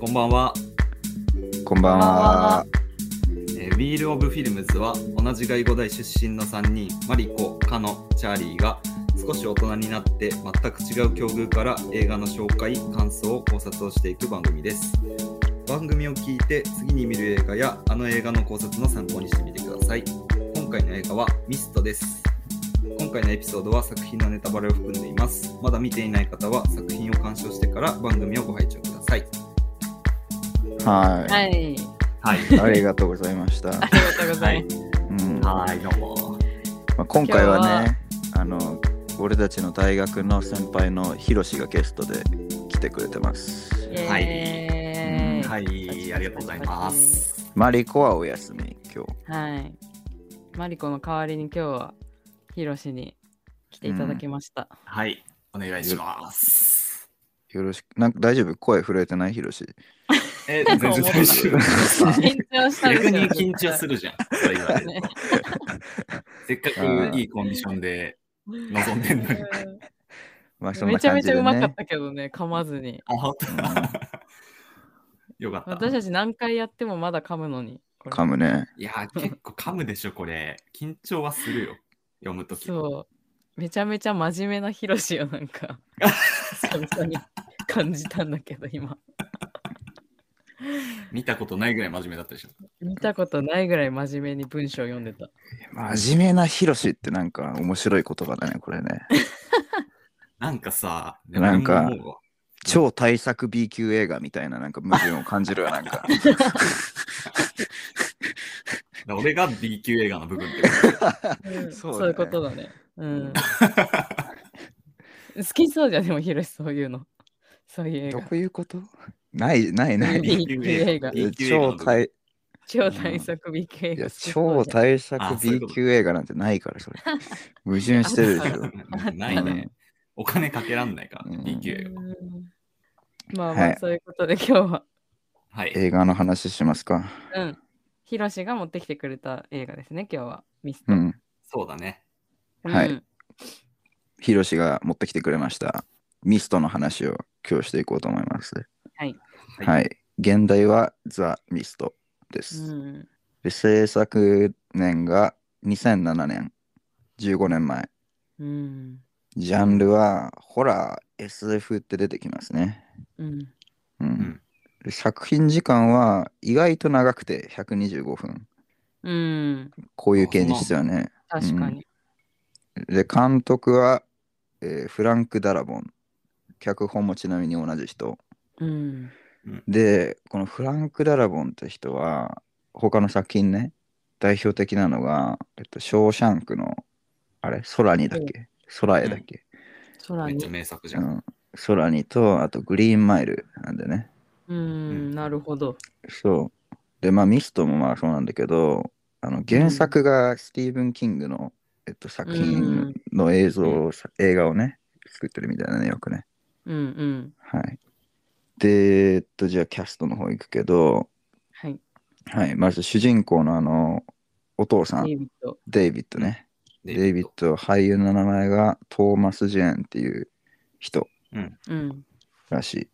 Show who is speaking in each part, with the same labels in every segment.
Speaker 1: こんばんは。
Speaker 2: こんばんは。
Speaker 1: えー、ウィール・オブ・フィルムズは同じ外語大出身の3人マリコ、カノ、チャーリーが少し大人になって全く違う境遇から映画の紹介、感想、考察をしていく番組です。番組を聞いて次に見る映画やあの映画の考察の参考にしてみてください。今回の映画はミストです。今回のエピソードは作品のネタバレを含んでいます。まだ見ていない方は作品を鑑賞してから番組をご拝聴ください。
Speaker 2: は
Speaker 3: はい。
Speaker 1: はい。
Speaker 2: い。ありがとうございました。
Speaker 3: ありがとうございます。
Speaker 2: うんま
Speaker 1: はい、どうも。
Speaker 2: あ、今回はね、あの、俺たちの大学の先輩のヒロシがゲストで来てくれてます。
Speaker 3: イエーイ
Speaker 1: はい
Speaker 2: うん
Speaker 1: は。い、ありがとうございます。
Speaker 2: マリコはお休み、今日。
Speaker 3: はい。マリコの代わりに今日はヒロシに来ていただきました。
Speaker 1: はい、お願いします。
Speaker 2: よろしく。なんか大丈夫声震えてないヒロシ。
Speaker 1: え、
Speaker 3: 全
Speaker 1: 全
Speaker 3: 然
Speaker 1: 然
Speaker 3: 大
Speaker 1: 大
Speaker 3: 丈
Speaker 1: 丈
Speaker 2: 夫
Speaker 1: 夫。
Speaker 3: 緊張したでしょ
Speaker 1: 逆に緊張するじゃん。そう言われるとせっか
Speaker 2: あ
Speaker 1: く
Speaker 2: ー
Speaker 1: いいコンディションで臨んでんのに。
Speaker 2: まあ、そん
Speaker 3: め
Speaker 2: な
Speaker 3: ちゃ
Speaker 2: 感
Speaker 3: め
Speaker 2: じ
Speaker 3: ちゃ
Speaker 2: で
Speaker 3: うまかっ
Speaker 2: ね。
Speaker 3: たけどね、噛まずに。
Speaker 1: あ、本当だよかった
Speaker 3: 私。たち何回やってもまだ噛むのに。これ
Speaker 2: 噛むね。
Speaker 1: いやー、結構噛むでしょ、これ。緊張はするよ。読むとき。
Speaker 3: そう。めちゃめちゃ真面目なヒロシをな んか、久々に感じたんだけど、今。
Speaker 1: 見たことないぐらい真面目だったでしょ。
Speaker 3: 見たことないぐらい真面目に文章を読んでた。
Speaker 2: 真面目なヒロシってなんか面白い言葉だね、これね。
Speaker 1: なんかさ、
Speaker 2: なんか
Speaker 1: 俺も思うわ
Speaker 2: 超大作 B 級映画みたいななんか矛盾を感じるよ、なんか。
Speaker 1: だから俺が B 級映画の部分ってこと
Speaker 3: うん
Speaker 2: そだね
Speaker 3: そうういうことだね。うん。好きそうじゃん、でも、ヒロシ、そういうの。そういう映
Speaker 2: ど
Speaker 3: 画。
Speaker 2: ういうことない、ない、ない。
Speaker 3: B 級映画
Speaker 2: いや
Speaker 1: B 級映画の
Speaker 2: 超
Speaker 1: 部分
Speaker 2: 大
Speaker 3: 超大作 B 級映
Speaker 2: い
Speaker 3: 画
Speaker 2: や、
Speaker 3: 好きそ
Speaker 2: 超
Speaker 3: うじゃん。
Speaker 2: 大
Speaker 1: あ
Speaker 2: 作
Speaker 1: そういうこ
Speaker 2: B
Speaker 1: と
Speaker 2: 級映画なんてないから、 それ。矛盾してるでしょ。
Speaker 1: うん ないね。お金かけらんないからね、
Speaker 2: うん
Speaker 1: B 級映画。
Speaker 3: うんまあ
Speaker 2: は
Speaker 3: まあ、
Speaker 2: い
Speaker 3: そういうことで今日は、
Speaker 1: はい。
Speaker 2: 映画の話しますか。
Speaker 3: うん。ヒロシが持ってきてくれた映画ですね、今日は。ミス
Speaker 2: う
Speaker 3: ト。
Speaker 2: ん。
Speaker 1: そうだね。
Speaker 2: はい
Speaker 3: うん
Speaker 2: ヒロシが持ってきてくれました。ミストの話を今日していこうと思います。
Speaker 3: はい。
Speaker 1: はい
Speaker 2: はい。現代はザ・ミストで
Speaker 3: う
Speaker 2: す。
Speaker 3: ん
Speaker 2: で制作年が2007年、15年前。
Speaker 3: うん。
Speaker 2: ジャンルはホラー、SF って出てきますね。
Speaker 3: うん。
Speaker 2: うん
Speaker 1: ん
Speaker 2: で作品時間は意外と長くて125分。
Speaker 3: うん。
Speaker 2: こういう系にしてはね。
Speaker 3: 確かに。
Speaker 2: で、監督は、えーフランク・ダラボン。脚本もちなみに同じ人。
Speaker 3: うん。
Speaker 2: で、このフランク・ダラボンって人は、他の作品ね、代表的なのが、えっと、ショーシャンクの、あれ空にだっけ空へだっけ、
Speaker 3: 空
Speaker 1: めっちゃ
Speaker 3: に。
Speaker 1: 名作じ
Speaker 2: う
Speaker 1: ゃん。
Speaker 2: ん、空にと、あとグリーンマイルなんでね。
Speaker 3: うん。なるほど。
Speaker 2: そう。で、まあ、ミストもまあそうなんだけど、あの原作がスティーブン・キングの、えっと、作品の映像を、映画をね、作ってるみたいなね、よくね。
Speaker 3: うんうん。
Speaker 2: はい。で、えっと、じゃあキャストの方行くけど、
Speaker 3: はい。
Speaker 2: はい、まず主人公のあの、お父さ
Speaker 3: デ
Speaker 2: ん、
Speaker 3: イビッド。
Speaker 2: デイビッドね。デイビッ
Speaker 1: ド。
Speaker 2: ド、俳優の名前がトーマス・ジェーンっていう人
Speaker 3: うん。
Speaker 2: らしい。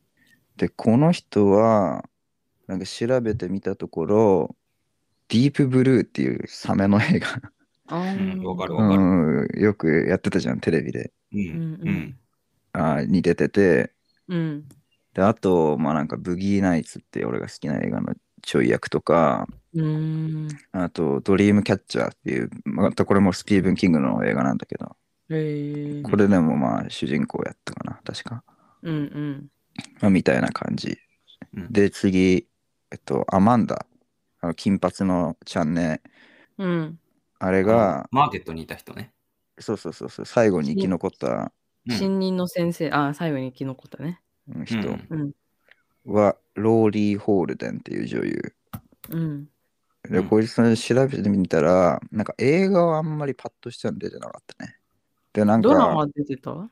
Speaker 2: で、この人は、なんか調べてみたところ、ディープブルーっていうサメの映画、
Speaker 3: あー
Speaker 1: うんわかるわ
Speaker 2: うん、よくやってたじゃん、テレビで。
Speaker 1: うん
Speaker 3: うんう
Speaker 1: うんん。
Speaker 2: あーに出てて、
Speaker 3: うん。
Speaker 2: で、あと、まあなんか、ブギーナイツって俺が好きな映画のちょい役とか、
Speaker 3: うーん。
Speaker 2: あと、ドリームキャッチャーっていう、またこれもスティーブン・キングの映画なんだけど、
Speaker 3: へえ。
Speaker 2: これでもまあ主人公やったかな、確か。
Speaker 3: うん
Speaker 2: まあ、みたいな感じ。
Speaker 1: うん
Speaker 2: で、次、えっと、アマンダ、あの金髪のチャンネル、
Speaker 3: うん。うん。
Speaker 2: あれが、
Speaker 1: マーケットにいた人ね。
Speaker 2: そうそうそうそう、最後に生き残った
Speaker 1: うん
Speaker 3: 新任の先生、あ、最後に生き残ったね。
Speaker 2: うん
Speaker 1: う
Speaker 2: 人
Speaker 1: ん
Speaker 3: うん。
Speaker 2: は、ローリー・ホールデンっていう女優。
Speaker 3: うん。
Speaker 2: で、
Speaker 1: うん
Speaker 2: こいつ調べてみたら、なんか映画はあんまりパッとしては出てなかったね。で、なんか、
Speaker 3: ドラマ出てた
Speaker 2: なん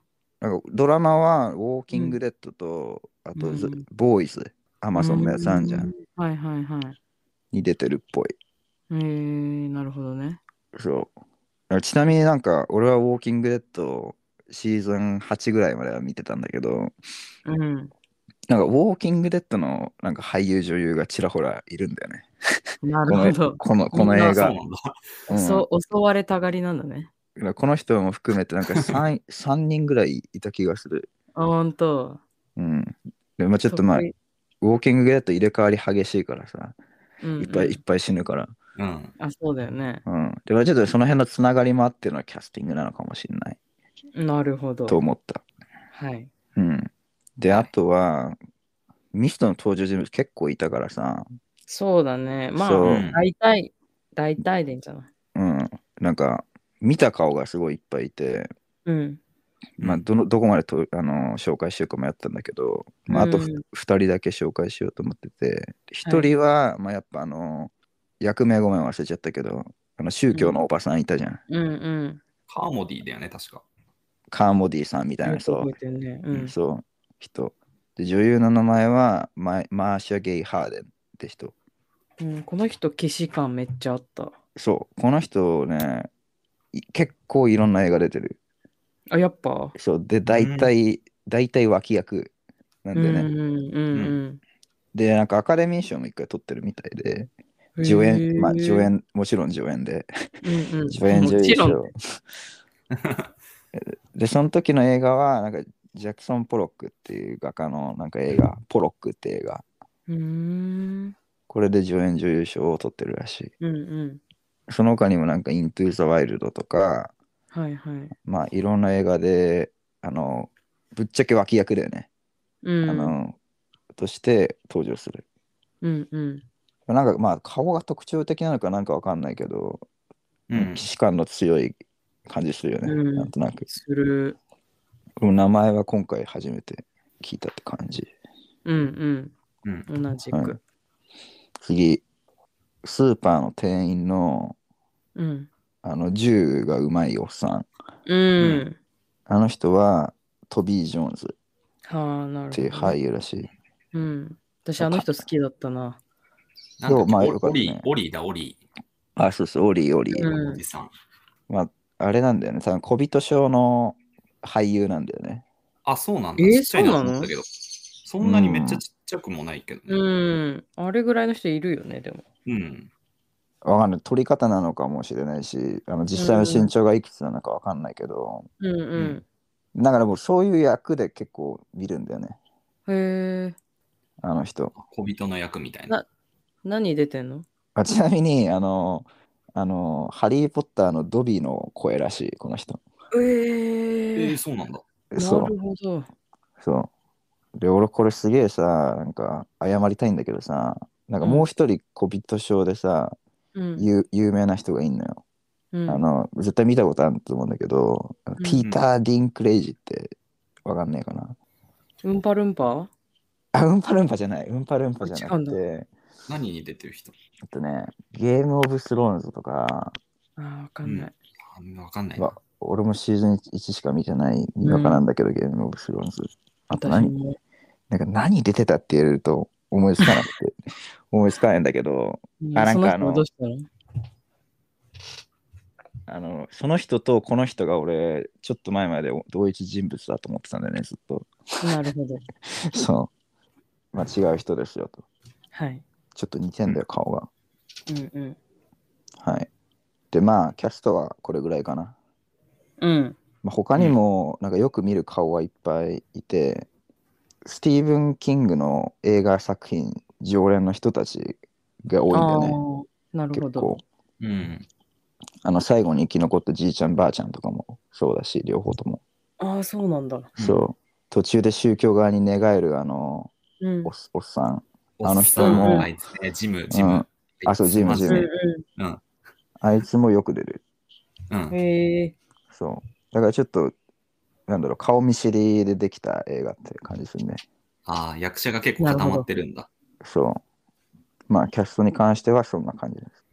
Speaker 2: かドラマは、ウォーキング・デッドと、あと、ズ
Speaker 3: うん
Speaker 2: ボーイズ、アマゾンのやつあんじゃ、
Speaker 3: うんはいはいはい。
Speaker 2: に出てるっぽい。
Speaker 3: えー、なるほどね。
Speaker 2: そう。あちなみになんか、俺はウォーキングデッドシーズン8ぐらいまでは見てたんだけど、
Speaker 3: うん。
Speaker 2: なんかウォーキングデッドのなんか俳優女優がちらほらいるんだよね。
Speaker 3: な
Speaker 2: この
Speaker 3: るほど。
Speaker 2: このこの
Speaker 3: みんな
Speaker 1: そ
Speaker 2: 映
Speaker 1: う
Speaker 2: 画
Speaker 1: な。んだ。
Speaker 2: うん
Speaker 3: そう、襲われたがりなんだね。
Speaker 2: だからこの人も含めてなんか 3, 三 人ぐらいいた気がする。
Speaker 3: あ、ほんと。
Speaker 2: うん。でまあ、ちょっとまあ、
Speaker 3: 得意
Speaker 2: ウォーキングデッド入れ替わり激しいからさ、
Speaker 3: うんうん
Speaker 2: いっぱいいっぱい死ぬから。
Speaker 1: うん。
Speaker 3: あ、そうだよね。
Speaker 2: うん。でもちょっとその辺のつながりもあってのキャスティングなのかもしれない
Speaker 3: なるほど。
Speaker 2: と思った。
Speaker 3: はい。
Speaker 2: うん。で、
Speaker 3: はい
Speaker 2: あとは、ミストの登場人物結構いたからさ、
Speaker 3: そうだね。ま
Speaker 2: そう
Speaker 3: あ、大体、大体でいいんじゃない
Speaker 2: うん。なんか、見た顔がすごいいっぱいいて、
Speaker 3: うん。
Speaker 2: まあ、どのどこまでとあの紹介しようかもやったんだけど、まあ、あと
Speaker 3: うん
Speaker 2: 2人だけ紹介しようと思ってて、1人は、まあ、やっぱあの、役名ごめん忘れちゃったけど、あの宗教のおばさんいたじゃん。
Speaker 3: うんうん。
Speaker 1: カーモディだよね、確か。
Speaker 2: カーモディさんみたいな人。
Speaker 3: よく覚えてるね。うん。
Speaker 2: そう、人。で、女優の名前はマイマーシャ・ゲイ・ハーデンって人。
Speaker 3: うん、この人、騎士感めっちゃあった。
Speaker 2: そう、この人ね、い結構いろんな映画出てる。
Speaker 3: あ、やっぱ。
Speaker 2: そう、で、大体、大体脇役なんでね。
Speaker 3: うんうんうん
Speaker 2: で、なんかアカデミー賞も一回取ってるみたいで、
Speaker 3: うん。
Speaker 2: 助
Speaker 3: へ
Speaker 2: 演、
Speaker 3: ー
Speaker 2: まあ助。演、もちろん助演で、
Speaker 3: うんうん
Speaker 2: 助演女
Speaker 3: も
Speaker 2: 優
Speaker 3: ちろん。
Speaker 2: 賞。で、その時の映画は、なんか、ジャクソン・ポロックっていう画家のなんか映画、ポロックって映画。
Speaker 3: うーん。
Speaker 2: これで助演女優賞を取ってるらしい。
Speaker 3: うんうん。
Speaker 2: その他にもなんか、イントゥー・ザ・ワイルドとか、
Speaker 3: はいはい。
Speaker 2: まあ、いろんな映画で、あの、ぶっちゃけ脇役だよね。
Speaker 3: う
Speaker 2: あ
Speaker 3: ん。
Speaker 2: の、として登場する。
Speaker 3: うんうん。
Speaker 2: なんか、まあ、顔が特徴的なのかなんかわかんないけど、
Speaker 1: うん
Speaker 2: 騎。士感の強い感じするよね。
Speaker 3: うん
Speaker 2: なんとなく。
Speaker 3: する。
Speaker 2: この名前は今回初めて聞いたって感じ。
Speaker 3: うん
Speaker 1: うん。
Speaker 3: うん。同じ
Speaker 2: はい
Speaker 3: く。
Speaker 2: 次、スーパーの店員の、
Speaker 3: うん。
Speaker 2: あの、銃がうまいおっさん。
Speaker 3: うん。
Speaker 2: あの人は、トビー・ジョーンズ
Speaker 3: はあ、な
Speaker 2: っ
Speaker 3: るほど。
Speaker 2: ていう俳優らしい。
Speaker 3: うん。私、あの人好きだったな。
Speaker 1: なんだっけ
Speaker 2: まあ
Speaker 1: オ
Speaker 2: よかっ
Speaker 1: オ
Speaker 2: たね
Speaker 1: リー、オリーだ、オリ
Speaker 2: あ、そうそう、オリー・オリー。
Speaker 1: ー。
Speaker 3: う
Speaker 1: お
Speaker 3: ん
Speaker 1: じ。さん。
Speaker 2: まあ、あれなんだよね。多分、小人症の俳優なんだよね。
Speaker 1: あ、そうなんだ。
Speaker 3: えー
Speaker 1: ちっちゃいなと思ったけど。そんなにめっちゃちっちゃくもないけどね。
Speaker 3: うん。あれぐらいの人いるよね、でも。
Speaker 1: うん。
Speaker 2: わかんない。撮り方なのかもしれないし、あの実際の身長がいくつなのかわかんないけど、
Speaker 3: うんうん。
Speaker 2: だからもうそういう役で結構見るんだよね。
Speaker 3: へえ。
Speaker 2: あの人。
Speaker 1: 小人の役みたいな。
Speaker 3: 何出てんの
Speaker 2: あちなみに、あの、あの、ハリー・ポッターのドビーの声らしい、この人。
Speaker 1: え
Speaker 3: え
Speaker 1: ー、。そうなんだ。
Speaker 3: な
Speaker 2: そ
Speaker 3: るほど。
Speaker 2: う、そう。で、俺これすげえさ、なんか謝りたいんだけどさ、なんかもう一人小人症でさ、
Speaker 3: うん。
Speaker 2: 有有名な人がいんのよ。
Speaker 3: うん
Speaker 2: あの、絶対見たことあると思うんだけど、あの
Speaker 3: うん
Speaker 2: ピーター・ディンクレイジってわかんねえかな。
Speaker 3: うんぱるんぱ
Speaker 2: あ、ウンパルンパじゃない、ウンパルンパじゃ
Speaker 3: あ違
Speaker 2: な
Speaker 3: うん
Speaker 2: く
Speaker 3: だ
Speaker 2: て、え
Speaker 1: 何に出てる人
Speaker 2: っとね、ゲーム・オブ・スローンズとか、
Speaker 3: あー、わかんない。
Speaker 1: あわかんないな
Speaker 2: わ。俺もシーズン1しか見てないにわかなんだけど、ゲーム・オブ・スローンズ。あと
Speaker 3: 私
Speaker 2: 何
Speaker 3: も。
Speaker 2: なんか何出てたって言えると思いつかなく て、思いつかないんだけど、
Speaker 3: うん
Speaker 2: あなんか
Speaker 3: その
Speaker 2: あの
Speaker 3: 人どうしたの
Speaker 2: あの、その人とこの人が俺、ちょっと前まで同一人物だと思ってたんだよね、ずっと。
Speaker 3: なるほど。
Speaker 2: そう。まあ違う人ですよと。
Speaker 3: はい。
Speaker 2: ちょっと似てんだよ、顔が。
Speaker 3: うんうん。
Speaker 2: はい。で、まあ、キャストはこれぐらいかな。
Speaker 3: うん。
Speaker 2: まあ、他にも、なんかよく見る顔はいっぱいいて、スティーブン・キングの映画作品、常連の人たちが多いんだよね。
Speaker 3: あーなるほ
Speaker 2: 結
Speaker 3: ど
Speaker 2: 構。。
Speaker 1: うん。
Speaker 2: あの、最後に生き残ったじいちゃん、ばあちゃんとかもそうだし、両方とも。
Speaker 3: ああ、そうなんだ。
Speaker 1: うん
Speaker 2: そう。途中で宗教側に寝返る、あの、
Speaker 3: うん。
Speaker 2: おっおっさん。
Speaker 1: お
Speaker 2: あの
Speaker 1: っさ
Speaker 2: 人
Speaker 1: ん
Speaker 2: も
Speaker 1: あいつねジム、ジム。
Speaker 2: うんあそうジム
Speaker 1: いつ
Speaker 2: ジ
Speaker 3: うん
Speaker 2: ム
Speaker 3: う
Speaker 2: あいつもよく出る。
Speaker 1: うん
Speaker 3: ん。。へえ。
Speaker 2: そう。だからちょっと、なんだろう、顔見知りでできた映画って感じするね。
Speaker 1: ああ、役者が結構固まってるんだ。
Speaker 2: そう。まあ、キャストに関してはそんな感じです。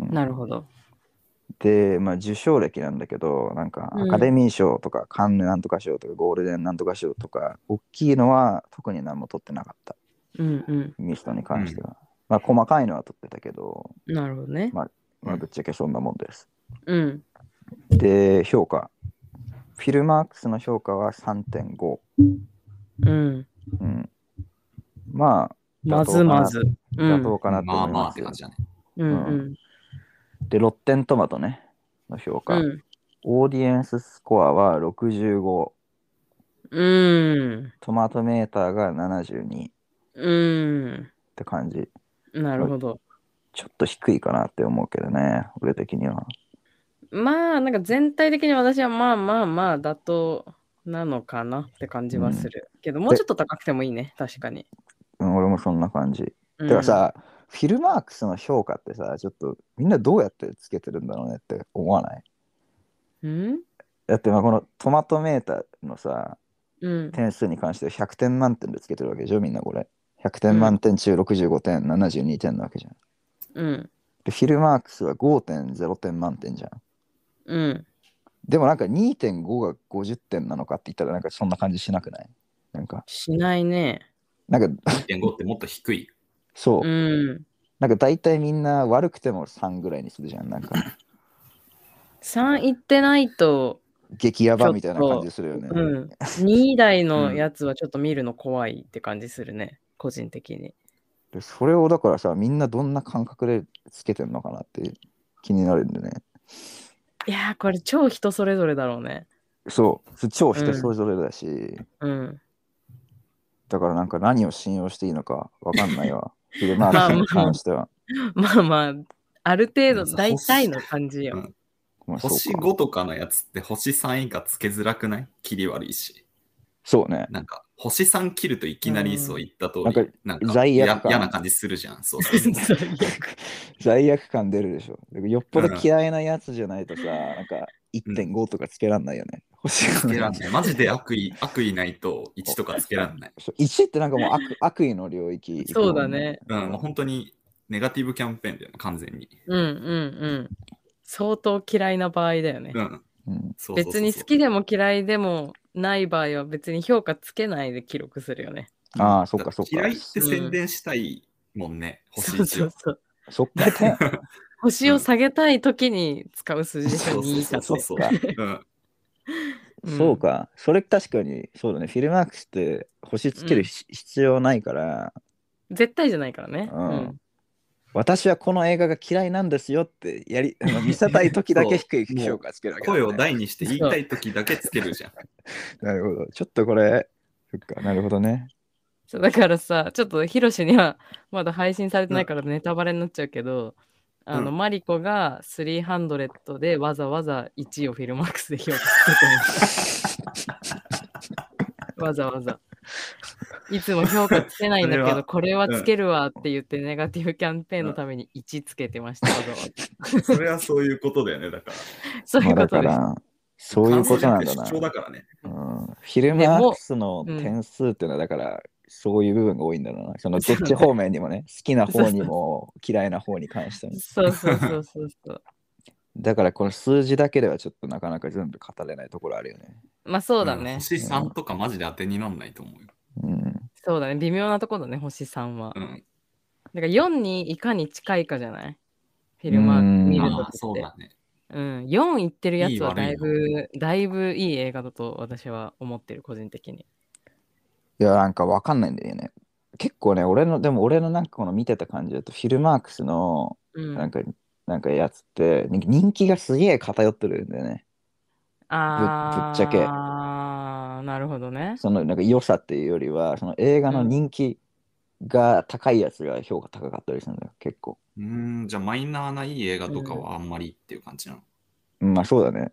Speaker 2: うん
Speaker 3: なるほど。
Speaker 2: で、まあ、受賞歴なんだけど、なんか、
Speaker 3: う
Speaker 2: ア
Speaker 3: ん
Speaker 2: カデミー賞とか、カンヌなんとか賞とか、ゴールデンなんとか賞とか、大きいのは特に何も取ってなかった。
Speaker 3: うんうん。
Speaker 2: ミストに関しては。まあ、細かいのは取ってたけど、
Speaker 3: なるほどね。
Speaker 2: まあ、ぶっちゃけそんなもんです。
Speaker 3: うん。
Speaker 2: で、評価。フィルマークスの評価は3.5。
Speaker 3: うん。
Speaker 2: うん。まあ、
Speaker 3: まずまず。う
Speaker 2: 妥
Speaker 3: ん。
Speaker 2: 当かなと
Speaker 1: まあ
Speaker 2: 思い
Speaker 1: まあ
Speaker 2: ま
Speaker 1: っ
Speaker 2: す。
Speaker 1: て感じだね。
Speaker 3: うんうん。
Speaker 2: で、ロッテントマトね、の評
Speaker 3: う
Speaker 2: 価。
Speaker 3: ん。
Speaker 2: オーディエンススコアは65、
Speaker 3: うん。
Speaker 2: トマトメーターが72っ
Speaker 3: うん。
Speaker 2: て感じ。
Speaker 3: なるほど。
Speaker 2: ちょっと低いかなって思うけどね、俺的には。
Speaker 3: まあ、なんか全体的に私はまあまあまあ妥当なのかなって感じはする。けど、もうちょっと高くてもいいね、確かに。
Speaker 2: うん、俺もそんな感じ。
Speaker 3: う
Speaker 2: て
Speaker 3: ん
Speaker 2: かさ、フィルマークスの評価ってさ、ちょっとみんなどうやってつけてるんだろうねって思わない
Speaker 3: うん
Speaker 2: だってまあこのトマトメーターのさ、
Speaker 3: うん。
Speaker 2: 点数に関しては100点満点でつけてるわけでしょ、みんなこれ。100点満点中65点、72点なわけじゃん。
Speaker 3: うん。
Speaker 2: で、フィルマークスは5.0点満点じゃん。
Speaker 3: うん。
Speaker 2: でもなんか2.5が50点なのかって言ったらなんかそんな感じしなくないなんか、
Speaker 3: しないね。
Speaker 2: なんか
Speaker 1: 1.5ってもっと低い。
Speaker 2: そう、
Speaker 3: うん。
Speaker 2: なんか大体みんな悪くても3ぐらいにするじゃん。なんか
Speaker 3: 3いってないと、
Speaker 2: 激ヤバみたいな感じするよね。
Speaker 3: うん、2台のやつはちょっと見るの怖いって感じするね、個人的に。
Speaker 2: でそれをだからさ、みんなどんな感覚でつけてんのかなって気になるんでね。
Speaker 3: いやー、これ超人それぞれだろうね。
Speaker 2: そう、超人それぞれだし、
Speaker 3: うん。
Speaker 2: だからなんか何を信用していいのかわかんない わ。フィルマークスに関しては。
Speaker 3: まあまあ、ある程
Speaker 1: う
Speaker 3: 度、
Speaker 1: ん
Speaker 3: 大体の感じ よ。
Speaker 2: まあ、そう
Speaker 1: 星
Speaker 2: か
Speaker 1: 5とかのやつって星3以下つけづらくない切り悪いし。
Speaker 2: そうね。
Speaker 1: なんか、星3切るといきなりそう言った通り、
Speaker 2: うん
Speaker 1: なんか
Speaker 2: 罪悪感
Speaker 1: や嫌な感じするじゃん。そうそう そう
Speaker 3: そういう
Speaker 2: 罪悪感出るでしょ。よっぽど嫌いなやつじゃないとさ、なんか1.5とかつけらんないよね。星が
Speaker 1: つけらんない。マジで悪意、悪意ないと1とかつけらんない。
Speaker 2: そう1ってなんかもう 悪悪意の領域、
Speaker 3: そうだね。。
Speaker 1: うん、もう本当にネガティブキャンペーンだよね、完全に。
Speaker 3: うんうんうん。相当嫌いな場合だよね。
Speaker 1: うん、
Speaker 2: うん、
Speaker 1: そうそうそうそ
Speaker 3: 別
Speaker 1: う
Speaker 3: に好きでも嫌いでもない場合は別に評価つけないで記録するよね。
Speaker 2: ああ、そっかそっか。
Speaker 1: 嫌いって宣伝したいもんね、星
Speaker 3: そう
Speaker 1: 1
Speaker 3: そう
Speaker 1: を。
Speaker 3: そう。
Speaker 2: そっ か、点
Speaker 3: 星を下げたい時に使う数字でしょ、2以下って。
Speaker 1: そうそう
Speaker 2: か
Speaker 1: うん
Speaker 3: うん
Speaker 2: そうか。それ確かに、そうだね。フィルマークスって星つけるひ、必要ないから、
Speaker 3: 絶対じゃないからね。
Speaker 2: うん私はこの映画が嫌いなんですよってやり、あ の見せたい時だけ低い
Speaker 1: そう
Speaker 2: 評価つけるわけだね、
Speaker 1: 声を大にして言いたい時だけつけるじゃん。
Speaker 2: なるほど。ちょっとこれ、そっか、なるほどね。
Speaker 3: そうだからさ、ちょっとヒロシにはまだ配信されてないからネタバレになっちゃうけど、あの、
Speaker 1: う
Speaker 3: マリコが300でわざわざ1位をフィルマックスで評価してたわざわざ。いつも評価つけないんだけど、これはつけるわって言って、ネガティブキャンペーンのために1つけてました。わざわざ
Speaker 1: それはそういうことだよね、だから。
Speaker 3: そうい
Speaker 2: まあ
Speaker 3: うこ
Speaker 2: だ
Speaker 3: と
Speaker 2: か
Speaker 3: です。
Speaker 2: ら、そういうことなん
Speaker 1: 感
Speaker 2: だ
Speaker 1: 想じ。ゃく
Speaker 2: な
Speaker 1: て主張だからね。
Speaker 2: うんフィルマークスの点数っていうのはだから、そういう部分が多いんだろうな。そのどっち方面に もね、好きな方にも嫌いな方に関しても。
Speaker 3: そうそうそうそうそう。
Speaker 2: だからこの数字だけではちょっとなかなか全部語れないところあるよね。
Speaker 3: まあそうだね
Speaker 1: ん。星3とかマジで当てになんないと思うよ。
Speaker 2: うん。
Speaker 3: そうだね。微妙なところだね、星さんは。
Speaker 1: うん。
Speaker 3: だから4にいかに近いかじゃないフィルマーク見る
Speaker 2: うん
Speaker 3: と
Speaker 1: あ
Speaker 3: き
Speaker 1: あ、そ
Speaker 3: っ
Speaker 1: う
Speaker 3: て
Speaker 1: だね。
Speaker 3: う、ん。4いってるやつは
Speaker 1: い悪い
Speaker 3: いだいぶだいぶいい映画だと私は思ってる、個人的に。
Speaker 2: いや、なんかわかんないんだよね。結構ね、俺の、でも俺のなんかこの見てた感じだと、フィルマークスの
Speaker 3: うん、
Speaker 2: な
Speaker 3: あ
Speaker 2: んか、なんかやつって、人人気がすげえ偏ってるんだよね。
Speaker 3: あー
Speaker 2: ぶっちゃけ
Speaker 3: なるほどね。
Speaker 2: そのなんか良さっていうよりは、その映画の人気が高いやつが評価高かったりするんだよ、結構。
Speaker 1: うーん、じゃあマイナーないい映画とかはあんまりっていう感じなの。
Speaker 2: うんまあそうだね。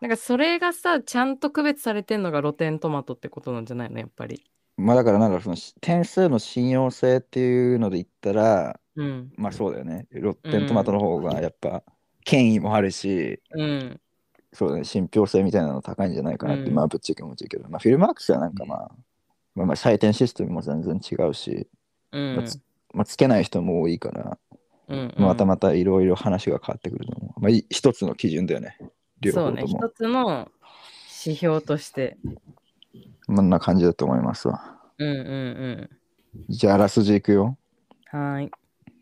Speaker 3: なんかそれがさ、ちゃんと区別されてんのが露天トマトってことなんじゃないのやっぱり。
Speaker 2: まあだからなんかそのし点数の信用性っていうので言ったら、
Speaker 3: うん。
Speaker 2: まあそうだよね。ロッテントマトの方がやっぱ権威もあるし、
Speaker 3: うん。
Speaker 2: そうだね、信憑性みたいなの高いんじゃないかなって、
Speaker 3: うん
Speaker 2: まあぶっちゃけ思っちゃうけど、まあフィルマークスはなんかまあ、まあまあ採点システムも全然違うし、
Speaker 3: うん。
Speaker 2: まあつまあつけない人も多いから、
Speaker 3: うんうん
Speaker 2: またまたいろいろ話が変わってくると思う。まあい一つの基準だよね。両
Speaker 3: そ
Speaker 2: 方
Speaker 3: うね。
Speaker 2: とも。
Speaker 3: 一つの指標として。
Speaker 2: こんな感じだと思いますわ。
Speaker 3: うんうん
Speaker 2: じゃああらすじいくよ。
Speaker 3: うん。はーい。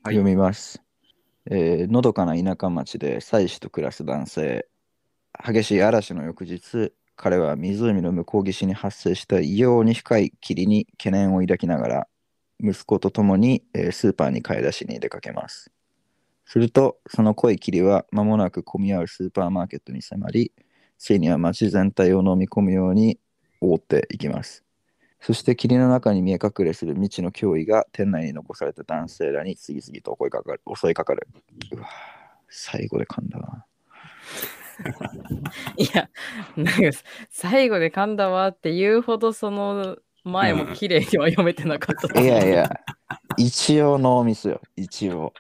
Speaker 1: はい
Speaker 2: 読みます、えーのどかな田舎町で妻子と暮らす男性激しい嵐の翌日、彼は湖の向こう岸に発生した異様に深い霧に懸念を抱きながら、息子と共に、えースーパーに買い出しに出かけます。すると、その濃い霧は間もなく混み合うスーパーマーケットに迫り、ついには街全体を飲み込むように覆っていきます。そして霧の中に見え隠れする未知の脅威が店内に残された男性らに次々と襲いかかる。襲いかかるうわぁ最後で噛んだわ。
Speaker 3: いや、なんか最後で噛んだわって言うほどその前も綺麗には読めてなかったと思う
Speaker 2: いやい。や、一応ノーミスよ、一応。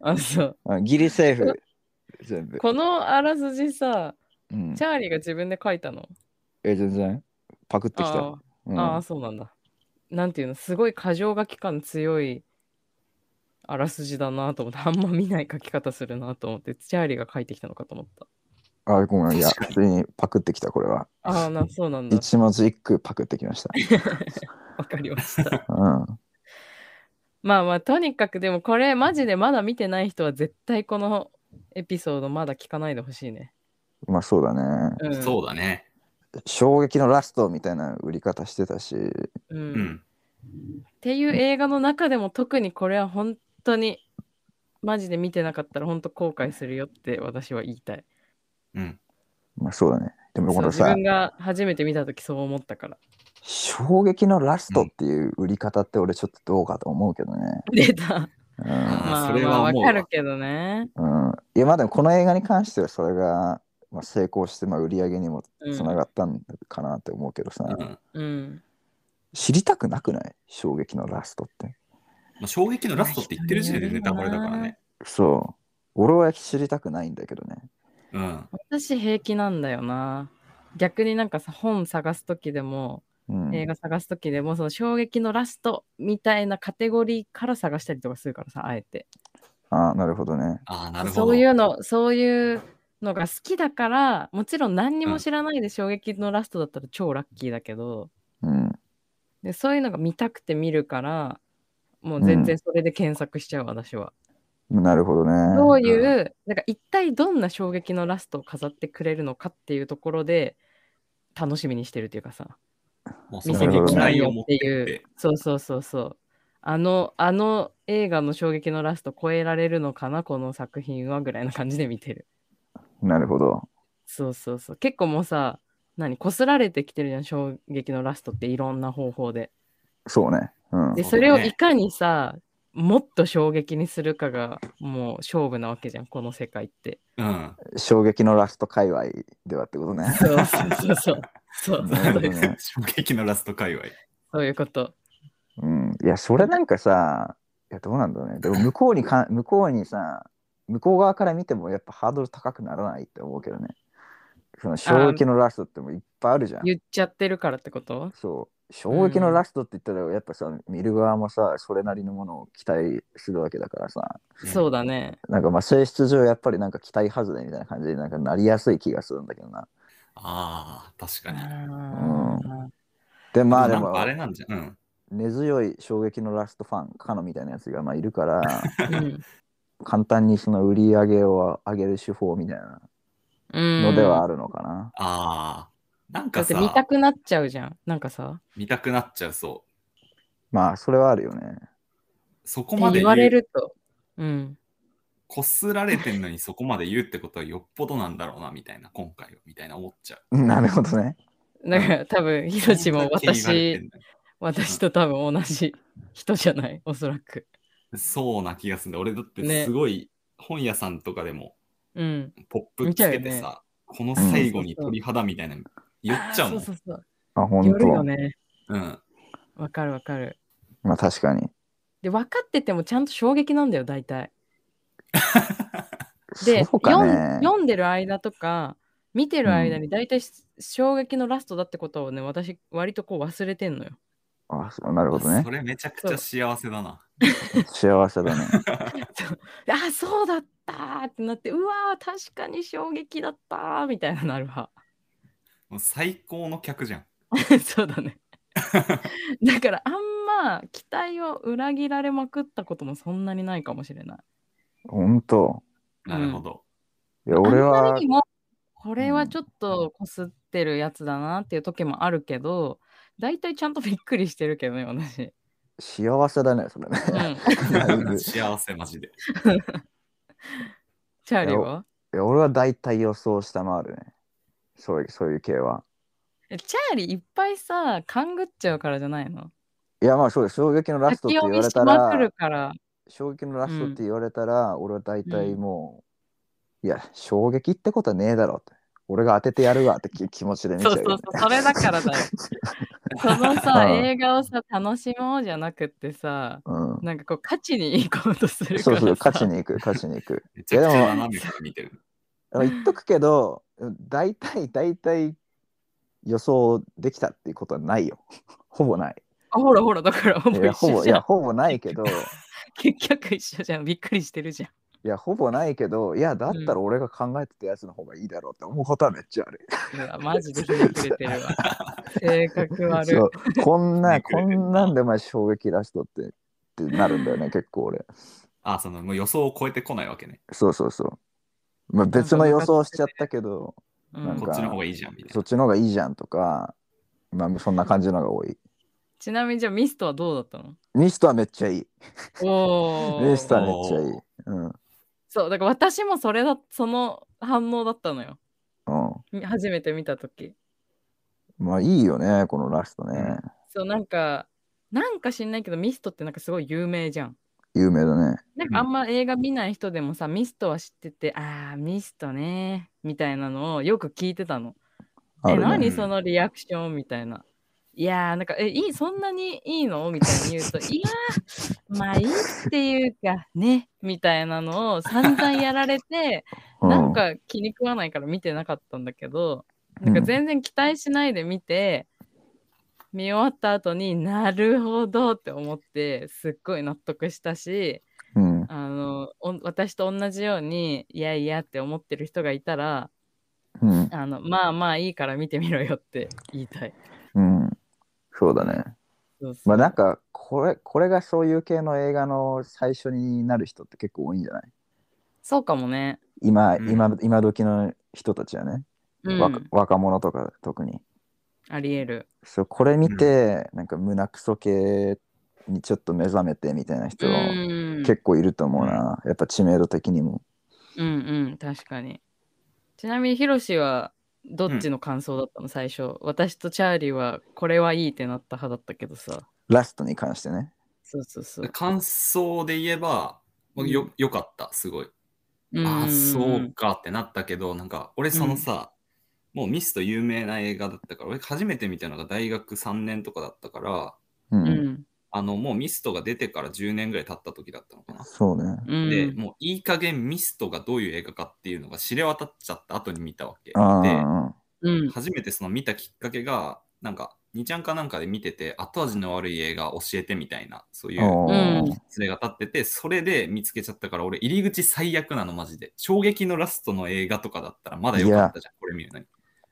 Speaker 3: あそう
Speaker 2: あギリセーフ、全部。
Speaker 3: このあらすじさ、
Speaker 2: うん
Speaker 3: チ、ャーリーが自分で書いたの。
Speaker 2: え、全然。パクってきた
Speaker 3: あ。
Speaker 2: う
Speaker 3: あ、
Speaker 2: ん、
Speaker 3: ああ、そうなんだ。なんていうの、すごい過剰書き感強いあらすじだなと思って、あんま見ない書き方するなと思って、チャーリーが書いてきたのかと思った。
Speaker 2: あごめん、いや、普通にパクってきた、これは。
Speaker 3: ああ、なそうなんだ。
Speaker 2: 一文字一句パクってき ました。
Speaker 3: わかりました。
Speaker 2: うん。
Speaker 3: まあまあ、とにかくでもこれ、マジでまだ見てない人は絶対このエピソードまだ聞かないでほしいね。
Speaker 2: まあそうだね。
Speaker 3: うん、
Speaker 1: そうだね。
Speaker 2: 衝撃のラストみたいな売り方してたし、
Speaker 3: う。
Speaker 1: うん
Speaker 3: っ
Speaker 1: ん。
Speaker 3: ていう映画の中でも特にこれは本当に、マジで見てなかったら本当後悔するよって私は言いたい。
Speaker 1: うん。
Speaker 2: まあそうだね。でも
Speaker 3: そ
Speaker 2: こ
Speaker 3: う
Speaker 2: の
Speaker 3: 自
Speaker 2: さ
Speaker 3: 分、が初めて見た時そう思っ たから。
Speaker 2: 衝撃のラストっていう売り方って俺ちょっとどうかと思うけどね。
Speaker 3: 出た。
Speaker 2: うん。
Speaker 1: あ
Speaker 3: まあ、
Speaker 1: それ
Speaker 3: ま
Speaker 1: は
Speaker 3: あわ
Speaker 1: 思うわ
Speaker 3: かるけどね。
Speaker 2: うん、いやまあでもこの映画に関してはそれが、まあ、成功してまあ売り上げにも
Speaker 3: うん
Speaker 2: つながったんかなって思うけどさ、
Speaker 1: うんま
Speaker 3: うん。
Speaker 2: 知りたくなくない衝撃のラストって。
Speaker 1: あ、衝撃のラストって言ってる時点でネタバレだからね。
Speaker 2: そう。俺は知りたくないんだけどね。
Speaker 1: うん。
Speaker 3: 私平気なんだよな。逆になんかさ、本探す時でも、
Speaker 2: うん、
Speaker 3: 映画探す時でも、その衝撃のラストみたいなカテゴリーから探したりとかするからさ、あえて。
Speaker 2: ああ、なるほどね。
Speaker 1: ああ、なるほど。
Speaker 3: そういうの、そういうのが好きだから、もちろん何にも知らないで衝撃のラストだったら超ラッキーだけど、
Speaker 2: うん。
Speaker 3: でそういうのが見たくて見るから、もう全然それで検索しちゃう、私は。
Speaker 2: なるほどね。
Speaker 3: どういう、なんか一体どんな衝撃のラストを飾ってくれるのかっていうところで楽しみにしてるっていうかさ、
Speaker 1: もうそ
Speaker 3: 見
Speaker 1: こ
Speaker 3: せて
Speaker 1: に
Speaker 3: いき
Speaker 1: 期
Speaker 3: たい
Speaker 1: 待
Speaker 3: よ
Speaker 1: を持っ
Speaker 3: って
Speaker 1: てっ
Speaker 3: いう
Speaker 1: て。。
Speaker 3: そうそうそうそう。あの、あの映画の衝撃のラスト超えられるのかな、この作品はぐらいな感じで見てる。
Speaker 2: なるほど。
Speaker 3: そうそうそう。結構もうさ、何、こすられてきてるじゃん、衝撃のラストっていろんな方法で。
Speaker 2: そうね。うん
Speaker 3: で、
Speaker 1: そ
Speaker 3: そう
Speaker 1: だ
Speaker 3: れ
Speaker 1: よ
Speaker 3: を
Speaker 1: ね
Speaker 3: いかにさ、もっと衝撃にするかがもう勝負なわけじゃん、この世界って。
Speaker 1: うん。
Speaker 2: 衝撃のラスト界隈ではってことね。
Speaker 3: そうそうそうそう。そう
Speaker 2: なるほ
Speaker 3: そう
Speaker 2: ど
Speaker 3: です。
Speaker 2: ね。
Speaker 1: 衝撃のラスト界隈。
Speaker 3: そういうこと。
Speaker 2: うん。いや、それなんかさ、いや、どうなんだろうね。 でも向こうにか、向こうにさ、向こう側から見てもやっぱハードル高くならないって思うけどね。その衝撃のラストってもういっぱいあるじゃん。
Speaker 3: 言っちゃってるからってこと
Speaker 2: そう。衝撃のラストって言ったら、やっぱさ、見る側もさ、それなりのものを期待するわけだからさ、
Speaker 1: うん
Speaker 3: そうだね。
Speaker 2: なんかまあ性質上やっぱりなんか期待外れみたいな感じになんかなりやすい気がするんだけどな。
Speaker 1: ああ、確かに。
Speaker 2: で、まあで
Speaker 1: なん
Speaker 2: も
Speaker 1: か、あれなんじゃん。うん。
Speaker 2: 根強い衝撃のラストファン、カノみたいなやつがまあいるから、
Speaker 3: うん
Speaker 2: 簡単にその売り上げを上げる手法みたいな
Speaker 3: うん
Speaker 2: のではあるのかな。
Speaker 1: ああ。なん
Speaker 3: だ
Speaker 1: か
Speaker 3: って
Speaker 1: さ、
Speaker 3: 見たくなっちゃうじゃん。なんかさ、
Speaker 1: 見たくなっちゃうそ
Speaker 2: まあ、それはあるよね。
Speaker 1: う。そこ
Speaker 3: っ
Speaker 1: ま
Speaker 3: て
Speaker 1: で
Speaker 3: 言われ
Speaker 1: 言う
Speaker 3: ると。うん。
Speaker 1: こすられてんのにそこまで言うってことはよっぽどなんだろうな、みたいな、今回は、みたいな思っちゃ う。
Speaker 2: なるほどね。
Speaker 3: だから多分、ヒロシも
Speaker 1: そんだけ言われて
Speaker 3: 私
Speaker 1: ん、だよ
Speaker 3: 私と多分同じ人じゃない、 おそらく。
Speaker 1: そうな気がするんだ。俺だって
Speaker 3: ね
Speaker 1: すごい、本屋さんとかでも
Speaker 3: うん。
Speaker 1: ポップつけ
Speaker 3: 見
Speaker 1: て
Speaker 3: ちゃう
Speaker 1: さ、
Speaker 3: よ
Speaker 1: この最後に鳥肌みたいなの言っちゃうもん。
Speaker 3: そうそうそう。
Speaker 2: あ、本
Speaker 3: よるよ
Speaker 2: 当。
Speaker 3: ね。
Speaker 1: うん。
Speaker 3: わかるわかる。
Speaker 2: まあ、確かに。
Speaker 3: で、分かっててもちゃんと衝撃なんだよ、大体。で、
Speaker 2: そうか
Speaker 3: 読
Speaker 2: ね
Speaker 3: ん。読んでる間とか見てる間に大体し、衝撃のラストだってことをね私割とこう忘れてんのよ。
Speaker 2: あ、そうなるほどね
Speaker 1: そ。れめちゃくちゃ幸せだな。
Speaker 2: 幸せだね。
Speaker 3: であそうだったーってなってうわー確かに衝撃だったーみたいななるわ。
Speaker 1: もう最高の客じゃん。
Speaker 3: そう だね。だからあんま期待を裏切られまくったこともそんなにないかもしれない。
Speaker 2: 本当。
Speaker 1: なるほど。
Speaker 2: いや、俺
Speaker 3: あんま
Speaker 2: は
Speaker 3: りにもこれはちょっとこすってるやつだなっていう時もあるけど、大体ちゃんとびっくりしてるけど ね、私。
Speaker 2: 幸せだね、それ ね。
Speaker 3: うん。
Speaker 2: だいぶい
Speaker 1: 幸せマジで。
Speaker 3: チャーリーは
Speaker 2: や俺は大体予想を下回るね。そういうそういう系は。
Speaker 3: えチャーリーいっぱいさ、勘ぐっちゃうからじゃないの
Speaker 2: いや、まあそうです。衝撃のラストって言
Speaker 3: 先読み
Speaker 2: われ
Speaker 3: したまく
Speaker 2: ら
Speaker 3: る、から。
Speaker 2: 衝撃のラストって言われたら、俺は大体もう、いや、衝撃ってことはねえだろって。俺が当ててやるわってき 気持ちで見ちゃ
Speaker 3: そう
Speaker 2: う
Speaker 3: そう
Speaker 2: よ
Speaker 3: そう
Speaker 2: ね、、
Speaker 3: それだか らだよ。そのさ、
Speaker 2: うん
Speaker 3: 映画をさ、楽しもうじゃなくってさ、
Speaker 2: うん。
Speaker 3: なんかこう、勝ちに行こうとするか
Speaker 2: そう
Speaker 3: らさ。
Speaker 2: そう、勝ちに行く、 勝ちに行く。
Speaker 1: めちゃくちゃ斜めから見てる。
Speaker 2: あの言っとくけど、大体、大体予想できたっていうことはないよ。 ほぼない。
Speaker 3: あほらほら、だからほ
Speaker 2: い
Speaker 3: ぼ
Speaker 2: や、
Speaker 3: 一
Speaker 2: ほ
Speaker 3: 緒
Speaker 2: ぼ、い
Speaker 3: じゃ
Speaker 2: や、
Speaker 3: ん。
Speaker 2: ほぼないけど、い
Speaker 3: 結局一緒じゃん。びっくりしてるじゃん。
Speaker 2: や、ほぼないけど、いや、だったら俺が考えてたやつの方がいいだろうって思うことはめっちゃある。
Speaker 3: うわマジでひねくれ てるわ。性格悪い
Speaker 2: そ。うこん な、
Speaker 1: 見てく
Speaker 2: こ
Speaker 1: れてる
Speaker 2: んなんでお前衝撃ラストって、ってなるんだよね、結構俺。
Speaker 1: あ、そのもう予想を超えてこないわけね。
Speaker 2: そうそうそう。まあ、別の予想しちゃったけど、
Speaker 3: う
Speaker 2: なん
Speaker 3: ん
Speaker 1: こっちの方がいいじゃんみたい
Speaker 2: そ
Speaker 1: な
Speaker 2: っ。ちの方がいいじゃんとか、まあ、そんな感じのが多い。
Speaker 3: ちなみにじゃあミストはどうだったの
Speaker 2: ミストはめっちゃいい。
Speaker 3: おー
Speaker 2: ミストはめっちゃいい。うん。
Speaker 3: そう、だから私もそれだ、その反応だったのよ。
Speaker 2: うん。
Speaker 3: み初めて見たとき。
Speaker 2: まあいいよね、このラストね。
Speaker 3: そう、なんか、なんか知んないけど、ミストってなんかすごい有名じゃん。
Speaker 2: 有名だね。
Speaker 3: なんかあんま映画見ない人でもさ、ミストは知ってて、あー、ミストねみたいなのをよく聞いてたの。
Speaker 2: あ
Speaker 3: え、
Speaker 2: るね。
Speaker 3: 何そのリアクションみたいな。いやー、なんか、え、いい、そんなにいいのみたいに言 うと、いやー、まあいいっていうか、ね、みたいなのを散々やられて、
Speaker 2: う
Speaker 3: なん、か気に食わないから見てなかったんだけど、なんか全然期待しないで見て、見終わった後になるほどって思って、すっごい納得したし、
Speaker 2: うん。
Speaker 3: あのおん私と同じようにいやいやって思ってる人がいたら
Speaker 2: うん。
Speaker 3: あのまあまあいいから見てみろよって言いたい。
Speaker 2: うん。そうだね。
Speaker 3: そうそう
Speaker 2: まあなんか、これ、これがそういう系の映画の最初になる人って結構多いんじゃない
Speaker 3: そうかもね。
Speaker 2: 今、
Speaker 1: うん
Speaker 2: 今、今時の人たちはね。
Speaker 3: うん、
Speaker 2: 若若者とか特に。
Speaker 3: ありえる。
Speaker 2: そう、これ見て、なんか胸クソ系にちょっと目覚めてみたいな人、
Speaker 3: うん
Speaker 2: 結構いると思うな。やっぱ知名度的にも。
Speaker 3: うんうん確かに。ちなみにヒロシはどっちの感想だったの、最初。私とチャーリーはこれはいいってなった派だったけどさ。
Speaker 2: ラストに関してね。
Speaker 3: そうそうそう。
Speaker 1: 感想で言えば、まあよよかった、すごい。
Speaker 3: うん
Speaker 1: ああ、そうかってなったけど、なんか俺そのさ、もうミスト有名な映画だったから、俺初めて見たのが大学3年とかだったから、
Speaker 2: う。
Speaker 3: うんん。
Speaker 1: あのもうミストが出てから10年ぐらい経った時だったのかな。
Speaker 2: そうね。
Speaker 3: うん、
Speaker 1: で、もういい加減ミストがどういう映画かっていうのが知れ渡っちゃった後に見たわけ。
Speaker 2: ああ。
Speaker 1: で、
Speaker 2: うん
Speaker 3: うん、
Speaker 1: 初めてその見たきっかけが、なんか、2ちゃんかなんかで見てて、後味の悪い映画教えてみたいな、そういう
Speaker 2: あー
Speaker 3: うん
Speaker 1: 連れが立ってて、それで見つけちゃったから、俺、入り口最悪なの、マジで。衝撃のラストの映画とかだったら、まだ良かったじゃん、これ見るのに。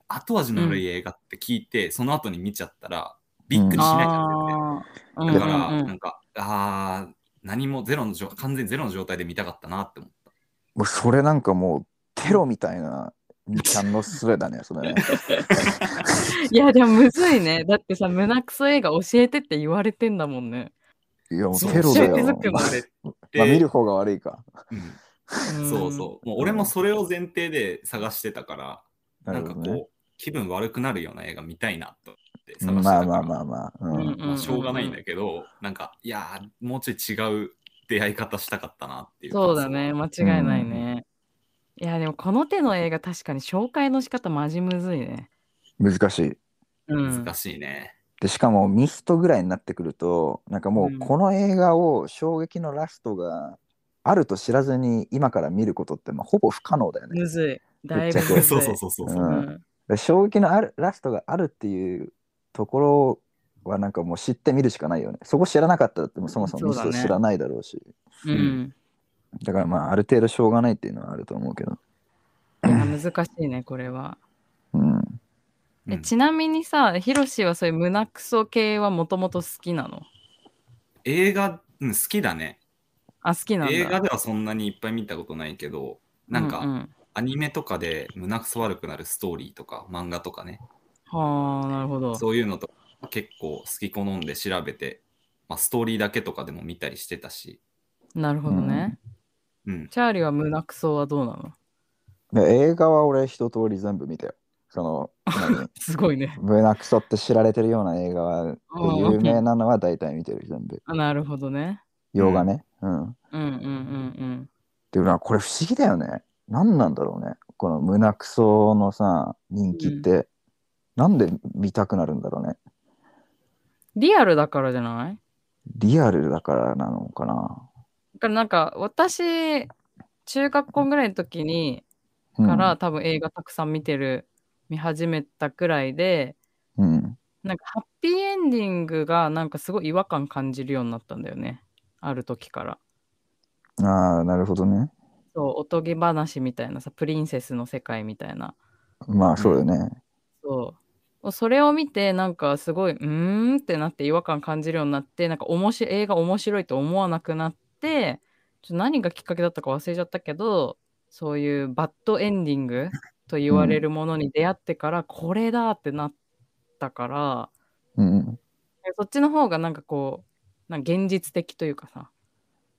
Speaker 1: 後味の悪い映画って聞いて、その後に見ちゃったら、びっくりしないじゃん、絶対
Speaker 3: ああー
Speaker 1: だから、
Speaker 3: うんうんうん
Speaker 1: なんか、あー、何もゼロの状、完全にゼロの状態で見たかったなって思った。
Speaker 2: もうそれなんかもうテロみたいなにちゃんのスレだね、そ れね。
Speaker 3: いやでもむずいね。だってさ、胸クソ映画教えてって言われてんだもんね。
Speaker 2: いやもう
Speaker 1: そう
Speaker 2: テロだよ。
Speaker 3: 手作り
Speaker 2: ま
Speaker 3: の
Speaker 2: あ
Speaker 1: あれって
Speaker 2: まあ見る方が悪いか。
Speaker 1: うんそうそう。もう
Speaker 2: うん
Speaker 1: 俺もそれを前提で探してたから、
Speaker 2: な
Speaker 1: な
Speaker 2: る
Speaker 1: んか
Speaker 2: ほ
Speaker 1: こう、
Speaker 2: どね。
Speaker 1: 気分悪くなるような映画見たいなと思って探してたか
Speaker 2: ま
Speaker 1: ら、
Speaker 2: あまあま
Speaker 1: あ
Speaker 2: あまあ。う
Speaker 3: う。
Speaker 2: んん
Speaker 3: んんん
Speaker 1: しょうがないんだけど、なんか、いやー、もうちょい違う出会い方したかったなっていう。
Speaker 3: そうだ。ね。間違いないね。いやでもこの手の映画確かに紹介の仕方マジむずいね。
Speaker 2: 難しい。
Speaker 3: うん。
Speaker 1: 難しいね。
Speaker 2: で、しかもミストぐらいになってくると、なんかもうこの映画を衝撃のラストがあると知らずに今から見ることってまあほぼ不可能だよね
Speaker 3: む。ずい。だいぶむ
Speaker 2: うん
Speaker 3: ずい。
Speaker 1: そうそうそうそうう。
Speaker 3: うんん。
Speaker 2: で衝撃のあるラストがあるっていうところはなんかもう知ってみるしかないよね。そこ知らなかったらもうそもそもミス
Speaker 3: そ
Speaker 2: ト
Speaker 3: うだね
Speaker 2: 知らないだろうし。
Speaker 3: うんん。
Speaker 2: だからまあある程度しょうがないっていうのはあると思うけど。
Speaker 3: いや難しいね、これは。
Speaker 2: うん。
Speaker 1: う
Speaker 3: え
Speaker 1: ん
Speaker 3: ちなみにさ、ヒロシはそういう胸クソ系はもともと好きなの
Speaker 1: 映画、うん、好きだね。
Speaker 3: あ、好きなんだ。
Speaker 1: 映画ではそんなにいっぱい見たことないけど、なんか、
Speaker 3: うん
Speaker 1: アニメとかで胸くそ悪くなるストーリーとか漫画とかね、
Speaker 3: はあ、なるほど。
Speaker 1: そういうのとか結構好き好んで調べて、まあ、ストーリーだけとかでも見たりしてたし、
Speaker 3: なるほどね。
Speaker 1: うん、
Speaker 3: チャーリーは胸クソはどうなの
Speaker 2: で映画は俺一通り全部見たよ。そ の、何
Speaker 3: すごいね。
Speaker 2: 胸クソって知られてるような映画は、
Speaker 3: うん
Speaker 2: 有名なのは大体見てる、全部。
Speaker 3: あなるほどね。
Speaker 2: 洋画ね。うん。
Speaker 3: うんうんうん
Speaker 2: でもな、これ不思議だよね。何なんだろうね。この胸クソのさ、人気って、なんで見たくなるんだろうね。
Speaker 3: うん。リアルだからじゃない
Speaker 2: リアルだからなのかな。
Speaker 3: だからなんか私、中学校ぐらいの時に
Speaker 2: うん
Speaker 3: から、、多分映画たくさん見てる、見始めたくらいで、
Speaker 2: うん。
Speaker 3: なんかハッピーエンディングがなんかすごい違和感感じるようになったんだよね。ある時から。
Speaker 2: ああ、なるほどね。
Speaker 3: そう、おとぎ話みたいなさ、プリンセスの世界みたいな。
Speaker 2: まあ、そうよね。
Speaker 3: そう。それを見て、なんかすごい、うーんってなって違和感感じるようになって、なんか面白い映画面白いと思わなくなって、ちょっと何がきっかけだったか忘れちゃったけど、そういうバッドエンディングと言われるものに出会ってから、これだってなったから、
Speaker 2: うん。
Speaker 3: そっちの方がなんかこう、なんか現実的というかさ、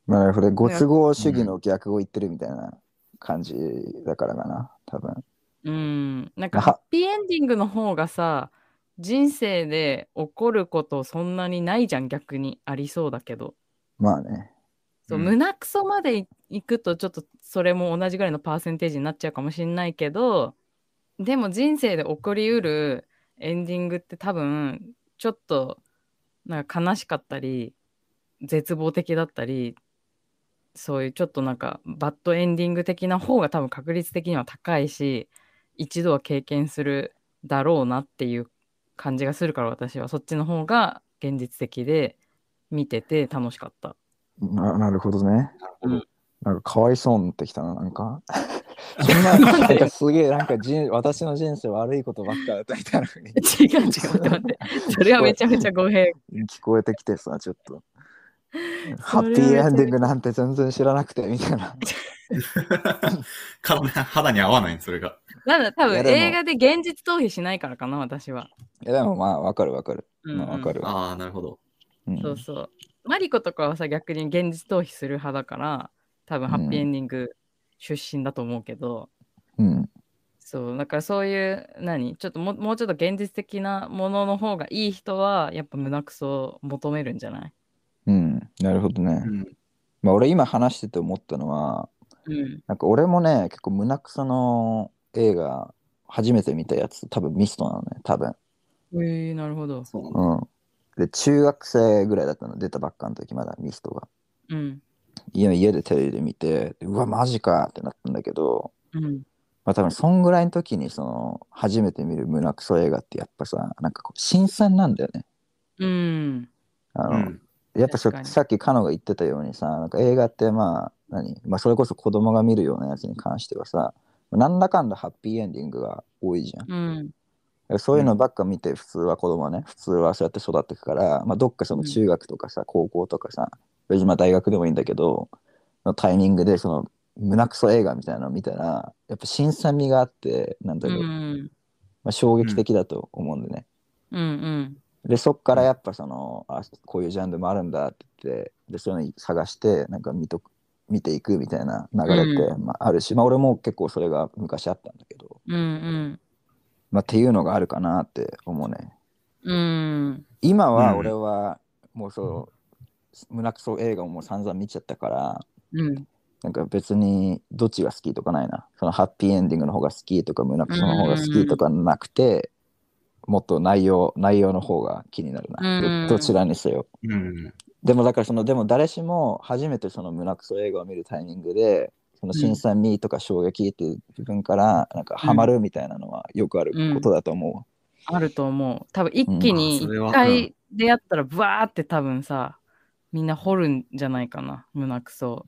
Speaker 2: まあ、なるほど。ご都合主義の逆を言ってるみたいな感じだからかな、多分。
Speaker 3: うん、なんか
Speaker 2: あ
Speaker 3: ハッピーエンディングの方がさ、人生で起こることそんなにないじゃん、逆にありそうだけど。
Speaker 2: まあね。
Speaker 3: そう、
Speaker 1: うん
Speaker 3: 胸クソまでい行くとちょっとそれも同じぐらいのパーセンテージになっちゃうかもしれないけどでも人生で起こりうるエンディングって多分ちょっとなんか悲しかったり絶望的だったりそういうちょっとなんかバッドエンディング的な方が多分確率的には高いし一度は経験するだろうなっていう感じがするから私はそっちの方が現実的で見てて楽しかった。
Speaker 2: ななるほどね。
Speaker 1: なるほど
Speaker 3: うん
Speaker 2: なんかかわいそうになってきたな、なん か。そんな、なんかすげえ、なんか人私の人生悪いことばっかだったみたいな風に
Speaker 3: 違う違う、待って待って。それはめちゃめちゃ語弊。
Speaker 2: 聞こえてきてさ、ちょっと。ハ
Speaker 3: それ
Speaker 2: ッ
Speaker 3: は
Speaker 2: ピーエンディングなんて全然知らなくてみたい な。
Speaker 1: か肌に合わないそれが。
Speaker 3: なんだ、多
Speaker 2: いや
Speaker 3: 分
Speaker 2: でも
Speaker 3: 映画で現実逃避しないからかな、私は。
Speaker 2: いやでもまあ、わかるわかる。
Speaker 3: うん
Speaker 2: まあ、わかるわ。
Speaker 1: ああ、なるほど。
Speaker 2: うん
Speaker 3: そうそう。マリコとかはさ、逆に現実逃避する派だから、多分ハッピーエンディング出身だと思うけど、
Speaker 2: うん。
Speaker 3: そう、だからそういう、何ちょっとももうちょっと現実的なものの方がいい人は、やっぱ胸クソを求めるんじゃない
Speaker 2: うん。なるほどね
Speaker 1: う。ん。
Speaker 2: まあ、俺今話してて思ったのは、
Speaker 3: うん。
Speaker 2: なんか俺もね、結構胸くその映画、初めて見たやつ、多分ミストなのね、多分。
Speaker 3: えー、なるほど。
Speaker 1: そうなんだ。
Speaker 2: うん。で、中学生ぐらいだったの、出たばっかの時、まだミストが。
Speaker 3: うん。
Speaker 2: 家家でテレビで見て、でうわ、マジかってなったんだけど、
Speaker 3: うん。
Speaker 2: まあ多分そんぐらいの時に、その、初めて見る胸クソ映画ってやっぱさ、なんかこう、新鮮なんだよね。
Speaker 3: うん。
Speaker 2: あ
Speaker 1: う
Speaker 2: の、
Speaker 1: ん
Speaker 2: やっぱそ
Speaker 3: 確かに
Speaker 2: さっきカノが言ってたようにさ、なんか映画ってまあ、何まあそれこそ子供が見るようなやつに関してはさ、なんだかんだハッピーエンディングが多いじゃん。
Speaker 3: うん。
Speaker 2: そういうのばっか見て、普通は子供はね、普通はそうやって育っていくから、まあ、どっかその中学とかさ、高校とかさ、別にまあ大学でもいいんだけど、のタイミングでその胸クソ映画みたいなの見たら、やっぱ新鮮味があって、なんだ
Speaker 3: う
Speaker 2: ろう、
Speaker 3: ん。
Speaker 2: まあ、衝撃的だと思うんでね。
Speaker 3: うん。うん。
Speaker 2: で、そっからやっぱその、あ、こういうジャンルもあるんだって言って、で、そういうの探して、なんか見とく見ていくみたいな流れって、まあ、あるし、まあ俺も結構それが昔あったんだけど、
Speaker 3: うん。
Speaker 2: まあっていうのがあるかなって思うね。
Speaker 3: うん。
Speaker 2: 今
Speaker 1: う
Speaker 2: は
Speaker 1: ん
Speaker 2: 俺はもうそう、胸くそ映画をもう散々見ちゃったから、
Speaker 3: うん。
Speaker 2: なんか別にどっちが好きとかないな。そのハッピーエンディングの方が好きとか胸くその方が好きとかなくて、もっと内容、内容の方が気になる
Speaker 3: うん
Speaker 2: な。どどちらにせよ。
Speaker 1: うん。
Speaker 2: でもだからその、でも誰しも初めてその胸くそ映画を見るタイミングで、その新鮮味とか衝撃っていう部分からなんかハマるみたいなのはよくあることだと思う。
Speaker 3: あると思う。多分一気に
Speaker 1: うんあそれは
Speaker 3: 一回出会ったらバーって多分さ、みんな掘るんじゃないかな、胸くそ。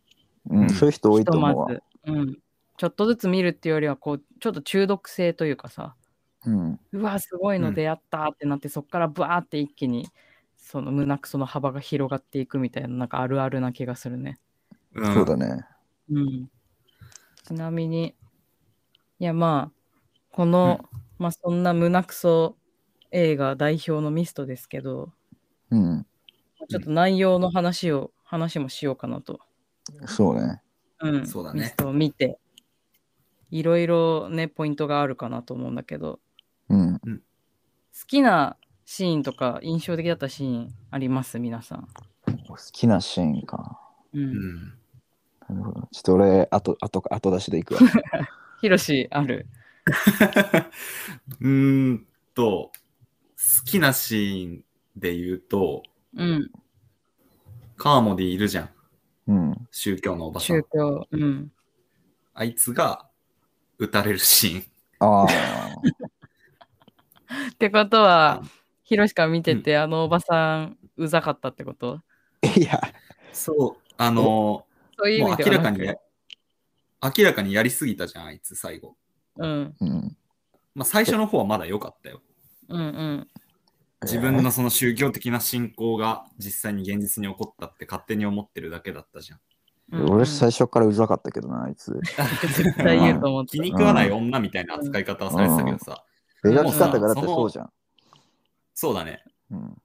Speaker 2: うん、そういう人多いと思うわ。
Speaker 3: ひとまず、うん。ちょっとずつ見るっていうよりは、こう、ちょっと中毒性というかさ、
Speaker 2: うん、
Speaker 3: うわ、すごいうの
Speaker 1: ん
Speaker 3: 出会ったってなって、そっからバーって一気に、その胸くその幅が広がっていくみたいな、なんかあるあるな気がするね。
Speaker 1: うん
Speaker 2: そうだね。
Speaker 3: うん。ちなみに、いやまあこの、まあそんな胸くそ映画代表のミストですけど
Speaker 2: うん。
Speaker 3: ちょっと内容の話を、話もしようかなと、
Speaker 2: そうね。
Speaker 3: うん、
Speaker 1: そうだね
Speaker 3: ミストを見ていろいろねポイントがあるかなと思うんだけど
Speaker 2: うん。
Speaker 3: 好きなシーンとか印象的だったシーンあります皆さん、
Speaker 2: 好きなシーンか。
Speaker 3: う、
Speaker 1: うんん。
Speaker 2: なるほどちょっと俺、あと、あと、後出しでい くわ。
Speaker 3: ヒロシある
Speaker 1: うーんと、好きなシーンで言うと、
Speaker 3: うん
Speaker 1: カーモディいるじゃん。
Speaker 2: うん。
Speaker 1: 宗教のおばさ
Speaker 3: 宗
Speaker 1: ん。
Speaker 3: 教うん
Speaker 1: あいつが撃たれるシーン。
Speaker 2: ああ。
Speaker 3: ってことはヒロシから見てて、あのおばさんうざかったってこと
Speaker 2: いや、
Speaker 1: そう。あの
Speaker 3: そうい
Speaker 1: ー、
Speaker 3: う意
Speaker 1: も
Speaker 3: 味
Speaker 1: う
Speaker 3: で
Speaker 1: 明
Speaker 3: は
Speaker 1: ら
Speaker 3: な
Speaker 1: か
Speaker 3: く
Speaker 1: にね、明らかにやりすぎたじゃん、あいつ最後。
Speaker 3: うん
Speaker 2: うん。
Speaker 1: まあ最初の方はまだ良かったよ。
Speaker 3: うんうん
Speaker 1: 自分のその宗教的な信仰が実際に現実に起こったって勝手に思ってるだけだったじゃん。
Speaker 3: うんうん
Speaker 2: 俺、最初からうざかったけどな、あいつ。
Speaker 3: 絶対言うと思った
Speaker 1: 気に食わない女みたいな扱い方はされてたけどさ、
Speaker 2: 描き方がだってそうじゃん。
Speaker 1: そうだね。
Speaker 2: うん。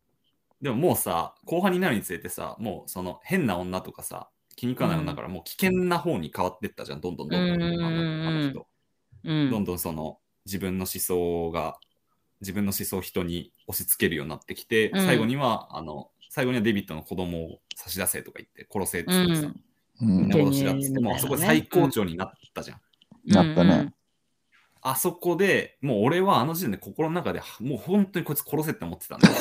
Speaker 1: でももうさ、後半になるにつれてさ、もうその変な女とかさ、気に食わない女からもう危険な方に変わってったじゃん、どんどんどんどん。
Speaker 3: うん
Speaker 1: あのあの人、
Speaker 3: うん
Speaker 1: どんどんその自分の思想が、自分の思想を人に押し付けるようになってきて、
Speaker 3: うん
Speaker 1: 最後には、あの、最後にはデビッドの子供を差し出せとか言って、殺せって言ってさ、
Speaker 2: う
Speaker 1: み
Speaker 2: ん
Speaker 1: んな。殺しだっつって、
Speaker 3: うん
Speaker 1: もうあそこで最高潮になったじゃん。
Speaker 2: なったね。
Speaker 1: あそこでもう俺はあの時点で心の中で、もう本当にこいつ殺せって思ってたんだよ。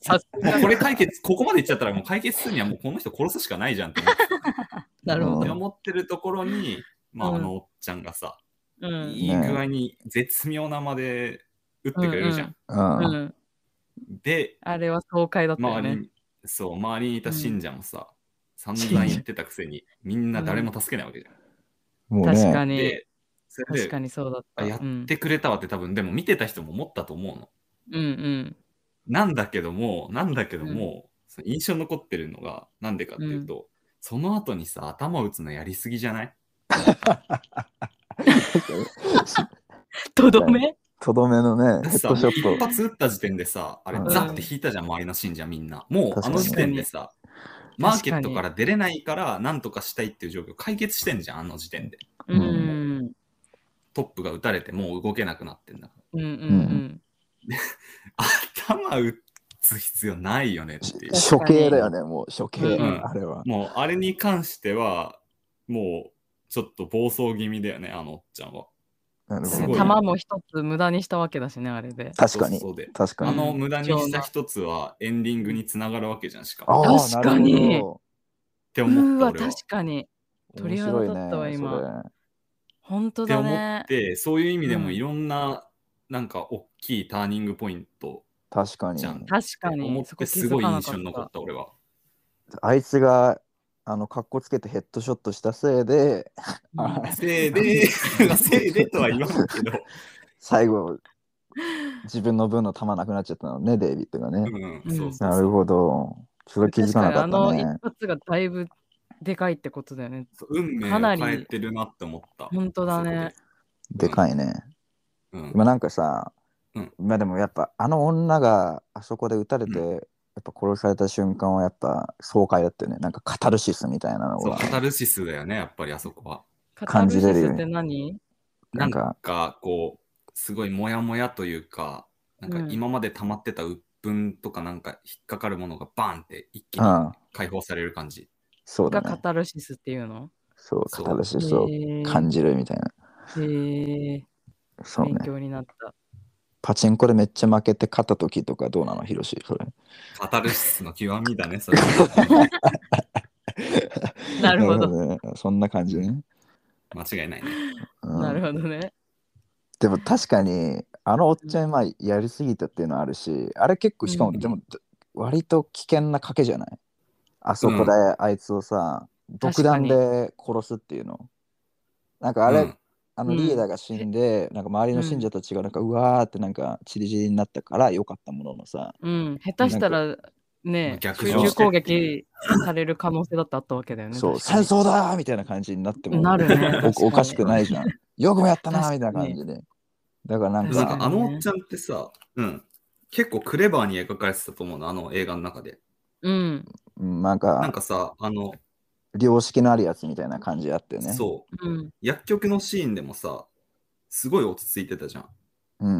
Speaker 3: さす
Speaker 1: も
Speaker 3: が
Speaker 1: うこれ解決、ここまでいっちゃったら、もう解決するにはもうこの人殺すしかないじゃんって思って
Speaker 3: なるほ
Speaker 1: って
Speaker 3: ど。
Speaker 1: 思ってるところに、まあ、
Speaker 3: うん
Speaker 1: あのおっちゃんがさ、
Speaker 3: うん
Speaker 1: いい具合に絶妙なまで打ってくれるじゃん。
Speaker 2: うん。
Speaker 3: う
Speaker 2: うん
Speaker 3: ん
Speaker 1: で、
Speaker 3: あれは爽快だったよ
Speaker 1: 周り
Speaker 3: ね。
Speaker 1: に、そう、周りにいた信者もさ、散々言ってたくせに、みんな誰も助けないわけじゃん。
Speaker 2: もう
Speaker 3: 確か
Speaker 2: ね、
Speaker 3: に。
Speaker 1: で、それ
Speaker 3: 確
Speaker 1: で
Speaker 3: か、にそうだっ
Speaker 1: あ
Speaker 3: た。
Speaker 1: や
Speaker 3: うん
Speaker 1: ってくれたわって多分、でも見てた人も思ったと思うの。
Speaker 3: うんうん。
Speaker 1: なんだけども、なんだけども、その印象に残ってるのが、なんでかっていうと、その後にさ、頭打つのやりすぎじゃない
Speaker 3: とどめ
Speaker 2: とどめのね、
Speaker 1: だっ
Speaker 2: ヘ
Speaker 1: て
Speaker 2: ッ
Speaker 1: さ、
Speaker 2: ドショ
Speaker 1: 一
Speaker 2: ット。
Speaker 1: 発打った時点でさ、あれ
Speaker 2: うん、
Speaker 1: ザって引いたじゃん、周りの信者みんな。もう
Speaker 2: 確か
Speaker 1: あ
Speaker 2: に
Speaker 1: の時点でさ、マーケットから出れないから、なんとかしたいっていう状況、解決してんじゃん、あの時点で。
Speaker 3: うんうん
Speaker 1: トップが打たれて、もう動けなくなってんだか
Speaker 3: うんうん。
Speaker 1: ら。頭打つ必要ないよねっていう。
Speaker 3: し
Speaker 2: 処刑だよね、もう処刑、
Speaker 1: うん
Speaker 2: あれは。
Speaker 1: もう、あれに関しては、もう、ちょっと暴走気味だよね、あのおっちゃんは。
Speaker 2: なる
Speaker 1: すご
Speaker 2: ほど
Speaker 1: い。
Speaker 3: 弾も一つ無駄にしたわけだしね、あれで。
Speaker 2: 確かに
Speaker 1: そう。で。
Speaker 2: 確か
Speaker 1: あ
Speaker 2: に。
Speaker 1: の無駄にした一つはエンディングにつながるわけじゃん、しかも。っ
Speaker 2: ああ、
Speaker 3: 確かに
Speaker 2: なるほ
Speaker 1: て思っ
Speaker 3: う
Speaker 1: た
Speaker 3: わ、
Speaker 1: 俺は。
Speaker 3: 確かに。
Speaker 2: ど
Speaker 3: 鳥
Speaker 2: 面
Speaker 3: 肌
Speaker 2: 白い
Speaker 3: 立ったわ
Speaker 2: ね
Speaker 3: 今
Speaker 2: それ
Speaker 3: 本当
Speaker 1: って
Speaker 3: だ
Speaker 1: 思
Speaker 3: ね
Speaker 1: っ。て、そういう意味で
Speaker 3: う
Speaker 1: も
Speaker 3: ん
Speaker 1: いろんな、なんか大きいターニングポイント
Speaker 2: 確かに
Speaker 1: じゃ。ん
Speaker 3: 確か
Speaker 1: って思っ
Speaker 3: に。そこ
Speaker 1: て
Speaker 3: 気
Speaker 1: す
Speaker 3: づ
Speaker 1: ごい
Speaker 3: かな
Speaker 1: 印
Speaker 3: か
Speaker 1: 象に残
Speaker 3: っ
Speaker 1: った俺は。
Speaker 2: あいつが、あの、格好つけてヘッドショットしたせ いで、
Speaker 3: た。
Speaker 1: せいで、 せいでとは言わんけど、
Speaker 2: 最後、自分の分の弾なくなっちゃったのね、デイビッドがね。
Speaker 1: うん、そうそう
Speaker 2: なるほど。そ れ気づかなか
Speaker 3: 確
Speaker 2: った
Speaker 3: にあの
Speaker 2: ね
Speaker 3: 一。発がだいぶでかいってことだよね。
Speaker 1: そう運命を変えてるなって思った。
Speaker 3: 本当だね。
Speaker 2: でかいね。
Speaker 1: うん。
Speaker 2: 今なんかさ、
Speaker 1: うん
Speaker 2: 今でもやっぱあの女があそこで撃たれて、
Speaker 1: うん
Speaker 2: やっぱ殺された瞬間はやっぱ爽快だったよね。なんかカタルシスみたいなの
Speaker 1: そう、
Speaker 2: が
Speaker 1: カ。タルシスだよね、やっぱりあそこは。
Speaker 2: 感じれるよね
Speaker 3: カタルシスって何
Speaker 2: な
Speaker 1: なんん
Speaker 2: か
Speaker 1: か、こう、すごいモヤモヤというか、なんか
Speaker 3: うん
Speaker 1: 今まで溜まってた鬱憤とかなんか引っかかるものがバーンって一気
Speaker 2: う
Speaker 1: に
Speaker 2: ん、
Speaker 1: 解放される感じ。
Speaker 2: そうだ
Speaker 3: がカ
Speaker 2: ね。
Speaker 3: タルシスっていうの
Speaker 2: そう、
Speaker 1: そ
Speaker 2: カ
Speaker 1: う
Speaker 2: タルシスを
Speaker 3: へー
Speaker 2: 感じるみたいな。
Speaker 3: へー
Speaker 2: そうね
Speaker 3: 勉。強になった。
Speaker 2: パチンコでめっちゃ負けて勝った時とかどうなの、ヒロシ。それ。
Speaker 1: カタルシスの極みだね、それ。
Speaker 3: なるほど。
Speaker 2: どね。 そんな感じね。
Speaker 1: 間違いないね。
Speaker 2: うん
Speaker 3: なるほどね。
Speaker 2: でも確かに、あのおっちゃん、まあ、やりすぎたっていうのはあるし、あれ結構、しかも、
Speaker 3: うん
Speaker 2: でも、割と危険な賭けじゃないあそこであいつをさ、独断で殺すっていうの。なんかあれ、
Speaker 1: うん
Speaker 2: あの
Speaker 3: うん
Speaker 2: リーダーが死んで、なんか周りの信者たちがなんか、うわーってなんかチリチリになったからよかったもののさ、
Speaker 3: うん。下手したらね、
Speaker 1: 逆
Speaker 3: 集
Speaker 1: 上
Speaker 3: 中
Speaker 1: して
Speaker 3: 攻撃される可能性だってあったわけだよね。
Speaker 2: そう
Speaker 3: 確か
Speaker 2: 戦
Speaker 3: に
Speaker 2: 争だーみたいな感じになっても
Speaker 3: なるね
Speaker 2: おおかしくないじゃん。よくもやったな、み
Speaker 3: 確
Speaker 2: た
Speaker 3: か
Speaker 2: いな
Speaker 3: に
Speaker 2: 感じで。だからなん
Speaker 1: なん
Speaker 2: か
Speaker 1: か、あのおっちゃんってさ、うん、結構クレバーに描かれてたと思うの、あの映画の中で。
Speaker 3: うん。
Speaker 2: うんなん
Speaker 1: なん
Speaker 2: か、
Speaker 1: かさ、あの、
Speaker 2: 良識のあるやつみたいな感じあってね。
Speaker 1: そう、
Speaker 3: うん。
Speaker 1: 薬局のシーンでもさ、すごい落ち着いてたじゃん、
Speaker 2: うん、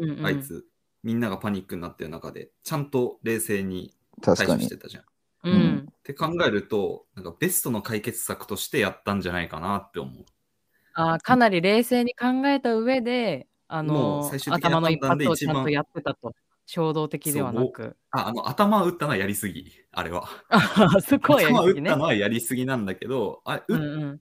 Speaker 3: うんうん
Speaker 1: あい。つ。みんながパニックになってる中で、ちゃんと冷静に
Speaker 2: 確
Speaker 1: 対
Speaker 2: か
Speaker 1: 処し
Speaker 2: に
Speaker 1: て。たじゃん。っ
Speaker 3: う。
Speaker 2: うん
Speaker 1: て考えると、なんかベストの解決策としてやったんじゃないかなって思う。
Speaker 3: あーかなり冷静に考えた上で、あ
Speaker 1: も
Speaker 3: の
Speaker 1: う最終的な
Speaker 3: 頭の一
Speaker 1: 判断
Speaker 3: 発
Speaker 1: で
Speaker 3: をち
Speaker 1: 一
Speaker 3: ゃ
Speaker 1: 番
Speaker 3: んとやってたと。衝動的ではなく。
Speaker 1: あ、あの、頭打ったのはやりすぎ、あれは。
Speaker 3: あそこはやり
Speaker 1: 頭打
Speaker 3: す
Speaker 1: っ
Speaker 3: ぎね
Speaker 1: た。のはやりすぎなんだけど、あ
Speaker 3: う
Speaker 1: 打
Speaker 3: ん
Speaker 1: っ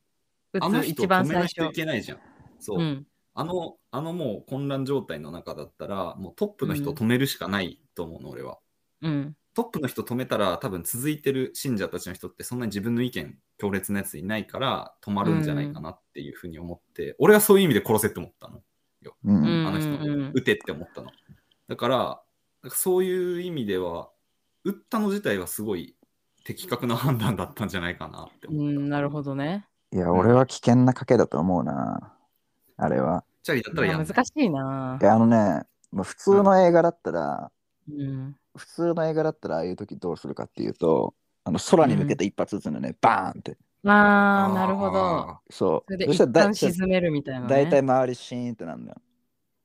Speaker 3: うん。
Speaker 1: あ
Speaker 3: 打
Speaker 1: の
Speaker 3: つ
Speaker 1: 人
Speaker 3: 一
Speaker 1: を
Speaker 3: 番
Speaker 1: 止めない
Speaker 3: 最
Speaker 1: とい
Speaker 3: 初。
Speaker 1: けないじゃん。そう、
Speaker 3: うん。
Speaker 1: あの、あのもう混乱状態の中だったら、もうトップの人を止めるしかないと思うの、俺は。
Speaker 3: うん。
Speaker 1: トップの人止めたら、多分続いてる信者たちの人って、そんなに自分の意見、強烈なやついないから、止まるんじゃないかなっていうふうに思って、俺はそういう意味で殺せって思ったの。
Speaker 2: う。
Speaker 3: うんん
Speaker 1: あの人
Speaker 3: うんうん
Speaker 1: 撃てって思ったの。だから、なんかそういう意味では、撃ったの自体はすごい的確な判断だったんじゃないかなって
Speaker 3: う
Speaker 1: 思った。
Speaker 3: ん。なるほどね。
Speaker 2: いや、俺は危険な賭けだと思うな。あれは。。
Speaker 1: チャリだったら
Speaker 3: い
Speaker 1: や
Speaker 3: や
Speaker 1: んない
Speaker 3: 難しいない
Speaker 2: や、あのね、まあ普通の映画だったら、
Speaker 3: うん。
Speaker 2: 普通の映画だったら、ああいう時どうするかっていうと、あの空に向けて一発撃つのね、バーンって。
Speaker 3: ああ、なるほど。。
Speaker 2: そ
Speaker 3: それ
Speaker 2: う。
Speaker 3: で
Speaker 2: そし
Speaker 3: 一
Speaker 2: たらだ
Speaker 3: 旦沈めるみたいな、ね。
Speaker 2: 大体周りシーンってなんだよ。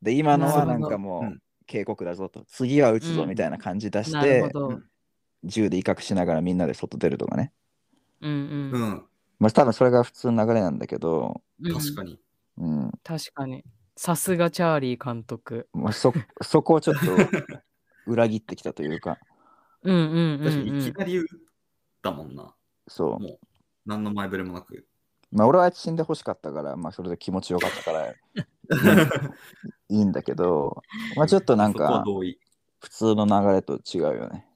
Speaker 2: で、今のは
Speaker 3: な
Speaker 2: な
Speaker 3: るほど
Speaker 2: んかも
Speaker 1: うん
Speaker 2: う警告だぞと、次は撃つぞ
Speaker 3: うん
Speaker 2: みたいな感じ出し
Speaker 3: なる
Speaker 2: て
Speaker 3: ほ、ど。
Speaker 2: 銃で威嚇しながらみんなで外出るとかね。
Speaker 3: うんうん。
Speaker 1: う
Speaker 3: うん
Speaker 1: ん、
Speaker 2: まあ多分それが普通の流れなんだけど、
Speaker 1: 確かに。
Speaker 2: うん、
Speaker 3: 確かに。さすがチャーリー監督。
Speaker 2: まあ、そそこをちょっと裏切ってきたというか、
Speaker 3: うんうんうん、
Speaker 1: 確か
Speaker 3: う
Speaker 1: にい
Speaker 3: ん
Speaker 1: き。なり撃ったもんな。も
Speaker 2: そ
Speaker 1: う、何の前触れもなく。
Speaker 2: う。まあ俺は死んでほしかったから、まあそれで気持ちよかったからいいんだけど、 まあちょっとなん
Speaker 1: そこは
Speaker 2: か
Speaker 1: 同意。
Speaker 2: 普通の流れと違うよね。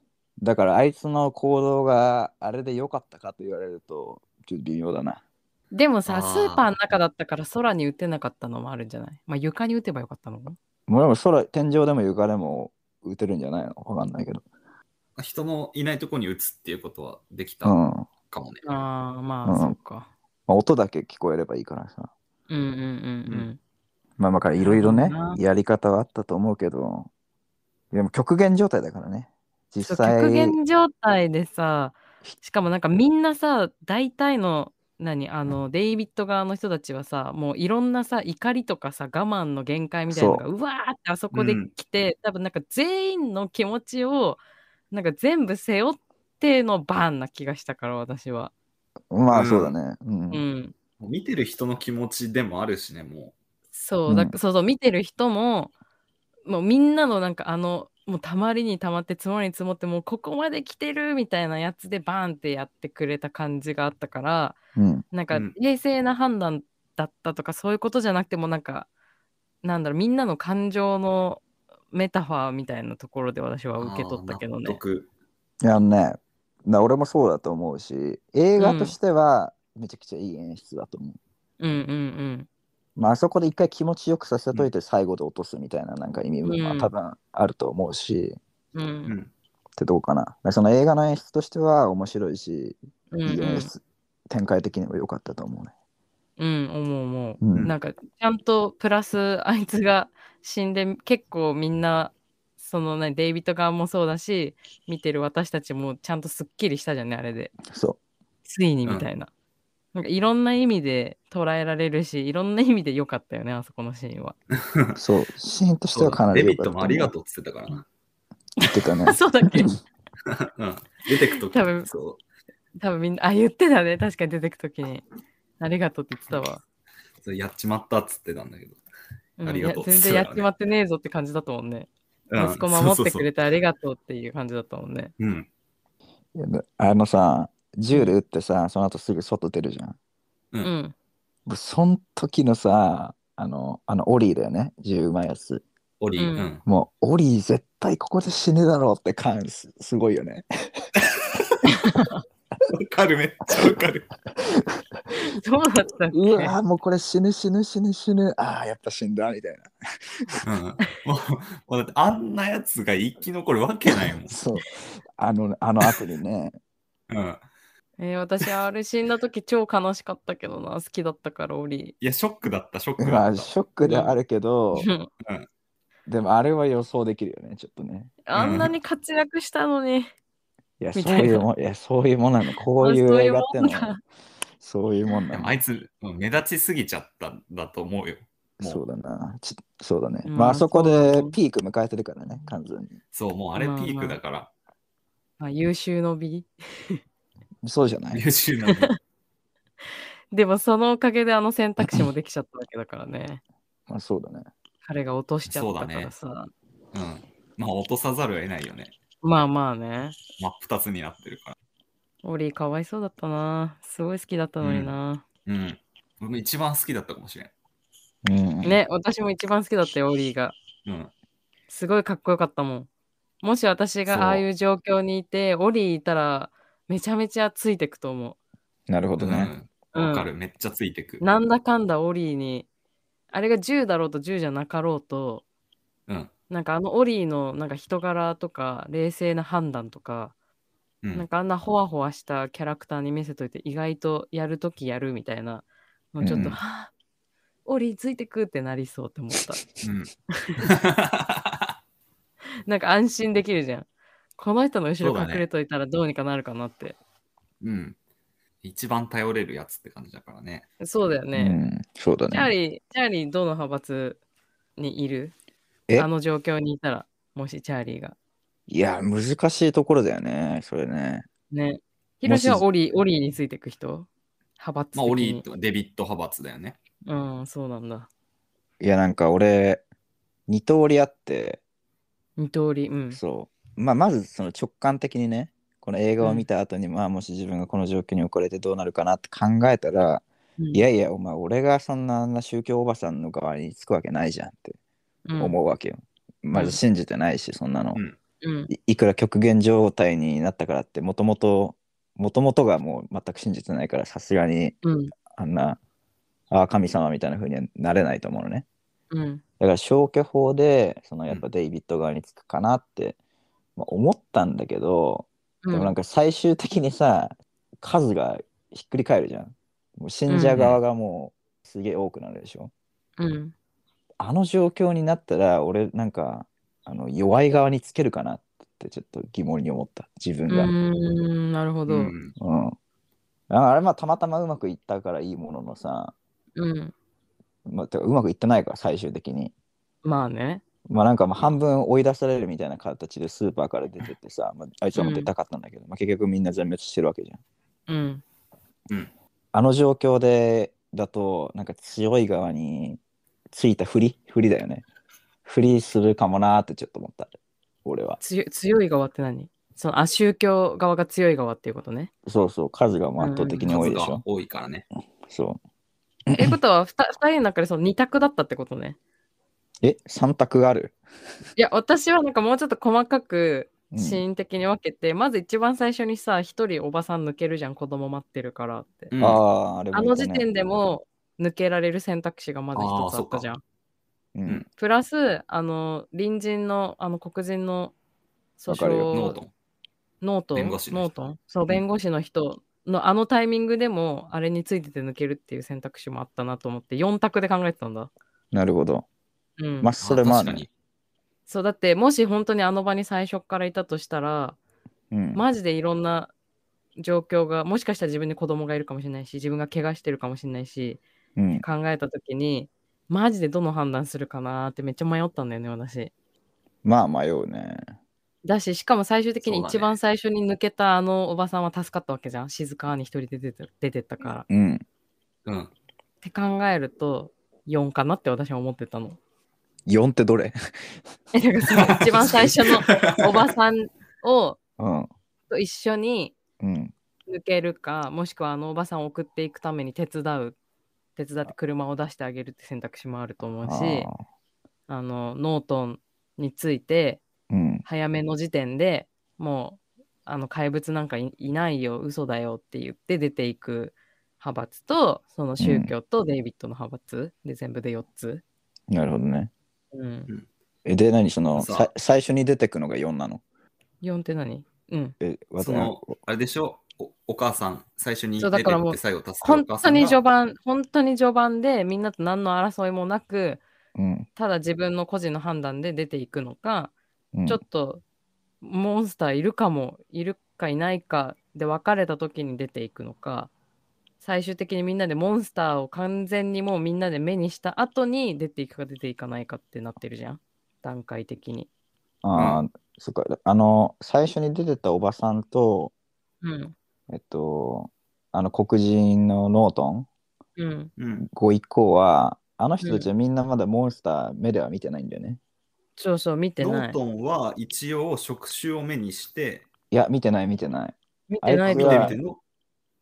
Speaker 2: だからあいつの行動があれで良かったかと言われると、ちょっと微妙だな。
Speaker 3: でもさ、
Speaker 1: あ
Speaker 3: ス
Speaker 1: ー
Speaker 3: ーパーの中だったから空に打てなかったのもあるんじゃないまあ床に打てばよかったのかな
Speaker 2: もうでも空、天井でも床でも打てるんじゃないのわかんないけど。
Speaker 1: 人のいないとこに打つっていうことはできた
Speaker 2: うん。ま
Speaker 1: かもね。
Speaker 3: ああ、まあ、
Speaker 2: うん
Speaker 3: そっか。
Speaker 2: あ、音だけ聞こえればいいからさ。
Speaker 3: うんうんうん
Speaker 2: まあまあからいろいろね
Speaker 3: そうだな、
Speaker 2: やり方はあったと思うけど、でも極限状態だからね。
Speaker 3: うん。そ
Speaker 2: 実
Speaker 3: う
Speaker 2: 際、
Speaker 3: 極限状態でさ、しかもなんかみんなさ、大体の、何あのデイビッド側の人たちはさもういろんなさ怒りとかさ我慢の限界みたいなのがうわーってあそこで
Speaker 1: うん
Speaker 3: 来て、多分なんか全員の気持ちをなんか全部背負ってのバーンな気がしたから私は、
Speaker 2: まあそうだね。うん。
Speaker 3: うん、
Speaker 1: もう見てる人の気持ちでもあるしね、も
Speaker 3: そうう、
Speaker 2: ん
Speaker 3: だからそうそう、見てる人も、もうみんなのなんかあの、もうたまりにたまって積もりに積もって、もうここまで来てるみたいなやつでバーンってやってくれた感じがあったから、
Speaker 2: うん。
Speaker 3: なん
Speaker 1: う
Speaker 3: か
Speaker 1: ん
Speaker 3: 冷静な判断だったとか、そういうことじゃなくてもなんか、なんだろう、みんなの感情のメタファーみたいなところで私は
Speaker 1: う。
Speaker 3: 受け取ったけど
Speaker 1: あー納
Speaker 3: ね。
Speaker 1: 得
Speaker 2: いやあのね、な俺もそうだと思うし、映画としてはめちゃくちゃいい演出だと思う。
Speaker 3: うんうん
Speaker 2: まああそこで一回気持ちよくさせといて最後で落とすみたいななんか意味もまあ
Speaker 3: うん
Speaker 2: 多分あると思うし、っ
Speaker 3: うん。う
Speaker 1: うんん。
Speaker 2: てどうかな。だからその映画の演出としては面白いし、
Speaker 3: うんう
Speaker 2: いい演
Speaker 3: ん
Speaker 2: 出、展開的にも良かったと思うね。
Speaker 3: うん、思う思う。
Speaker 2: うん。
Speaker 3: なんかちゃんとプラスあいつが死んで結構みんなそのねデイビッド側もそうだし見てる私たちもちゃんとすっきりしたじゃんねあれで
Speaker 2: そ
Speaker 3: ついにみたいな,、なんかいろんな意味で捉えられるしいろんな意味で良かったよねあそこのシーンは
Speaker 2: う。そう。シーンとして
Speaker 1: そう
Speaker 2: はか
Speaker 1: だ
Speaker 2: な
Speaker 1: デ
Speaker 2: り
Speaker 1: ビ
Speaker 2: 良
Speaker 1: ッ
Speaker 2: かっ
Speaker 1: ト
Speaker 2: たと
Speaker 1: も
Speaker 2: 思う
Speaker 1: ありがとうって言ってたからな。
Speaker 2: 言ってた ね。
Speaker 3: そう だっけ
Speaker 1: うん、出てくとき
Speaker 3: 多分
Speaker 1: そ
Speaker 3: 多分みんなあ言ってたね確かに出てく時にありがとうって言ってたわ、
Speaker 1: うそれやっちまったっつってたんだけど。
Speaker 3: うん
Speaker 1: ありがとう
Speaker 3: いや全然やっちまってねえぞって感じだったもんね
Speaker 1: うん
Speaker 3: 息子守ってく
Speaker 1: そうそう
Speaker 3: れてありがとうっていう感じだったもんね
Speaker 1: そううん。
Speaker 2: いやだあのさ、銃で撃ってさ、その後すぐ外出るじゃん。
Speaker 1: う
Speaker 3: うんん
Speaker 2: もうそん時のさ、あの、あのオリーだよね、銃うまいやつ。
Speaker 1: オリー、う
Speaker 3: う
Speaker 1: んん。
Speaker 2: もう、オリー絶対ここで死ぬだろうって感す、すごいよね。
Speaker 1: わかる、めっちゃわかる。
Speaker 3: そうだったっけ
Speaker 2: うわ ーもうこれ死ぬ死ぬ死ぬ死ぬ。ああ、やっぱ死んだみたいな。
Speaker 1: うん、もうもうだってあんなやつが生き残るわけないもん。
Speaker 2: そう。あの、あの後にね、
Speaker 1: うん、
Speaker 3: えー私、あれ死んだ時超悲しかったけどな、好きだったから、オリ。
Speaker 1: いや、ショックだった、ショック
Speaker 2: ま
Speaker 1: だ
Speaker 2: あ、
Speaker 1: った。
Speaker 2: ショックではあるけど、
Speaker 1: うん
Speaker 2: でもあれは予想できるよね、ちょっとね。
Speaker 3: あんなに活躍したのに。
Speaker 2: いや、そ
Speaker 3: み
Speaker 2: う
Speaker 3: たいな
Speaker 2: いうもん、いや、そういうもんなの。こういう
Speaker 3: そうい
Speaker 2: 映
Speaker 3: う
Speaker 2: 画っ
Speaker 3: も
Speaker 2: て
Speaker 3: ん
Speaker 2: の
Speaker 3: だ
Speaker 2: は、そういうもん
Speaker 1: で
Speaker 2: な
Speaker 1: も
Speaker 2: の
Speaker 1: あ。いつ、うん目立ちすぎちゃったんだと思うよ。もう
Speaker 2: そうだな。ちそうだね。
Speaker 3: うん
Speaker 2: まあ、あそこ
Speaker 3: そうだ
Speaker 2: で
Speaker 3: ね
Speaker 2: ピーク迎えてるからね、完全に。
Speaker 1: そう、もうあれピ
Speaker 3: まあまあ
Speaker 1: ークだから、
Speaker 3: まあ、優秀の美。
Speaker 2: そうじゃない
Speaker 1: 優秀なのに。
Speaker 3: でも、そのおかげであの選択肢もできちゃったわけだからね。
Speaker 2: まあ、そうだね。
Speaker 3: 彼が落としちゃったか
Speaker 1: そうだね
Speaker 3: らさ。
Speaker 1: うん。まあ、落とさざるを得ないよね。
Speaker 3: まあまあね。
Speaker 1: 真っ二つになってるから。
Speaker 3: オリーかわいそうだったな。すごい好きだったのにな。
Speaker 1: うん。僕一番好きだったかもしれん。
Speaker 2: うん。
Speaker 3: ね、私も一番好きだったよ、オリーが。
Speaker 1: うん。
Speaker 3: すごいかっこよかったもん。もし私
Speaker 1: そう
Speaker 3: がああいう状況にいて、オリーいたら、めちゃめちゃついてくと思
Speaker 2: なるほ
Speaker 1: う
Speaker 2: ど
Speaker 1: ん
Speaker 2: ね。
Speaker 3: う。うん
Speaker 1: わかる、めっちゃついてく。
Speaker 3: なんだかんだオリーに、あれが10だろうと10じゃなかろうと、
Speaker 1: うん。
Speaker 3: なんかあのオリーのなんか人柄とか冷静な判断とか、
Speaker 1: う
Speaker 3: なん
Speaker 1: ん。
Speaker 3: かあんなほわほわしたキャラクターに見せといて意外とやるときやるみたいなのちょっと、
Speaker 2: うん
Speaker 3: はぁオリーついてくってなりそうって思った。
Speaker 1: うん。
Speaker 3: なんか安心できるじゃん。この人の後
Speaker 1: そう
Speaker 3: ろ
Speaker 1: だね
Speaker 3: 隠れといたらどうにかなるかなって。
Speaker 1: うん。一番頼れるやつって感じだからね。
Speaker 3: そうだよ
Speaker 2: う
Speaker 3: ね。
Speaker 2: ん。そうだ
Speaker 3: チャー
Speaker 2: ね。
Speaker 3: リー、チャーリーどの派閥にいる
Speaker 2: え
Speaker 3: あの状況にいたら、もしチャーリーが。
Speaker 2: いや、難しいところだよね、それね。
Speaker 3: ね。ヒロシはオリー、オリーについていく人派閥的に。
Speaker 1: まあ、オリーとデビット派閥だよね。
Speaker 3: うん、そうなんだ。
Speaker 2: いや、なんか俺、二通りあって、
Speaker 3: 二通り、うん。
Speaker 2: そう。まあ、まずその直感的にね、この映画を見た後に、まあ、もし自分がこの状況に置かれてどうなるかなって考えたら、
Speaker 3: うん
Speaker 2: いやいや、お前、俺がそんなあんな宗教おばさんの側につくわけないじゃんって
Speaker 3: うん
Speaker 2: 思うわけよ。まず信じてないし、そんなの。
Speaker 1: うん
Speaker 3: うん。
Speaker 2: いいくら極限状態になったからって、もともと、もともとがもう全く信じてないから、さすがに
Speaker 3: うん。
Speaker 2: あんな、ああ、神様みたいな風にはなれないと思うのね。
Speaker 3: うん。
Speaker 2: だから消去法で、そのやっぱデイビッド側につくかなって、まあ、思ったんだけど、
Speaker 3: う
Speaker 2: でもなん
Speaker 3: ん。
Speaker 2: か最終的にさ、数がひっくり返るじゃん。もう信者側がもうすげえ多くなるでしょ。
Speaker 3: うん。
Speaker 2: あの状況になったら、俺なんか、あの弱い側につけるかなってちょっと疑問に思った、自分
Speaker 3: う
Speaker 2: が。
Speaker 3: ーん、なるほど。
Speaker 1: う
Speaker 3: うん
Speaker 1: ん。
Speaker 2: うん。ああれまあたまたまうまくいったからいいもののさ、まあ、てかうまくいってないから最終的に。
Speaker 3: まあね。
Speaker 2: まあなんかまあ半分追い出されるみたいな形でスーパーから出てってさ、まあ、あいつはもう出たかったんだけど、まあ、結局みんな全滅してるわけじゃん。
Speaker 3: うん。
Speaker 2: あの状況でだとなんか強い側についた振り振りだよね。振りするかもなーってちょっと思った俺は。
Speaker 3: 強い強い側って何そのあ宗教側が強い側っていうこ とね。
Speaker 2: そうそう数がもう圧倒的に多い
Speaker 1: 数
Speaker 2: でしょ
Speaker 1: が。多いからね。
Speaker 2: そ
Speaker 3: っていうことは 2, 人の中でその2択だったってことね。
Speaker 2: うえ三択がある、
Speaker 3: いや私はなんかもうちょっと細かく
Speaker 2: うん
Speaker 3: シーン的に分けて、まず一番最初にさ一人おばさん抜けるじゃん子供待ってるからって。
Speaker 1: うん、
Speaker 2: あああれも
Speaker 3: あ
Speaker 2: いたね
Speaker 3: の時点でも抜けられる選択肢がまず一つあったじゃん。
Speaker 2: う
Speaker 1: うん
Speaker 2: ん、
Speaker 3: プラス、あの、隣人の、あの、黒人の訴
Speaker 2: わかるよ
Speaker 1: ノー
Speaker 3: 訟
Speaker 1: ト。
Speaker 3: ノートン、
Speaker 1: 弁護士の
Speaker 3: ノー
Speaker 1: 人
Speaker 3: トンそう、
Speaker 1: ん
Speaker 3: 弁護士の人のあのタイミングでも、あれについてて抜けるっていう選択肢もあったなと思って、4択で考えてたんだ。
Speaker 2: なるほど
Speaker 3: うん
Speaker 2: まあそれもあ
Speaker 1: 確
Speaker 2: る
Speaker 1: か
Speaker 2: ね
Speaker 1: に
Speaker 3: そう、だって、もし本当にあの場に最初からいたとしたら、
Speaker 2: うん
Speaker 3: マジでいろんな状況が、もしかしたら自分に子供がいるかもしれないし、自分が怪我してるかもしれないし、
Speaker 2: うん
Speaker 3: 考えたときに、マジでどの判断するかなーってめっちゃ迷ったんだよね、私。
Speaker 2: まあ迷うね
Speaker 3: だし、しかも最終的に
Speaker 1: そうだね
Speaker 3: 一番最初に抜けたあのおばさんは助かったわけじゃん。静かに一人で出て出てったから。っ
Speaker 2: うん
Speaker 1: うん。
Speaker 3: て考えると、4かなって私は思ってたの。
Speaker 2: 4ってどれ
Speaker 3: えだからその一番最初のおばさんを
Speaker 2: うん
Speaker 3: と一緒に
Speaker 2: うん
Speaker 3: 抜けるか、もしくはあのおばさんを送っていくために手伝う。手伝って車を出してあげるって選択肢もあると思う
Speaker 2: あ
Speaker 3: し、
Speaker 2: ー
Speaker 3: あの、ノートンについて、
Speaker 2: うん
Speaker 3: 早めの時点でもうあの怪物なんかいいないよ嘘だよって言って出ていく派閥とその宗教とデイビッドの派閥で全部で4つ、
Speaker 2: なるほどね
Speaker 3: うん、
Speaker 2: えで何その
Speaker 1: そう
Speaker 2: さ最初に出てくのが4なの
Speaker 3: 4って何うん
Speaker 2: えわた
Speaker 1: その、あれでしょおお母さん、最初に
Speaker 3: そう
Speaker 1: 出
Speaker 3: だ
Speaker 1: て
Speaker 3: からも
Speaker 1: っ
Speaker 3: う
Speaker 1: て最後足す
Speaker 3: 本当に序
Speaker 1: 盤。
Speaker 3: 盤、本当に序盤でみんなと何の争いもなく、
Speaker 2: うん。
Speaker 3: ただ自分の個人の判断で出ていくのか、
Speaker 2: うん
Speaker 3: ちょっとモンスターいるかも、いるかいないかで別れた時に出ていくのか、最終的にみんなでモンスターを完全にもうみんなで目にした後に出ていくか出ていかないかってなってるじゃん。段階的に。
Speaker 2: ああ、
Speaker 1: う
Speaker 2: そっか。あの、最初に出てたおばさんと、
Speaker 3: うん。
Speaker 2: えっと、あの黒人のノートン、
Speaker 3: うん。
Speaker 1: うん。
Speaker 2: ご一行は、あの人たちはみんなまだモンスター目では見てないんだよね。
Speaker 3: そうそう、見て
Speaker 1: ノ
Speaker 3: な
Speaker 1: ー
Speaker 3: い。
Speaker 1: トンは一応触手を目にして、
Speaker 2: いや、見てない見てない。
Speaker 3: 見て
Speaker 2: あ
Speaker 3: ない
Speaker 2: いつ
Speaker 1: 見
Speaker 3: と
Speaker 1: て
Speaker 2: は
Speaker 3: 思
Speaker 1: 見
Speaker 3: う
Speaker 1: ての、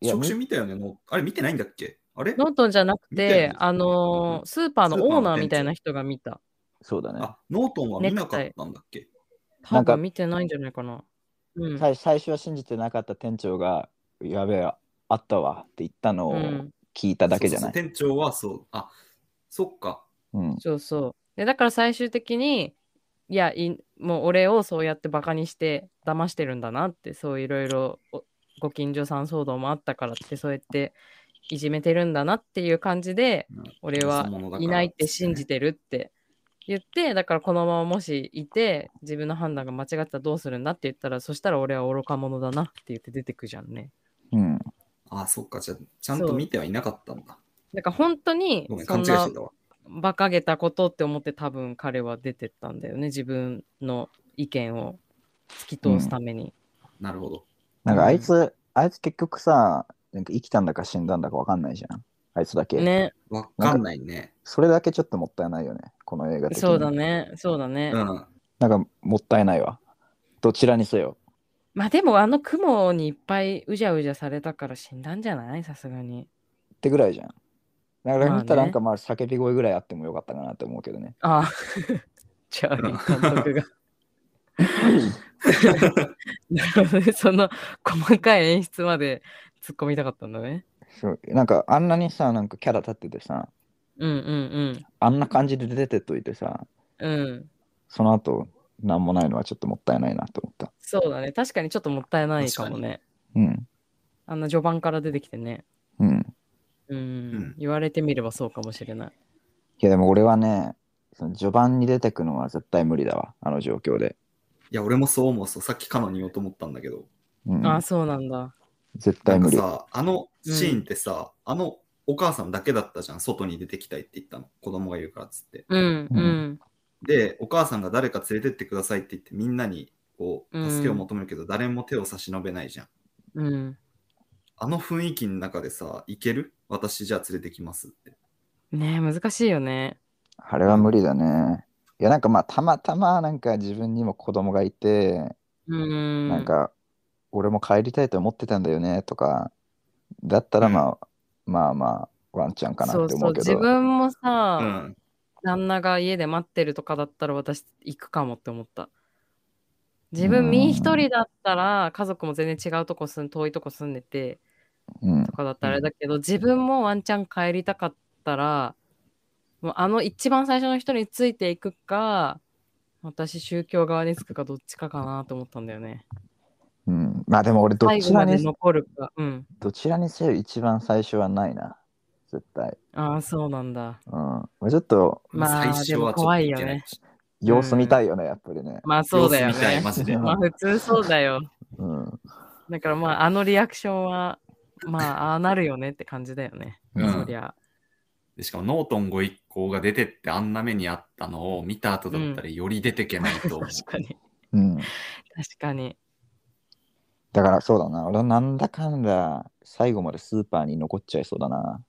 Speaker 2: いや、
Speaker 1: 触
Speaker 2: み
Speaker 1: 手見たよね。もうあれ見てないんだっけあれ
Speaker 3: ノートンじゃなく
Speaker 1: 見てない
Speaker 3: て、あのースーパーのオーナーみたいな人が見た。
Speaker 2: そうだね。
Speaker 1: あ、ノートンは見なかったんだっけ
Speaker 2: な
Speaker 3: 多
Speaker 2: んか
Speaker 3: 分見てないんじゃないかな。うん。
Speaker 2: 最最初は信じてなかった店長が、やべえ、あったわって言ったのを
Speaker 3: うん
Speaker 2: 聞いただけじゃな
Speaker 1: そ
Speaker 2: い。
Speaker 1: うそうそう店長はそう。あ、そっか。
Speaker 2: うん
Speaker 3: そうそう。で、だから最終的に、いや、いもう俺をそうやってバカにして騙してるんだなって、そういろいろおご近所さん騒動もあったからって、そうやっていじめてるんだなっていう感じで、俺はいないって信じてるって言って、だからこのままもしいて、自分の判断が間違ってたらどうするんだって言ったら、そしたら俺は愚か者だなって言って出てくじゃんね。
Speaker 2: うん
Speaker 1: あ、そっか。じゃあちゃんと見てはいなかったんだ。
Speaker 3: だから本当に
Speaker 1: ごめん、
Speaker 3: そ
Speaker 1: 勘違
Speaker 3: ん
Speaker 1: いし
Speaker 3: な
Speaker 1: てたわ。
Speaker 3: 馬鹿げたことって思って多分彼は出てったんだよね自分の意見を突き通すために、
Speaker 1: なるほど。
Speaker 2: なんかあいつ、あいつ結局さ、なんか生きたんだか死んだんだかわかんないじゃん。あいつだけ。
Speaker 3: ね
Speaker 1: わかんないね。
Speaker 2: それだけちょっともったいないよね。この映画的に
Speaker 3: そうだねそうだね、
Speaker 1: うん。
Speaker 2: なんかもったいないわ。どちらにせよ。
Speaker 3: まあでもあの雲にいっぱいうじゃうじゃされたから死んだんじゃないさすがに
Speaker 2: ってぐらいじゃん。だから
Speaker 3: まあね
Speaker 2: 見たらなんかまあ叫び声ぐらいあってもよかったかなって思うけ どね。
Speaker 3: ああチャーリー監督がなるほどね その細かい演出まで突っ込みたかったんだね
Speaker 2: そうなんかあんなにさ、なんかキャラ立っててさ、
Speaker 3: うんうん
Speaker 2: あんな感じで出てっといてさ、
Speaker 3: うんうん
Speaker 2: その後なんもないのはちょっともったいないなって思った。
Speaker 3: そうだね確かにちょっともったいないかもね
Speaker 2: うん。
Speaker 3: あんな序盤から出てきてね
Speaker 2: うん。
Speaker 3: うん、
Speaker 1: ん
Speaker 3: 言われてみればそうかもしれない。
Speaker 2: いやでも俺はね、その序盤に出てくのは絶対無理だわ。あの状況で。
Speaker 1: いや、俺もそう思う。そうさっきカノに言おうと思ったんだけど、
Speaker 2: うん、
Speaker 3: ああ、そうなんだ。
Speaker 2: 絶
Speaker 1: な
Speaker 2: 対
Speaker 1: ん
Speaker 2: 無
Speaker 1: か
Speaker 2: 理。
Speaker 1: さ、あのシーンってさ、あのお母さんだけだったじゃん。外に出てきたいって言ったの。子供がいるからっつって。
Speaker 3: うん、
Speaker 2: う
Speaker 3: うんん。
Speaker 1: で、お母さんが誰か連れてってくださいって言って、みんなにこ
Speaker 3: う
Speaker 1: うん助けを求めるけど、誰も手を差し伸べないじゃん。
Speaker 3: うん。
Speaker 1: あの雰囲気の中でさ、行ける私じゃあ連れてきますって。
Speaker 3: ねえ、難しいよね。
Speaker 2: あれは無理だね。いやなんかまあたまたまなんか自分にも子供がいて、
Speaker 3: うん。
Speaker 2: なんか俺も帰りたいと思ってたんだよねとか、だったらまあ、まあまあワンちゃんかな
Speaker 3: そ
Speaker 2: っ
Speaker 3: う
Speaker 2: て
Speaker 3: そ
Speaker 2: 思
Speaker 3: う、
Speaker 2: うけ
Speaker 3: 自
Speaker 2: ど、
Speaker 3: 分も
Speaker 1: う
Speaker 3: さ、
Speaker 1: ん。
Speaker 3: 旦那が家で待ってるとかだったら私行くかもって思った。自
Speaker 2: うん
Speaker 3: 分、身一人だったら家族も全然違うとこ住ん、遠いとこ住んでて
Speaker 2: うん
Speaker 3: と、かだったらあれだけど、自分もワンチャン帰りたかったら、もうあの一番最初の人についていくか、私宗教側につくかどっちかかなと思ったんだよね。
Speaker 2: うん。まあでも俺ど
Speaker 3: 最
Speaker 2: ち
Speaker 3: 後
Speaker 2: ら
Speaker 3: まで
Speaker 2: に、
Speaker 3: 残るか。うん。
Speaker 2: どちらにせよ一番最初はないな。絶対。
Speaker 3: ああ、そうなんだ。
Speaker 2: うん。まあちょっと
Speaker 3: まあ
Speaker 1: 最初はちょっと
Speaker 3: でも怖い
Speaker 1: 行
Speaker 3: よ
Speaker 1: けない
Speaker 3: ね
Speaker 1: かもしれない。
Speaker 2: 様子見たいよね、やっぱりね。
Speaker 3: まあそうだよ
Speaker 1: 様子見たい
Speaker 3: ね。
Speaker 1: マジ で。
Speaker 3: まあ普通そうだよ。
Speaker 2: うん。
Speaker 3: だからまああのリアクションは、まあああなるよねって感じだよね。
Speaker 1: うん
Speaker 3: そりゃ。
Speaker 1: でしかもノートンご一行が出てってあんな目にあったのを見た後だったらより出てけないと思う。
Speaker 3: 確かに。
Speaker 2: うん。
Speaker 3: 確かに。
Speaker 2: だからそうだな。俺はなんだかんだ最後までスーパーに残っちゃいそうだな。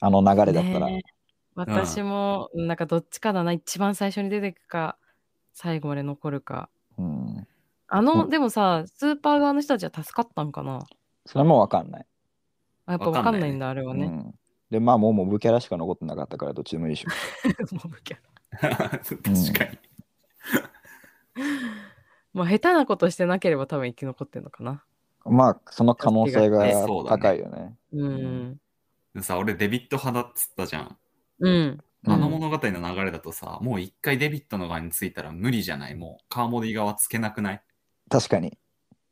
Speaker 2: あの流れだったら。
Speaker 3: ねえ私も、なんかどっちかだな。一番最初に出てくか、最後まで残るか。
Speaker 2: うん。
Speaker 3: あの、
Speaker 2: うん
Speaker 3: でもさ、スーパー側の人たちは助かったんかな
Speaker 2: それもわかんない。
Speaker 3: あやっぱわかんないんだ、あれ
Speaker 2: う
Speaker 3: はね。
Speaker 2: ん。で、まあもうモブキャラしか残ってなかったからどっちでもいいでしょ。
Speaker 3: もうキャ ラ
Speaker 1: 確かに。
Speaker 3: まあ下手なことしてなければ多分生き残ってんのかな。
Speaker 2: まあその可能性が
Speaker 1: えそうだね
Speaker 2: 高いよね。
Speaker 3: うん。
Speaker 1: でさ、俺デビット派だっつったじゃん。
Speaker 3: うん。
Speaker 2: うん
Speaker 1: あの物語の流れだとさ、もう一回デビットの側についたら無理じゃないもうカーモディ側つけなくない
Speaker 2: 確かに。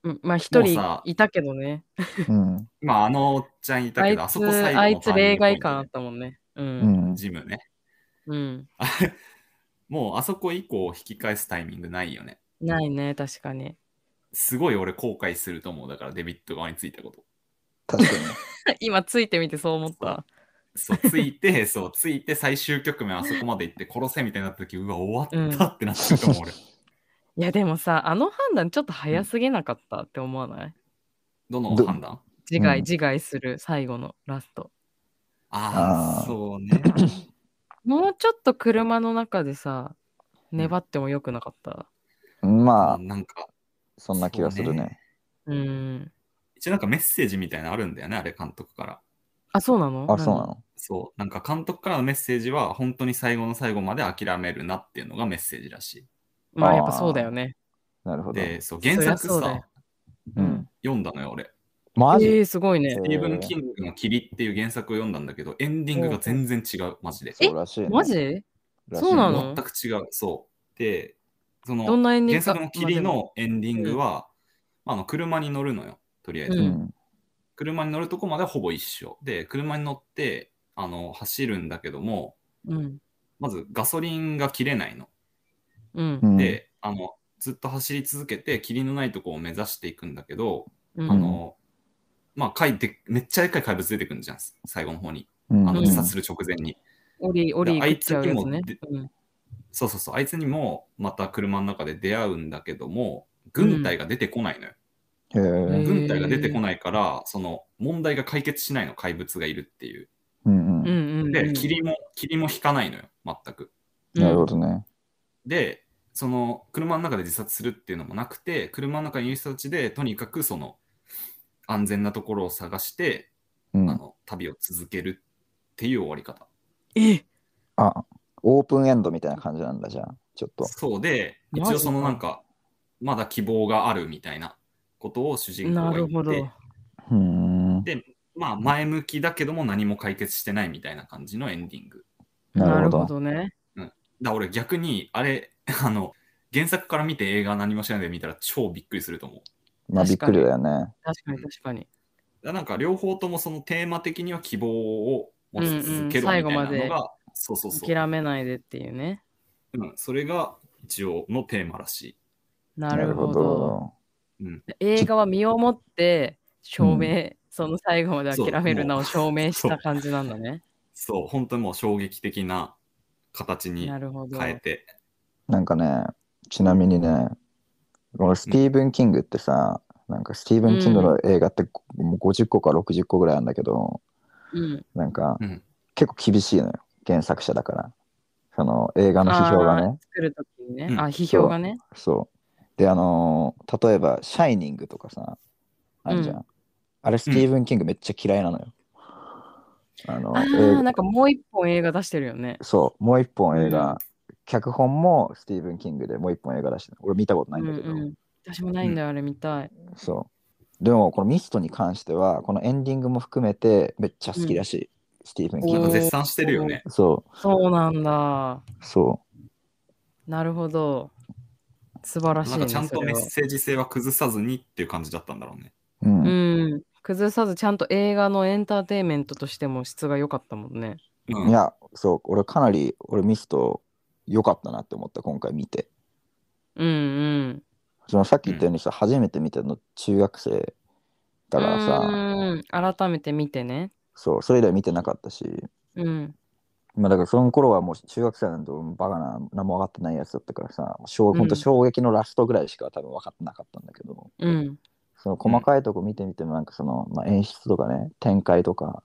Speaker 3: うん、まあ一
Speaker 1: もう
Speaker 3: 人
Speaker 1: さ
Speaker 3: いたけどね。
Speaker 2: うん。
Speaker 1: まあ、あのおっちゃんいた
Speaker 3: あ
Speaker 1: け
Speaker 3: い
Speaker 1: ど、あそ
Speaker 3: つ
Speaker 1: こ最後の
Speaker 3: あいつ
Speaker 1: ターニン
Speaker 3: 例
Speaker 1: グポイン
Speaker 3: 外
Speaker 1: ト
Speaker 3: 感あったもんね。う。
Speaker 2: うんん。
Speaker 1: ジムね。
Speaker 3: うん。
Speaker 1: もう、あそこ以降引き返すタイミングないよね。
Speaker 3: ないね、確かに。
Speaker 1: すごい俺後悔すると思う。だからデビット側についたこと。
Speaker 2: 確か
Speaker 3: 今ついてみてそう思った。
Speaker 1: そう、ついて、 そう、ついて最終局面あそこまで行って殺せみたいになった時、うわ、終わったってなったと思う、俺。
Speaker 3: いやでもさ、あの判断ちょっと早すぎなかったって思わない
Speaker 1: どの
Speaker 2: ど
Speaker 1: 判断
Speaker 3: 自害、
Speaker 2: うん
Speaker 3: 自害する最後のラスト。
Speaker 1: ああ、
Speaker 2: あー
Speaker 1: そうね。
Speaker 3: もうちょっと車の中でさ、粘ってもよくなかった。
Speaker 2: に。まあ、
Speaker 1: なんか、
Speaker 2: そんな気がするね。
Speaker 3: うん。
Speaker 1: 一応なんかメッセージみたいなのあるんだよね、あれ、監督から。
Speaker 3: あ、そうなの
Speaker 2: あ、そうなの
Speaker 1: そう、なんか監督からのメッセージは、本当に最後の最後まで諦めるなっていうのがメッセージらし
Speaker 3: まあ
Speaker 2: あー
Speaker 3: やっぱそうだよね。
Speaker 2: なるほ
Speaker 1: い。
Speaker 2: ど。
Speaker 1: で、そう、原作
Speaker 3: そりゃそうだ
Speaker 1: さ
Speaker 3: よ、
Speaker 2: うん。
Speaker 1: 読んだのよ、俺。
Speaker 2: マジ
Speaker 3: えー、すごいね。
Speaker 1: スティーブン・キングの霧っていう原作を読んだんだけど、エンディングが全然違う、マジで。
Speaker 2: そうらしいね。
Speaker 3: マジ
Speaker 2: らしいね
Speaker 3: そうなの
Speaker 1: 全く違う、そう。で、そ
Speaker 3: どん
Speaker 1: の、
Speaker 3: なエンディン
Speaker 1: 原
Speaker 3: グか
Speaker 1: 作の霧
Speaker 3: まあでも
Speaker 1: のエンディングは、まあ、あの車に乗るのよ、とりあえず。
Speaker 3: う
Speaker 2: うんん。
Speaker 1: 車に乗るとこまではほぼ一緒。で、車に乗って、あの、走るんだけども、
Speaker 3: うん。
Speaker 1: まずガソリンが切れないの。
Speaker 3: うん
Speaker 2: う。ん、
Speaker 1: で、あの、ずっと走り続けて、霧のないとこを目指していくんだけど、
Speaker 3: うん
Speaker 1: あの、まあ、怪でめっちゃでっかい怪物出てくるじゃん、最後の方に。
Speaker 2: うん、
Speaker 1: あの、
Speaker 3: うん
Speaker 1: 自殺する直前に。
Speaker 3: オリ、オリ
Speaker 1: あ
Speaker 3: 食っ
Speaker 1: いつ
Speaker 3: ちゃうやつ
Speaker 1: にも
Speaker 3: ね
Speaker 1: で。
Speaker 3: うん
Speaker 1: そうそうそう、あいつにもまた車の中で出会うんだけども、軍隊が出てこないのよ。
Speaker 2: へえ。
Speaker 1: 軍隊が出てこないから、その問題が解決しないの、怪物がいるっていう。
Speaker 2: うんう。
Speaker 3: うんんうん。
Speaker 1: で、霧も、霧も引かないのよ、全く。
Speaker 2: なるほどね。
Speaker 1: で、その車の中で自殺するっていうのもなくて、車の中にいる人たちで、とにかくその安全なところを探して、
Speaker 2: うん
Speaker 1: あ。の旅を続けるっていう終わり方。
Speaker 3: え
Speaker 2: あ、オープンエンドみたいな感じなんだじゃあ、ちょっと。
Speaker 1: そうで、
Speaker 3: マ
Speaker 1: 一
Speaker 3: ジか
Speaker 1: 応そのなんか、まだ希望があるみたいなことを主人公
Speaker 3: な
Speaker 1: が
Speaker 3: る
Speaker 1: 言
Speaker 3: ほ
Speaker 1: っ
Speaker 3: ど。
Speaker 1: て、
Speaker 2: うーん。
Speaker 1: まあ前向きだけども何も解決してないみたいな感じのエンディング。
Speaker 2: な
Speaker 3: な
Speaker 2: るほ
Speaker 3: る
Speaker 2: ど
Speaker 3: ほどね。
Speaker 1: だ俺逆に、あれ、 あの、原作から見て映画何も知らないで見たら超びっくりすると思う。
Speaker 2: まあ、びっ
Speaker 3: 確か
Speaker 2: く
Speaker 3: に
Speaker 2: りだよね。
Speaker 3: 確かに確かに。
Speaker 1: だからなんか両方ともそのテーマ的には希望を持ち続けろ
Speaker 3: うんうん
Speaker 1: みたいな
Speaker 3: 最
Speaker 1: の
Speaker 3: 後ま
Speaker 1: が、そうそうそう、
Speaker 3: 諦めないでっていうね。
Speaker 1: うん。それが一応のテーマらし
Speaker 3: なるほど。。
Speaker 1: い。うん、
Speaker 3: 映画は身をもって証明、その最後まで諦めるな
Speaker 1: そ
Speaker 3: を証明した感じなんだね。
Speaker 1: そう、本当にもう衝撃的な形に
Speaker 3: なるほど。
Speaker 1: 変えて。
Speaker 2: なんかね、ちなみにね、このスティーブン・キングってさ、なんかスティーブン・キングの映画ってもう50個か60個ぐらいあるんだけど、
Speaker 3: うん、
Speaker 2: なんか
Speaker 1: うん
Speaker 2: 結構厳しいのよ、原作者だから。その映画の批評がね。
Speaker 3: 作るときにね、
Speaker 1: うん
Speaker 3: あ、批評がね。
Speaker 2: そう。で、あのー例えば、シャイニングとかさ、あるじゃん。あれ、スティーブン・キングめっちゃ嫌いなのよ。あの、
Speaker 3: ああ
Speaker 2: 映
Speaker 3: ー、
Speaker 2: 画
Speaker 3: なんかもう一本映画出してるよね。
Speaker 2: そう、もう一本映画、
Speaker 3: うん
Speaker 2: 脚本もスティーブン・キングでもう一本映画出してる。俺見たことな
Speaker 3: う
Speaker 2: いん
Speaker 3: ん
Speaker 2: だけど、
Speaker 3: うん。私もないんだよ、あれ見たい。
Speaker 2: そう。でも、このミストに関しては、このエンディングも含めて、めっちゃ好きだしい、スティーブン・キ
Speaker 1: な
Speaker 2: ン
Speaker 1: ん
Speaker 2: グ
Speaker 1: か。絶賛してるよね。
Speaker 2: そ
Speaker 3: そうなんだ。
Speaker 2: う、そ
Speaker 3: なるほど。素晴らしい
Speaker 1: なん
Speaker 3: ね。
Speaker 1: かちゃんとメッ
Speaker 3: それは
Speaker 1: セージ性は崩さずにっていう感じだったんだろうね。
Speaker 2: う。うん。
Speaker 3: うん。崩さず、ちゃんと映画のエンターテインメントとしても質が良かったもんね。
Speaker 1: うん、
Speaker 2: いや、そう、俺かなり、俺ミスト、良かったなって思った、今回見て。
Speaker 3: うんうん。
Speaker 2: そのさっき言ったようにさ、初めて見たの中学生だからさ、
Speaker 3: うんうん改めて見てね。
Speaker 2: そう、それ以来見てなかったし、
Speaker 3: うん。
Speaker 2: まあだからその頃はもう中学生なんて俺バカな、何も分かってないやつだったからさ、しょう
Speaker 3: うん
Speaker 2: ほんと衝撃のラストぐらいしか多分分かってなかったんだけど、
Speaker 3: うん。
Speaker 2: その細かいとこ見てみてもなんかその、まあ、演出とかね、展開とか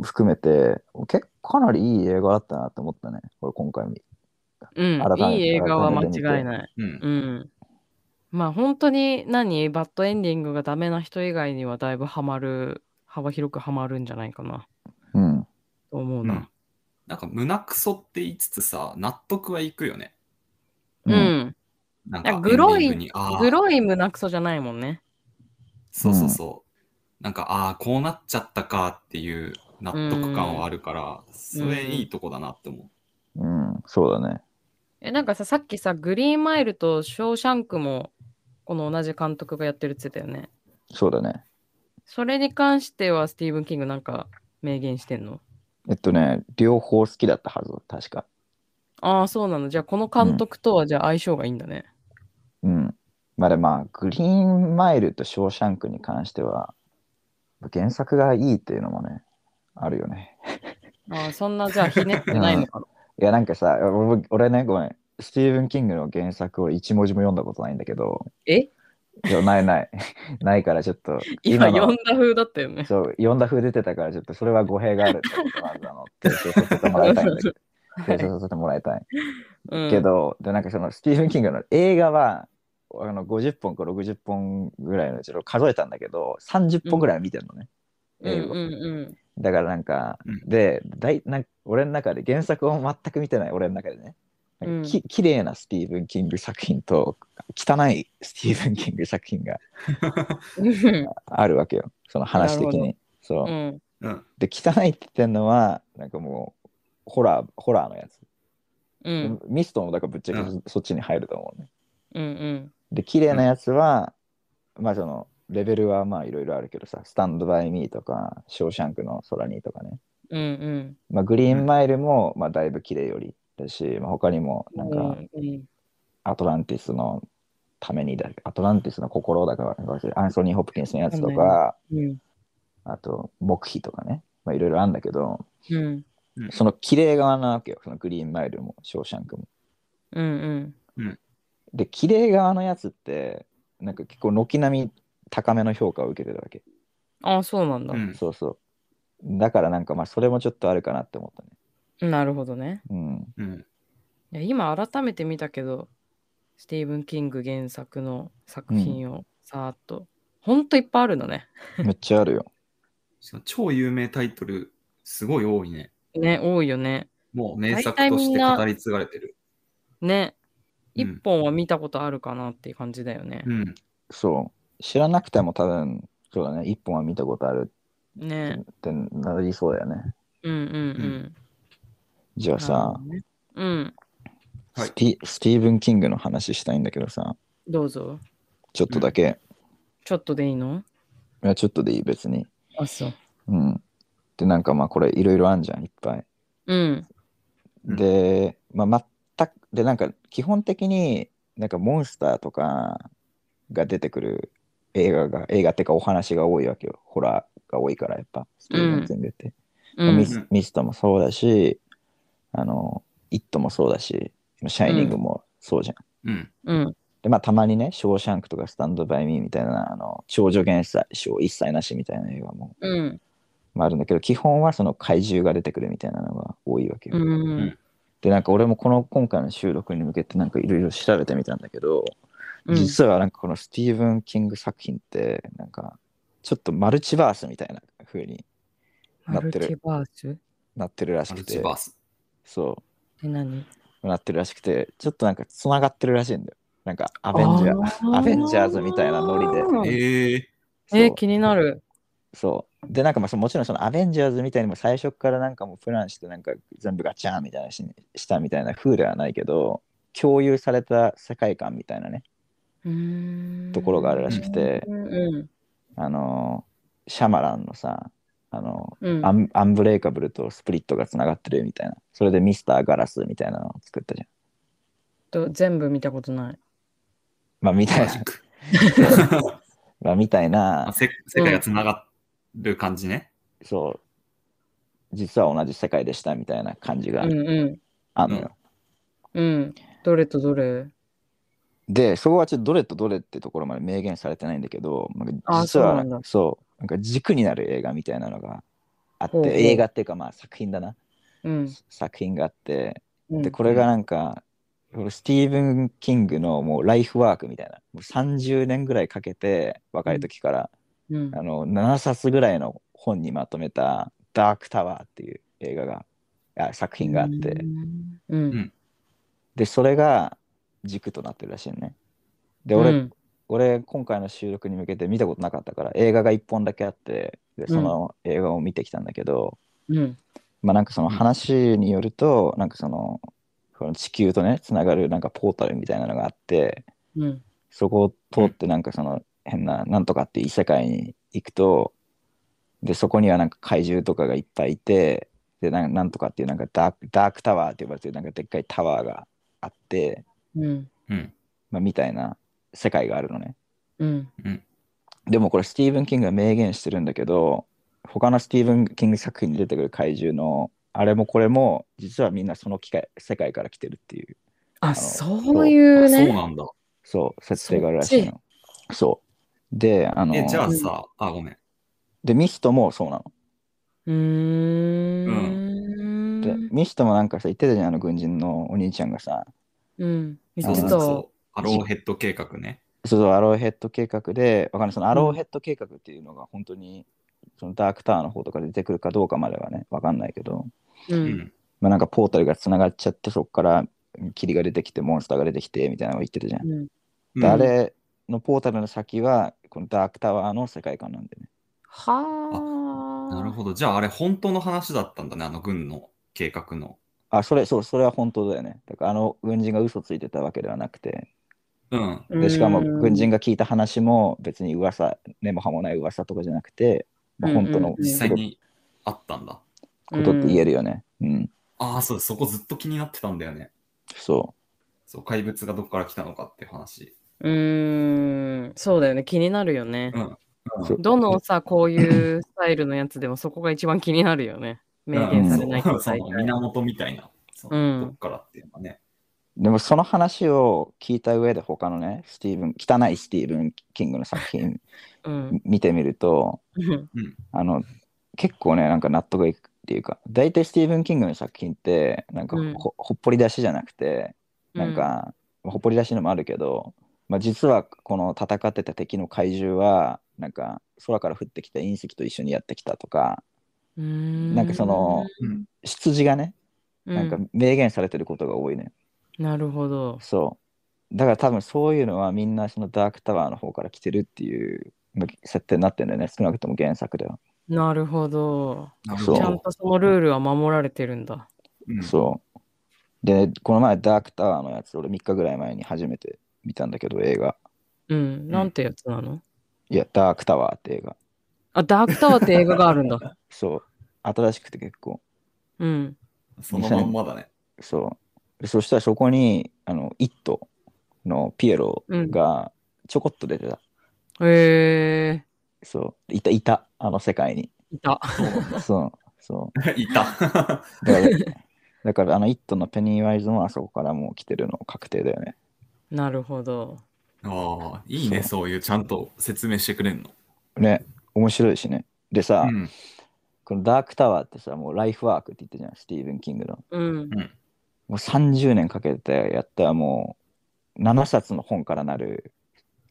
Speaker 2: 含めて、結構かなりいい映画だったなって思ったね、俺今回見。
Speaker 3: うん
Speaker 2: 改め、て
Speaker 3: いい映画は間
Speaker 2: 改めて見て
Speaker 3: 違いない。
Speaker 1: うん
Speaker 3: うん。まあ本当に何バッドエンディングがダメな人以外にはだいぶハマる、幅広くハマるんじゃないかな
Speaker 2: うん。
Speaker 3: と思う
Speaker 1: う。
Speaker 3: なん
Speaker 1: なんか胸くそって言いつつさ、納得はいくよね。
Speaker 3: うん。
Speaker 1: なん
Speaker 3: い
Speaker 1: か
Speaker 3: やグロい
Speaker 1: エンディングにあー
Speaker 3: グロい胸クソじゃないもんね。
Speaker 1: そうそうそう。なんか、ああ、こうなっちゃったかっていう納得感はあるから、それいいとこだなって思
Speaker 2: うん、そうだね。
Speaker 3: え、なんかさ、さっきさ、グリーンマイルとショーシャンクもこの同じ監督がやってるって言ってたよね。
Speaker 2: そうだね。
Speaker 3: それに関してはスティーブン・キングなんか明言してんの
Speaker 2: えっとね、両方好きだったはず、確か。
Speaker 3: ああ、そうなの。じゃあこの監督とはじゃあ相性がいいんだね。
Speaker 2: うん。まあでもまあ、グリーンマイルとショーシャンクに関しては、原作がいいっていうのもね、あるよね。
Speaker 3: ああ、そんなじゃあひねってないのかな。
Speaker 2: いや、なんかさ、俺俺ね、ごめん。スティーブン・キングの原作を一文字も読んだことないんだけど、
Speaker 3: え
Speaker 2: いや、ないない。 ないからちょっと、
Speaker 3: 今
Speaker 2: の
Speaker 3: 読んだ風だったよね。
Speaker 2: そう、読んだ風出てたから、ちょっとそれは語弊があるんだけど、まずあの、提唱させてもらいたいんだ けど、提唱させてもらいたい。
Speaker 3: うん
Speaker 2: けど、で、なんかその、スティーブン・キングの映画は、あの50本か60本ぐらいのうちの数えたんだけど、30本ぐらいは見てるのね。
Speaker 3: うんうんうん。
Speaker 2: だからなんか、
Speaker 1: うん
Speaker 2: で、だいなんか俺の中で原作を全く見てない俺の中でね、なんかき綺麗なスティーブン・キング作品と汚いスティーブン・キング作品があるわけよ、その話的
Speaker 3: な
Speaker 2: に。そう、
Speaker 3: うん。
Speaker 1: うん。
Speaker 2: で、汚いって言ってんのは、なんかもう、ホラー、ホラーのやつ。
Speaker 3: うん。
Speaker 2: ミストもだからぶっちゃけそ,、っちに入ると思うね。
Speaker 3: うんうん。
Speaker 2: で、綺麗なやつは、まあその、レベルはまあいろいろあるけどさ、スタンドバイミーとか、ショーシャンクの空にとかね。
Speaker 3: うんうん。
Speaker 2: まあ、グリーンマイルも、まあ、だいぶ綺麗よりだし、まあ、他にもなん
Speaker 3: う
Speaker 2: か
Speaker 3: んうん
Speaker 2: アトランティスのためにだ、アトランティスの心だからアンソニー・ホプキンスのやつとか、
Speaker 3: うん
Speaker 2: あと黙秘とかね、まあ、いろいろあるんだけど
Speaker 3: うん
Speaker 2: その綺麗側なわけよそのグリーンマイルもショーシャンクも。
Speaker 3: うんうん
Speaker 2: で綺麗側のやつってなんか結構軒並み高めの評価を受けてるわけ、
Speaker 3: ああ、そうなんだ
Speaker 1: う。ん。
Speaker 2: そうそうだからなんかまあそれもちょっとあるかなって思ったね
Speaker 3: なるほどね。
Speaker 2: うん
Speaker 1: うん。
Speaker 3: いや今改めて見たけど、スティーブン・キング原作の作品をさーっと、ほんといっぱいあるのね。
Speaker 2: めっちゃあ るよ
Speaker 1: しかも超有名タイトル、すごい多いね。
Speaker 3: ね、多いよね。
Speaker 1: もう名作として語り継がれてる。
Speaker 3: ね、
Speaker 1: う
Speaker 3: 一
Speaker 1: ん
Speaker 3: 本は見たことあるかなっていう感じだよね。
Speaker 1: うん。
Speaker 2: そう知らなくても多分そうだね一本は見たことある
Speaker 3: ね、
Speaker 2: ってなりそうだよね。
Speaker 3: うんうんうん。
Speaker 2: じゃあ
Speaker 3: なるほ
Speaker 2: さ
Speaker 3: ど、ねうん、
Speaker 1: はい
Speaker 2: スティスティーブン・キングの話したいんだけどさ、
Speaker 3: どうぞ。
Speaker 2: ちょっとだけ、
Speaker 3: ちょっとでいいの
Speaker 2: いやちょっとでいい別に。
Speaker 3: あ、そう。
Speaker 2: うん。で、なんかまあこれいろいろあんじゃん、いっぱい。
Speaker 3: うん。
Speaker 1: うん
Speaker 2: で、まあ全く、で、なんか基本的になんかモンスターとかが出てくる映画が、映画ってかお話が多いわけよ。ホラーが多いからやっぱ、スティーブン・キングって。
Speaker 3: う
Speaker 2: ミ
Speaker 3: ん。
Speaker 2: スミストもそうだし、あの、イットもそうだし、シャイニングもそうじゃん。
Speaker 1: うん。
Speaker 3: うん。
Speaker 2: で、まあ、たまにね、ショーシャンクとかスタンドバイミーみたいな、あの、少女原作、一切なしみたいな映画も、
Speaker 3: うん。
Speaker 2: まあ、あるんだけど、基本はその怪獣が出てくるみたいなのが多いわけよ。
Speaker 3: うん。
Speaker 2: で、なんか俺もこの今回の収録に向けてなんかいろいろ調べてみたんだけど、
Speaker 3: うん
Speaker 2: 実はなんかこのスティーブン・キング作品って、なんか、ちょっとマルチバースみたいな風にな
Speaker 3: マ
Speaker 2: ってる
Speaker 3: ルチバースっ
Speaker 2: なってるらし
Speaker 1: マ
Speaker 2: く
Speaker 1: ルチ
Speaker 2: て、
Speaker 1: バース。
Speaker 2: そ
Speaker 3: て何
Speaker 2: う、なってるらしくて、ちょっとなんかつながってるらしいんだよ。なんかアベンジャー。
Speaker 3: ー
Speaker 2: アベンジャーズみたいなノリで
Speaker 1: ええ
Speaker 2: そう
Speaker 3: えー気になる。
Speaker 2: そう。で、なんかまあそもちろんそのアベンジャーズみたいにも最初からなんかもうプランしてなんか全部ガチャーンみたいなししたみたいな風ではないけど、共有された世界観みたいなね、
Speaker 3: うーん
Speaker 2: ところがあるらしくて
Speaker 3: う、んう
Speaker 2: あのー、シャマランのさ、あの
Speaker 3: んうん
Speaker 2: ー、アンアンブレイカブルとスプリットがつながってるみたいな、それでミスターガラスみたいなのを作ったじゃん。
Speaker 3: と全部見たことない。
Speaker 2: まあみたい
Speaker 1: マ
Speaker 2: な
Speaker 1: ジッ、ク。
Speaker 2: まあみたいな
Speaker 1: あ、せ世界がつながる感じね。
Speaker 2: そう、実は同じ世界でしたみたいな感じが
Speaker 3: うんう
Speaker 2: あるのよ。
Speaker 3: ん。うん。どれとどれ
Speaker 2: で、そこはちょっとどれとどれってところまで明言されてないんだけど、なんか
Speaker 3: あ
Speaker 2: 実
Speaker 3: そう
Speaker 2: は
Speaker 3: なんだ
Speaker 2: そうなんか軸になる映画みたいなのがあって、
Speaker 3: ほうほう
Speaker 2: 映画っていうかまあ作品だな、
Speaker 3: うん。
Speaker 2: 作品があって、
Speaker 3: うん
Speaker 2: で、これがなんか、これスティーブン・キングのもうライフワークみたいな、もう30年ぐらいかけて、若い時から、
Speaker 3: うん
Speaker 2: あの7冊ぐらいの本にまとめた、ダークタワーっていう映画が、あ作品があって、
Speaker 3: うんうん。
Speaker 2: で、それが軸となってるらしいね。で、
Speaker 3: う
Speaker 2: 俺、
Speaker 3: ん
Speaker 2: 俺今回の収録に向けて見たことなかったから映画が1本だけあってでその映画を見てきたんだけど、
Speaker 3: うん。
Speaker 2: まあなんかその話によるとなんかそのこの地球とねつながるなんかポータルみたいなのがあって
Speaker 3: うん。
Speaker 2: そこを通ってなんかその変ななんとかっていう異世界に行くとでそこにはなんか怪獣とかがいっぱいいてでなんなんとかっていうなんかダークダークタワーって呼ばれてるなんかでっかいタワーがあって、
Speaker 3: うん。
Speaker 1: うん。
Speaker 2: まあ、みたいな世界があるのね
Speaker 3: うん。
Speaker 2: でもこれスティーブン・キングが明言してるんだけど他のスティーブン・キング作品に出てくる怪獣のあれもこれも実はみんなその機械世界から来てるっていう
Speaker 3: あ、そういう
Speaker 1: そう
Speaker 3: ね。
Speaker 1: なんだ。
Speaker 2: そう設定があるらしいのそうであの
Speaker 1: え、じゃあさ、あ、ごめん。
Speaker 2: でミストもそうなの
Speaker 3: うーん。
Speaker 2: でミストもなんかさ言ってたじゃんあの軍人のお兄ちゃんがさ
Speaker 3: うん。ち
Speaker 2: そ
Speaker 3: ょ
Speaker 2: う
Speaker 3: っ
Speaker 2: だ
Speaker 3: と、
Speaker 1: アローヘッド計画ね。
Speaker 2: そうそうアローヘッド計画でわかんないそのアローヘッド計画っていうのが本当にそのダークタワーの方とか出てくるかどうかまではねわかんないけど
Speaker 3: う。
Speaker 1: うんん。
Speaker 2: まあ、なんかポータルがつながっちゃってそこから霧が出てきてモンスターが出てきてみたいなのを言ってたじゃん。
Speaker 3: うん
Speaker 2: であ
Speaker 1: うん
Speaker 2: れのポータルの先はこのダークタワーの世界観なんでね。
Speaker 3: はあ。
Speaker 1: なるほど。じゃああれ本当の話だったんだね、あの軍の計画の。
Speaker 2: あ、それ、そう、それは本当だよね。だからあの軍人が嘘ついてたわけではなくて。
Speaker 1: うん。
Speaker 3: ど
Speaker 2: で、しかも軍人が聞いた話も別に噂、根も葉もない噂とかじゃなくて、まあ、本当の
Speaker 3: うん
Speaker 1: 実際
Speaker 2: こ
Speaker 1: にあったんだ。
Speaker 2: とって言え
Speaker 3: る。
Speaker 2: るよね。うん、
Speaker 1: ああ、そう、そこずっと気になってたんだよね。
Speaker 2: そ
Speaker 1: そう、怪物がどこから来たのかっていう話。
Speaker 3: うーん。そうだよね。気になるよね。
Speaker 2: う。そう
Speaker 3: どのさ、こういうスタイルのやつでもそこが一番気になるよね。明言されない
Speaker 1: うん
Speaker 3: と
Speaker 1: そう
Speaker 3: 大
Speaker 1: その
Speaker 3: 体。
Speaker 1: 源みたいな。そう
Speaker 3: うん
Speaker 1: どこからっていうのはね。
Speaker 2: でもその話を聞いた上で他のね、スティーブン、汚いスティーブン・キングの作品
Speaker 3: うん。
Speaker 2: 見てみると、あの結構ねなんか納得いくっていうか大体スティーブン・キングの作品ってなんかほ,、
Speaker 3: うん
Speaker 2: ほっぽり出しじゃなくてなんか、ほっぽり出しのもあるけど、まあ、実はこの戦ってた敵の怪獣はなんか空から降ってきた隕石と一緒にやってきたとか
Speaker 3: うん、
Speaker 2: なんかその
Speaker 1: うん
Speaker 2: 出自がね
Speaker 3: う、
Speaker 2: なんか明言されてることが多いね、
Speaker 3: なるほど。
Speaker 2: そうだから多分そういうのはみんなそのダークタワーの方から来てるっていうまあ設定になってるんだよね少なくとも原作では、
Speaker 3: なるほど。
Speaker 1: なる
Speaker 2: そう
Speaker 1: ほ
Speaker 3: ちゃん
Speaker 1: ど。
Speaker 3: とそのルールは守られてるんだ。
Speaker 1: うん
Speaker 2: そう。で、この前、ダークタワーのやつ、俺3日ぐらい前に初めて見たんだけど、映画。
Speaker 3: うん。なんてやつなの、
Speaker 2: いや、ダークタワーって映画。
Speaker 3: あ、ダークタワーって映画があ るんだ。
Speaker 2: そう。新しくて結構。
Speaker 3: うん。
Speaker 1: そのまんまだね。
Speaker 2: そう。でそしたらそこに、あの、イットのピエロがちょこっと出てた。
Speaker 3: え
Speaker 2: そう。いた、いた。あの世界 に。
Speaker 3: ー、いた。
Speaker 1: そうなんだ。
Speaker 2: そう。そ
Speaker 1: いた。
Speaker 2: う。だから、だからあの、イットのペニーワイズもあそこからもう来てるの確定だよね。
Speaker 3: なるほど。
Speaker 1: ああ、いいね、そういう、ちゃんと説明してくれんの。
Speaker 2: ね。面白いしね。でさ、
Speaker 1: うん
Speaker 2: このダークタワーってさ、もうライフワークって言ってたじゃん、スティーブン・キングの。
Speaker 3: うん。
Speaker 2: もう30年かけてやったもう7冊の本からなる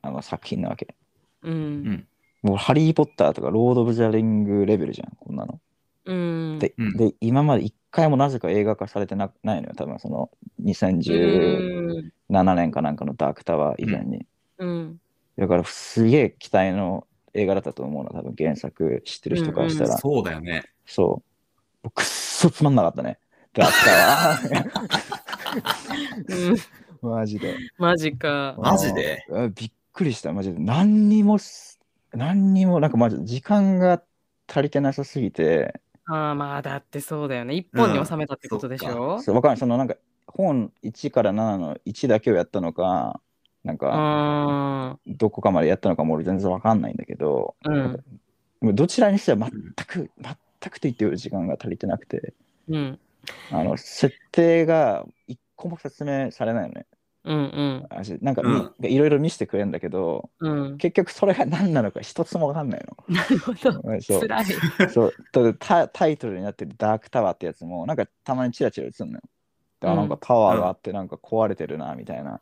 Speaker 2: あの作品なわけ。
Speaker 3: う
Speaker 1: うん
Speaker 3: ん。
Speaker 2: もうハリー・ポッターとかロード・オブ・ザ・リングレベルじゃん、こんなの。
Speaker 3: うん。
Speaker 2: で、
Speaker 1: うん
Speaker 2: で今まで一回もなぜか映画化されてなないのよ、多分その2017
Speaker 3: うん。
Speaker 2: 年かなんかのダークタワー以前に。
Speaker 3: うん。
Speaker 2: だからすげえ期待の映画だったと思うの、多分原作知ってる人からしたら。
Speaker 1: そうだよね。
Speaker 2: そう。くっそつまんなかったね。ダークタワー。
Speaker 3: うん
Speaker 2: マジで。
Speaker 3: マジか。
Speaker 1: マジで
Speaker 2: あーびっくりした、マジで。何にもす、何にも、なんかマジで時間が足りてなさすぎて、
Speaker 3: ああ、まあ、だってそうだよね。一本に収めたってことでしょ、
Speaker 2: そうわかんない、そのなんか本1から7の1だけをやったのか、なんか
Speaker 3: あ
Speaker 2: どこかまでやったのかも俺全然わかんないんだけど、
Speaker 3: あ。うん。
Speaker 2: もうどちらにしても全く、全くと言ってより時間が足りてなくて、
Speaker 3: うん。
Speaker 2: あの、設定が一個も説明されないよね。
Speaker 3: うん。
Speaker 2: あしなんか、
Speaker 1: うん
Speaker 2: みいろいろ見せてくれるんだけど、
Speaker 3: うん。うん。
Speaker 2: 結局それが何なのか一つもわかんないの。
Speaker 3: なるほど。
Speaker 2: そう
Speaker 3: 辛い。
Speaker 2: そうただタタイトルになってる「ダークタワー」ってやつもなんかたまにチラチラ映るのよ。であ
Speaker 3: うん
Speaker 2: なんかパワーがあってなんか壊れてるなみたいな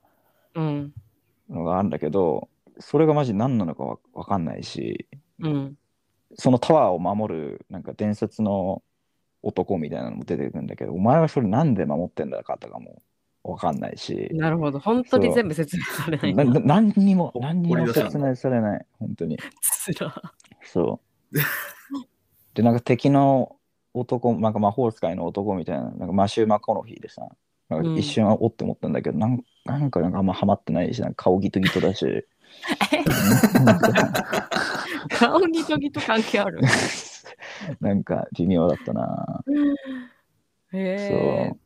Speaker 3: うん。
Speaker 2: のがあるんだけどそれがマジ何なのかわわかんないし
Speaker 3: うん。
Speaker 2: そのタワーを守るなんか伝説の男みたいなのも出てくるんだけどお前はそれなんで守ってんだかとかもわかんないし
Speaker 3: なるほど。本当に全部説明されない
Speaker 2: なな何にも
Speaker 1: 掘り
Speaker 2: 何にも
Speaker 1: 掘り出し
Speaker 2: 説明されない本当に
Speaker 3: つら。
Speaker 2: そう。で、なんか敵の男、なんか魔法使いの男みたいな、なんかマシュー・マコノヒーでさ、なんか
Speaker 3: うん
Speaker 2: 一瞬はおって思ったんだけど、なんなんかなんかあんまハマってないし、なんか顔ギトギトだし。 なんか
Speaker 3: 顔にトギと関係ある。
Speaker 2: なんか微妙だったな。
Speaker 3: へえ
Speaker 2: そう。。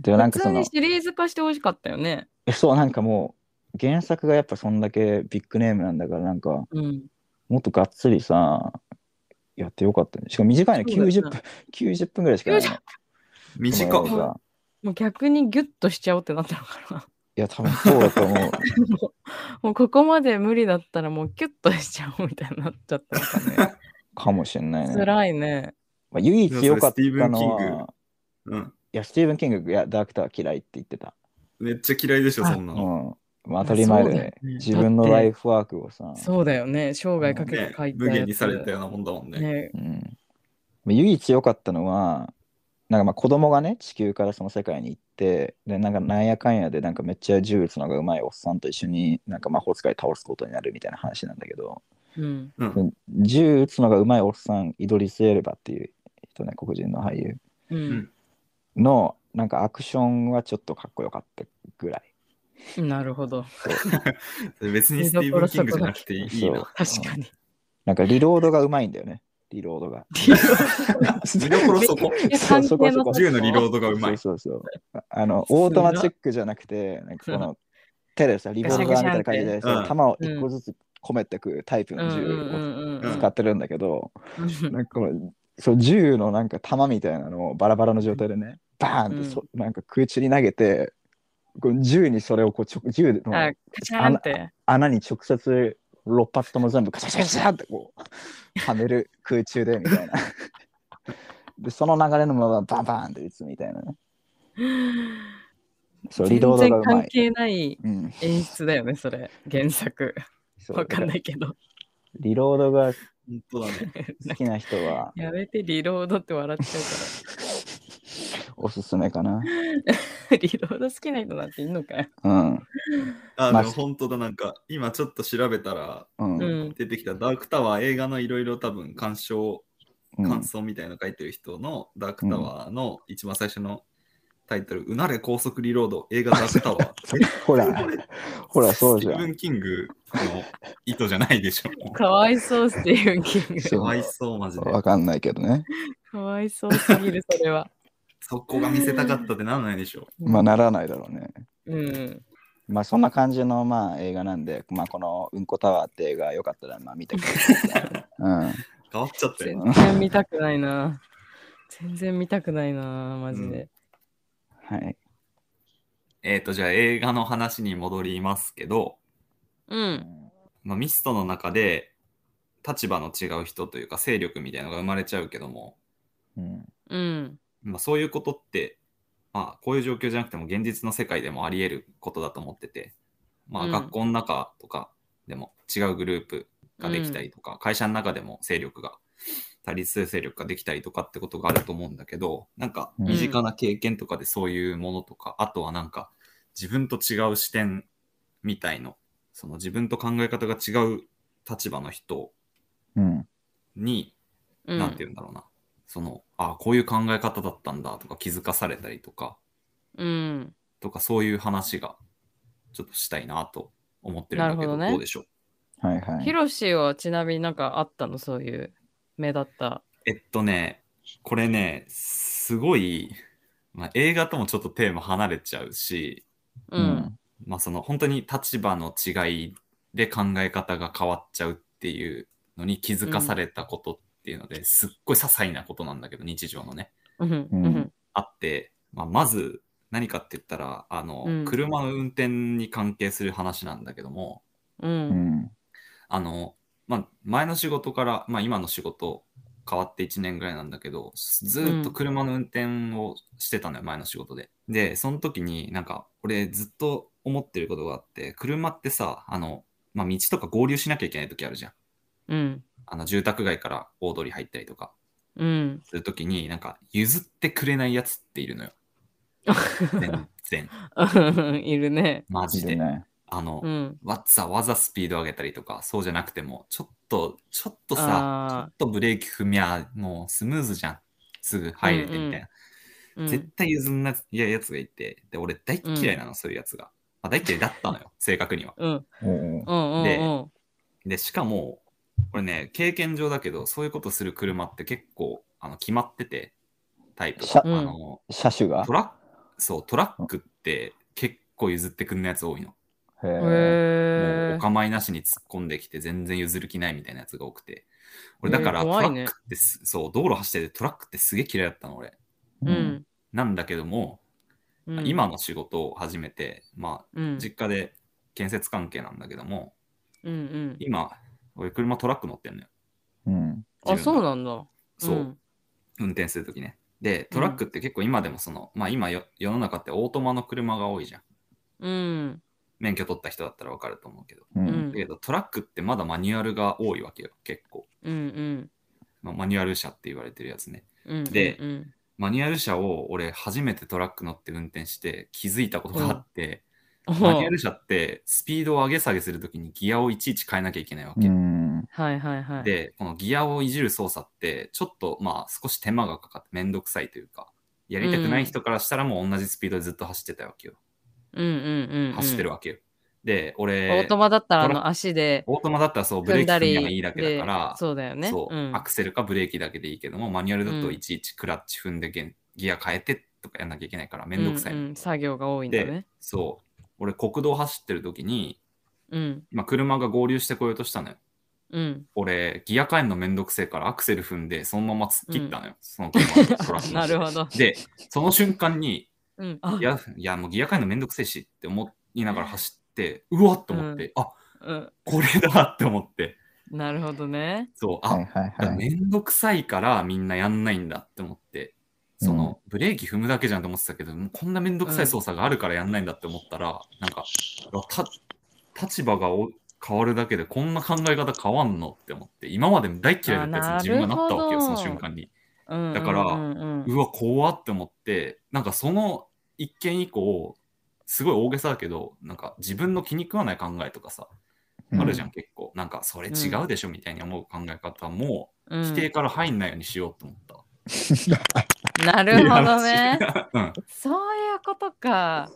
Speaker 2: で、なん
Speaker 3: 普
Speaker 2: か
Speaker 3: 通
Speaker 2: その
Speaker 3: に、シリーズ化してほしかったよね。
Speaker 2: えそう、なんかもう、原作がやっぱそんだけビッグネームなんだから、なんか、
Speaker 3: うん。
Speaker 2: もっとがっつりさ、やってよかったね。しかも短いね、
Speaker 3: そうだ
Speaker 2: 90
Speaker 3: よね
Speaker 2: 分、90分ぐらいしかないの。
Speaker 1: 短
Speaker 2: こ
Speaker 1: っ
Speaker 2: の映画
Speaker 3: もう逆にギュッとしちゃおうってなったのかな。
Speaker 2: いや、多分そうだと思う。
Speaker 3: もうここまで無理だったらもうキュッとしちゃおうみたいになっちゃったのかね。
Speaker 2: かもしれ ないね。
Speaker 3: 辛いね。
Speaker 2: まあ、唯一良かった
Speaker 1: で
Speaker 2: の
Speaker 1: もそれスティーブンキング
Speaker 2: は、
Speaker 1: うん。
Speaker 2: いや、スティーブン・キング、いや、ダークター嫌いって言ってた。
Speaker 1: めっちゃ嫌いでしょ、そんな
Speaker 2: う
Speaker 1: の。
Speaker 2: ん。まあ、当たり前で、
Speaker 3: そうだよね
Speaker 2: 自分のライフワークをさ、
Speaker 3: そうだよね。生涯かけ
Speaker 1: ね
Speaker 3: て書いたやつ、
Speaker 1: 無限にされたようなもんだもんね。
Speaker 3: ね。
Speaker 2: うん。まあ唯一良かったのは、なんかまあ子供がね、地球からその世界に行って、で、なんかなんやかんやで、なんかめっちゃ銃撃つのがうまいおっさんと一緒に、なんか魔法使い倒すことになるみたいな話なんだけど、
Speaker 3: うん。
Speaker 2: 銃撃つのがうまいおっさん、イドリス・エルバっていう人ね、黒人の俳優
Speaker 3: うん。
Speaker 2: の、なんかアクションはちょっとかっこよかったぐらい。
Speaker 3: なるほど。
Speaker 1: 別にスティーブン・キングじゃなくていい
Speaker 2: そう
Speaker 1: な。
Speaker 3: 確かに。
Speaker 2: なんかリロードがうまいんだよね。リロードが。
Speaker 1: 見どころそこ。
Speaker 3: いや関係なさそう
Speaker 1: 銃のリロードがうまい。
Speaker 2: そうそうそう。あの、
Speaker 3: すごい
Speaker 2: オートマチックじゃなくて、なんかこの手でさ、リボルバーみたいな感じで
Speaker 1: ガシャガシャ
Speaker 2: さ、
Speaker 1: って
Speaker 2: 弾を一個ずつ込めてくタイプ
Speaker 3: うん
Speaker 2: の
Speaker 3: うん
Speaker 2: 銃
Speaker 3: うんう
Speaker 2: を
Speaker 3: ん
Speaker 2: 使ってるんだけど、
Speaker 3: うん。
Speaker 2: なんかこのそう銃のなんか弾みたいなのをバラバラの状態でね、バーンってそ、なんか空中に投げて、この銃にそれをこう直銃の
Speaker 3: あ、カチャーンって。
Speaker 2: 穴に直接6発とも全部カシャカシャカシャってこうはめる空中でみたいな でその流れのままバンバンって打つみたいなねそうリロードがう
Speaker 3: 全然
Speaker 2: ま
Speaker 3: 関
Speaker 2: い、
Speaker 3: 係ない
Speaker 2: うん、
Speaker 3: 演出だよね、それ。原作。
Speaker 2: そう
Speaker 3: わかんな
Speaker 2: だら
Speaker 3: いけど。
Speaker 2: リロードが
Speaker 1: 本当だね。
Speaker 2: 好きな人は
Speaker 3: やめて、リロードって笑っちゃうか
Speaker 2: おすすめかな
Speaker 3: ら。 リロード好きな人なんていんのかよ。
Speaker 2: うん
Speaker 1: あ、
Speaker 2: ま
Speaker 1: でも
Speaker 2: あ
Speaker 1: 本当だ、なんか、今ちょっと調べたら、
Speaker 2: うん
Speaker 3: う
Speaker 2: うん
Speaker 3: ん。
Speaker 1: 出てきたダークタワー映画のいろいろ多分鑑賞、感想みたいなの書いてる人のダークタワーの一番最初のタイトル、うなれ高速リロード映画ダークタワー。
Speaker 2: ほらほらそうじ
Speaker 1: ス
Speaker 2: ゃ
Speaker 1: ティーブ
Speaker 2: ん
Speaker 1: ン・キングの意図じゃないでしょ。
Speaker 3: かわいそう、スティーブン・キング。
Speaker 1: か
Speaker 2: そう
Speaker 1: わいそう、マジで。
Speaker 2: わかんないけどね
Speaker 3: かわいそうすぎる、それ は。
Speaker 1: そこが見せたかったってなんないでしょ。
Speaker 2: まあならないだろうね
Speaker 3: うん。
Speaker 2: まあそんな感じのまあ映画なんで、まあ、この「うんこタワー」って映画よかったらまあ見てくだ さい。うん
Speaker 1: 変わっちゃったよ。
Speaker 3: 全然見たくないな。全然見たくないな、マジで。
Speaker 2: はい、
Speaker 1: えっ、ー、と、じゃあ映画の話に戻りますけど、
Speaker 3: うん。
Speaker 1: まあ、ミストの中で立場の違う人というか勢力みたいなのが生まれちゃうけども、
Speaker 2: うん
Speaker 3: うん。
Speaker 1: まあ、そういうことって、まあ、こういう状況じゃなくても現実の世界でもあり得ることだと思ってて、まあ、
Speaker 3: うん
Speaker 1: 学校の中とかでも違うグループができたりとか、会社の中でも勢力が多立数勢力ができたりとかってことがあると思うんだけどなんか
Speaker 2: うん
Speaker 1: 身近な経験とかでそういうものとか、あとはなんか自分と違う視点みたいのその自分と考え方が違う立場の人
Speaker 2: うん
Speaker 1: に
Speaker 3: うん。
Speaker 1: なんて言うんだろうな。その、あこういう考え方だったんだとか気づかされたりとか、
Speaker 3: うん。
Speaker 1: とかそういう話がちょっとしたいなと思ってるんだけど、
Speaker 3: なる
Speaker 1: どう
Speaker 3: ほどね
Speaker 1: でしょう。
Speaker 2: はいは
Speaker 3: ヒ
Speaker 2: い。
Speaker 3: ロシはちなみになんかあったのそういう目立った。
Speaker 1: えっとね、これね、すごい、まあ、映画ともちょっとテーマ離れちゃうし、
Speaker 3: う。
Speaker 2: うんん
Speaker 1: まあその本当に立場の違いで考え方が変わっちゃうっていうのに気づかされたことっていうので、すっごい些細なことなんだけど、日常のね。
Speaker 3: うん。
Speaker 2: うん
Speaker 3: うん。
Speaker 1: あって、まあ、まず何かって言ったらあの、
Speaker 3: うん
Speaker 1: 車の運転に関係する話なんだけども
Speaker 3: う。
Speaker 2: うんん
Speaker 1: あの、まあ、前の仕事から、まあ、今の仕事変わって1年ぐらいなんだけどずーっと車の運転をしてたのよ、前の仕事で。でその時になんか俺ずっと思ってることがあって車ってさあの、まあ、道とか合流しなきゃいけない時あるじゃん。
Speaker 3: うん。
Speaker 1: あの住宅街から大通り入ったりとか
Speaker 3: うん。
Speaker 1: する時になんか譲ってくれないやつっている のよ全然。
Speaker 3: いるね。
Speaker 1: マジ
Speaker 2: い
Speaker 1: で。
Speaker 2: るね
Speaker 1: あの、
Speaker 3: うん。
Speaker 1: わざわざスピード上げたりとか、そうじゃなくても、ちょっと、ちょっとさ、ちょ
Speaker 3: あ
Speaker 1: っとブレーキ踏みゃ、もうスムーズじゃん。すぐ入れてみたいな。
Speaker 3: うん
Speaker 1: 絶対譲んないやつがいて、で、俺大っ嫌いなの、そういうやつが。まあ、大っ嫌いだった のよ、正確には。
Speaker 3: うん
Speaker 2: おうおう
Speaker 3: うんうんうん
Speaker 1: で、しかも、これね、経験上だけど、そういうことする車って結構、あの、決まってて、タイプ
Speaker 2: 車
Speaker 1: が。あの、
Speaker 2: 車種が
Speaker 1: トラック、そう、トラックって結構譲ってくんのやつ多いの。
Speaker 2: へえ。
Speaker 1: もう
Speaker 3: へ
Speaker 1: お
Speaker 3: ー
Speaker 1: 構いなしに突っ込んできて全然譲る気ないみたいなやつが多くて。俺
Speaker 3: えー
Speaker 1: だからト
Speaker 3: 怖
Speaker 1: ラ
Speaker 3: いね
Speaker 1: ックってす、そう、道路走っててトラックってすげえ嫌いだったの俺。
Speaker 3: う。ん
Speaker 1: なんだけども、
Speaker 3: うん
Speaker 1: 今の仕事を始めて、ま
Speaker 3: う
Speaker 1: あ、
Speaker 3: ん
Speaker 1: 実家で建設関係なんだけども、
Speaker 3: うんうん
Speaker 1: 今、俺車トラック乗ってんのよ。
Speaker 2: うん。
Speaker 3: あ
Speaker 1: 自分
Speaker 3: そ
Speaker 1: の
Speaker 3: うなんだ
Speaker 1: そう、
Speaker 3: ん
Speaker 1: 運転するときね。で、トラックって結構今でもその、まあ今よ世の中ってオートマの車が多いじゃん。
Speaker 3: うん
Speaker 1: 免許取った人だったらわかると思うけど。
Speaker 2: う。
Speaker 3: うん
Speaker 1: だ
Speaker 3: ん
Speaker 1: けどトラックってまだマニュアルが多いわけよ、結構。
Speaker 3: うん
Speaker 1: まあ、マニュアル車って言われてるやつね。
Speaker 3: うん
Speaker 1: で
Speaker 3: うん
Speaker 1: マニュアル車を俺初めてトラック乗って運転して気づいたことがあって、
Speaker 3: うん
Speaker 1: マニュアル車ってスピードを上げ下げするときにギアをいちいち変えなきゃいけないわ
Speaker 2: う
Speaker 1: け。
Speaker 2: ん。
Speaker 3: はいはいはい
Speaker 1: で、このギアをいじる操作って、ちょっとまあ少し手間がかかってめんどくさいというか、やりたくない人からしたらもう同じスピードでずっと走ってたわけよ。
Speaker 3: うんうんうんうん
Speaker 1: 走ってるわけよ。で、
Speaker 3: オ
Speaker 1: 俺、
Speaker 3: ートマだったらあ
Speaker 1: トラ
Speaker 3: の足で
Speaker 1: オートマだったらそう、ブレー
Speaker 3: 踏ん
Speaker 1: キ
Speaker 3: だ
Speaker 1: 踏
Speaker 3: り
Speaker 1: みがいいだけだから
Speaker 3: で、そうだよね
Speaker 1: そう、
Speaker 3: ん
Speaker 1: アクセルかブレーキだけでいいけども、マニュアルだ
Speaker 3: う
Speaker 1: と
Speaker 3: ん
Speaker 1: いちいちクラッチ踏んでゲンギア変えてとかやんなきゃいけないからめんどくさいの、
Speaker 3: うんうん作業が多いんだ
Speaker 1: で
Speaker 3: ね、
Speaker 1: そう、俺国道走ってる時に、
Speaker 3: うん
Speaker 1: まあ、車が合流してこようとしたのよ。
Speaker 3: うん
Speaker 1: 俺、ギア変えんのめんどくせえからアクセル踏んで、そのまま突っ切ったのよ。その車のトラックの
Speaker 3: なるほど、
Speaker 1: で、その瞬間に、
Speaker 3: うん、あ
Speaker 1: いや、いやもうギア変えるのめんどくせえしって思いながら走って、うわっと思って、あ
Speaker 3: うん
Speaker 1: これだって思って、
Speaker 3: なるほどね
Speaker 1: そう、あ、
Speaker 2: はいはいはい。
Speaker 1: めんどくさいからみんなやんないんだって思って、その、ブレーキ踏むだけじゃんと思ってたけど、もうこんなめんどくさい操作があるからやんないんだって思ったら、なんか、た立場がお変わるだけでこんな考え方変わんのって思って、今まで大嫌いだったやつに
Speaker 3: あ
Speaker 1: 自分がなったわけよ、
Speaker 3: なる
Speaker 1: そ
Speaker 3: ほ
Speaker 1: の
Speaker 3: ど
Speaker 1: 瞬間に。だ
Speaker 3: だ
Speaker 1: から
Speaker 3: うんうんうん
Speaker 1: うわ、怖って思って、なんかその一件以降、すごい大げさだけど、なんか自分の気に食わない考えとかさ、
Speaker 2: うん
Speaker 1: あるじゃ ん、結構。なんかそれ違うでしょみたいに思う考え方も、
Speaker 3: うん
Speaker 1: 否定から入んないようにしようと思った。
Speaker 3: なるほどね
Speaker 1: っていう話うん、
Speaker 3: そういうことか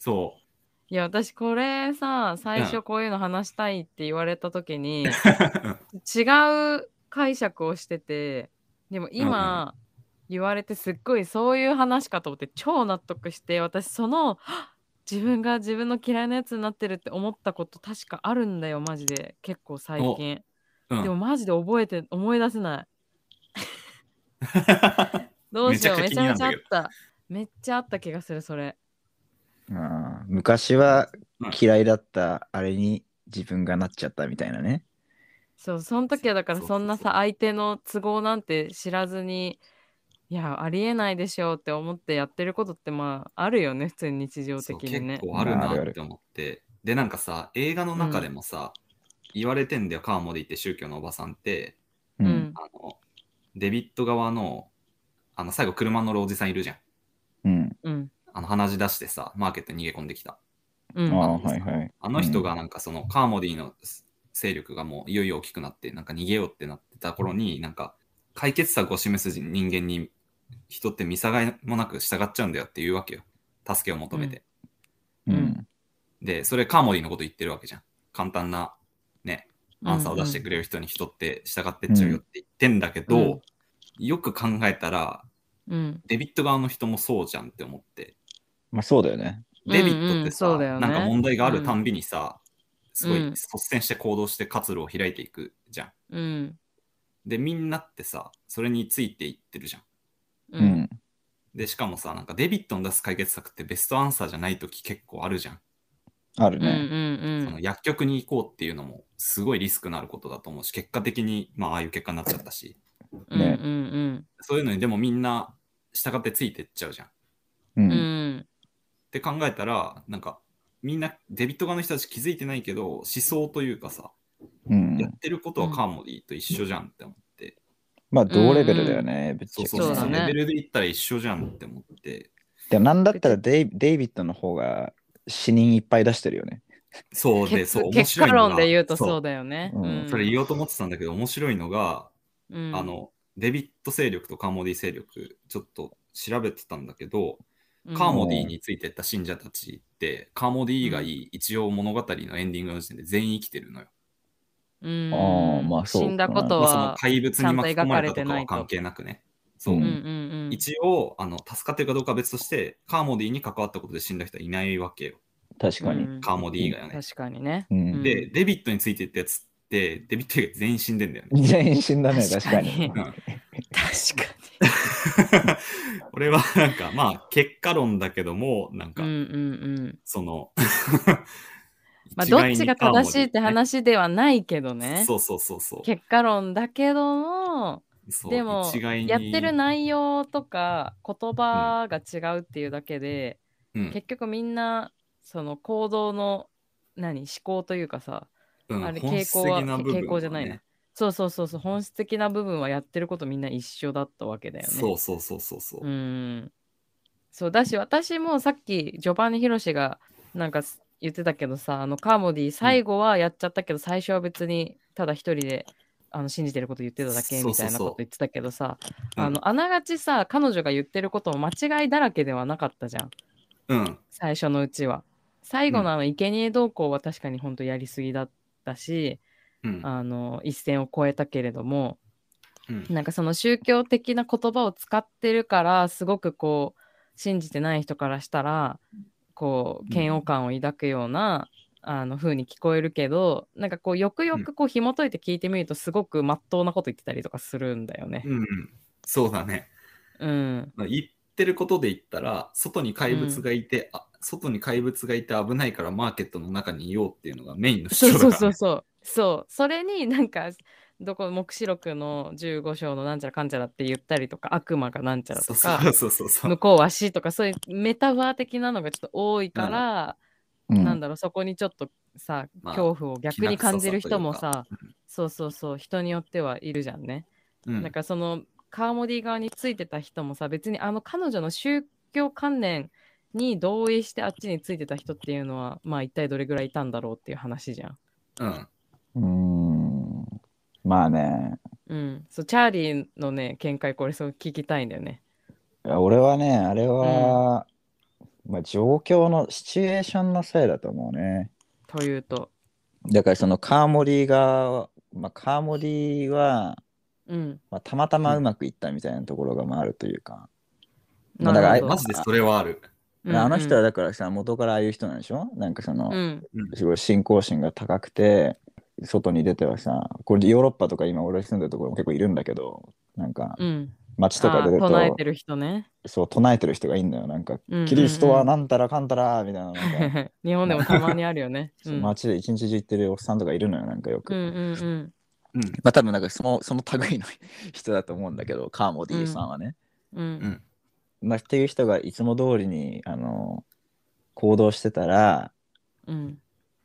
Speaker 1: そ
Speaker 3: いや私これさ最初こういうの話したいって言われた 時に、違う解釈をしててでも今言われてすっごいそういう話かと思って超納得して私その はっ自分が自分の嫌いなやつになってるって思ったこと確かあるんだよマジで結構最近、
Speaker 1: う。う
Speaker 3: でも
Speaker 1: ん、
Speaker 3: マジで覚えて思い出せないどうしよう
Speaker 1: め
Speaker 3: め
Speaker 1: ち
Speaker 3: ち
Speaker 1: ゃくち
Speaker 3: ゃめち
Speaker 1: ゃ
Speaker 3: ゃあ
Speaker 1: 気
Speaker 3: っ
Speaker 1: に
Speaker 3: ためっちゃあった気がするそれ
Speaker 2: あー昔は嫌いだったあれに自分がなっちゃったみたいなね。
Speaker 3: そうその時はだから
Speaker 1: そうそうそう
Speaker 3: そんなさ相手の都合なんて知らずにいやありえないでしょうって思ってやってることってまああるよね普通に日常
Speaker 1: そう
Speaker 3: 的にね
Speaker 1: 結構ある
Speaker 2: まああるあ
Speaker 1: な
Speaker 2: る
Speaker 1: って思って。で、なんかさ、映画の中でもさ、言われてんだよ、カーモディって宗教のおばさんって、
Speaker 2: う
Speaker 3: うんん。
Speaker 1: あのデビット側の、あの最後車乗るおじさんいるじゃん。
Speaker 2: うん。
Speaker 3: うん
Speaker 1: あの鼻血出してさ、マーケットに逃げ込んできた。
Speaker 3: う
Speaker 2: あ
Speaker 3: ん
Speaker 2: あはいはい。
Speaker 1: あの人がなんかそのカーモディの勢力がもういよいよ大きくなって、なんか逃げようってなってた頃に、なんか解決策を示す人間に人って見境もなく従っちゃうんだよっていうわけよ。助けを求めて。
Speaker 2: うん。
Speaker 1: で、それカーモディのこと言ってるわけじゃん。簡単なね、アンサーを出してくれる人に人って従ってっちゃうよって言ってんだけど、
Speaker 3: うん
Speaker 1: よく考えたら、
Speaker 3: うん
Speaker 1: デビット側の人もそうじゃんって思って。
Speaker 2: まあそうだよね。
Speaker 1: デビットってさ、
Speaker 3: うんうんそうだよね
Speaker 1: なんか問題があるたんびにさ、すごい
Speaker 3: うん
Speaker 1: 率先して行動して活路を開いていくじゃん。
Speaker 3: うん
Speaker 1: で、みんなってさ、それについていってるじゃん。
Speaker 3: う
Speaker 2: うんん。
Speaker 1: で、しかもさ、なんかデビットの出す解決策ってベストアンサーじゃない時結構あるじゃん。
Speaker 2: ある
Speaker 3: うんうん
Speaker 2: ね。
Speaker 1: その薬局に行こうっていうのもすごいリスクのあることだと思うし、結果的に、まあ、ああいう結果になっちゃったし、
Speaker 3: うん
Speaker 2: ね
Speaker 3: うん
Speaker 1: そういうのにでもみんな従ってついてっちゃうじゃん。っ
Speaker 2: うん。
Speaker 3: うんう
Speaker 2: うん
Speaker 3: ん
Speaker 1: て考えたら、なんか、みんなデビット側の人たち気づいてないけど、思想というかさ、やってることはカーモディと一緒じゃんって思って、
Speaker 2: まあ同レベルだよね。ぶっ
Speaker 1: そう
Speaker 2: ちゃけ
Speaker 1: そ
Speaker 2: ね
Speaker 1: うそう
Speaker 3: そうだね
Speaker 1: レベルで言ったら一緒じゃんって思って、
Speaker 2: でもなんだったらデイデイビッドの方が死人いっぱい出してるよね。
Speaker 1: そうで、
Speaker 3: 結
Speaker 1: そう、面
Speaker 3: 結
Speaker 1: 白
Speaker 3: 果
Speaker 1: いのが
Speaker 3: 論で言うと
Speaker 1: そ
Speaker 3: そう
Speaker 1: う
Speaker 3: だよね
Speaker 2: うん
Speaker 1: それ言おうと思ってたんだけど、面白いのが、
Speaker 3: うん
Speaker 1: あの、デビット勢力とカーモディ勢力、ちょっと調べてたんだけど、
Speaker 3: うん
Speaker 1: カーモディについてった信者たちって、カーモディ以外、一応物語のエンディングの時点で全員生きてるのよ。
Speaker 3: うん
Speaker 2: あーまあそう
Speaker 3: 死んだこと
Speaker 1: まあ、その
Speaker 3: は、
Speaker 1: 怪物に巻き込まれた
Speaker 3: ちゃ
Speaker 1: と
Speaker 3: んと描かれて
Speaker 1: か
Speaker 3: ない
Speaker 1: は
Speaker 3: と
Speaker 1: 関係なくね。そう。
Speaker 2: うん
Speaker 3: うんうんうん
Speaker 1: 一応あの、助かってるかどうかは別として、カーモディに関わったことで死んだ人はいないわけよ。
Speaker 2: 確かに。
Speaker 3: うん
Speaker 1: カーモディ以外はね。
Speaker 3: 確かにね。
Speaker 2: うん
Speaker 3: うん
Speaker 1: で、デビットについてったやつって、デビット以外全員死んでんだよね。
Speaker 2: 全員死んだね、確かに。
Speaker 3: 確か確か
Speaker 1: 俺はなんかまあ結果論だけどもなんか
Speaker 3: に。うんうんうん。
Speaker 1: その
Speaker 3: まあ、
Speaker 1: 一
Speaker 3: ど
Speaker 1: 概
Speaker 3: っ
Speaker 1: に
Speaker 3: ちが正しいって話ではないけど
Speaker 1: カーモディ
Speaker 3: ね。
Speaker 1: そうそうそうそう
Speaker 3: 結果論だけども、
Speaker 1: そう
Speaker 3: でも
Speaker 1: 一概に
Speaker 3: やってる内容とか言葉が違うっていうだけで、
Speaker 1: うん
Speaker 3: 結局みんなその行動の何思考というかさ、
Speaker 1: うん
Speaker 3: あれ
Speaker 1: 本質的な部分はね
Speaker 3: 傾向じゃないなそうそうそうそう本質的な部分はやってることみんな一緒だったわけだよね。
Speaker 1: そうそうそうそうそうう
Speaker 3: ーんそうだし私もさっきジョバンニヒロシがなんかす言ってたけどさあのカーモディ最後はやっちゃったけど、最初は別にただ一人であの信じてること言ってただけ
Speaker 1: そう
Speaker 3: み
Speaker 1: そうそう
Speaker 3: たいなこと言ってたけどさ
Speaker 1: うん
Speaker 3: あのあながちさ彼女が言ってることも間違いだらけではなかったじゃん
Speaker 1: うん
Speaker 3: 最初のうちは最後のあの生贄動向は確かに本当やりすぎだったし、
Speaker 1: うん
Speaker 3: あの一線を越えたけれども、
Speaker 1: うん
Speaker 3: なんかその宗教的な言葉を使ってるからすごくこう信じてない人からしたらこう嫌悪感を抱くような、あの風に聞こえるけどなんかこうよくよくこう紐解いて聞いてみるとすごく真っ当なこと言ってたりとかするんだよね。
Speaker 1: うんそうだね
Speaker 3: うん、
Speaker 1: まあ言ってることで言ったら外に怪物がいて、あ外に怪物がいて危ないからマーケットの中にいようっていうのがメインの
Speaker 3: そう
Speaker 1: 主張だ
Speaker 3: そう
Speaker 1: から
Speaker 3: そうそうそうそれになんかどこ黙示録の15章のなんちゃらかんちゃらって言ったりとか悪魔がなんちゃらと
Speaker 1: そ
Speaker 3: か。
Speaker 1: うそうそうそうそう
Speaker 3: 向こう足とかそういうメタバー的なのがちょっと多いから、
Speaker 2: うん
Speaker 3: なんだろうそこにちょっとさ、
Speaker 1: まあ
Speaker 3: 恐怖を逆に感じる人もさ
Speaker 1: きな臭さという
Speaker 3: そうそうそう人によってはいるじゃんね、
Speaker 1: うん
Speaker 3: なんかそのカーモディ側についてた人もさ別にあの彼女の宗教観念に同意してあっちについてた人っていうのはまあ一体どれぐらいいたんだろうっていう話じゃん。
Speaker 1: うん
Speaker 2: うーん。まあね。
Speaker 3: うん、そうチャーリーのね見解これそう聞きたいんだよね。
Speaker 2: いや俺はね、あれは、まあ状況のシチュエーションのせいだと思うね。
Speaker 3: というと。
Speaker 2: だからそのカーモリーが、まあカーモリーは、
Speaker 3: うん、
Speaker 2: まあ、たまたまうまくいったみたいなところがまああるというか、まあ
Speaker 3: な
Speaker 2: だ
Speaker 3: る
Speaker 2: から
Speaker 3: ほど
Speaker 1: マジでそれはある
Speaker 2: あの人は
Speaker 3: うん
Speaker 2: だからさ元からああいう人なんでしょなんかその、
Speaker 3: うん、
Speaker 2: すごい信仰心が高くて外に出てはさこれヨーロッパとか今俺住んでるところも結構いるんだけどなんか
Speaker 3: うん
Speaker 2: 街とか出ると、
Speaker 3: あー唱えてる人ね。
Speaker 2: そう唱えてる人がいいんだよなんか、
Speaker 3: うんうんうん
Speaker 2: キリストはなんたらかんたらみたいななんか
Speaker 3: 日本でもたまにあるよね。 うん、
Speaker 2: 街で一日中行ってるおっさんとかいるのよなんかよく、
Speaker 3: うんうん
Speaker 1: うん
Speaker 2: まあ多分なんかそのその類の人だと思うんだけどカーモディさんはね、
Speaker 3: うん。
Speaker 1: う
Speaker 3: う
Speaker 1: んん
Speaker 2: まあ、っていう人がいつも通りにあの行動してたら
Speaker 3: うん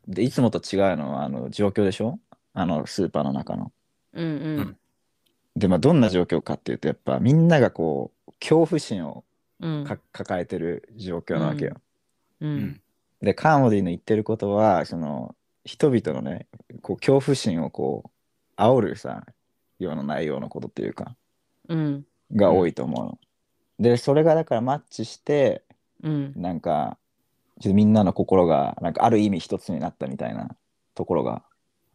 Speaker 2: でいつもと違うのはあの状況でしょあのスーパーの中の。
Speaker 3: うんうん
Speaker 2: で、まあ、どんな状況かっていうとやっぱみんながこう恐怖心を
Speaker 3: うん
Speaker 2: か抱えてる状況なわけよ。
Speaker 3: う
Speaker 1: うんん
Speaker 2: でカーモディの言ってることはその人々のねこう恐怖心をこう煽るさような内容のことっていうか
Speaker 3: うん
Speaker 2: が多いと思うの。でそれがだからマッチして
Speaker 3: うん
Speaker 2: なんかちょっとみんなの心がなんかある意味一つになったみたいなところが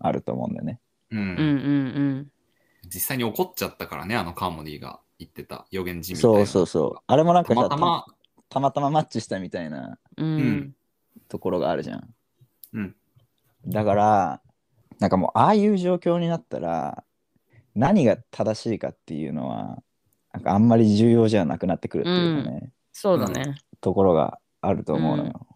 Speaker 2: あると思うんだよね。
Speaker 1: う
Speaker 3: うんうんん
Speaker 1: 実際に怒っちゃったからね、あのカーモディが言ってた予言人みたいな
Speaker 2: そうそうそう。あれもなん
Speaker 1: た
Speaker 2: かさ
Speaker 1: またま、
Speaker 2: たまたまマッチしたみたいな
Speaker 3: うんう
Speaker 1: うんん
Speaker 2: ところがあるじゃん。
Speaker 1: うん、
Speaker 2: だからなんかもうああいう状況になったら何が正しいかっていうのはなんかあんまり重要じゃなくなってくるっていうかね、
Speaker 3: そうだね。
Speaker 2: ところがあると思うのよ。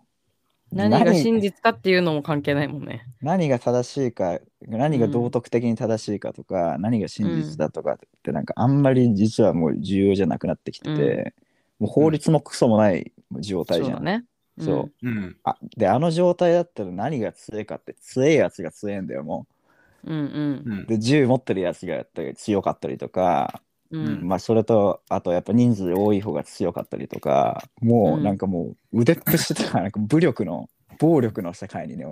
Speaker 3: 何が真実かっていうのも関係ないもんね。
Speaker 2: 何が正しいか何が道徳的に正しいかとか、何が真実だとかってなんかあんまり実はもう重要じゃなくなってきてて、もう法律もクソもない状態
Speaker 3: そう
Speaker 2: じゃ
Speaker 3: だ
Speaker 2: ん。
Speaker 3: ね。
Speaker 2: そう
Speaker 1: うん、
Speaker 2: あであの状態だったら何が強いかって強いやつが強いんだよも
Speaker 3: うんうん
Speaker 1: うん
Speaker 2: う。、で銃持ってるやつがやっぱり強かったりとか、
Speaker 3: うんうん
Speaker 2: まあそれとあとやっぱ人数多い方が強かったりとかも
Speaker 3: う
Speaker 2: うんなんかもう腕っぷしとか なんか武力の暴力の世界に、ね、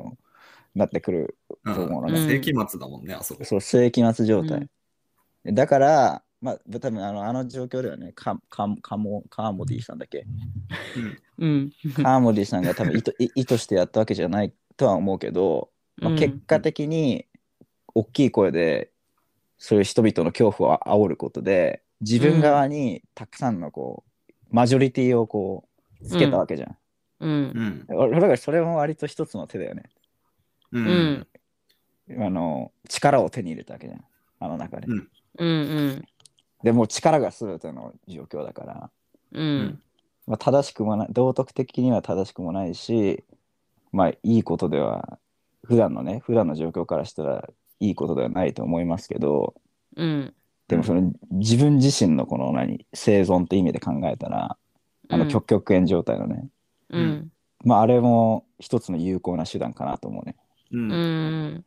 Speaker 2: なってくる
Speaker 1: うん
Speaker 2: そうなの
Speaker 3: ね
Speaker 1: 世紀末だもんね、あそこ。
Speaker 2: そう、世紀末状態。だから、まあ、多分あのあの状況ではね、カカカモカーモディさんだっけ。
Speaker 3: うん。
Speaker 2: カーモディさんが多分意図意意図してやったわけじゃないとは思うけど、まあ
Speaker 3: うん
Speaker 2: 結果的に大きい声でそういう人々の恐怖を煽ることで自分側にたくさんのこうマジョリティをこうつけたわけじゃん。
Speaker 3: うん。
Speaker 1: ん。
Speaker 2: 俺俺らそれも割と一つの手だよね。
Speaker 1: う。
Speaker 3: うんん。
Speaker 2: あの力を手に入れたわけじゃん。あの中で。
Speaker 1: うん
Speaker 3: うん。
Speaker 2: でもう力が全ての状況だから、
Speaker 3: うん。
Speaker 2: まあ、正しくもない道徳的には正しくもないしまあいいことでは普段のね普段の状況からしたらいいことではないと思いますけど
Speaker 3: うん。
Speaker 2: でもその自分自身のこの何生存って意味で考えたらあの極極限状態のね、
Speaker 3: うん。
Speaker 2: まああれも一つの有効な手段かなと思うね。
Speaker 1: う。
Speaker 3: うんん。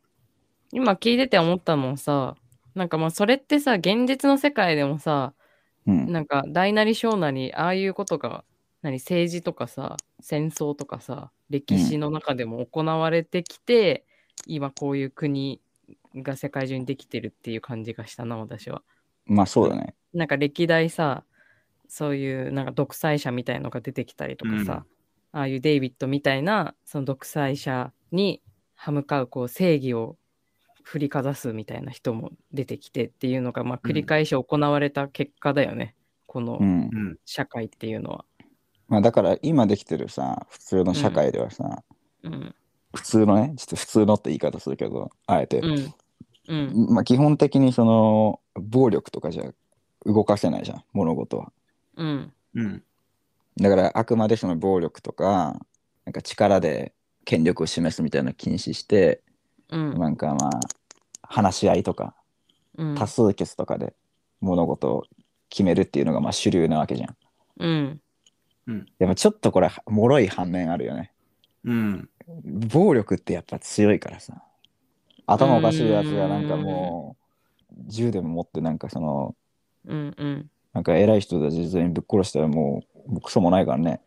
Speaker 3: 今聞いてて思ったのさ、なんかまあそれってさ、現実の世界でもさ、
Speaker 2: うん、
Speaker 3: なんか大なり小なり、ああいうことが、何政治とかさ、戦争とかさ、歴史の中でも行われてきて、今こういう国が世界中にできてるっていう感じがしたな、私は。
Speaker 2: まあそうだね。
Speaker 3: なんか歴代さそういうなんか独裁者みたいのが出てきたりとかさ、ああいうデイビッドみたいなその独裁者に歯向かうこう正義を振りかざすみたいな人も出てきてっていうのが、まあ、
Speaker 1: うん
Speaker 3: 繰り返し行われた結果だよね、この
Speaker 2: うん
Speaker 1: うん。
Speaker 3: 社会っていうのは。
Speaker 2: まあ、だから今できてるさ普通の社会ではさ、
Speaker 3: うん
Speaker 2: 普通のねちょっと普通のって言い方するけどあえて、
Speaker 3: うんうん
Speaker 2: まあ、基本的にその暴力とかじゃ動かせないじゃん物事は
Speaker 3: うん
Speaker 1: うん。
Speaker 2: だからあくまでその暴力とかなんか力で権力を示すみたいなのを禁止して、
Speaker 3: うん
Speaker 2: なんかまあ話し合いとか
Speaker 3: うん
Speaker 2: 多数決とかで物事を決めるっていうのがまあ主流なわけじゃん
Speaker 3: うん
Speaker 2: でもちょっとこれ脆い反面あるよね
Speaker 1: うん。
Speaker 2: 暴力ってやっぱ強いからさ頭おかしいやつがなんかもう銃でも持ってなんかその
Speaker 3: うんうん
Speaker 2: なんか偉い人たち全員ぶっ殺したらもうもうクソもないからね。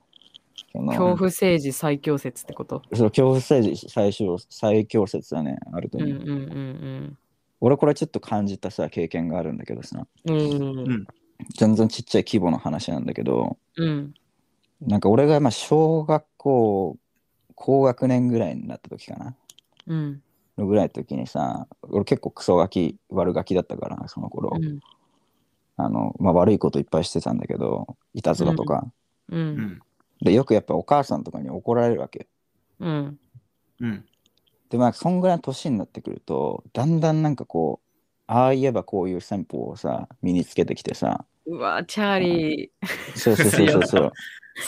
Speaker 2: その
Speaker 3: 恐怖政治最強説ってこと。
Speaker 2: そう恐怖政治最終最強説だねあると
Speaker 3: うん
Speaker 2: 思
Speaker 3: う
Speaker 2: う、
Speaker 3: んうん
Speaker 2: 俺これちょっと感じたさ経験があるんだけどさ
Speaker 3: うんうん
Speaker 2: 全然ちっちゃい規模の話なんだけど
Speaker 3: うん
Speaker 2: なんか俺がまあ小学校高学年ぐらいになった時かな
Speaker 3: うん
Speaker 2: のぐらいの時にさ俺結構クソガキ悪ガキだったからその頃、
Speaker 3: うん
Speaker 2: あのまあ、悪いこといっぱいしてたんだけどいたずらとか、
Speaker 3: う
Speaker 1: うんん。
Speaker 2: でよくやっぱお母さんとかに怒られるわけ
Speaker 3: うん
Speaker 1: うん。
Speaker 2: でまあそんぐらいの年になってくるとだんだんなんかこうああ言えばこういう戦法をさ身につけてきてさ
Speaker 3: うわ、チャーリー、
Speaker 2: そうそうそうそうそう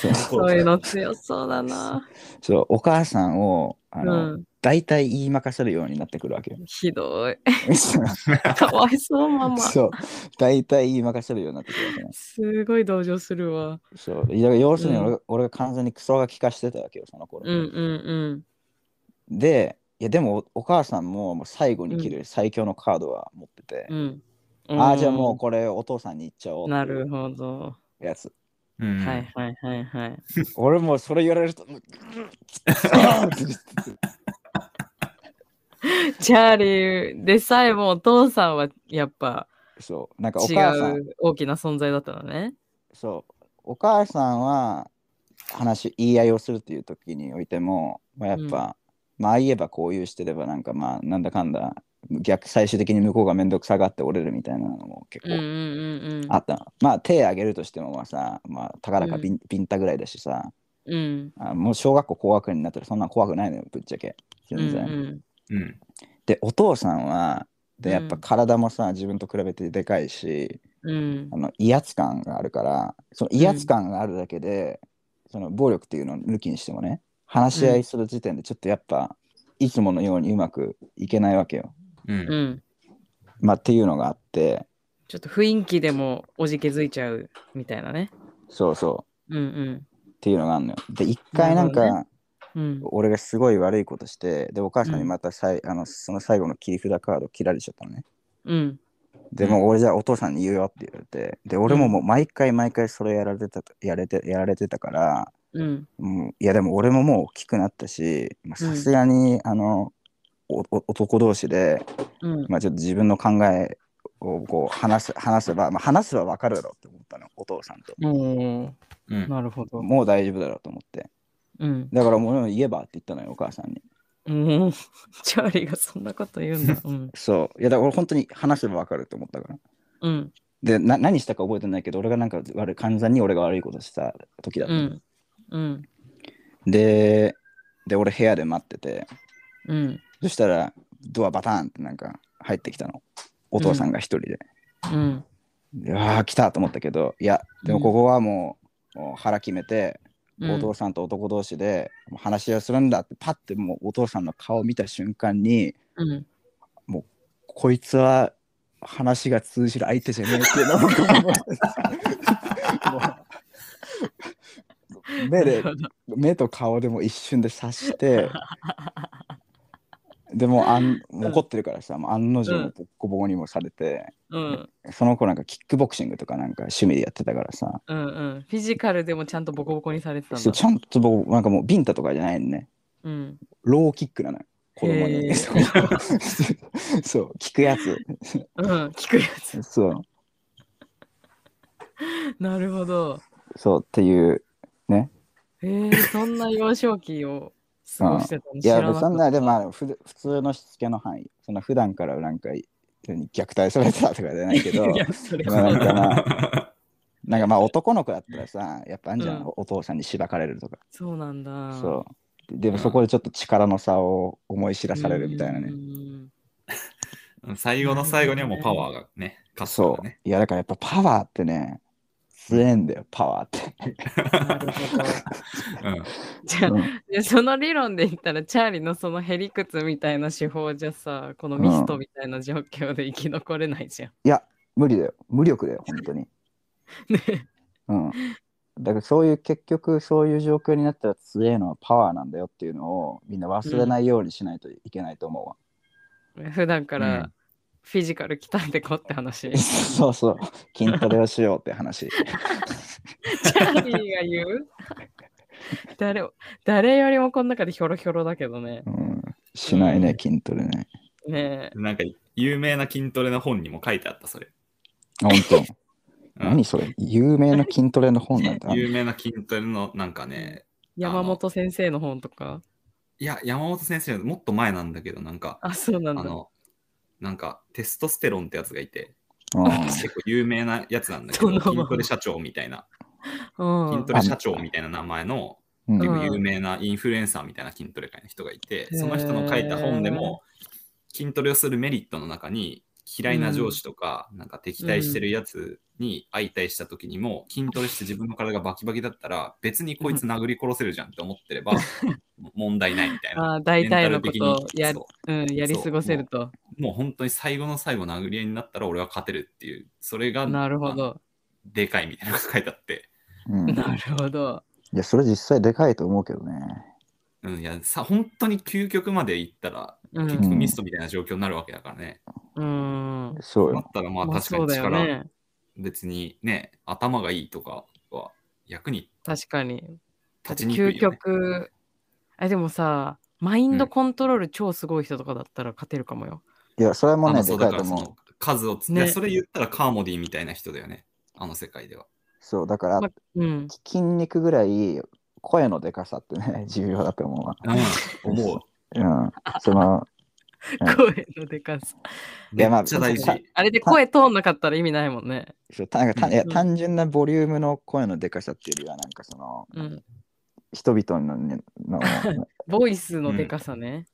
Speaker 2: そう
Speaker 3: そういうの強そうだな。
Speaker 2: そうお母さんをあ
Speaker 3: う
Speaker 2: の、
Speaker 3: ん、
Speaker 2: 大体言い負かせるようになってくるわけ よ
Speaker 3: ひどい。
Speaker 2: そう
Speaker 3: かわいそう、ママ。
Speaker 2: そう大体言い負かせるようになってくるわけね
Speaker 3: すごい同情するわ。
Speaker 2: そうだから要するに俺,、俺が完全にクソが効かしてたわけよその頃、
Speaker 3: うんうん
Speaker 2: でいやでもおお母さんももう最後に切る最強のカードは持ってて
Speaker 3: う、ん。うん。
Speaker 2: ああじゃあもうこれお父さんに言っちゃおう
Speaker 3: な
Speaker 2: ってい
Speaker 3: る
Speaker 2: う
Speaker 3: ほど。
Speaker 2: やつ
Speaker 1: うん。
Speaker 3: はい。はいはいはい。
Speaker 2: 俺もうそれ言われる と、う
Speaker 3: チャーリーでさえもお父さんはやっぱ
Speaker 2: そう、なんかお
Speaker 3: 違
Speaker 2: 母さん、
Speaker 3: う大きな存在だったのね。
Speaker 2: そう、お母さんは話、言い合いをするっていう時においても、まあ、やっぱ、まあああ言えばこういうしてれば、なんかまあ、なんだかんだ、逆、最終的に向こうが面倒くさがって折れるみたいなのも結
Speaker 3: うんうん
Speaker 2: 構
Speaker 3: うんうん。
Speaker 2: あったの。まあ、手挙げるとしてもまあさ、まあ、たかだかビン,、ビンタぐらいだしさ、
Speaker 3: うん。
Speaker 2: あもう小学校高学年になったらそんなん怖くないのよ、ぶっちゃけ。
Speaker 3: う
Speaker 2: 全
Speaker 3: んう
Speaker 2: 然。
Speaker 3: ん。
Speaker 1: うん。
Speaker 2: でお父さんはで
Speaker 3: う
Speaker 2: や
Speaker 3: ん
Speaker 2: っぱ体もさ、自分と比べてでかいし
Speaker 3: うん
Speaker 2: あの威圧感があるからその威圧感があるだけで、その暴力っていうのを抜きにしてもね話し合いする時点でちょっとやっぱ、いつものようにうまくいけないわけよ、
Speaker 1: う。
Speaker 3: うんん。
Speaker 2: まあ、っていうのがあって
Speaker 3: ちょっと雰囲気でもおじけづいちゃうみたいなね。
Speaker 2: そうそ
Speaker 3: うんうん。
Speaker 2: うっていうのがあるのよで一回なん
Speaker 3: なる
Speaker 2: か、
Speaker 3: ほうん、
Speaker 2: 俺がすごい悪いことしてでお母さんにまたさい、あのその最後の切り札カード切られちゃったのね
Speaker 3: うん、
Speaker 2: でもう俺じゃあお父さんに言うよって言われて、で、俺ももう毎回毎回それやられてた、やれて、やられてたから、
Speaker 3: うん、
Speaker 2: もういやでも俺ももう大きくなったし、まあさすがに、あの、おお男同士で、
Speaker 3: うん、
Speaker 2: まあちょっと自分の考えをこう話す話せば、まあ、話せば分かるだろうって思ったの、お父さんと。
Speaker 3: うん。
Speaker 1: うん
Speaker 3: なるほど。
Speaker 2: もう大丈夫だろうと思って。
Speaker 3: うん。
Speaker 2: だからもう言えばって言ったのよ、お母さんに。
Speaker 3: うん。チャーリーがそんなこと言うんだ。うん。
Speaker 2: そう。いや、だから俺本当に話せば分かると思ったから。
Speaker 3: うん。
Speaker 2: で、な何したか覚えてないけど、俺がなんか悪い、完全に俺が悪いことした時だった
Speaker 3: う
Speaker 2: の、
Speaker 3: ん。うん。
Speaker 2: で、で、俺部屋で待ってて、
Speaker 3: うん。
Speaker 2: そしたらドアバターンってなんか入ってきたの。お父さんが一人で。
Speaker 3: うん。
Speaker 2: うわあ、来たと思ったけど、いや、でもここはもう,、もう腹決めて、お父さんと男同士でもう話し合いするんだって、パッてもうお父さんの顔見た瞬間に、
Speaker 3: うん。
Speaker 2: こいつは話が通じる相手じゃねえっていうのを僕はも うもう目で目と顔でも一瞬で察してでもあんもう怒ってるからさ、もう案の定
Speaker 3: うん
Speaker 2: ボッコボコにもされて、
Speaker 3: うん。
Speaker 2: その子なんかキックボクシングとかなんか趣味でやってたからさ
Speaker 3: うん。うん。フィジカルでもちゃんとボコボコにされてたん
Speaker 2: そう
Speaker 3: だ。
Speaker 2: ちゃんと僕なんかもうビンタとかじゃないのね
Speaker 3: うん。
Speaker 2: ローキックなのよ子供
Speaker 3: へ
Speaker 2: に
Speaker 3: ー
Speaker 2: そう そう聞くやつ
Speaker 3: うん。聞くやつ。
Speaker 2: そう
Speaker 3: なるほど。
Speaker 2: そうっていう
Speaker 3: えー、そんな幼少期を過ごしてたの
Speaker 2: い
Speaker 3: 知ら
Speaker 2: や
Speaker 3: なかった。
Speaker 2: そんなでもまあふ普通のしつけの範囲そんな普段からなんか虐待されてたとかじゃないけど
Speaker 3: いや、それ
Speaker 2: まあ
Speaker 3: は
Speaker 2: なんかまあなんかまあ男の子だったらさ、やっぱあんじゃん、
Speaker 3: うん
Speaker 2: お父さんにしばかれるとか。
Speaker 3: そうなんだ。
Speaker 2: そう。ででもそこでちょっと力の差を思い知らされるみたいなね。
Speaker 3: ね。
Speaker 1: うん 最後の最後にはもうパワーがね、勝つ
Speaker 2: そ
Speaker 1: から
Speaker 2: う
Speaker 1: ね。。
Speaker 2: いやだからやっぱパワーってね、強えんだよ、パワーって。
Speaker 3: なるほど。
Speaker 1: うん
Speaker 3: じ ゃあ
Speaker 2: うん
Speaker 3: でその理論で言ったらチャーリーのそのへりくつみたいな手法じゃさこのミストみたいな状況で生き残れないじゃん。
Speaker 2: いや、無理だよ。無力だよ、本当に。
Speaker 3: ね
Speaker 2: うん。だからそういう結局そういう状況になったら強えのはパワーなんだよっていうのをみんな忘れないようにしないといけないと思うわ。
Speaker 3: 普段か
Speaker 1: う
Speaker 3: ら
Speaker 1: ん
Speaker 3: フィジカル鍛えてこっ て話。チ
Speaker 2: そうそう。筋トレをしようって話。
Speaker 3: ャーリーが言う誰誰よりもこの中でひょろひょろだけどね。
Speaker 2: うん。しないね、筋トレね。
Speaker 3: ね
Speaker 1: なんか有名な筋トレの本にも書いてあった、それ。
Speaker 2: あ本当。
Speaker 1: うん
Speaker 2: 何それ有名な筋トレの本なん だ。
Speaker 1: 有名な筋トレのなんかね、
Speaker 3: 山本先生の本とか。
Speaker 1: いや、山本先生よりもっと前なんだけど、なんか、
Speaker 3: あ、そうな
Speaker 1: あ
Speaker 3: んだ。
Speaker 1: の、なんかテストステロンってやつがいて、
Speaker 2: うん
Speaker 1: 結構有名なやつなんだけど、
Speaker 3: その
Speaker 1: 筋
Speaker 3: まま
Speaker 1: トレ社長みたいな、
Speaker 3: うん
Speaker 1: 筋トレ社長みたいな名前の、
Speaker 2: うん
Speaker 1: 結
Speaker 3: うん
Speaker 1: 構有名なインフルエンサーみたいな筋トレ界の人がいて、
Speaker 3: うん
Speaker 1: その人の書いた本でも、筋トレをするメリットの中に、嫌いな上司とか、なんか敵対してるやつに相対した時にも、筋トレして自分の体がバキバキだったら、別にこいつ殴り殺せるじゃんって思ってれば、問題ないみたいな。
Speaker 3: あ大体の
Speaker 1: メンタル
Speaker 3: こ
Speaker 1: 的
Speaker 3: とを
Speaker 1: に
Speaker 3: やり
Speaker 1: そ
Speaker 3: うん、やり過ごせると。
Speaker 1: うもう本当に最後の最後殴り合いになったら俺は勝てるっていう、それが
Speaker 3: なるほ
Speaker 1: まあ
Speaker 3: ど。
Speaker 1: でかいみたいなのが書いてあって、
Speaker 2: うんい
Speaker 3: なるほど。
Speaker 2: や、それ実際でかいと思うけどね。
Speaker 1: うん、いやさ本当に究極までいったら、
Speaker 3: うん
Speaker 1: 結局ミストみたいな状況になるわけだからね。
Speaker 3: うん。
Speaker 2: そう
Speaker 1: なっ
Speaker 2: よ。
Speaker 1: たらまあ
Speaker 3: まあ
Speaker 1: 確か
Speaker 3: そう
Speaker 1: に
Speaker 3: だよ
Speaker 1: 力、
Speaker 3: ね。
Speaker 1: 別にね、頭がいいとかは役に
Speaker 3: 確かに。
Speaker 1: 立ちにくい
Speaker 3: 究
Speaker 1: よ、ね。
Speaker 3: 極。あでもさ、マインドコントロール超すごい人とかだったら勝てるかもよ。
Speaker 2: いや、それも
Speaker 1: あ
Speaker 2: ね、
Speaker 1: のそ
Speaker 2: で
Speaker 1: う
Speaker 2: か
Speaker 1: だ
Speaker 2: い
Speaker 1: か
Speaker 2: と
Speaker 1: らそ
Speaker 2: 思う。
Speaker 1: の数をつ、
Speaker 3: ね
Speaker 1: いやそれ言ったらカーモディみたいな人だよね。あの世界では。
Speaker 2: そう、だから
Speaker 3: まあうん。
Speaker 2: 筋肉ぐらい声のでかさってね、 重要だと思うわ。
Speaker 1: うん、思う。
Speaker 2: うん。その、うん
Speaker 3: 声のでかさ。
Speaker 2: い
Speaker 1: め
Speaker 2: やまあ
Speaker 1: っちゃ大事。
Speaker 2: まあ
Speaker 3: あれで声通んなかったら意味ないもんね。
Speaker 2: そうたなんかたいや
Speaker 3: うん
Speaker 2: 単純なボリュームの声のでかさっていうよりは、なんかその、
Speaker 3: うん。
Speaker 2: 人々のね、の
Speaker 3: ボイスのでかさね。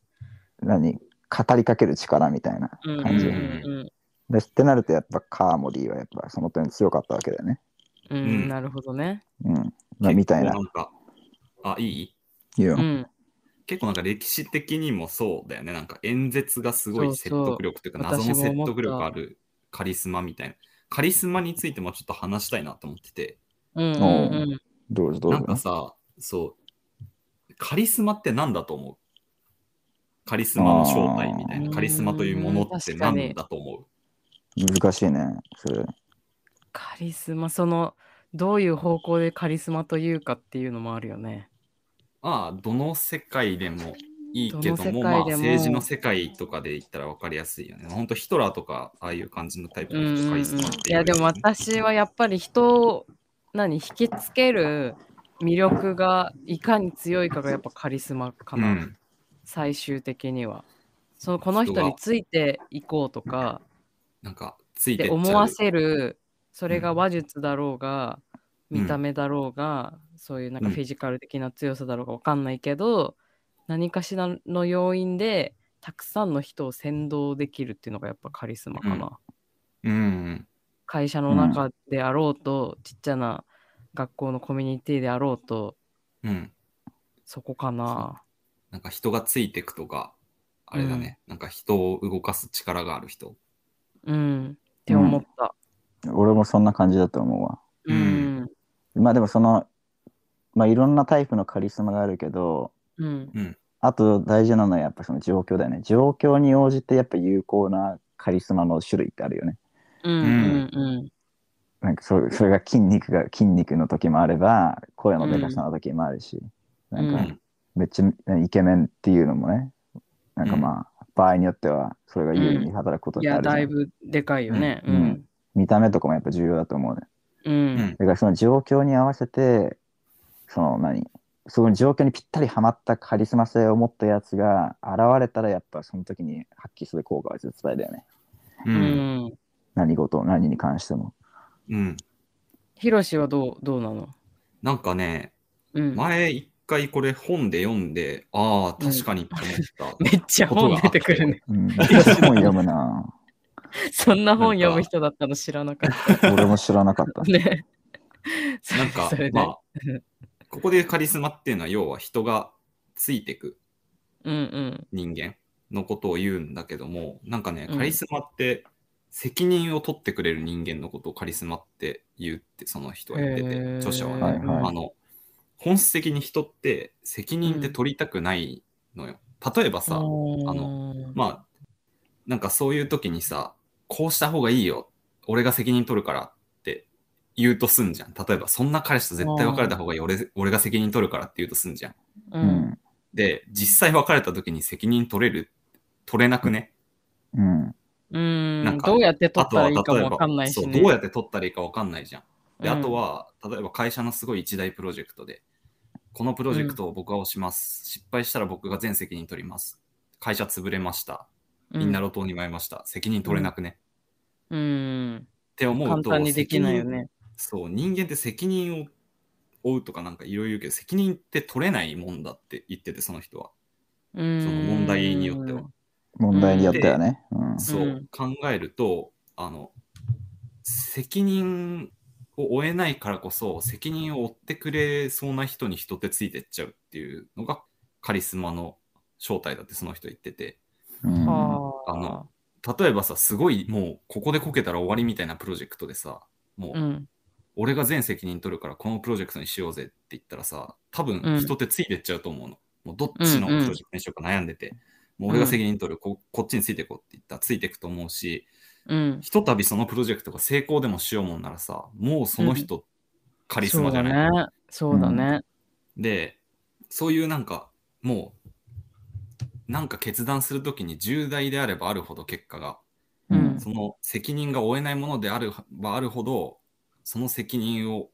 Speaker 2: 何、語りかける力みたいな
Speaker 3: うん。うん
Speaker 2: 感じ。
Speaker 3: うん
Speaker 2: でってなると、やっぱカーモディはやっぱその点強かったわけだよね。
Speaker 3: うん。う
Speaker 1: うん
Speaker 3: ん。なるほどね。
Speaker 2: うん。まあ、みたいな
Speaker 1: 結構。んかあ、いい
Speaker 2: 言う
Speaker 3: う
Speaker 2: よ。
Speaker 3: ん。
Speaker 1: 結構なんか歴史的にもそうだよね。なんか演説がすご
Speaker 3: そ
Speaker 1: いう
Speaker 3: そう
Speaker 1: 説得力というか、謎の
Speaker 3: 私も思
Speaker 1: 説
Speaker 3: った
Speaker 1: 得力あるカリスマみたいな。カリスマについてもちょっと話したいなと思ってて、
Speaker 3: うんうん
Speaker 2: おう
Speaker 3: うん。
Speaker 2: どうぞどう
Speaker 1: な
Speaker 2: ぞ
Speaker 1: ん。かさ、そう、カリスマって何だと思うカリスマの正体みたい
Speaker 3: あ
Speaker 1: な、
Speaker 3: ー
Speaker 1: カリスマというものって何だと思
Speaker 2: 難しいね。それ。
Speaker 3: カリスマ、その、どういう方向でカリスマというかっていうのもあるよね。
Speaker 1: うまあ、どの世界でもいいけども
Speaker 3: どの世界でも
Speaker 1: まあ、政治の世界とかで言ったら分かりやすいよね。本当ヒトラーとか、ああいう感じのタイプ
Speaker 3: うん
Speaker 1: の
Speaker 3: う
Speaker 1: 人
Speaker 3: んう
Speaker 1: がい
Speaker 3: ん
Speaker 1: い
Speaker 3: い
Speaker 1: っすなっていう
Speaker 3: やでも私はやっぱり人を何引きつける魅力がいかに強いかがやっぱカリスマか
Speaker 1: う
Speaker 3: な、
Speaker 1: ん、
Speaker 3: 最終的にはそのこの人についていこうとか
Speaker 1: なんか、ついてっ
Speaker 3: で
Speaker 1: ちゃう
Speaker 3: 思わせるそれが話術だろうが、
Speaker 1: うん
Speaker 3: 見た目だろうが、そういうなんか
Speaker 1: うん
Speaker 3: フィジカル的な強さだろうがわかんないけど、何かしらの要因でたくさんの人を先導できるっていうのがやっぱカリスマかな。
Speaker 1: うんうん
Speaker 3: 会社の中であろうと、ちっちゃな学校のコミュニティであろうと
Speaker 1: うん、うん。
Speaker 3: そこかな
Speaker 1: なんか人がついてくとか、あれだね、なんか人を動かす力がある人。
Speaker 3: うんって思った
Speaker 2: 俺もそんな感じだと思うわ。
Speaker 1: う
Speaker 3: うんん、
Speaker 2: まあでもその、まあいろんなタイプのカリスマがあるけど、
Speaker 3: うん
Speaker 2: あと大事なのはやっぱその状況だよね。状況に応じてやっぱ有効なカリスマの種類ってあるよね。
Speaker 3: うんうんうん
Speaker 2: なんかそうそれが筋肉が筋肉の時もあれば、声のでかさの時もあるし、
Speaker 3: ん
Speaker 2: な
Speaker 1: うん
Speaker 2: か
Speaker 1: ん
Speaker 2: めっちゃイケメンっていうのもね、なんかまあ、場合によってはそれが有利に働くことっ
Speaker 3: い
Speaker 2: てあ
Speaker 3: や
Speaker 2: るじゃん
Speaker 3: だいぶでかいよね
Speaker 2: う
Speaker 3: うんん
Speaker 2: 見た目とかもやっぱ重要だと思うね。
Speaker 3: う
Speaker 1: うんん
Speaker 2: だからその状況に合わせて、その何、その状況にぴったりはまったカリスマ性を持ったやつが現れたらやっぱその時に発揮する効果は絶大だよね。
Speaker 1: う
Speaker 3: うんん
Speaker 2: 何事、何に関しても。
Speaker 1: うん
Speaker 3: ヒロシはどうどうなの
Speaker 1: なんかね、
Speaker 3: うん
Speaker 1: 前一回これ本で読んで、ああ、確かにって思っ
Speaker 3: めっちゃ本出てくるね。
Speaker 2: うん、私も読むな。
Speaker 3: そんな本読む人だったの知らなかっ
Speaker 2: 俺も知らなかった
Speaker 3: た。。ね。
Speaker 1: た。なんか
Speaker 3: それ、で
Speaker 1: まあ、ここでカリスマっていうのは、要は人がついてく
Speaker 3: うん
Speaker 1: 人間のことを言うんだけども、なんかね、
Speaker 3: うん
Speaker 1: カリスマって責任を取ってくれる人間のことをカリスマって言うって、その人が言って
Speaker 3: へ
Speaker 1: て、
Speaker 3: ー
Speaker 1: 著者はね、
Speaker 2: はいはい
Speaker 1: あの、本質的に人って責任って取りたくないのよ。例えば
Speaker 3: うん。
Speaker 1: さ、あ
Speaker 3: の、
Speaker 1: まあ、なんかそういう時にさ、こうした方がいいよ。俺が責任取るからって言うとすんじゃん。例えば、そんな彼氏と絶対別れた方がいい。俺俺が責任取るからって言うとすんじゃん。
Speaker 2: う
Speaker 3: うん
Speaker 2: ん。
Speaker 1: で、実際別れた時に責任取れる取れなくね。
Speaker 2: うん。
Speaker 3: うん
Speaker 1: なんか
Speaker 3: どうやって取
Speaker 1: あ
Speaker 3: っ
Speaker 1: と
Speaker 3: たら
Speaker 1: は、
Speaker 3: いいか
Speaker 1: 例え
Speaker 3: もわかんな
Speaker 1: ば、
Speaker 3: いし、
Speaker 1: そう、
Speaker 3: ね。
Speaker 1: どうやって取ったらいいかわかんないじゃん。で、
Speaker 3: うん
Speaker 1: あとは、例えば会社のすごい一大プロジェクトで、このプロジェクトを僕は押します。失敗したら僕が全責任取ります。会社潰れました。みんな路頭に迷いました。責任取れなくね。
Speaker 3: うん、
Speaker 1: って思うと
Speaker 3: 簡単にできないよね。
Speaker 1: 責任そう人間って責任を負うとかなんかいろいろ言うけど責任って取れないもんだって言っててその人は
Speaker 3: そ
Speaker 1: その
Speaker 3: の
Speaker 1: 問題によっては。
Speaker 2: 問題によってはね。うん。
Speaker 1: そう、
Speaker 3: うん
Speaker 1: 考えるとあの責任を負えないからこそ責任を負ってくれそうな人に人ってついてっちゃうっていうのがカリスマの正体だってその人言ってて
Speaker 2: うん
Speaker 1: あの例えばさすごいもうここでこけたら終わりみたいなプロジェクトでさもう
Speaker 3: うん、
Speaker 1: 俺が全責任取るからこのプロジェクトにしようぜって言ったらさ多
Speaker 3: う
Speaker 1: 分
Speaker 3: ん
Speaker 1: 人ってついてっちゃうと思うの、もうどっちの
Speaker 3: うんうん
Speaker 1: プロジェクトにしようか悩んでて、もう俺が責任取るここっちについてこうって言ったらついてくと思うし
Speaker 3: うん、
Speaker 1: ひとたびそのプロジェクトが成功でもしようもんならさもうその人、カリスマじゃない
Speaker 3: い。そうだね。
Speaker 1: でそういうなんかもうなんか決断するときに重大であればあるほど結果が
Speaker 2: うん
Speaker 1: その責任が負えないものであればあるほど、その責任を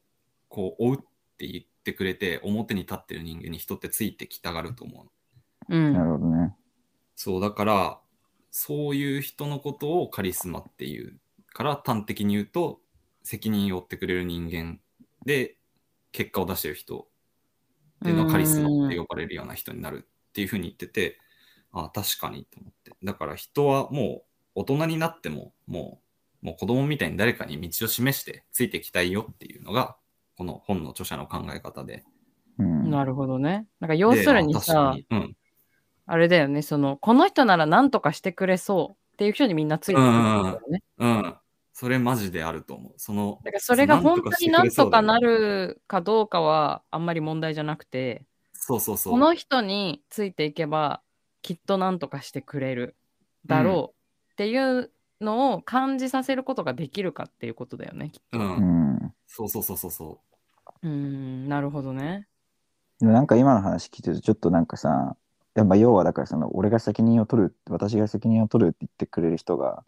Speaker 1: こう負うって言ってくれて、表に立ってる人間に人ってついてきたがると思う。
Speaker 3: う、
Speaker 2: なんるほどね。
Speaker 1: そう、だから、そういう人のことをカリスマっていうから、端的に言うと、責任を負ってくれる人間で、結果を出してる人っていうのはカリスマって呼ばれるような人になるっていうふうに言ってて、あ確かにと思って。だから人はもう大人になっても、もう、もう子供みたいに誰かに道を示してついてきたいよっていうのが、この本の著者の考え方で。
Speaker 2: うん。
Speaker 3: なるほどね。なんか要するに
Speaker 1: で
Speaker 3: さ、、
Speaker 1: あ確かにうん
Speaker 3: あれだよね、そのこの人なら何とかしてくれそうっていう人にみんなついてくるんだよね。
Speaker 1: うん。それマジであると思う。その、
Speaker 3: だからそれが本当に何とかな
Speaker 1: る。
Speaker 3: るかどうかはあんまり問題じゃなくて、
Speaker 1: そうそうそう。
Speaker 3: この人についていけばきっと何とかしてくれるだろうっていうのを感じさせることができるかっていうことだよね。きっと
Speaker 1: うん
Speaker 2: う。ん。
Speaker 1: そうそうそうそうそう
Speaker 3: ーんなるほどね。
Speaker 2: でもなんか今の話聞いてるとちょっとなんかさやまあ要はだからその俺が責任を取る私が責任を取るって言ってくれる人が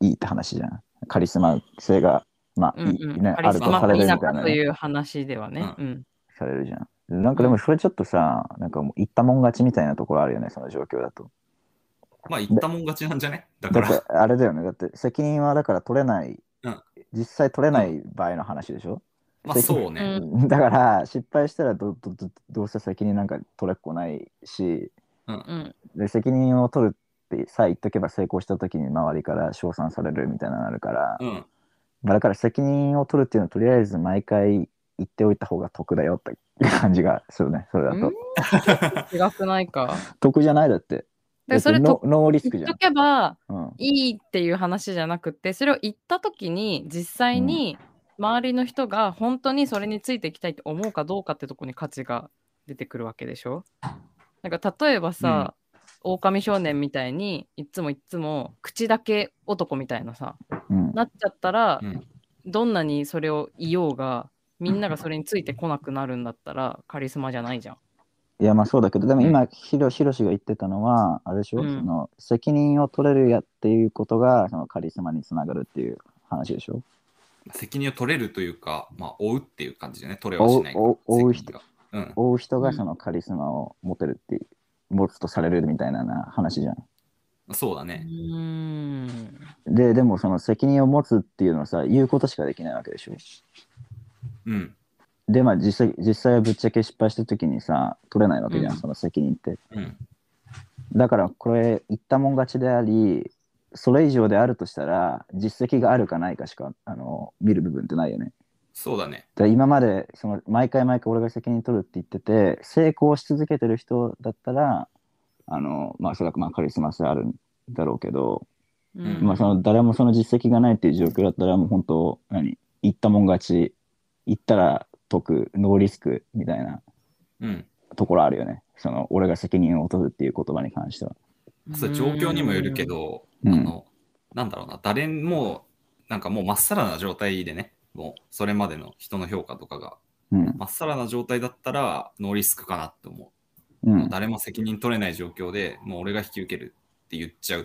Speaker 2: いいって話じゃんカリスマ性がまあいい、
Speaker 3: うんうん
Speaker 2: ね
Speaker 3: カ
Speaker 2: あ
Speaker 3: リ
Speaker 2: る
Speaker 3: ス
Speaker 2: と
Speaker 3: マ
Speaker 2: されるみ
Speaker 3: い
Speaker 2: た
Speaker 3: ない
Speaker 2: な、
Speaker 3: か
Speaker 2: ね、
Speaker 3: という話ではね。うん。
Speaker 2: されるじゃんなんかでもそれちょっとさなんかもう言ったもん勝ちみたいなところあるよねその状況だと
Speaker 1: まあ言ったもん勝ちなんじゃねだか
Speaker 2: だ
Speaker 1: ら。
Speaker 2: ってあれだよねだって責任はだから取れない、
Speaker 1: うん
Speaker 2: 実際取れない場合の話でしょ、
Speaker 1: まあそうね。
Speaker 2: だから失敗したらどどどどうせ責任なんか取れっこないし
Speaker 3: うん。
Speaker 2: で責任を取るってさえ言っとけば成功した時に周りから称賛されるみたいなのあるから、
Speaker 1: うん。
Speaker 2: まあだから責任を取るっていうのはとりあえず毎回言っておいた方が得だよって感じがするねそれだと
Speaker 3: うん違くないか。
Speaker 2: 得じゃないだって
Speaker 3: でそれ
Speaker 2: だって
Speaker 3: と
Speaker 2: ノノーリスクじ
Speaker 3: 言っ
Speaker 2: ゃん
Speaker 3: と、けば
Speaker 2: うん、
Speaker 3: いいっていう話じゃなくて、それを言った時に実際に周りの人が本当にそれについていきたいと思うかどうかってとこに価値が出てくるわけでしょなんか例えばさ、狼少年みたいにいつもいつも口だけ男みたいなさ、
Speaker 2: うん
Speaker 3: なっちゃったら、
Speaker 1: うん
Speaker 3: どんなにそれを言おうがみんながそれについてこなくなるんだったらカリスマじゃないじゃん。
Speaker 2: いやまあそうだけどでも今ひろひろしが言ってたのはあれでしょ、
Speaker 3: うん
Speaker 2: その責任を取れるやっていうことがそのカリスマにつながるっていう話でしょ
Speaker 1: 責任を取れるというか、まあ追うっていう感じでね。取れはしないから。
Speaker 2: 追う追う追う
Speaker 1: 責任がうん。
Speaker 2: 追う人
Speaker 3: う
Speaker 2: が
Speaker 3: ん
Speaker 2: そのカリスマを持てるっていう、持つとされるみたいなな話じゃん
Speaker 1: そうだ
Speaker 3: う
Speaker 1: ね。
Speaker 3: ーん
Speaker 2: ででもその責任を持つっていうのはさ言うことしかできないわけでしょ
Speaker 1: うん。
Speaker 2: でまあ実際実際はぶっちゃけ失敗した時にさ取れないわけじゃん、
Speaker 3: うん
Speaker 2: その責任って
Speaker 1: うん。
Speaker 2: だからこれ言ったもん勝ちでありそれ以上であるとしたら実績があるかないかしかあの見る部分ってないよね
Speaker 1: そうだね。
Speaker 2: だから今までその毎回毎回俺が責任取るって言ってて成功し続けてる人だったらあのまあおそらくまあカリスマ性あるんだろうけど、
Speaker 3: うん
Speaker 2: まあ、その誰もその実績がないっていう状況だったらもう本当何言ったもん勝ち言ったら得ノーリスクみたいな
Speaker 1: うん。
Speaker 2: ところあるよねその俺が責任を落とすっていう言葉に関しては。
Speaker 1: それ状況にもよるけど、
Speaker 2: うん
Speaker 1: あの、なんだろうな、誰も、なんかもうまっさらな状態でね、もうそれまでの人の評価とかが、
Speaker 2: うん
Speaker 1: まっさらな状態だったら、ノーリスクかなって思
Speaker 2: う
Speaker 1: う。
Speaker 2: ん
Speaker 1: 誰も責任取れない状況でもう俺が引き受けるって言っちゃうっ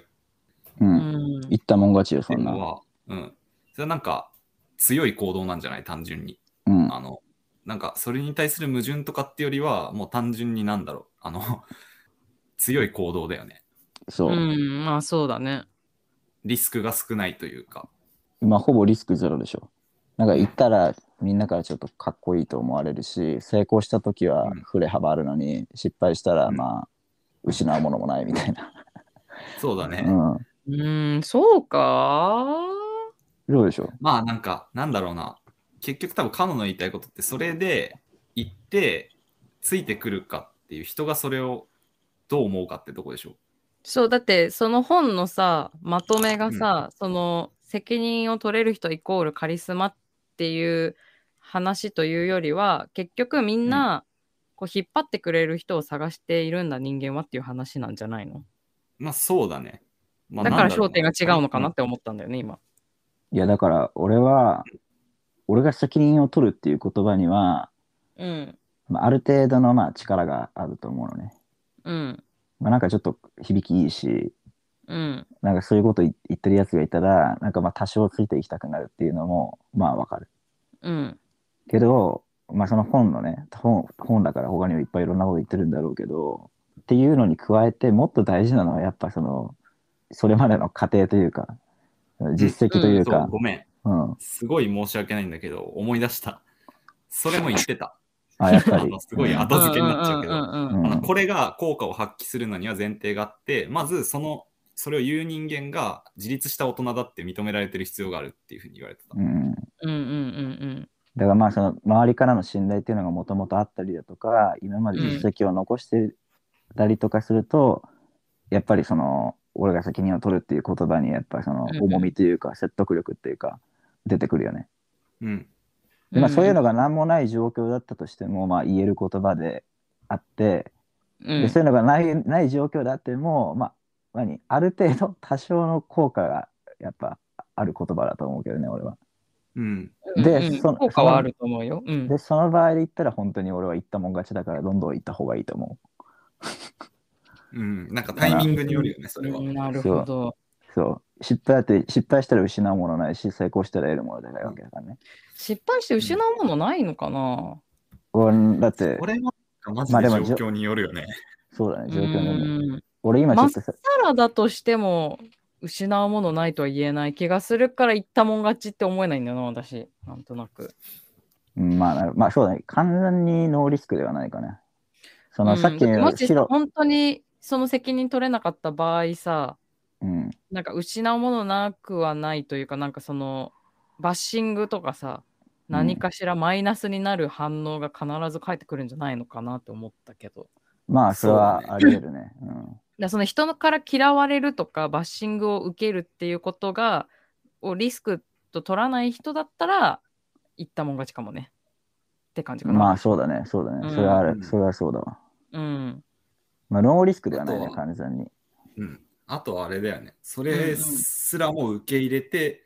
Speaker 2: う
Speaker 3: うんん
Speaker 2: 言ったもん勝ちよ
Speaker 1: て
Speaker 2: そ
Speaker 1: い
Speaker 2: ん
Speaker 1: う
Speaker 2: な
Speaker 1: の。は、うん。それはなんか、強い行動なんじゃない単純に。
Speaker 2: うん
Speaker 1: あの、なんか、それに対する矛盾とかってよりは、もう単純になんだろう。あの、 強い行動だよね。
Speaker 2: そうう。
Speaker 3: ん、まあそうだね。
Speaker 1: リスクが少ないというか。
Speaker 2: まあほぼリスクゼロでしょ。なんか言ったらみんなからちょっとかっこいいと思われるし成功した時は
Speaker 1: うん
Speaker 2: 振れ幅あるのに失敗したら
Speaker 1: うん
Speaker 2: まあ失うものもないみたいな。
Speaker 1: そうだね。
Speaker 2: うん。
Speaker 3: うん、そうか
Speaker 2: どうでしょ
Speaker 1: まあなんか、なんだろうな。結局多分カノの言いたいことって、それで行って、ついてくるかっていう人がそれをどう思うかってとこでしょ。
Speaker 3: そう、だってその本のさ、まとめがさ、その責任を取れる人イコールカリスマっていう話というよりは、結局みんな、こう引っ張ってくれる人を探しているんだ人間はっていう話なんじゃないの
Speaker 1: まあそうだね。まあ、
Speaker 3: だから
Speaker 1: なんろ
Speaker 3: 焦
Speaker 1: う
Speaker 3: 点が
Speaker 1: な
Speaker 3: 違うのかなっ。て思ったんだよね、今。
Speaker 2: ういやだから俺は俺が責任を取るっていう言葉には
Speaker 3: うん。
Speaker 2: まあある程度のまあ力があると思うのね。
Speaker 3: うん。
Speaker 2: まあなんかちょっと響きいいし
Speaker 3: うん。
Speaker 2: なんかそういうこと言言ってるやつがいたら、なんかまあ多少ついていきたくなるっていうのも、まあわかる。
Speaker 3: うん。
Speaker 2: けど、まあその本のね、本本だから他にもいっぱいいろんなこと言ってるんだろうけど、っていうのに加えて、もっと大事なのはやっぱその、それまでの過程というか、実績という
Speaker 1: そ
Speaker 2: か
Speaker 1: う、ごめん。
Speaker 2: うん。
Speaker 1: すごい申し訳ないんだけど、思い出した。それも言ってた。
Speaker 2: あ、やっぱり
Speaker 1: あの。 すごい
Speaker 2: うん
Speaker 1: 後付けになっちゃうけど
Speaker 3: んんん
Speaker 2: うん
Speaker 1: あのこれが効果を発揮するのには前提があって、まずその、それを言う人間が自立した大人だって認められてる必要があるっていうふうに言われてた。
Speaker 2: うん。
Speaker 3: うんうん
Speaker 2: だからまあその周りからの信頼っていうのがもともとあったりだとか今まで実績を残してたりとかすると、やっぱりその俺が責任を取るっていう言葉にやっぱりその
Speaker 3: うんうん
Speaker 2: 重みというか説得力っていうか出てくるよね。
Speaker 1: うん。
Speaker 3: う
Speaker 2: で
Speaker 3: ん。
Speaker 2: まあ、そういうのが何もない状況だったとしても、まあ、言える言葉であって、
Speaker 3: う
Speaker 2: で
Speaker 3: ん、
Speaker 2: そういうのがないない状況であっても、まあ、何ある程度多少の効果がやっぱある言葉だと思うけどね俺は。
Speaker 1: うん。
Speaker 2: で
Speaker 3: うんうん
Speaker 2: その
Speaker 3: 効果はあると思うよ。うん
Speaker 2: でその場合で言ったら本当に俺は言ったもん勝ちだからどんどん言った方がいいと思う。
Speaker 1: うん、なんかタイミングによるよね、それは。
Speaker 3: なるほど。
Speaker 2: そう。失敗って、失敗したら失うものないし、成功したら得るものでないわけだからね。
Speaker 3: 失敗して失うものないのかな
Speaker 2: 俺、だって、
Speaker 1: これは、マジ
Speaker 2: まあでも
Speaker 1: で状況によるよね。
Speaker 2: そうだね、
Speaker 3: う
Speaker 2: 状況による。
Speaker 3: ん。
Speaker 2: 俺今ちょっとさ、
Speaker 3: サラだとしても、失うものないとは言えない気がするから、言ったもん勝ちって思えないんだよな、私。なんとなく。
Speaker 2: うんまあなる、まあそうだね。完全にノーリスクではないかね。その、
Speaker 3: うん
Speaker 2: さっき
Speaker 3: だって
Speaker 2: の
Speaker 3: もし
Speaker 2: 白、
Speaker 3: 本当にその責任取れなかった場合さ、
Speaker 2: うん、
Speaker 3: なんか失うものなくはないというか、なんかその、バッシングとかさ、
Speaker 2: うん
Speaker 3: 何かしらマイナスになる反応が必ず返ってくるんじゃないのかなって思ったけど。
Speaker 2: まあそれは
Speaker 1: そう
Speaker 2: あり得るね。
Speaker 3: だからその人から嫌われるとかバッシングを受けるっていうことがをリスクと取らない人だったら言ったもん勝ちかもねって感じ
Speaker 2: う
Speaker 3: か
Speaker 2: ん、
Speaker 3: な、
Speaker 2: まあそうだね、そうだね。それはあ
Speaker 1: うん
Speaker 2: る、それはそうだわ。
Speaker 3: うん
Speaker 2: まあノーリスクではない
Speaker 1: あ
Speaker 2: ね、
Speaker 1: と
Speaker 2: 完全に。
Speaker 1: うん。あとはあれだよね。そ
Speaker 3: うんう
Speaker 1: れ
Speaker 3: ん
Speaker 1: すらも受け入れて、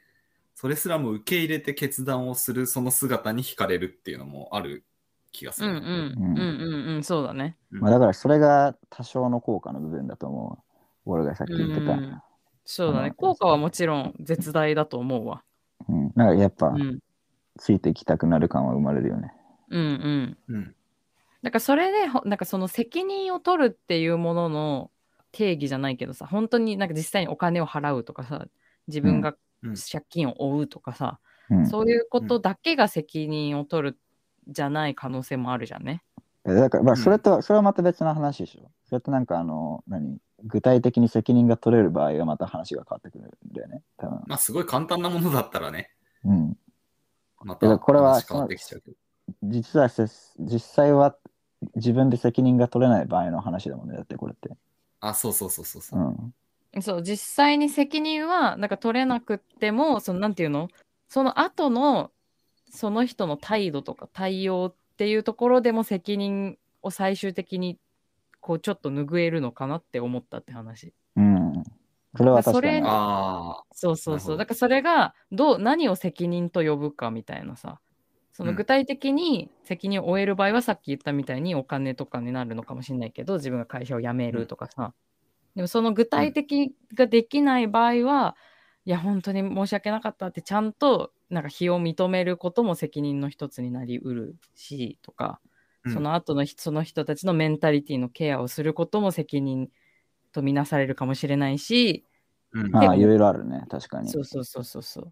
Speaker 1: それすらも受け入れて決断をするその姿に惹かれるっていうのもある気がす
Speaker 3: うん
Speaker 1: る
Speaker 3: う
Speaker 1: ね。
Speaker 3: んうんうんうんそうだね
Speaker 1: うん
Speaker 2: まあだからそれが多少の効果の部分だと思うわ。俺がさっき言ってた。
Speaker 3: うんうんそうだ
Speaker 2: う
Speaker 3: ね
Speaker 2: ん
Speaker 3: 効果はもちろん絶大だと思うわ、
Speaker 2: うん、なんかやっぱ
Speaker 3: う、ん、
Speaker 2: ついてきたくなる感は生まれるよね。
Speaker 3: うんうん
Speaker 1: うん。
Speaker 3: だからそれでほなんかその責任を取るっていうものの定義じゃないけどさ本当になんか実際にお金を払うとかさ自分
Speaker 1: う
Speaker 3: が
Speaker 1: んうん
Speaker 3: 借金を負うとかさ、
Speaker 2: うん、
Speaker 3: そういうことだけが責任を取るじゃない可能性もあるじゃんね。
Speaker 2: だから、ま
Speaker 1: う
Speaker 2: あ、
Speaker 1: ん
Speaker 2: それと、それはまた別の話でしょ。それとなんか、あの、何具体的に責任が取れる場合はまた話が変わってくるんだよね。多分。
Speaker 1: まあすごい簡単なものだったらね、
Speaker 2: うん。
Speaker 1: ま
Speaker 2: い
Speaker 1: た
Speaker 2: やこれは
Speaker 1: 話変わってきちゃうけど。
Speaker 2: 実はせ、実際は自分で責任が取れない場合の話だもんね。だってこれって。
Speaker 1: あ、そうそうそうそうそうう。
Speaker 2: ん。
Speaker 3: そう実際に責任はなんか取れなくってもそのなんていうのその後のその人の態度とか対応っていうところでも責任を最終的にこうちょっと拭えるのかなって思ったって話。
Speaker 2: うん。それは確かに。
Speaker 3: それ
Speaker 1: あ
Speaker 3: そうそう
Speaker 1: なる
Speaker 3: そ
Speaker 1: ほ
Speaker 3: う。
Speaker 1: ど
Speaker 3: だからそれがどう何を責任と呼ぶかみたいなさ。その
Speaker 1: うん
Speaker 3: 具体的に責任を負える場合はさっき言ったみたいにお金とかになるのかもしれないけど自分が会社を辞めるとかさ、でもその具体的ができない場合は、いや本当に申し訳なかったってちゃんとなんか非を認めることも責任の一つになりうるしとか、
Speaker 1: うん
Speaker 3: その後のひその人たちのメンタリティのケアをすることも責任とみなされるかもしれないし、
Speaker 1: ーうん。
Speaker 2: まあ、いろいろあるね。確かに
Speaker 3: そ。うそうそうそうそう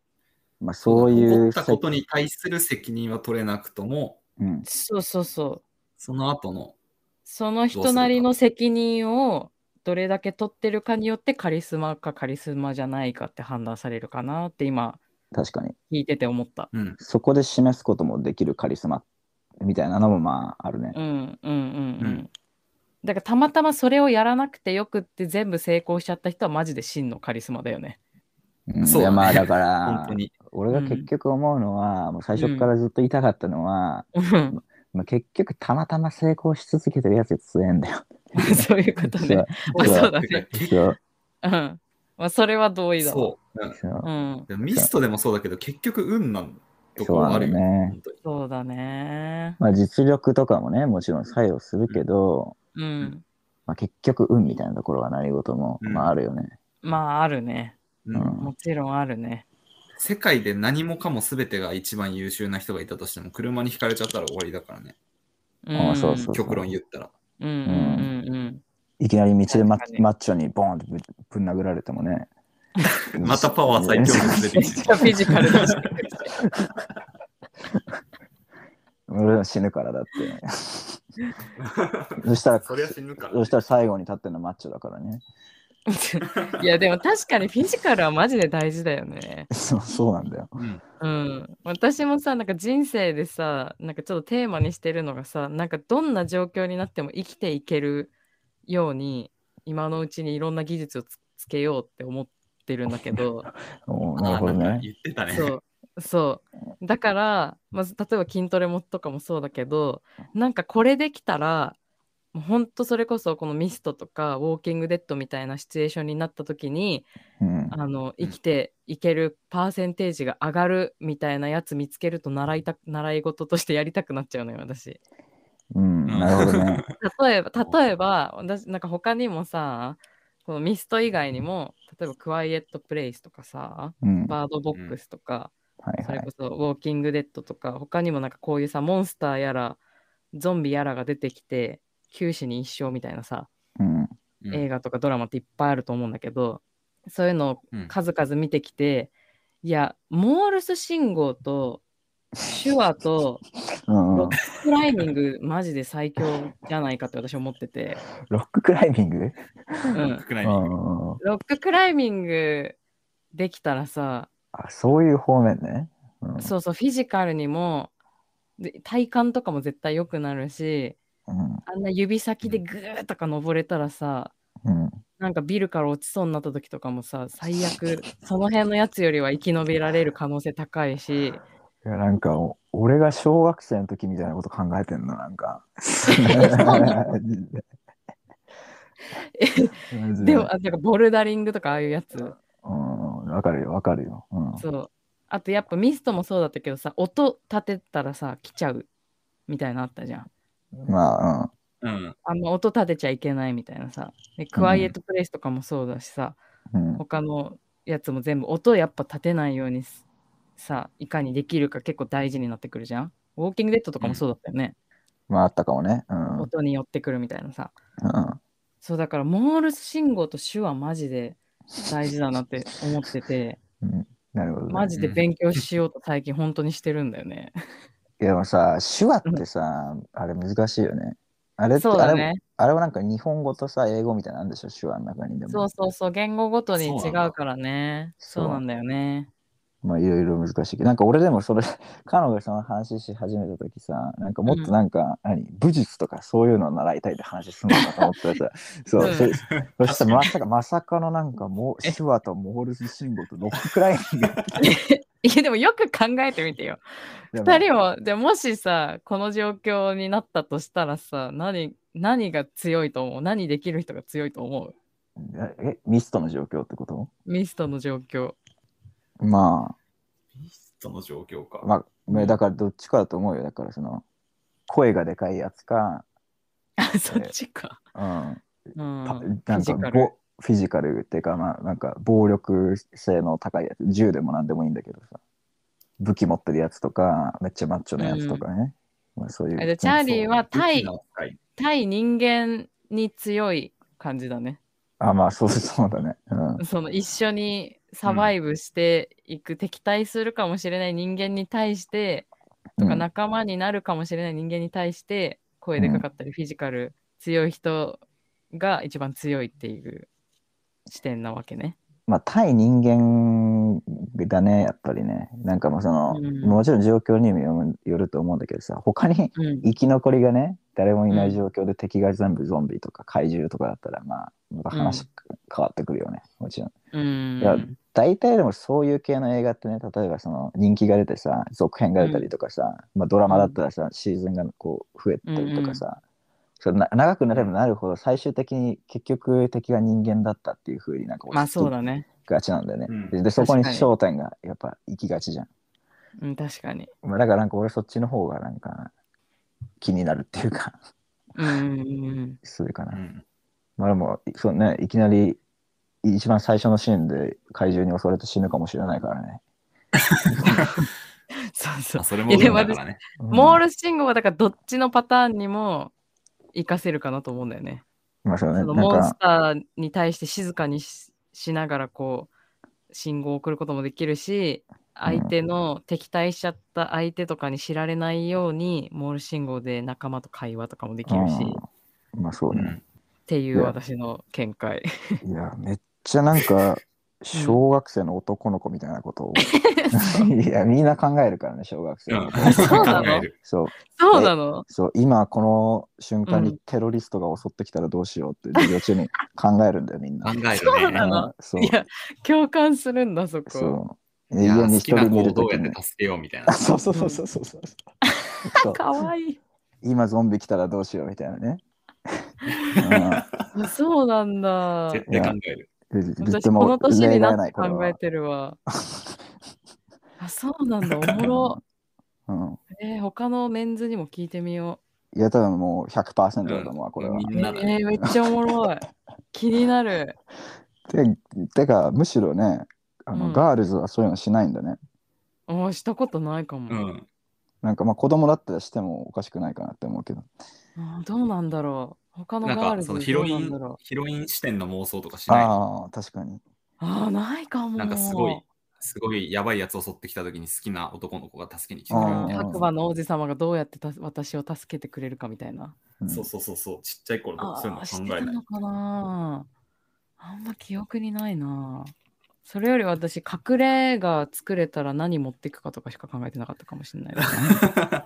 Speaker 2: まあ、そうい
Speaker 1: 起こ
Speaker 2: う
Speaker 1: った
Speaker 2: 責。
Speaker 1: ことに対する責任は取れなくとも、
Speaker 2: うん。
Speaker 3: そうそうそう。
Speaker 1: その後の、
Speaker 3: その人なりの責任をどれだけ取ってるかによってカリスマかカリスマじゃないかって判断されるかなって今
Speaker 2: 確かに。
Speaker 3: 聞いてて思った。
Speaker 1: うん。
Speaker 2: そこで示すこともできるカリスマみたいなのもまああるね
Speaker 3: う。んうんうんうん。
Speaker 1: うん
Speaker 3: だからたまたまそれをやらなくてよくって全部成功しちゃった人はマジで真のカリスマだよね。
Speaker 2: うん
Speaker 1: そうだ
Speaker 2: いや
Speaker 1: ね
Speaker 2: まあだか
Speaker 1: 本
Speaker 2: ら
Speaker 1: 当、に。
Speaker 2: 俺が結局思うのは、もう最初からずっと言いたかったのは、
Speaker 3: うん
Speaker 2: まあ、結局たまたま成功し続けてるやつ強えんだよ。
Speaker 3: そういうことね。あそうだね。
Speaker 2: そう
Speaker 3: うん。まあそれは同意だわ。
Speaker 1: そう。うん
Speaker 2: そう
Speaker 3: うん。
Speaker 1: でもミストでもそうだけど、結局運なん と
Speaker 2: そう
Speaker 1: こ
Speaker 2: な
Speaker 1: あ
Speaker 2: んだ
Speaker 1: る
Speaker 2: よ
Speaker 1: よ
Speaker 2: ね
Speaker 1: ね。本当に
Speaker 3: そうだね。
Speaker 2: まあ、実力とかもねもちろん作用するけど、
Speaker 3: うん。
Speaker 2: まあ、結局運みたいなところは何事も、
Speaker 1: うん
Speaker 2: まああるよね。
Speaker 3: まああるね。
Speaker 1: うん
Speaker 2: うん
Speaker 3: もちろんあるね。
Speaker 1: 世界で何もかも全てが一番優秀な人がいたとしても、車にひかれちゃったら終わりだからね。
Speaker 3: うん、
Speaker 2: あそうそう
Speaker 1: 極論言ったら。。
Speaker 3: うんうんうんうん。
Speaker 2: いきなり道でマ
Speaker 3: 確かに
Speaker 2: マッチョにボーンってぶぶん殴られてもね
Speaker 1: またパワー最強が出て
Speaker 3: め っ
Speaker 1: き
Speaker 3: ちゃフィジカルだし。
Speaker 2: 俺は死ぬからだって。そしたら、
Speaker 1: そりゃ死ぬから。
Speaker 2: そしたら最後に立ってるのマッチョだからね。
Speaker 3: いやでも確かにフィジカルはマジで大事だよね。
Speaker 2: そうそうなんだよ。
Speaker 1: うん
Speaker 3: うん。私もさ、なんか人生でさ、なんかちょっとテーマにしてるのがさ、なんかどんな状況になっても生きていけるように、今のうちにいろんな技術をつつけようって思ってるんだけ ど、
Speaker 2: おーなる
Speaker 1: あ
Speaker 2: ほ
Speaker 1: ー
Speaker 2: ど
Speaker 1: なんか
Speaker 2: ね。
Speaker 1: 言ってたね。
Speaker 3: そう。そう。だから、まず、例えば筋トレもとかもそうだけど、なんかこれできたら、もうほんとそれこそこのミストとかウォーキングデッドみたいなシチュエーションになった時に、
Speaker 2: うん、
Speaker 3: あの、生きていけるパーセンテージが上 がるみたいなやつ見つけると習いた、習い事としてやりたくなっちゃうのよ、私。
Speaker 2: うん、なるほどね。
Speaker 3: 例え ば、例えば、私、なんか他にもさ、このミスト以外にも、例えば、クワイエットプレイスとかさ、
Speaker 2: うん、は
Speaker 3: バードボックスとか、
Speaker 2: い
Speaker 3: そ
Speaker 2: は
Speaker 3: れ
Speaker 2: い。
Speaker 3: こそ、ウォーキングデッドとか、他にもなんかこういうさ、モンスターやら、ゾンビやらが出てきて、九死に一生みたいなさ、
Speaker 2: うん、
Speaker 1: うん
Speaker 3: 映画とかドラマっていっぱいあると思うんだけど、そういうのを
Speaker 1: うん
Speaker 3: 数々見てきて、いや、モールス信号と、手話と
Speaker 2: うん、
Speaker 3: ロ
Speaker 2: ロ
Speaker 3: ッククライミング、マジで最強じゃないかって私は思ってて、
Speaker 2: ッククライミング
Speaker 3: うん、
Speaker 1: くらいに
Speaker 2: うん
Speaker 3: ロッククライミングできたらさ、
Speaker 2: あそういう方面ね。うん
Speaker 3: そうそう、フィジカルにも、で体幹とかも絶対良くなるし、
Speaker 2: うん
Speaker 3: あんな指先でグーとか登れたらさ、
Speaker 2: うん
Speaker 3: なんかビルから落ちそうになった時とかもさ、最悪、その辺のやつよりは生き延びられる可能性高いし、
Speaker 2: いやなんかお俺が小学生の時みたいなこと考えてんのなんか。
Speaker 3: でも、あなんかボルダリングとかああいうやつ、
Speaker 2: うん、わかるよわかるよ。うん、
Speaker 3: そう。あとやっぱミストもそうだったけどさ、音立てたらさ、来ちゃうみたいなのあったじゃん。
Speaker 2: まあ、
Speaker 1: うん
Speaker 3: あんま音立てちゃいけないみたいなさ。でクワイエットプレイスとかもそうだしさ、
Speaker 2: うんうん
Speaker 3: 他のやつも全部音やっぱ立てないようにすさ、いかにできるか結構大事になってくるじゃん。ウォーキングデッドとかもそうだったよね。
Speaker 2: まああったかもね。うんうん
Speaker 3: 音に寄ってくるみたいなさ。そうだからモールス信号と手話マジで大事だなって思ってて、
Speaker 2: うん、なるほど、ね。
Speaker 3: マジで勉強しようと最近本当にしてるんだよね。
Speaker 2: いやでもさ手話ってさあれ難しいよね。あれって
Speaker 3: そう
Speaker 2: あ
Speaker 3: だ
Speaker 2: れ
Speaker 3: ね。
Speaker 2: あれはなんか日本語とさ英語みたいなのあるんでしょ手話の中にでも。
Speaker 3: そうそうそう、言語ごとに
Speaker 1: そ
Speaker 3: 違
Speaker 1: うなんだ
Speaker 3: うからね。
Speaker 2: そう
Speaker 3: そうなんだよね。
Speaker 2: まあいろいろ難しいけど、なんか俺でもそれ、 彼女がその話し始めた時さ、なんかもっとなんか、何、武術とかそういうのを習いたいって話すんのかと思った らさ、そう、そそしたらまさか、まさかのなんかもう、手話とモールス信号とロッククライミング。
Speaker 3: いや、でもよく考えてみてよ。二人も、でもしさ、この状況になったとしたらさ、何、何が強いと思う何できる人が強いと思う
Speaker 2: え、ミストの状況ってこと
Speaker 3: ミストの状況。
Speaker 2: ま
Speaker 1: ミストの状況か
Speaker 2: あ、。まあ、まあだからどっちかだと思うよ。だからその、声がでかいやつか、
Speaker 3: あ、そっちか。
Speaker 2: うん、
Speaker 3: うん。
Speaker 2: た
Speaker 3: フ
Speaker 2: な
Speaker 3: ィ
Speaker 2: んか
Speaker 3: ジカ
Speaker 2: ぼ
Speaker 3: ル。
Speaker 2: フィジカルっていうかまあなんか暴力性の高いやつ銃でも何でもいいんだけどさ武器持ってるやつとかめっちゃマッチョなやつとかね、まあ、そういう
Speaker 3: あじゃあチャーリーは
Speaker 1: 武
Speaker 3: 対
Speaker 1: 器の扱い
Speaker 3: 対人間に強い感じだね。
Speaker 2: あまあそうそうだね、うん、
Speaker 3: その一緒にサバイブしていく、敵対するかもしれない人間に対して、とか
Speaker 2: うん
Speaker 3: 仲間になるかもしれない人間に対して声でかかったりフィジカル強い人が一番強いっていう視点なわけね。
Speaker 2: まあ対人間だねやっぱりねなんかもうその、
Speaker 3: うん
Speaker 2: もちろん状況にもよるよると思うんだけどさ他に
Speaker 3: うん、
Speaker 2: 生き残りがね誰もいない状況で敵が全部ゾンビとか怪獣とかだったらまあまた話変わってくるよね、もちろん。
Speaker 3: うん、
Speaker 2: いや大体でもそういう系の映画ってね例えばその人気が出てさ続編が出たりとかさ、まあ、ドラマだったらさ、シーズンがこう増えたりとかさ、それな長くなればなるほど最終的に結局敵が人間だったっていうふうになんか
Speaker 3: まあ
Speaker 2: 落ち
Speaker 3: そう
Speaker 2: 着
Speaker 3: だね。
Speaker 2: きがちなんだよね。
Speaker 1: うん
Speaker 2: ででそこに
Speaker 3: 確かに
Speaker 2: 焦点がやっぱ行きがちじゃん。
Speaker 3: うん、確かに。
Speaker 2: まあ、だからなんか俺そっちの方がなんか気になるっていうか
Speaker 3: うんうん
Speaker 2: するかな。
Speaker 1: うん
Speaker 2: まあでもそう、ね、いきなり一番最初のシーンで怪獣に襲われて死ぬかもしれないからね。
Speaker 3: うん、そうそう
Speaker 1: あ。それも運だからね。
Speaker 2: うん
Speaker 3: モールス信号はだからどっちのパターンにも活かせるかなと思うんだよね。
Speaker 2: まあそうね、
Speaker 3: その
Speaker 2: なん
Speaker 3: モン
Speaker 2: か
Speaker 3: スターに対して静かにししながらこう信号を送ることもできるし相手の敵対しちゃった相手とかに知られないようにモールス信号で仲間と会話とかもできるし、っ
Speaker 2: うんまあそう
Speaker 1: う
Speaker 2: ね。
Speaker 1: ん
Speaker 3: てい
Speaker 2: いうや
Speaker 3: 私の 見解
Speaker 2: いや、めっちゃなんか、小学生の男の子みたいなことを。 いや、みんな考えるからね、小学生の子。
Speaker 3: そうなの
Speaker 1: 考える
Speaker 2: そう、
Speaker 3: そうなの
Speaker 2: そう、今この瞬間
Speaker 3: う
Speaker 2: にテロリストが襲ってきたらどうしようって、授業中に考えるんだよ、みん
Speaker 1: 考
Speaker 2: な。
Speaker 1: え
Speaker 3: そう
Speaker 1: る
Speaker 3: な
Speaker 1: ね。
Speaker 3: の
Speaker 2: うんそう
Speaker 3: い、や共感するんだそこ
Speaker 2: そう。
Speaker 1: い
Speaker 2: 家
Speaker 1: や
Speaker 2: に
Speaker 1: 好
Speaker 2: 一
Speaker 1: きな
Speaker 2: 人見
Speaker 1: 行動
Speaker 2: ると
Speaker 1: を
Speaker 2: き
Speaker 1: やって
Speaker 2: に。
Speaker 1: 助けようみたい
Speaker 2: あ
Speaker 1: な。
Speaker 2: そうそうそうそうそうそう。そう
Speaker 3: かわいい
Speaker 2: 今ゾンビ来たらどうしようみたいな ね。う
Speaker 3: そうなんだ
Speaker 1: 絶対考える。
Speaker 2: んずずっ
Speaker 3: 私
Speaker 2: と
Speaker 3: こ
Speaker 2: も
Speaker 3: の年にな
Speaker 2: 例外
Speaker 3: って
Speaker 2: これは
Speaker 3: 考えてる わあそうなんだおもろ
Speaker 2: うん。
Speaker 3: えー他のメンズにも聞いてみよ
Speaker 2: いや、多分もう100%だと思うわ、これは。
Speaker 1: み
Speaker 3: え
Speaker 1: んなだね。
Speaker 3: ー、めっちゃおもろ い。気になる。
Speaker 2: ててか、むしろね、あの
Speaker 3: うん
Speaker 2: ガールズはそういうのしないんだね。
Speaker 3: おしたことないかも。
Speaker 1: うん。
Speaker 2: なんかまあ子供だったらしてもおかしくないかなって思うけど。
Speaker 3: あーどうなんだろう他の
Speaker 1: なん
Speaker 3: ガー
Speaker 1: か
Speaker 3: ルズ
Speaker 1: そのヒロイン
Speaker 3: どうなんだろう
Speaker 1: ヒロイン視点の妄想とかしない。
Speaker 2: ああ、確かに。
Speaker 3: あーないかも
Speaker 1: なんかすごいすごいやばいやつを襲ってきた時に好きな男の子が助けに来てくれるみたい
Speaker 2: あー
Speaker 1: な。
Speaker 3: 白馬の王子様がどうやってた私を助けてくれるかみたいな
Speaker 2: うん
Speaker 1: そうそうそうそう。ちっちゃい頃とか
Speaker 3: あ
Speaker 1: そういうの
Speaker 3: あして
Speaker 1: 考
Speaker 3: た
Speaker 1: えない
Speaker 3: の。かなあんま記憶にないなそれより私隠れが作れたら何持っていくかとかしか考えてなかったかもし れないですね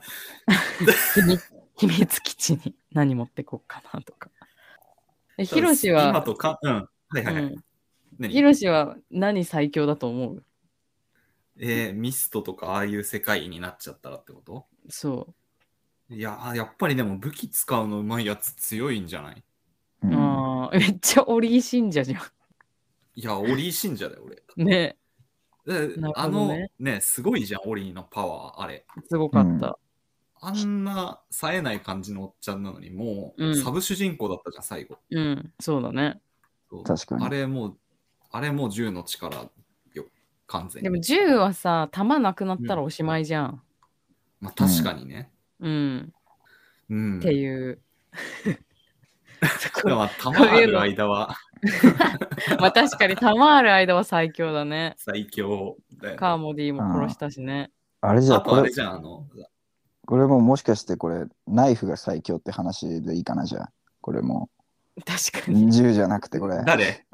Speaker 3: 秘密秘密基地に何持ってこうかなとかえ ヒロシ
Speaker 1: 今
Speaker 3: は
Speaker 1: とか、うん。はいはいは
Speaker 3: う
Speaker 1: い
Speaker 3: ん。
Speaker 1: 何
Speaker 3: ヒロシは何最強だと思う
Speaker 1: えーミストとかああいう世界になっちゃったらってこと
Speaker 3: そう
Speaker 1: いやー、やっぱりでも武器使うのうまいやつ強いんじゃない
Speaker 2: うん
Speaker 3: あーめっちゃオリー信者じゃ
Speaker 1: いや、オリー信者だよ、俺。
Speaker 3: ん。ね
Speaker 1: で
Speaker 3: なる
Speaker 1: あ
Speaker 3: ほど
Speaker 1: の
Speaker 3: ね
Speaker 1: ね、すごいじゃん、オリーのパワー、あれ。
Speaker 3: すごかった。
Speaker 1: あんな冴えない感じのおっちゃんなのに、もう、
Speaker 3: うん
Speaker 1: サブ主人公だったじゃん、最後。
Speaker 3: うん、そうだね。
Speaker 1: そう
Speaker 2: 確かに
Speaker 1: あれもう、あれもう銃の力よ、完全
Speaker 3: で
Speaker 1: に。
Speaker 3: も銃はさ、弾なくなったらおしまいじゃん。
Speaker 1: まあ、確かにね。
Speaker 3: うん、
Speaker 1: うん。
Speaker 3: っていう。 そこ
Speaker 1: まあ、弾ある間は
Speaker 3: まあ確かに弾ある間は最強だね。
Speaker 1: 最強だよね
Speaker 3: カーモディも殺したしね。
Speaker 2: あれじゃ
Speaker 1: あ
Speaker 2: あ、こと
Speaker 1: あ
Speaker 2: れ
Speaker 1: れ、じゃん、あの、
Speaker 2: これももしかしてこれ、ナイフが最強って話でいいかな、じゃあ。これも、
Speaker 3: 確かに、
Speaker 2: 銃じゃなくてこれ、
Speaker 1: 誰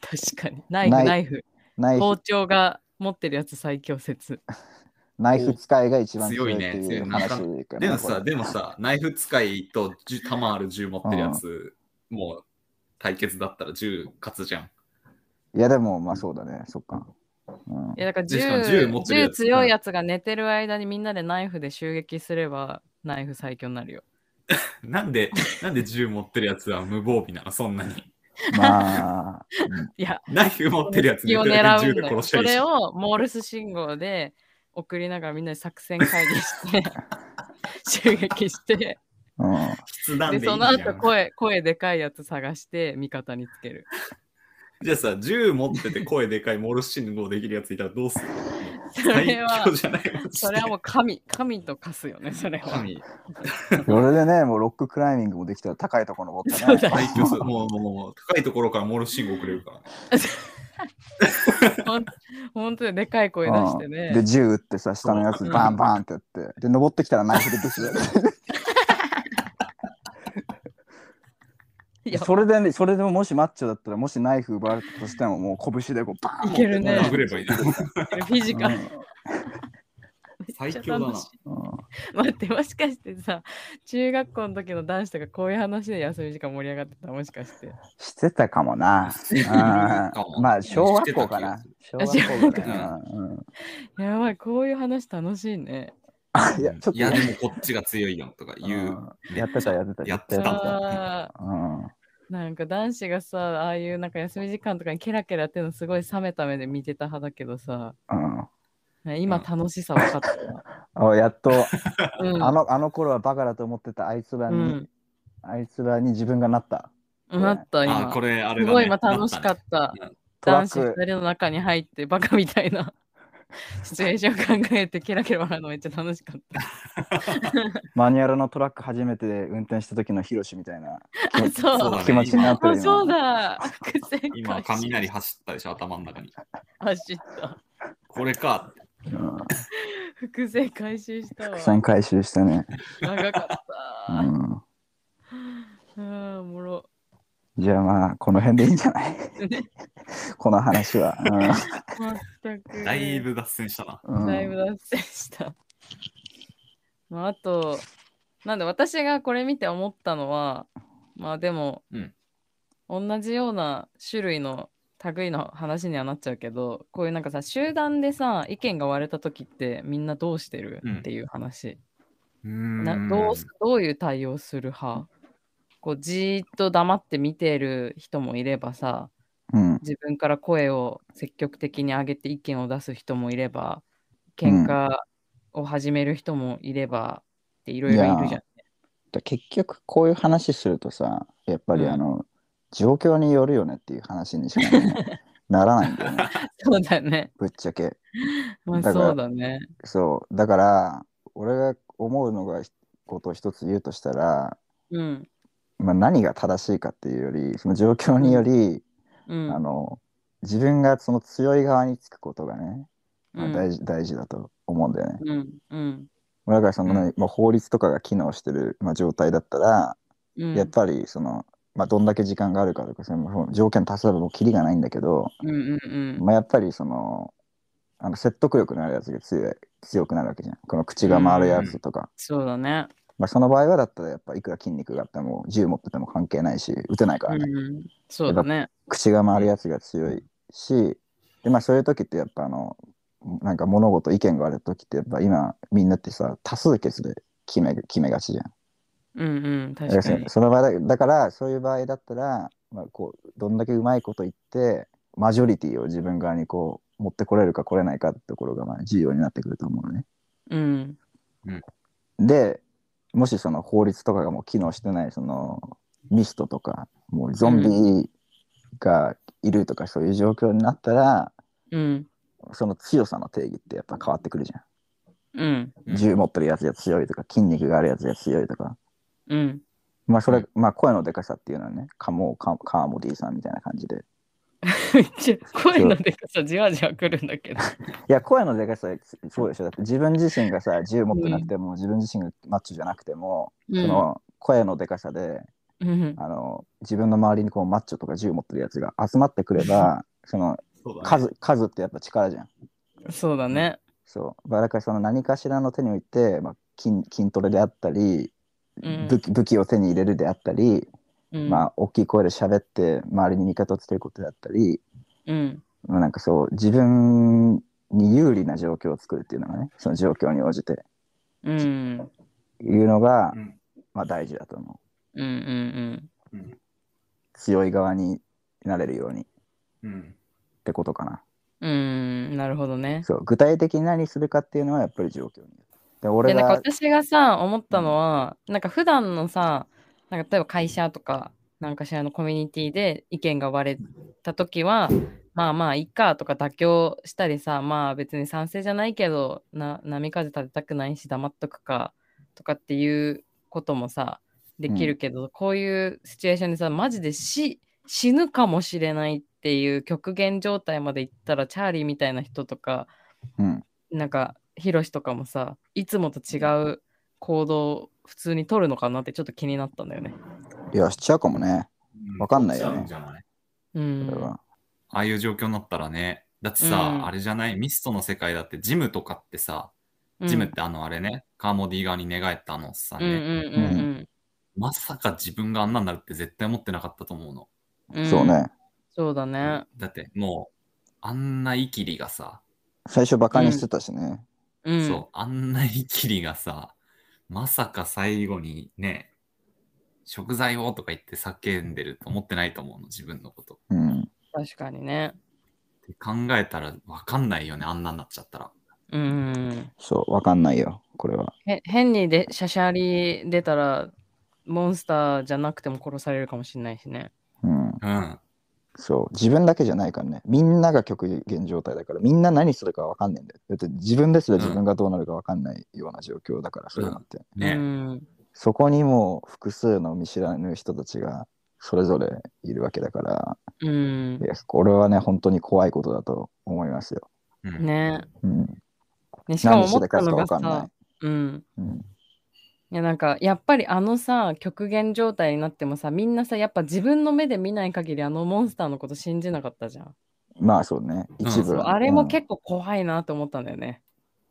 Speaker 3: 確かに。ナイフ、
Speaker 2: ナイ
Speaker 3: ナイフ。
Speaker 2: ナイ
Speaker 3: 包
Speaker 2: フ、
Speaker 3: 丁が持ってるやつ最強説。
Speaker 2: ナイフ使いが一番強い
Speaker 1: 強いね
Speaker 2: っていう
Speaker 1: 強いな
Speaker 2: 話
Speaker 1: んか
Speaker 2: かな
Speaker 1: でも
Speaker 2: こ
Speaker 1: さ、
Speaker 2: れ
Speaker 1: でもさ、ナイフ使いと銃弾ある銃持ってるやつ、もう対決だったら銃勝つじゃん。
Speaker 2: いや、でも、まあそうだね、そっか。うん
Speaker 3: いやだから
Speaker 1: で
Speaker 3: 銃
Speaker 1: しかも銃持ってるや
Speaker 3: 銃
Speaker 1: つ
Speaker 3: 強いやつが寝てる間にみんなでナイフで襲撃すればナイフ最強になるよ。
Speaker 1: なんで、なんで銃持ってるやつは無防備なの、そんなに。
Speaker 2: まあ、うん
Speaker 3: いや、
Speaker 1: ナイフ持ってるやつ
Speaker 3: 気を
Speaker 1: 絶
Speaker 3: 狙
Speaker 1: 対銃
Speaker 3: うん
Speaker 1: で
Speaker 3: だよ。
Speaker 1: 殺しちゃ
Speaker 3: そうれ
Speaker 1: し。
Speaker 3: をモールス信号で送りながらみんなで作戦会議 して襲撃して
Speaker 2: うん
Speaker 1: 筆談でい
Speaker 3: で
Speaker 1: いじゃ
Speaker 3: そ
Speaker 1: ん
Speaker 3: の後声声でかいやつ探して味方につける
Speaker 1: じゃあさ、銃持ってて声でかいモルス信号できるやついたらどうする
Speaker 3: そ
Speaker 1: 最
Speaker 3: れは
Speaker 1: 強じゃないマジで
Speaker 3: それはもう神神と化すよねそれは
Speaker 1: 神、
Speaker 2: それでね、もうロッククライミングもできたら高いところ登って
Speaker 3: そう
Speaker 2: ね。
Speaker 3: だ
Speaker 1: 最強するもう、もう、もう、高いところからモルス信号くれるから。
Speaker 3: ほん 本当にでかい声出して
Speaker 2: うんで
Speaker 3: ね
Speaker 2: 銃撃ってさ下のやつ
Speaker 3: そう
Speaker 2: バンバンってやってで登ってきたらナイフでブスだよ
Speaker 3: いや
Speaker 2: それでねそれでももしマッチョだったらもしナイフ奪われたとしてももう拳でこうバーン
Speaker 3: いけるね
Speaker 1: 殴ればいいじゃん。
Speaker 3: フィジカル
Speaker 1: 最強だな。
Speaker 2: うん
Speaker 3: 待ってもしかしてさ中学校の時の男子とかこういう話で休み時間盛り上がってたもしかして
Speaker 2: してたかもな
Speaker 1: してたかも
Speaker 2: うんまあ小学校かな小
Speaker 3: た
Speaker 2: 学
Speaker 3: 気がする
Speaker 2: 校かなうんうん
Speaker 3: やばいこういう話楽しいね
Speaker 2: あいやちょっ
Speaker 1: い
Speaker 2: とや
Speaker 1: や、でもこっちが強いよとか言う。
Speaker 2: やってたやってた
Speaker 1: やってた
Speaker 2: 絶対
Speaker 3: あー
Speaker 2: うん
Speaker 3: なんか男子がさああいうなんか休み時間とかにケラケラやってるのすごい冷めた目で見てた派だけどさ
Speaker 2: うん
Speaker 3: ね今
Speaker 1: うん
Speaker 3: 楽しさ分かった
Speaker 2: おやっと
Speaker 3: な、 うん、
Speaker 2: あのあの頃はバカだと思ってたあいつら
Speaker 3: う
Speaker 2: に
Speaker 3: ん
Speaker 2: あいつらに自分がなった
Speaker 3: なった
Speaker 1: あ、
Speaker 3: 今
Speaker 1: これあれ
Speaker 3: す
Speaker 1: だ、ね。
Speaker 3: ごい今楽しかっ
Speaker 1: な
Speaker 3: た
Speaker 1: ね
Speaker 2: トラ
Speaker 3: 男
Speaker 2: ッ
Speaker 3: 子
Speaker 2: ク
Speaker 3: 2人の中に入ってバカみたい なシチュエーション考えてケラケラ笑うのめっちゃ楽しかった
Speaker 2: マニュアルのトラック初めて運転した時のヒロシみたいな気持ち
Speaker 3: そう
Speaker 1: そうだね
Speaker 2: 気持ちになってる
Speaker 3: あ
Speaker 2: 今
Speaker 3: そうだ伏線回
Speaker 1: 今、
Speaker 3: 収
Speaker 1: 雷走ったでしょ、頭の中に。
Speaker 3: 走った
Speaker 1: これか。
Speaker 2: うん
Speaker 3: 伏線回収したわ
Speaker 2: 伏線回収してね、
Speaker 3: 長かっ
Speaker 2: う
Speaker 3: た
Speaker 2: ん、
Speaker 3: うんおもろ
Speaker 2: じゃあまあこの辺でいいんじゃない この話は、
Speaker 3: 全く
Speaker 1: だいぶ脱線したな。
Speaker 2: うんうん
Speaker 3: だいぶ脱線した。まあ、あと、なんで私がこれ見て思ったのは、まあでも、
Speaker 1: うん
Speaker 3: 同じような種類の類の話にはなっちゃうけど、こういうなんかさ、集団でさ、意見が割れた時ってみんなどうしてる、
Speaker 1: うん
Speaker 3: っていう話
Speaker 1: うー
Speaker 3: なんどうす。どういう対応する派こうじーっと黙って見てる人もいればさ、
Speaker 2: うん
Speaker 3: 自分から声を積極的に上げて意見を出す人もいれば
Speaker 2: うん
Speaker 3: 喧嘩を始める人もいればっていろいろいるじゃん、
Speaker 2: だ結局こういう話するとさやっぱり
Speaker 3: うん
Speaker 2: あの、状況によるよねっていう話にしか ねならないんだよね
Speaker 3: そうだね。
Speaker 2: ぶっちゃけ
Speaker 3: まあ
Speaker 2: だから
Speaker 3: そうだね。
Speaker 2: そうだから俺が思うのがことを一つ言うとしたら、
Speaker 3: うん。
Speaker 2: まあ、何が正しいかっていうよりその状況により、
Speaker 3: うん。
Speaker 2: あの自分がその強い側につくことがね、まあ
Speaker 3: うん
Speaker 2: 大事大事だと思うんだよね。
Speaker 3: うん。うん。
Speaker 2: まあだからその、ね
Speaker 1: う
Speaker 2: まあ、法律とかが機能してる、まあ、状態だったら、
Speaker 3: うん。
Speaker 2: やっぱりその、まあ、どんだけ時間があるかとかそれももう条件足せばもうキリがないんだけど、
Speaker 3: うんうんうん。
Speaker 2: まあ、やっぱりそのあの説得力のあるやつが強い強くなるわけじゃんこの口が回るやつとか、
Speaker 3: そうだね。
Speaker 2: まあ、その場合はだったらやっぱいくら筋肉があっても銃持ってても関係ないし撃てないから
Speaker 3: う
Speaker 2: ね、
Speaker 3: ん。そうだね。
Speaker 2: 口が回るやつが強いしで、まあ、そういう時ってやっぱあのなんか物事意見がある時ってやっぱ今みんなってさ多数決で決め決めがちじゃん。
Speaker 3: うんうん。
Speaker 2: だから
Speaker 3: 確か
Speaker 2: そ
Speaker 3: に。
Speaker 2: その場合だだからそういう場合だったら、まあ、こうどんだけうまいこと言ってマジョリティを自分側にこう持ってこれるかこれないかってところがまあ重要になってくると思うのね。
Speaker 3: うん。
Speaker 2: でもしその法律とかがもう機能してないそのミストとかもうゾンビがいるとかそういう状況になったら、
Speaker 3: うん。
Speaker 2: その強さの定義ってやっぱ変わってくるじゃん。
Speaker 3: うん。
Speaker 1: うん
Speaker 2: 銃持ってるやつが強いとか筋肉があるやつが強いとか
Speaker 3: うん。
Speaker 2: まあそれ、
Speaker 1: うん
Speaker 2: まあ声のでかさっていうのはねカモカカーモディさんみたいな感じで
Speaker 3: めっちゃ声のでかさじわじわくるんだけ
Speaker 2: い
Speaker 3: ど。
Speaker 2: や声のでかさそうでしょだって自分自身がさ銃持ってなくても、自分自身がマッチョじゃなくても、その声のでかさで
Speaker 3: うん。うん。
Speaker 2: あの自分の周りにこうマッチョとか銃持ってるやつが集まってくればその
Speaker 1: そうだね
Speaker 2: 数数ってやっぱ力じゃん
Speaker 3: そうだね。
Speaker 2: そうまあだからその何かしらの手において、まあ、筋筋トレであったり、
Speaker 3: うん
Speaker 2: 武器武器を手に入れるであったり、
Speaker 3: うん。
Speaker 2: まあ大きい声で喋って周りに味方をつけることであったり、
Speaker 3: うん。
Speaker 2: まあ、なんかそう自分に有利な状況を作るっていうのがねその状況に応じて
Speaker 3: うん。
Speaker 2: いうのが、
Speaker 1: うん
Speaker 2: まあ、大事だと思
Speaker 3: うんうん
Speaker 2: う強い側になれるようにっ
Speaker 1: うん
Speaker 2: てことかな
Speaker 3: うん。うん。なるほどね。
Speaker 2: そう具体的に何するかっていうのはやっぱり状況によるで
Speaker 3: い
Speaker 2: 俺
Speaker 3: やなんか
Speaker 2: が
Speaker 3: 私がさ思ったのは、なんか普段のさなんか例えば会社とかなんかしらのコミュニティで意見が割れた時はまあまあいっかとか妥協したりさまあ別に賛成じゃないけどな波風立てたくないし黙っとくかとかっていうこともさできるけど、こういうシチュエーションでさマジで死死ぬかもしれないっていう極限状態までいったらチャーリーみたいな人とか
Speaker 2: うん
Speaker 3: なんかヒロシとかもさいつもと違う行動を普通に取るのかなってちょっと気になったんだよね。
Speaker 2: いやしちゃうかもね
Speaker 1: う
Speaker 2: わかんないよね
Speaker 1: そうじゃない
Speaker 3: うん
Speaker 2: それは
Speaker 1: ああいう状況になったらね、だってさ、
Speaker 3: うん
Speaker 1: あれじゃない、ミストの世界だって、ジムとかってさ、ジムってあのあれね、カーモディ側に寝返ったあのおっさん
Speaker 3: う
Speaker 1: ね、
Speaker 3: んうんうん
Speaker 1: まさか自分があんなになるって絶対思ってなかったと思うの。
Speaker 3: うんうん。
Speaker 2: そうね
Speaker 3: そうだね。
Speaker 1: だってもう、あんなイキリがさ、
Speaker 2: 最初バカにしてたしね、
Speaker 3: うん。
Speaker 1: そう、あんなイキリがさ、まさか最後にね、食材をとか言って叫んでると思ってないと思うの、自分のこと。
Speaker 2: うん
Speaker 3: 確かにね。
Speaker 1: って考えたらわかんないよね、あんなになっちゃったら。
Speaker 3: うん。
Speaker 2: そうわかんないよこれは
Speaker 3: へ変にでシャシャリ出たらモンスターじゃなくても殺されるかもしれないしね。
Speaker 2: う
Speaker 1: う
Speaker 2: ん
Speaker 1: ん。
Speaker 2: そう自分だけじゃないからねみんなが極限状態だからみんな何するかわかんないんだよだって自分ですら自分がどうなるかわかんないような状況だから、そういうのって
Speaker 1: ね、
Speaker 3: うん。
Speaker 2: そこにもう複数の見知らぬ人たちがそれぞれいるわけだから
Speaker 3: うん
Speaker 2: い。やこれはね本当に怖いことだと思いますよ、
Speaker 1: うん
Speaker 3: ね。
Speaker 2: うん、
Speaker 3: ねしかも
Speaker 2: 何し
Speaker 3: 思
Speaker 2: で
Speaker 3: っ
Speaker 2: か
Speaker 3: た
Speaker 2: すか
Speaker 3: の
Speaker 2: わ
Speaker 3: が
Speaker 2: かんな
Speaker 3: さ、うん。
Speaker 2: い、うん、
Speaker 3: いやなんかやっぱりあのさ極限状態になってもさみんなさやっぱ自分の目で見ない限りあのモンスターのこと信じなかったじゃん、
Speaker 2: まあそうね
Speaker 1: うん
Speaker 2: 一部
Speaker 3: そう
Speaker 2: は、
Speaker 3: あれも
Speaker 2: 構、
Speaker 3: 結構怖いなと思ったんだよね、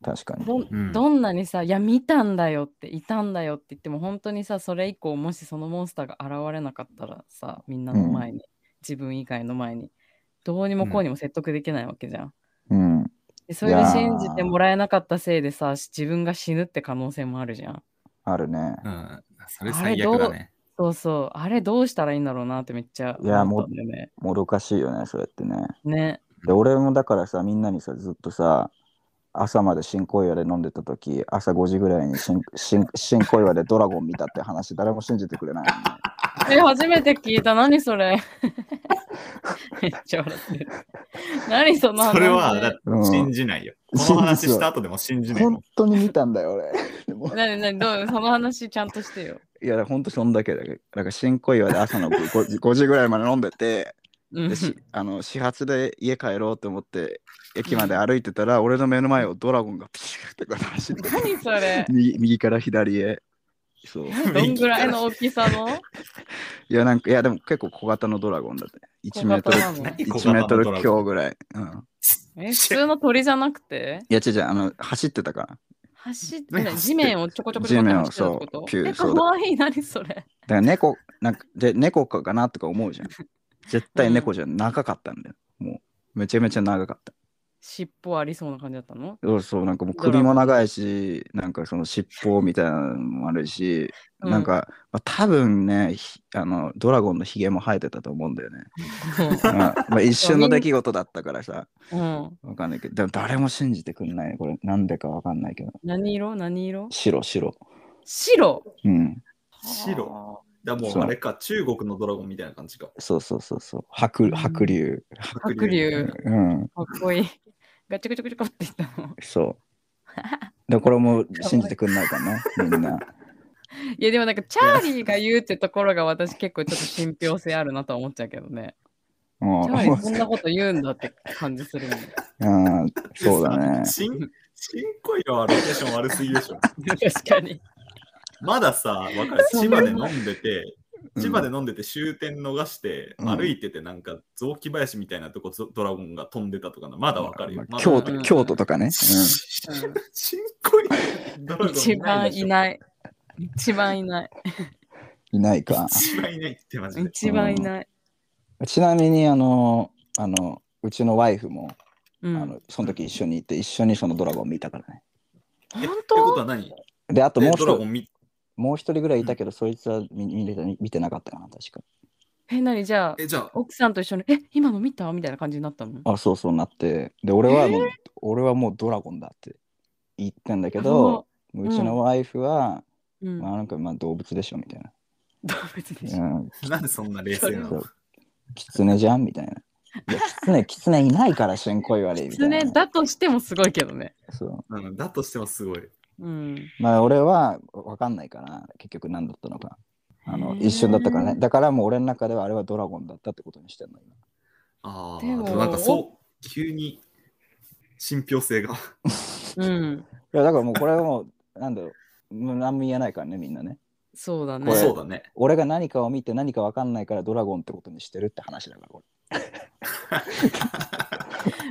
Speaker 2: 確かに
Speaker 3: ど
Speaker 1: うん
Speaker 3: どんなにさ「いや見たんだよ」って「いたんだよ」って言っても本当にさそれ以降もしそのモンスターが現れなかったらさみんなの前に、自分以外の前にどうにもこうにも説得できないわけじゃん、
Speaker 2: うん
Speaker 3: でそれで信じてもらえなかったせいでさ自分が死ぬって可能性もあるじゃん
Speaker 2: あるね
Speaker 1: うん。それ最悪だね。
Speaker 3: そうそうあれどうしたらいいんだろうなってめっちゃ
Speaker 2: いや
Speaker 3: 思ったんだよね
Speaker 2: もどかしいよねそうやってね
Speaker 3: ね
Speaker 2: で俺もだからさみんなにさずっとさ朝まで新小岩で飲んでた時朝5時ぐらいに新新新小岩でドラゴン見たって話誰も信じてくれない、
Speaker 3: え、初めて聞いた。何それ めっちゃ笑ってる。何その話
Speaker 1: それは、だって
Speaker 2: うん
Speaker 1: 信じないよ。
Speaker 2: うん
Speaker 1: この話した後でも信じないもん。
Speaker 2: 本当に見たんだよ俺でも
Speaker 3: 何何どうその話ちゃんとしてよ。
Speaker 2: いや本当そんだけだけどだから新小岩で朝の 5, 時5時ぐらいまで飲んでて
Speaker 3: うん
Speaker 2: でしあの始発で家帰ろうと思って駅まで歩いてたら俺の目の前をドラゴンがピシュってこう走って
Speaker 3: 何そ れ
Speaker 2: 右右から左へそう
Speaker 3: どんぐらいの大きさの
Speaker 2: いや、なんか、いや、でも結構小型のドラゴンだって。1
Speaker 3: 小
Speaker 2: メート
Speaker 3: 型
Speaker 2: ル、
Speaker 3: なの
Speaker 2: 1メートル強ぐらい。うん。
Speaker 3: え普通の鳥じゃなくて
Speaker 2: いや、違う違う、あの、走ってたか
Speaker 3: 走って
Speaker 1: ね
Speaker 3: な
Speaker 1: 走
Speaker 3: い
Speaker 1: って
Speaker 3: 地面をちょこちょこちょこって走ってるってこ
Speaker 2: 地
Speaker 3: と
Speaker 2: 面を
Speaker 3: え、
Speaker 2: そう
Speaker 3: か
Speaker 2: ピュー
Speaker 3: わいい、何それ
Speaker 2: ら。だから猫、なんか、で、猫かなとか思うじゃん。絶対猫じゃん長かったんだよ。もう、めちゃめちゃ長かった。
Speaker 3: 尻尾ありそうな感じだったの
Speaker 2: そうそう、なんかもう首も長いし、なんかその尻尾みたいなのもあるし、
Speaker 3: うん
Speaker 2: なんか、まあ、多分ね、ひあの、ドラゴンのヒゲも生えてたと思うんだよね。うんまあ、一瞬の出来事だったからさ、
Speaker 3: うん。
Speaker 2: わかんないけど、でも誰も信じてくんない。これ、なんでかわかんないけど。
Speaker 3: 何色何色
Speaker 2: 白、白。
Speaker 3: 白
Speaker 2: うん。
Speaker 1: 白だから
Speaker 2: そ
Speaker 1: もう
Speaker 2: う
Speaker 1: あれか、中国のドラゴンみたいな感じか。
Speaker 2: そうそうそうそう。白白竜。
Speaker 3: 白竜。
Speaker 2: うん。
Speaker 3: かっこいい。ガチャガチャガチャガチャって言ったの。
Speaker 2: そう。でこれも信じてくんないかな、みんな。
Speaker 3: いやでもなんかチャーリーが言うってところが私結構ちょっと信憑性あるなとは思っちゃうけどね。
Speaker 2: も
Speaker 3: チャーリーそんなこと言うんだって感じするもん。
Speaker 2: う、うん、そうだね。
Speaker 1: 新新小岩はロケーション悪すぎでしょ。
Speaker 3: 確かに。
Speaker 1: まださ、わかる。千葉で飲んでて、
Speaker 2: うん
Speaker 1: 千葉で飲んでて終点逃して、
Speaker 2: うん
Speaker 1: 歩いててなんか雑木林みたいなとこゾドラゴンが飛んでたとかな。まだわかるよ。まだ
Speaker 2: 京
Speaker 3: う
Speaker 2: 都、
Speaker 3: ん
Speaker 2: 京都とかね。
Speaker 1: 新小岩ドラゴン
Speaker 3: 一番
Speaker 1: でし
Speaker 3: い
Speaker 1: ょ
Speaker 3: ない。一番いない。
Speaker 2: うん。いないか。
Speaker 1: 一番いないってマジで。
Speaker 3: 一番いない。
Speaker 2: ちなみに、あの、あの、うちのワイフも、
Speaker 3: う
Speaker 2: あ
Speaker 3: ん
Speaker 2: の、その時一緒にいて、一緒にそのドラゴン見たからね。
Speaker 1: え
Speaker 3: 本
Speaker 1: ってこと
Speaker 3: 当
Speaker 1: は何
Speaker 2: で、あとも
Speaker 1: で
Speaker 2: う
Speaker 1: ドラゴ
Speaker 2: 一
Speaker 1: ン見
Speaker 2: もう一人ぐらいいたけど、そいつは見見れた見てなかったかな、確か。
Speaker 3: え、なにじゃあ、
Speaker 1: え、じゃあ、
Speaker 3: 奥さんと一緒に、え、今の見たみたいな感じになったの
Speaker 2: あ、そうそうなって。で、俺はもう、俺はもうドラゴンだって言ったんだけど、うちのワイフは、
Speaker 3: うん、
Speaker 2: まあなんかまあ動物でしょみたいな。
Speaker 3: 動物でしょ。
Speaker 2: うん、
Speaker 1: なんでそんな冷静な
Speaker 2: そ
Speaker 1: の
Speaker 2: うキツネじゃんみたいな。いや、キツネ、キツネいないから新恋悪いみたいな。
Speaker 3: 狐だとしてもすごいけどね。
Speaker 2: そう。
Speaker 1: うんだとしてもすごい。
Speaker 3: うん。
Speaker 2: まあ俺はわかんないから、結局何だったのか。あの
Speaker 3: へー
Speaker 2: 一瞬だったからね。だからもう俺の中ではあれはドラゴンだったってことにしてんの今。
Speaker 1: ああ、
Speaker 3: でも
Speaker 1: でもなんかそう、急に信憑性が。
Speaker 3: うん。
Speaker 2: いや、だからもうこれはもう、なんだろう。もう何も言えないからね、みんなね。
Speaker 3: そうだ
Speaker 2: こ
Speaker 3: ね。
Speaker 2: れ
Speaker 1: そうだね。
Speaker 2: 俺が何かを見て何かわかんないからドラゴンってことにしてるって話だから、こ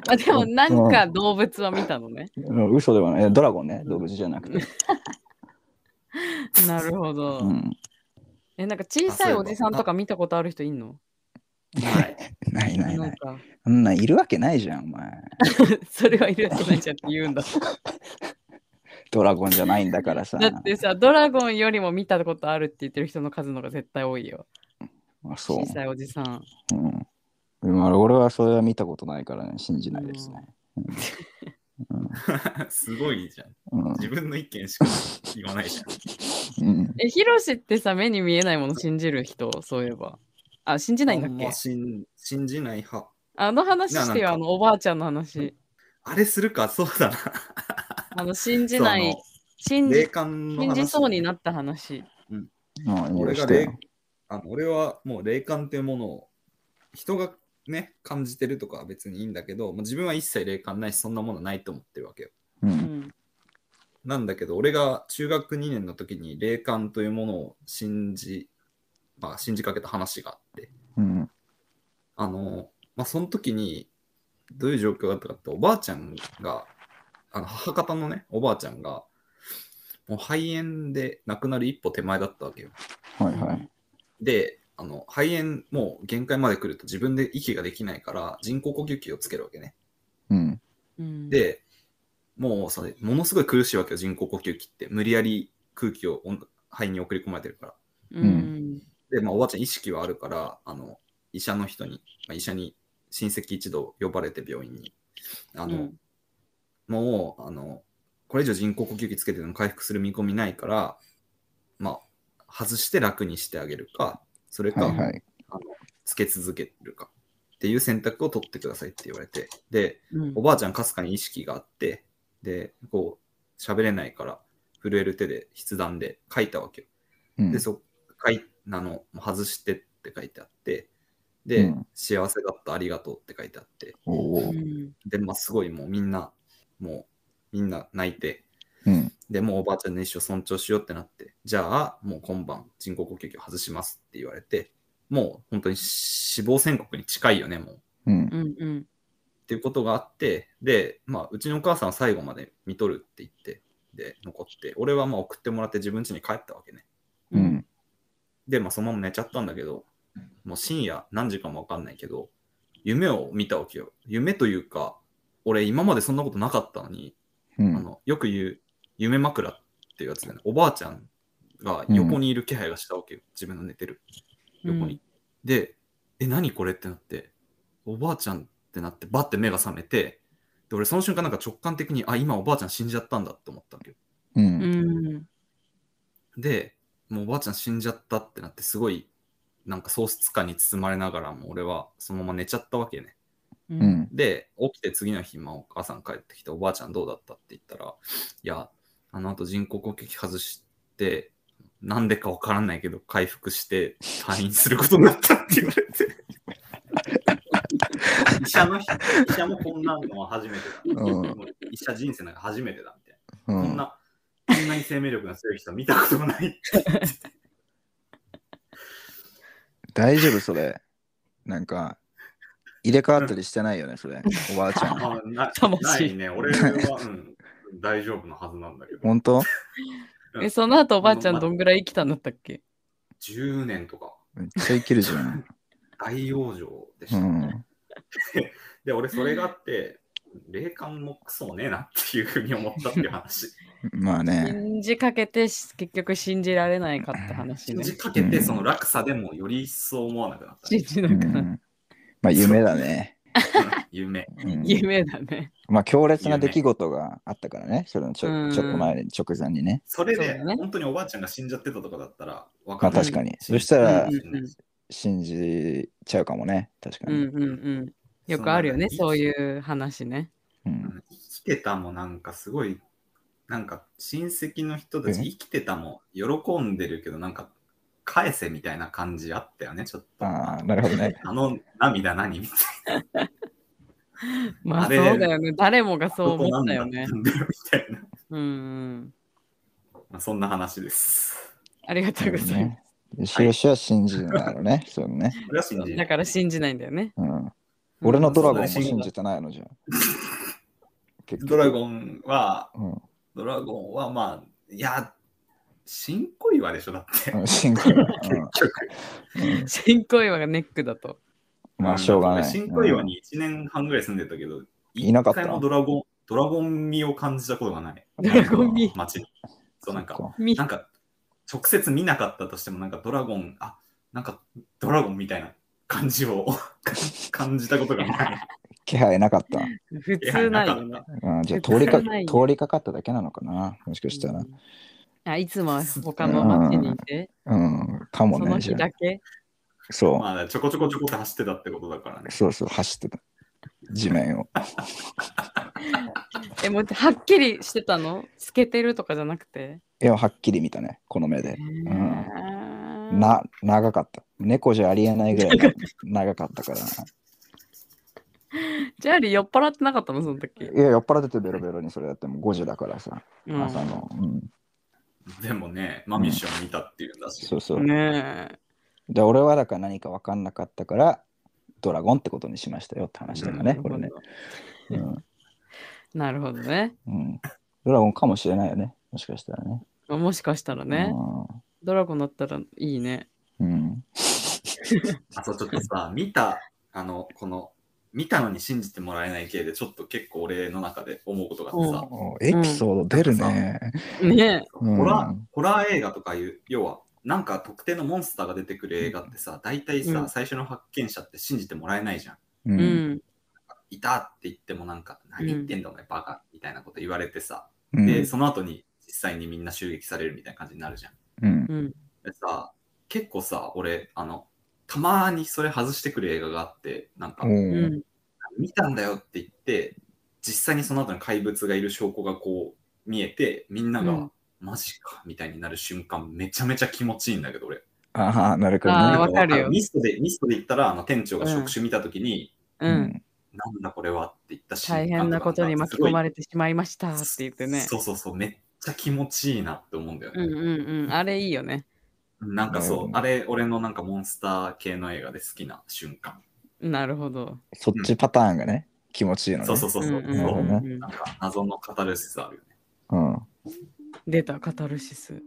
Speaker 3: まあでも、なんか動物は見たのね。
Speaker 2: れ。うん嘘ではないいや。ドラゴンね、動物じゃなくて。
Speaker 3: なるほど。
Speaker 2: うん。
Speaker 3: え、なんか小さいおじさんとか見たことある人いんの
Speaker 1: はい。
Speaker 2: ないない
Speaker 3: な
Speaker 2: なんい。
Speaker 3: か、
Speaker 2: そんなんいるわけないじゃん、お前。
Speaker 3: それはいるわけないじゃんって言うんだ。
Speaker 2: ドラゴンじゃないんだからさ。
Speaker 3: だってさ、ドラゴンよりも見たことあるって言ってる人の数の方が絶対多いよ。
Speaker 2: あそ
Speaker 3: 小さいおじさん。
Speaker 2: う。うん。でもあれ俺はそれは見たことないからね、信じないですね。
Speaker 1: すごいじゃん。
Speaker 2: うん。
Speaker 1: 自分の意見しか言わない じゃん。
Speaker 2: うん、
Speaker 3: え、ヒロシってさ、目に見えないもの信じる人、そういえば。あ、信じないんだ
Speaker 1: あ
Speaker 3: っ
Speaker 1: んま
Speaker 3: け
Speaker 1: 信信じない派。
Speaker 3: あの話してよ、
Speaker 1: な
Speaker 3: あ
Speaker 1: ん
Speaker 3: のおばあちゃんの話。
Speaker 1: あれするか、そうだな。
Speaker 3: あの、信じない、
Speaker 1: そ
Speaker 3: 信
Speaker 1: うあの霊
Speaker 3: じ、
Speaker 1: 感の
Speaker 3: 信
Speaker 1: 話。
Speaker 3: じそうになった話。
Speaker 2: まあ、いいよ
Speaker 1: 俺が
Speaker 2: してよ
Speaker 1: 霊あの俺はもう霊感っていうものを、人がね、感じてるとかは別にいいんだけど、もう自分は一切霊感ないし、そんなものないと思ってるわけよ。
Speaker 2: う。
Speaker 3: うんん。
Speaker 1: なんだけど、俺が中学2年の時に霊感というものを信じ、まあ、信じかけた話があって、
Speaker 2: うん。
Speaker 1: あの、まあ、その時に、どういう状況だったかって、おばあちゃんが、あの母方のね、おばあちゃんが、もう肺炎で亡くなる一歩手前だったわけよ。
Speaker 2: はいはい。
Speaker 1: で、あの肺炎、もう限界まで来ると自分で息ができないから、人工呼吸器をつけるわけね。
Speaker 2: うん。
Speaker 3: うん、
Speaker 1: で、もうそれ、ものすごい苦しいわけよ、人工呼吸器って。無理やり空気を温肺に送り込まれてるから。
Speaker 3: うん。
Speaker 1: で、まあ、おばあちゃん意識はあるから、あの、医者の人に、まあ、医者に親戚一同呼ばれて病院に、あの、
Speaker 3: うん
Speaker 1: もう、あの、これ以上人工呼吸器つけてでも回復する見込みないから、まあ、外して楽にしてあげるか、それか、
Speaker 2: はいはい。
Speaker 1: つけ続けるかっていう選択を取ってくださいって言われて、で、
Speaker 3: うん
Speaker 1: おばあちゃんかすかに意識があって、で、こう、喋れないから、震える手で筆談で書いたわけよ。
Speaker 2: うん
Speaker 1: で、そ書いあの、外してって書いてあって、で、
Speaker 2: うん
Speaker 1: 幸せだった、ありがとうって書いてあって、
Speaker 2: お
Speaker 3: う
Speaker 2: ー
Speaker 3: ん
Speaker 1: で、まあ、すごいもうみんな、もうみんな泣いて、
Speaker 2: うん。
Speaker 1: でもうおばあちゃんの意思を尊重しようってなって、じゃあもう今晩人工呼吸器を外しますって言われて、もう本当に死亡宣告に近いよね、もう。っ
Speaker 2: うん。
Speaker 3: うんうん
Speaker 1: ていうことがあって、で、まあ、うちのお母さんは最後まで見とるって言って、で、残って、俺はまあ送ってもらって自分家に帰ったわけね。
Speaker 2: う
Speaker 3: うんん。
Speaker 1: で、まあ、そのまま寝ちゃったんだけど、もう深夜何時かもわかんないけど、夢を見たわけよ。夢というか、俺今までそんなことなかったのに、
Speaker 2: うん
Speaker 1: あのよく言う夢枕っていうやつだよね。おばあちゃんが横にいる気配がしたわけよ。自分の寝てる横に。で、え、何これってなって、おばあちゃんってなって、バッて目が覚めて、で俺その瞬間なんか直感的に、あ、今おばあちゃん死んじゃったんだって思ったわけよ。
Speaker 2: う。
Speaker 3: うんん
Speaker 1: で、もうおばあちゃん死んじゃったってなって、すごいなんか喪失感に包まれながらも、俺はそのまま寝ちゃったわけね。
Speaker 3: う
Speaker 2: うんん。
Speaker 1: で、起きて次の日、まあ、お母さん帰ってきて、おばあちゃんどうだったって言ったら、いや、あの後人工呼吸器外して、なんでかわからないけど、回復して退院することになったって言われ て。医者の人、医者もこんなのは初めてだ。
Speaker 2: うん
Speaker 1: 医者人生なんか初めてだみたいな。こん
Speaker 2: う
Speaker 1: な、こんなに生命力が強い人は見たことがない。
Speaker 2: 大丈夫それ。なんか、入れ替わったりしてないよね、それ。おばあちゃん。
Speaker 1: あなな
Speaker 3: 魂
Speaker 1: いね。俺は、うん、大丈夫のはずなんだけど。
Speaker 2: 本当
Speaker 3: え、その後おばあちゃんどんぐらい生きたんだったっけ
Speaker 1: 10年とか、
Speaker 2: めっちゃ生きるじゃん。
Speaker 1: 大養生でし
Speaker 2: う
Speaker 1: た。
Speaker 2: ん。
Speaker 1: で、俺それがあって、霊感もクソもねえなっていうふうに思ったっていう話。
Speaker 2: まあね。
Speaker 3: 信じかけてし結局信じられないかって話
Speaker 1: 信
Speaker 3: ね。
Speaker 1: じかけて、その落差でもより一層思わなくなった
Speaker 3: 信。じ
Speaker 2: う
Speaker 3: なくなる。
Speaker 2: ん。まあ夢だね。
Speaker 1: 夢。
Speaker 2: うん
Speaker 3: 夢だね。
Speaker 2: まあ強烈な出来事があったからね、それのち
Speaker 3: う
Speaker 2: ょ
Speaker 3: ん
Speaker 2: ちょっと前に直前にね。
Speaker 1: それ
Speaker 3: そう
Speaker 1: で、
Speaker 3: だね
Speaker 1: 本当におばあちゃんが死んじゃってたとかだったら、わ
Speaker 2: ま
Speaker 1: か
Speaker 2: あ
Speaker 1: んない。
Speaker 2: 確かに。そしたら
Speaker 3: うんうん
Speaker 2: 信じちゃうかもね、確か
Speaker 3: うん
Speaker 2: に。
Speaker 3: うんうん。よくあるよね、
Speaker 1: そ
Speaker 3: そうう
Speaker 1: だね
Speaker 3: いう話ね。
Speaker 2: うん。
Speaker 1: 生きてたもなんかすごい、なんか親戚の人たち
Speaker 2: え
Speaker 1: 生きてたも喜んでるけど、なんか返せみたいな感じあったよね、ちょっと。
Speaker 2: ああ、なるほ どね。
Speaker 1: あの涙何 みたい
Speaker 3: ま
Speaker 1: あ
Speaker 3: あそう
Speaker 1: れ
Speaker 3: だよね。誰もが
Speaker 1: な。
Speaker 3: そう思ったよ
Speaker 1: あ
Speaker 3: ね
Speaker 1: そ。こ何だったんだよみたいな。
Speaker 3: うんうん。
Speaker 1: まあ、そんな話です。
Speaker 3: ありがとうございま
Speaker 2: 印は信じるんだろうね、そうね。
Speaker 1: 俺は信じ
Speaker 3: す。
Speaker 1: る
Speaker 3: だから信じないんだよね。
Speaker 2: うん。俺のドラゴンも
Speaker 1: そうだね
Speaker 2: 信じてないのじゃん。結局
Speaker 1: ドラゴンは、
Speaker 2: うん
Speaker 1: ドラゴンはまあ、いや、新恋はでしょ、だ って。
Speaker 2: うん。信じる。
Speaker 1: 結局
Speaker 2: うんうん
Speaker 3: 新恋話がネックだと。
Speaker 2: まあしょうがない。
Speaker 1: 新恋
Speaker 2: う
Speaker 1: は
Speaker 2: ん
Speaker 1: に1年半ぐらい住んでたけど、
Speaker 2: いなかった
Speaker 1: 一回もドラゴン、ドラゴン味を感じたことが ない。
Speaker 3: ドラゴン味
Speaker 1: 街に。そう、なんか、
Speaker 3: み
Speaker 1: なんか、直接見なかったとしても、なんかドラゴン、あ、なんかドラゴンみたいな感じを 感じたことが ない。
Speaker 2: 気配なかった。
Speaker 3: 普通ないよ
Speaker 1: いや
Speaker 3: ね
Speaker 1: な。
Speaker 2: うん、じゃあ通りか
Speaker 3: 気配ないよ
Speaker 2: 通りかかっただけなのかな、もしかしたら。
Speaker 3: あいつもは他の町にいて、
Speaker 2: うん、かも
Speaker 3: その
Speaker 2: ね。じ
Speaker 3: 日
Speaker 2: ゃあ
Speaker 3: だけ。
Speaker 2: そう、
Speaker 1: まあ、ちょこちょこちょこって走ってたってことだからね。
Speaker 2: そうそう、走ってた。地面を。
Speaker 3: え、もうはっきりしてたの透けてるとかじゃなくて。
Speaker 2: 絵をはっきり見たね、この目で。
Speaker 3: ん
Speaker 2: な、長かった。猫じゃありえないぐらい長かったから。
Speaker 3: ジャーリー酔っ払ってなかったのその時。
Speaker 2: いや、酔っ払っててベロベロにそれやっても5時だからさ、
Speaker 3: うん、
Speaker 2: 朝の。うん、
Speaker 1: でもね、マミッション見たっていうんだし。
Speaker 2: そうそう。
Speaker 3: ねえ。
Speaker 2: で、俺はだから何か分かんなかったから、ドラゴンってことにしましたよって話だからね、これね。うん
Speaker 3: なるほどね。
Speaker 2: うん、ドラゴンかもしれないよね、もしかしたらね。
Speaker 3: もしかしたらね、ドラゴンだったらいいね。
Speaker 2: うん。うん
Speaker 1: あとちょっとさ、見た、あの、この、見たのに信じてもらえない系で、ちょっと結構俺の中で思うことがあってさ、
Speaker 2: おエピソード出るね。
Speaker 3: ね
Speaker 2: うん
Speaker 1: ホラー、ホラー映画とかいう、要は、なんか特定のモンスターが出てくる映画ってさ、大体さ、
Speaker 3: うん
Speaker 1: 最初の発見者って信じてもらえないじゃん。
Speaker 2: う。
Speaker 3: え。うんん。
Speaker 1: いたって言ってもなんか、何言ってんだお前バカみたいなこと言われてさ、
Speaker 2: うん
Speaker 1: で、その後に実際にみんな襲撃されるみたいな感じになるじゃん。
Speaker 2: うん。
Speaker 3: うん。
Speaker 1: でさ、結構さ、俺、あの、たまにそれ外してくる映画があって、なんか
Speaker 2: お、
Speaker 3: う
Speaker 2: ー
Speaker 3: ん。
Speaker 1: 見たんだよって言って、実際にその後に怪物がいる証拠がこう見えて、みんなが、
Speaker 3: うん
Speaker 1: マジかみたいになる瞬間、めちゃめちゃ気持ちいいんだけど、俺。
Speaker 2: ああ、なるほ
Speaker 3: あー
Speaker 2: ど
Speaker 3: わ
Speaker 2: ね。
Speaker 3: かるよ
Speaker 1: ミストで、ミストで言ったら、あの店長が触手見たときに、
Speaker 3: う。
Speaker 2: うんん
Speaker 1: なんだこれはって言った瞬間
Speaker 3: 大変なことに巻き込まれてしまいましたって言ってね。
Speaker 1: そうそうそう、めっちゃ気持ちいいなって思うんだよ
Speaker 3: う
Speaker 1: ね。
Speaker 3: んうんうん。あれいいよね。
Speaker 1: なんかそう、
Speaker 2: うん
Speaker 1: あれ、俺のなんかモンスター系の映画で好きな瞬間。
Speaker 3: なるほど。
Speaker 2: そっちパターンがね、気持ちいいのね。
Speaker 1: そうそうそうそう。
Speaker 3: うんうん
Speaker 2: なるほど
Speaker 3: うんうん
Speaker 1: なんか謎のカタルシスあるよね。
Speaker 2: うん。
Speaker 3: 出た、カタルシス。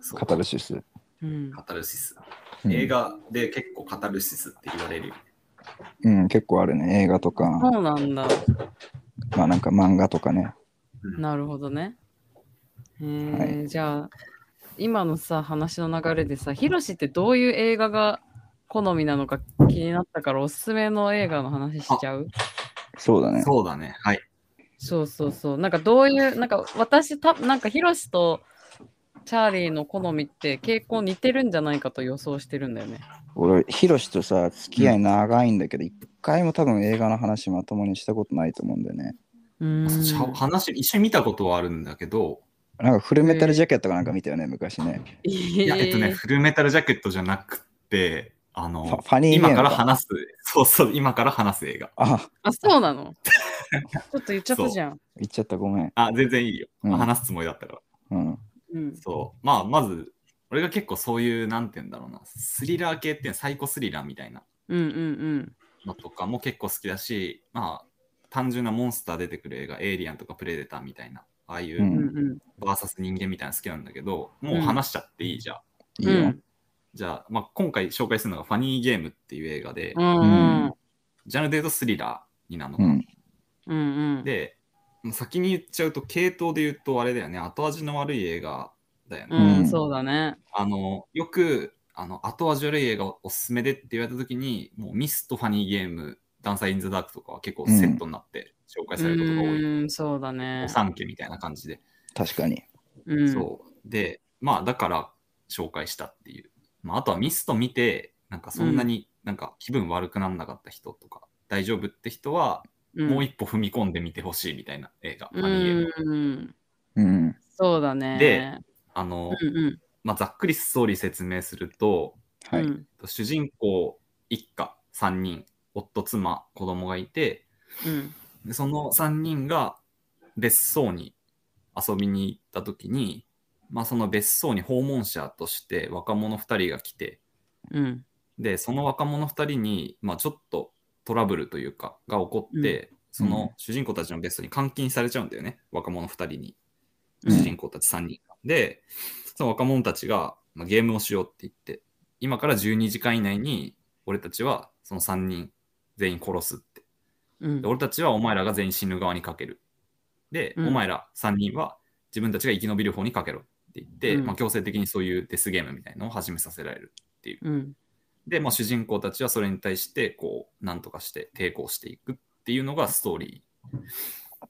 Speaker 1: そう
Speaker 2: カタルシス。
Speaker 3: うん。
Speaker 1: カタルシス。
Speaker 2: うん
Speaker 1: 映画で結構カタルシスって言われるよね。
Speaker 2: うん、結構あるね。映画とか、
Speaker 3: そうなんだ。
Speaker 2: まあなんか漫画とかね。
Speaker 1: うん
Speaker 3: なるほどね。えー
Speaker 2: は
Speaker 3: じゃあ、今のさ、話の流れでさ、ヒロシってどういう映画が好みなのか気になったから、おすすめの映画の話しちゃう
Speaker 2: そうだね。
Speaker 1: そうだね。はい。
Speaker 3: そうそうそう。なんかどういう、なんか私、たなんかヒロシとチャーリーの好みって傾向似てるんじゃないかと予想してるんだよね。
Speaker 2: 俺、ヒロシとさ、付き合い長いんだけど、一回も多分映画の話まともにしたことないと思うんだよね。
Speaker 3: うーん。
Speaker 1: 話、一緒に見たことはあるんだけど、
Speaker 2: なんかフルメタルジャケットかなんか見たよね、昔ね。
Speaker 1: いや、えっとね、
Speaker 3: えー
Speaker 1: フルメタルジャケットじゃなくて、あの、
Speaker 2: ファファニーゲー
Speaker 1: 今
Speaker 2: ムか
Speaker 1: から話す、そうそう、今から話す映画。
Speaker 2: あ、
Speaker 3: あ、そうなのちょっと言っちゃったじゃん。
Speaker 2: 言っちゃった、ごめん。
Speaker 1: あ、全然いいよ。
Speaker 2: うん
Speaker 1: 話すつもりだったから。
Speaker 2: うん。
Speaker 3: うん。
Speaker 1: そう。まあ、まず、俺が結構そういう、なんて言うんだろうな、スリラー系っていうのサイコスリラーみたいな
Speaker 3: うんうん
Speaker 1: のとかも結構好きだし、まあ、単純なモンスター出てくる映画、エイリアンとかプレデターみたいな、ああい
Speaker 2: うん
Speaker 3: うん。う
Speaker 1: う、
Speaker 3: んうん。
Speaker 1: バーサス人間みたいなの好きなんだけど、もう
Speaker 3: うん
Speaker 1: 話しちゃっていいじゃん。
Speaker 2: いういよ
Speaker 3: ん。。
Speaker 1: じゃあ、まあ、今回紹介するのがファニーゲームっていう映画で、
Speaker 3: うんうん。
Speaker 1: ジャンルで言うとスリラーになるのか
Speaker 2: う
Speaker 1: な。
Speaker 2: ん。
Speaker 3: うんうん。
Speaker 1: で、もう先に言っちゃうと、系統で言うとあれだよね、後味の悪い映画だよね。
Speaker 3: うん、
Speaker 2: うん
Speaker 3: そうだね。
Speaker 1: あの、よく、あの、後味悪い映画おすすめでって言われたときに、もうミスとファニーゲーム、ダンサー・イン・ザ・ダークとかは結構セットになって紹介
Speaker 3: う
Speaker 1: されることが多い。
Speaker 3: ーん、そうだね
Speaker 1: お。三家みたいな感じで。
Speaker 2: 確かに。
Speaker 3: うん、
Speaker 1: そう。で、まあ、だから紹介したっていう。まあ、あとはミスト見て、なんかそんなになんか気分悪くならなかった人とか、大丈夫って人は、
Speaker 3: ん
Speaker 1: もう一歩踏み込んでみてほしいみたいな映画、
Speaker 3: う
Speaker 1: ファニーゲーム。
Speaker 3: ん、
Speaker 2: うん。
Speaker 3: そうだね。
Speaker 1: であの、
Speaker 3: うんうん、
Speaker 1: まあ、ざっくりストーリー説明すると、
Speaker 2: はい。
Speaker 3: うん
Speaker 1: 主人公一家3人、夫、妻、子供がいて、
Speaker 3: うん
Speaker 1: でその3人が別荘に遊びに行った時に、まあ、その別荘に訪問者として若者2人が来て
Speaker 3: うん
Speaker 1: でその若者2人に、まあ、ちょっとトラブルというかが起こって、その主人公たちの別荘に監禁されちゃうんだよね若者2人に
Speaker 3: うん
Speaker 1: 主人公たち3人が、でその若者たちが、まあ、ゲームをしようって言って今から12時間以内に俺たちはその3人全員殺すって
Speaker 3: うん
Speaker 1: で俺たちはお前らが全員死ぬ側にかける。で、
Speaker 3: うん
Speaker 1: お前ら3人は自分たちが生き延びる方にかけろって言って、
Speaker 3: うん
Speaker 1: まあ、強制的にそういうデスゲームみたいなのを始めさせられる。
Speaker 3: うん
Speaker 1: で、まあ、主人公たちはそれに対して、こう、なんとかして抵抗していくっていうのがストーリ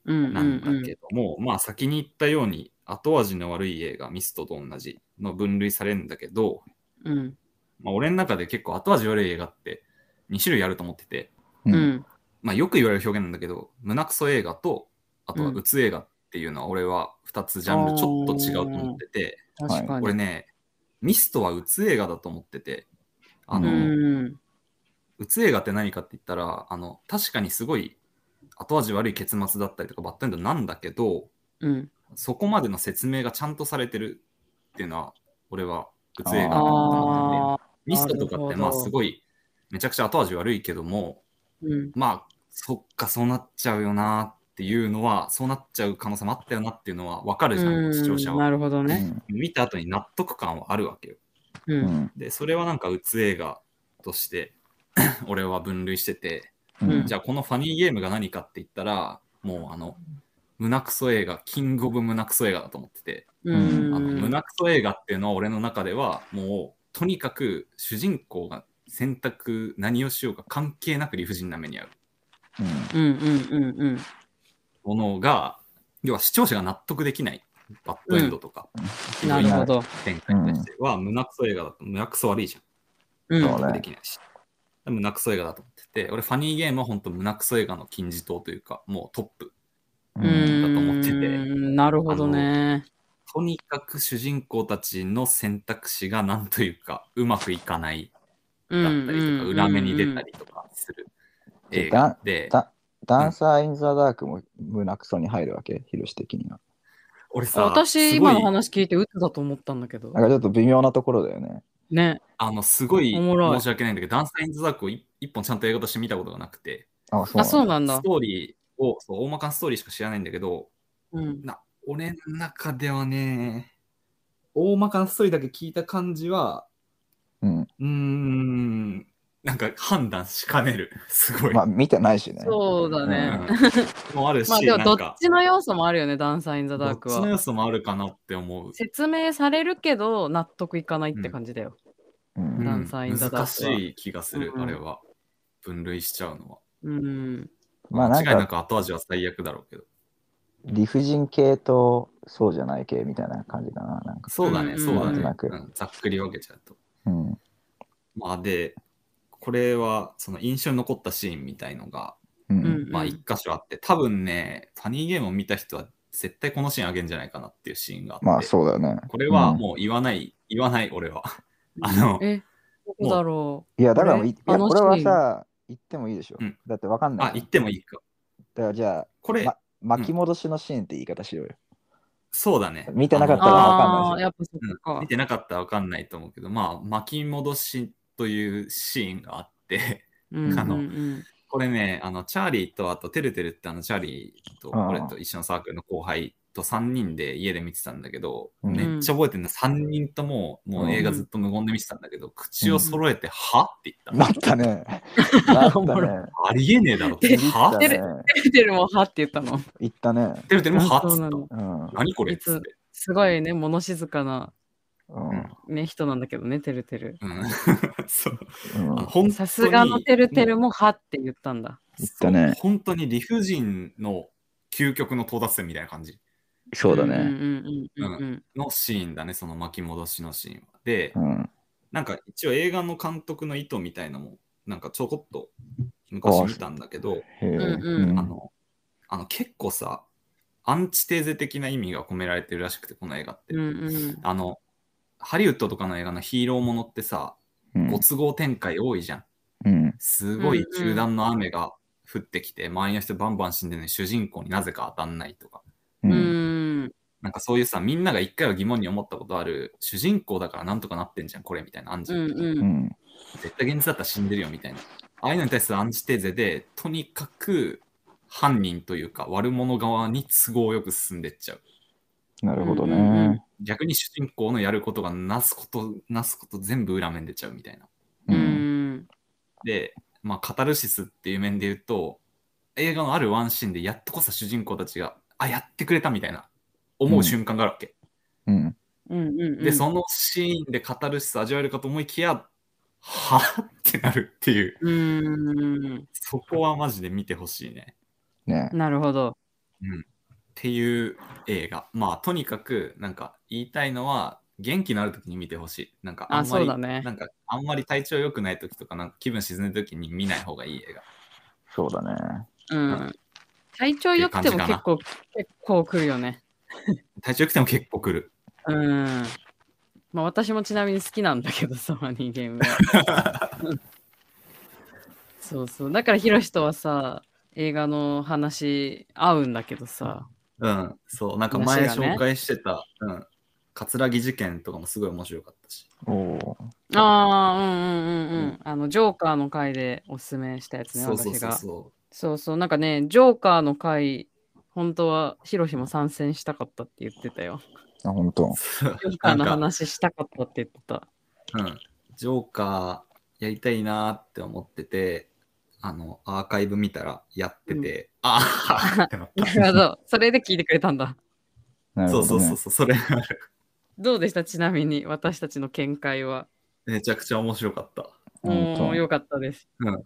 Speaker 3: うん
Speaker 1: ーなんだけども、まあ、先に言ったように、後味の悪い映画、ミストと同じの分類されるんだけど、
Speaker 3: うん
Speaker 1: まあ、俺の中で結構後味悪い映画って2種類あると思ってて、
Speaker 2: う。
Speaker 3: うんん
Speaker 1: まあ、よく言われる表現なんだけど、胸クソ映画と、あとは
Speaker 3: うん
Speaker 1: うつ映画っていうのは、俺は2つジャンルちょっと違うと思ってて、
Speaker 3: 確かに。
Speaker 1: 俺ね、ミストはうつ映画だと思ってて、あ
Speaker 3: う
Speaker 1: の、うんつ映画って何かって言ったら、あの、確かにすごい後味悪い結末だったりとかバッドエンドなんだけど、
Speaker 3: うん
Speaker 1: そこまでの説明がちゃんとされてるっていうのは、俺はうつ映画だと思ってて、
Speaker 3: ああ
Speaker 1: ミストとかっ
Speaker 3: な
Speaker 1: て
Speaker 3: るほど
Speaker 1: まあすごい、めちゃくちゃ後味悪いけども、
Speaker 3: うん
Speaker 1: まあ、そっか、そうなっちゃうよなっていうのは、そうなっちゃう可能性もあったよなっていうのは分かるじゃん、視聴者
Speaker 3: うん
Speaker 1: は。
Speaker 3: なるほどね。
Speaker 1: 見た後に納得感はあるわけよ。
Speaker 3: う
Speaker 2: うんん。
Speaker 1: で、それはなんか、うつ映画として、 俺は分類してて、
Speaker 2: うん
Speaker 1: じゃあ、このファニーゲームが何かって言ったら、もう、あの、胸クソ映画、キングオブ胸クソ映画だと思ってて、
Speaker 3: う
Speaker 1: あ
Speaker 3: ん
Speaker 1: の胸クソ映画っていうのは、俺の中では、もう、とにかく主人公が選択、何をしようか関係なく理不尽な目に遭う。
Speaker 2: うん
Speaker 3: うんうんうんうん。
Speaker 1: ものが、要は視聴者が納得できない、バッドエンドとか、
Speaker 3: なるほど。
Speaker 1: 展開に対しては、胸くそ映画だと、胸くそ悪いじゃん。
Speaker 3: うん。
Speaker 2: そうね
Speaker 1: できないし。胸くそ映画だと思ってて、俺、ファニーゲームは本当胸くそ映画の金字塔というか、もうトップ。
Speaker 2: う
Speaker 3: うんん
Speaker 1: だと思ってて
Speaker 3: なるほどね。
Speaker 1: とにかく主人公たちの選択肢がなんというか、うまくいかないだったりとか、
Speaker 3: うん
Speaker 1: 裏目に出たりとかする映
Speaker 2: だ
Speaker 1: 画で、
Speaker 2: だダンサー・イン・ザ・ダークも胸くそに入るわけ、ヒロシ的には。
Speaker 1: 俺さ、
Speaker 3: 私、
Speaker 1: すごい
Speaker 3: 今の話聞いて、うつだと思ったんだけど
Speaker 2: な。んかちょっと微妙なところだよね。
Speaker 3: ね。
Speaker 1: あの、すごい
Speaker 3: おもろい
Speaker 1: 申し訳ないんだけど、ダンサー・イン・ザ・ダークを一一本ちゃんと映画として見たことがなくて、
Speaker 2: あ、そうな
Speaker 3: あ、
Speaker 2: んだ
Speaker 3: そうなんだ
Speaker 1: スト。ーリーを、そう大まかなストーリーしか知らないんだけど、
Speaker 3: うん
Speaker 1: な俺の中ではね、大まかなストーリーだけ聞いた感じは、
Speaker 2: うん。
Speaker 1: うーん、なんか判断しかねる。すごい。
Speaker 2: まあ、見てないしね。
Speaker 3: そうだ ね。
Speaker 1: うんもうあるし、
Speaker 3: まあでも
Speaker 1: な
Speaker 3: ど
Speaker 1: ん
Speaker 3: っ
Speaker 1: か、
Speaker 3: ちの要素もあるよね、ダンサー・イン・ザ・
Speaker 1: ど
Speaker 3: ダー
Speaker 1: っ
Speaker 3: ク
Speaker 1: ちの
Speaker 3: は。
Speaker 1: 要素もあるかなって思う。
Speaker 3: 説明されるけど、納得いかないって感じだよ。
Speaker 2: う
Speaker 1: うん
Speaker 2: ん。
Speaker 3: ダンサーインザダークは
Speaker 1: 難しい気がする、
Speaker 3: うん
Speaker 1: あれは。分類しちゃうのは。
Speaker 3: うん。
Speaker 2: ま
Speaker 1: 間
Speaker 2: あ、な
Speaker 1: 違
Speaker 2: ん
Speaker 1: いな
Speaker 2: か、
Speaker 1: く後味は最悪だろうけど。
Speaker 2: 理不尽系とそうじゃない系みたいな感じかな。なんか、
Speaker 1: そうだね、
Speaker 3: うん
Speaker 1: そうだね
Speaker 2: なんとなく
Speaker 1: うんざっくり分けちゃうと。
Speaker 2: うん。
Speaker 1: まあで、これはその印象に残ったシーンみたいのが、
Speaker 2: う。
Speaker 3: うんん。
Speaker 1: まあ一箇所あって、多分ね、ファニーゲームを見た人は絶対このシーンあげんじゃないかなっていうシーンがあって、
Speaker 2: まあ、そうだよね。
Speaker 1: これは
Speaker 2: うん
Speaker 1: もう言わない、言わない俺は。あの、
Speaker 3: え、どこだろ
Speaker 2: いや、だから、いい
Speaker 3: あ
Speaker 2: や
Speaker 3: の
Speaker 2: これは
Speaker 3: シーン
Speaker 2: さ、言ってもいいでしょ
Speaker 1: うん。
Speaker 2: だってわかんない。
Speaker 1: あ、言ってもいいか。
Speaker 2: だから、じゃあ、
Speaker 1: これ、
Speaker 2: ま巻き戻しのシーンって言い方しようよ。
Speaker 1: そうだね。
Speaker 2: 見てなか
Speaker 3: う
Speaker 2: ったらわかんないし
Speaker 3: ああー、やっぱそ
Speaker 1: うん
Speaker 3: っか
Speaker 1: 見。てなかったらわかんないと思うけど、まあ、巻き戻しというシーンがあって、
Speaker 3: うんうん
Speaker 1: あの
Speaker 3: うん
Speaker 1: これね、あの、チャーリーと、あと、てるてるって、あの、チャーリーと、
Speaker 2: あー
Speaker 1: 俺と一緒のサークルの後輩と3人で家で見てたんだけど、
Speaker 2: うん
Speaker 1: めっちゃ覚えてるの、3人とも、もう映画ずっと無言で見てたんだけど、口を揃えて、はって言った
Speaker 2: なっ たね。なった
Speaker 3: おもろ
Speaker 2: ね。
Speaker 1: ありえねえだろって、
Speaker 2: 言
Speaker 1: は
Speaker 2: っ
Speaker 1: ったて
Speaker 3: 出
Speaker 2: ね
Speaker 3: る。ペテルもはって言ったの。
Speaker 2: 言ったね。
Speaker 1: てるてるもはっ
Speaker 3: そう
Speaker 1: つ
Speaker 3: な
Speaker 1: った
Speaker 3: の。
Speaker 2: うん。うん
Speaker 1: 何これっつって。
Speaker 3: すごいね、物静かな、
Speaker 2: うん
Speaker 3: ね、人なんだけどね、てるてる。
Speaker 1: うん そう。
Speaker 2: うん
Speaker 1: あの本当に
Speaker 3: さすがのてるてるもはって言ったんだ。
Speaker 2: 言ったね
Speaker 1: そう本当に理不尽の究極の到達点みたいな感じ
Speaker 2: そうだ
Speaker 3: うん
Speaker 2: ね。
Speaker 3: うんうんうん
Speaker 1: のシーンだね、その巻き戻しのシーンは。で
Speaker 2: う、ん。
Speaker 1: なんか一応映画の監督の意図みたいのも、なんかちょこっと昔見たんだけど、
Speaker 2: へえ。
Speaker 3: うん
Speaker 1: あ
Speaker 3: う
Speaker 1: の、あの結構さ、アンチテーゼ的な意味が込められてるらしくて、この映画って。
Speaker 3: うんうん
Speaker 1: あの、ハリウッドとかの映画のヒーローものってさ、
Speaker 2: うん
Speaker 1: ご都合展開多いじゃん。
Speaker 2: うん。
Speaker 1: すごい中断の雨が降ってきて、周りの人バンバン死んでるのに主人公になぜか当たんないとか。
Speaker 2: う。
Speaker 3: うんん
Speaker 1: なんかそういうさ、みんなが一回は疑問に思ったことある、主人公だからなんとかなってんじゃん、これみたいな、あんじ
Speaker 3: う
Speaker 1: ゃん。
Speaker 3: んう
Speaker 2: うんん。
Speaker 1: 絶対現実だったら死んでるよみたいな。ああいうのに対するアンチテーゼで、とにかく犯人というか悪者側に都合よく進んでっちゃう。
Speaker 2: なるほど
Speaker 3: うんうん
Speaker 2: ね。
Speaker 1: 逆に主人公のやることがなすこと、なすこと全部裏面出ちゃうみたいな。
Speaker 2: う
Speaker 3: う
Speaker 2: ん。
Speaker 3: ん
Speaker 1: で、まあ、カタルシスっていう面で言うと、映画のあるワンシーンでやっとこそ主人公たちが、あ、やってくれたみたいな、思う瞬間があるわけ。
Speaker 2: うん。
Speaker 3: うんうん
Speaker 1: で、そのシーンでカタルシス味わえるかと思いきや、はってなるっていう、
Speaker 3: うん
Speaker 1: そこはマジで見てほしいね。
Speaker 2: ね
Speaker 3: なるほど。
Speaker 1: っていう映画。まあ、とにかく、なんか言いたいのは、元気のある時に見てほしい。なんかあ
Speaker 3: あ、
Speaker 1: んま
Speaker 3: そう
Speaker 1: り、
Speaker 3: だね。
Speaker 1: なんかあんまり体調良くない時とか、なんか気分沈んでる時に見ない方がいい映画。
Speaker 2: そうだね。
Speaker 3: うん。体調良くても
Speaker 1: っていう感じかな
Speaker 3: 結構、結構来るよね。
Speaker 1: 体調良くても結構来る。
Speaker 3: うん。まあ私もちなみに好きなんだけどさ、マニーゲームは。そうそう。だからヒロシとはさ、映画の話合うんだけどさ。
Speaker 1: うん、そう、なんか前
Speaker 3: 話がね
Speaker 1: 紹介してた、うん、葛城事件とかもすごい面白かったし。
Speaker 2: おお。
Speaker 3: ああ、うんうんうんうん。あの、ジョーカーの回でおすすめしたやつね、
Speaker 1: そうそう
Speaker 3: 私
Speaker 1: そう
Speaker 3: が。
Speaker 1: そ
Speaker 3: そうそう、なんかね、ジョーカーの回、本当はヒロシも参戦したかったって言ってたよ。
Speaker 2: あ、本当。
Speaker 1: う。
Speaker 3: ジョーカーの
Speaker 1: なんか
Speaker 3: 話したかったって言ってた。
Speaker 1: うん、ジョーカーやりたいなーって思ってて、あの、アーカイブ見たらやってて、あーってなっ
Speaker 3: なるほど。 それで聞いてくれたんだ。
Speaker 2: な
Speaker 1: た。
Speaker 2: る
Speaker 1: そ
Speaker 2: ほ
Speaker 1: うそ
Speaker 2: ど
Speaker 1: うそ
Speaker 2: ね
Speaker 1: う。そう、それ ある
Speaker 3: どうでしたちなみに、私たちの見解は。
Speaker 1: めちゃくちゃ面白かった。
Speaker 3: もう
Speaker 2: 本
Speaker 3: よかったです。
Speaker 1: う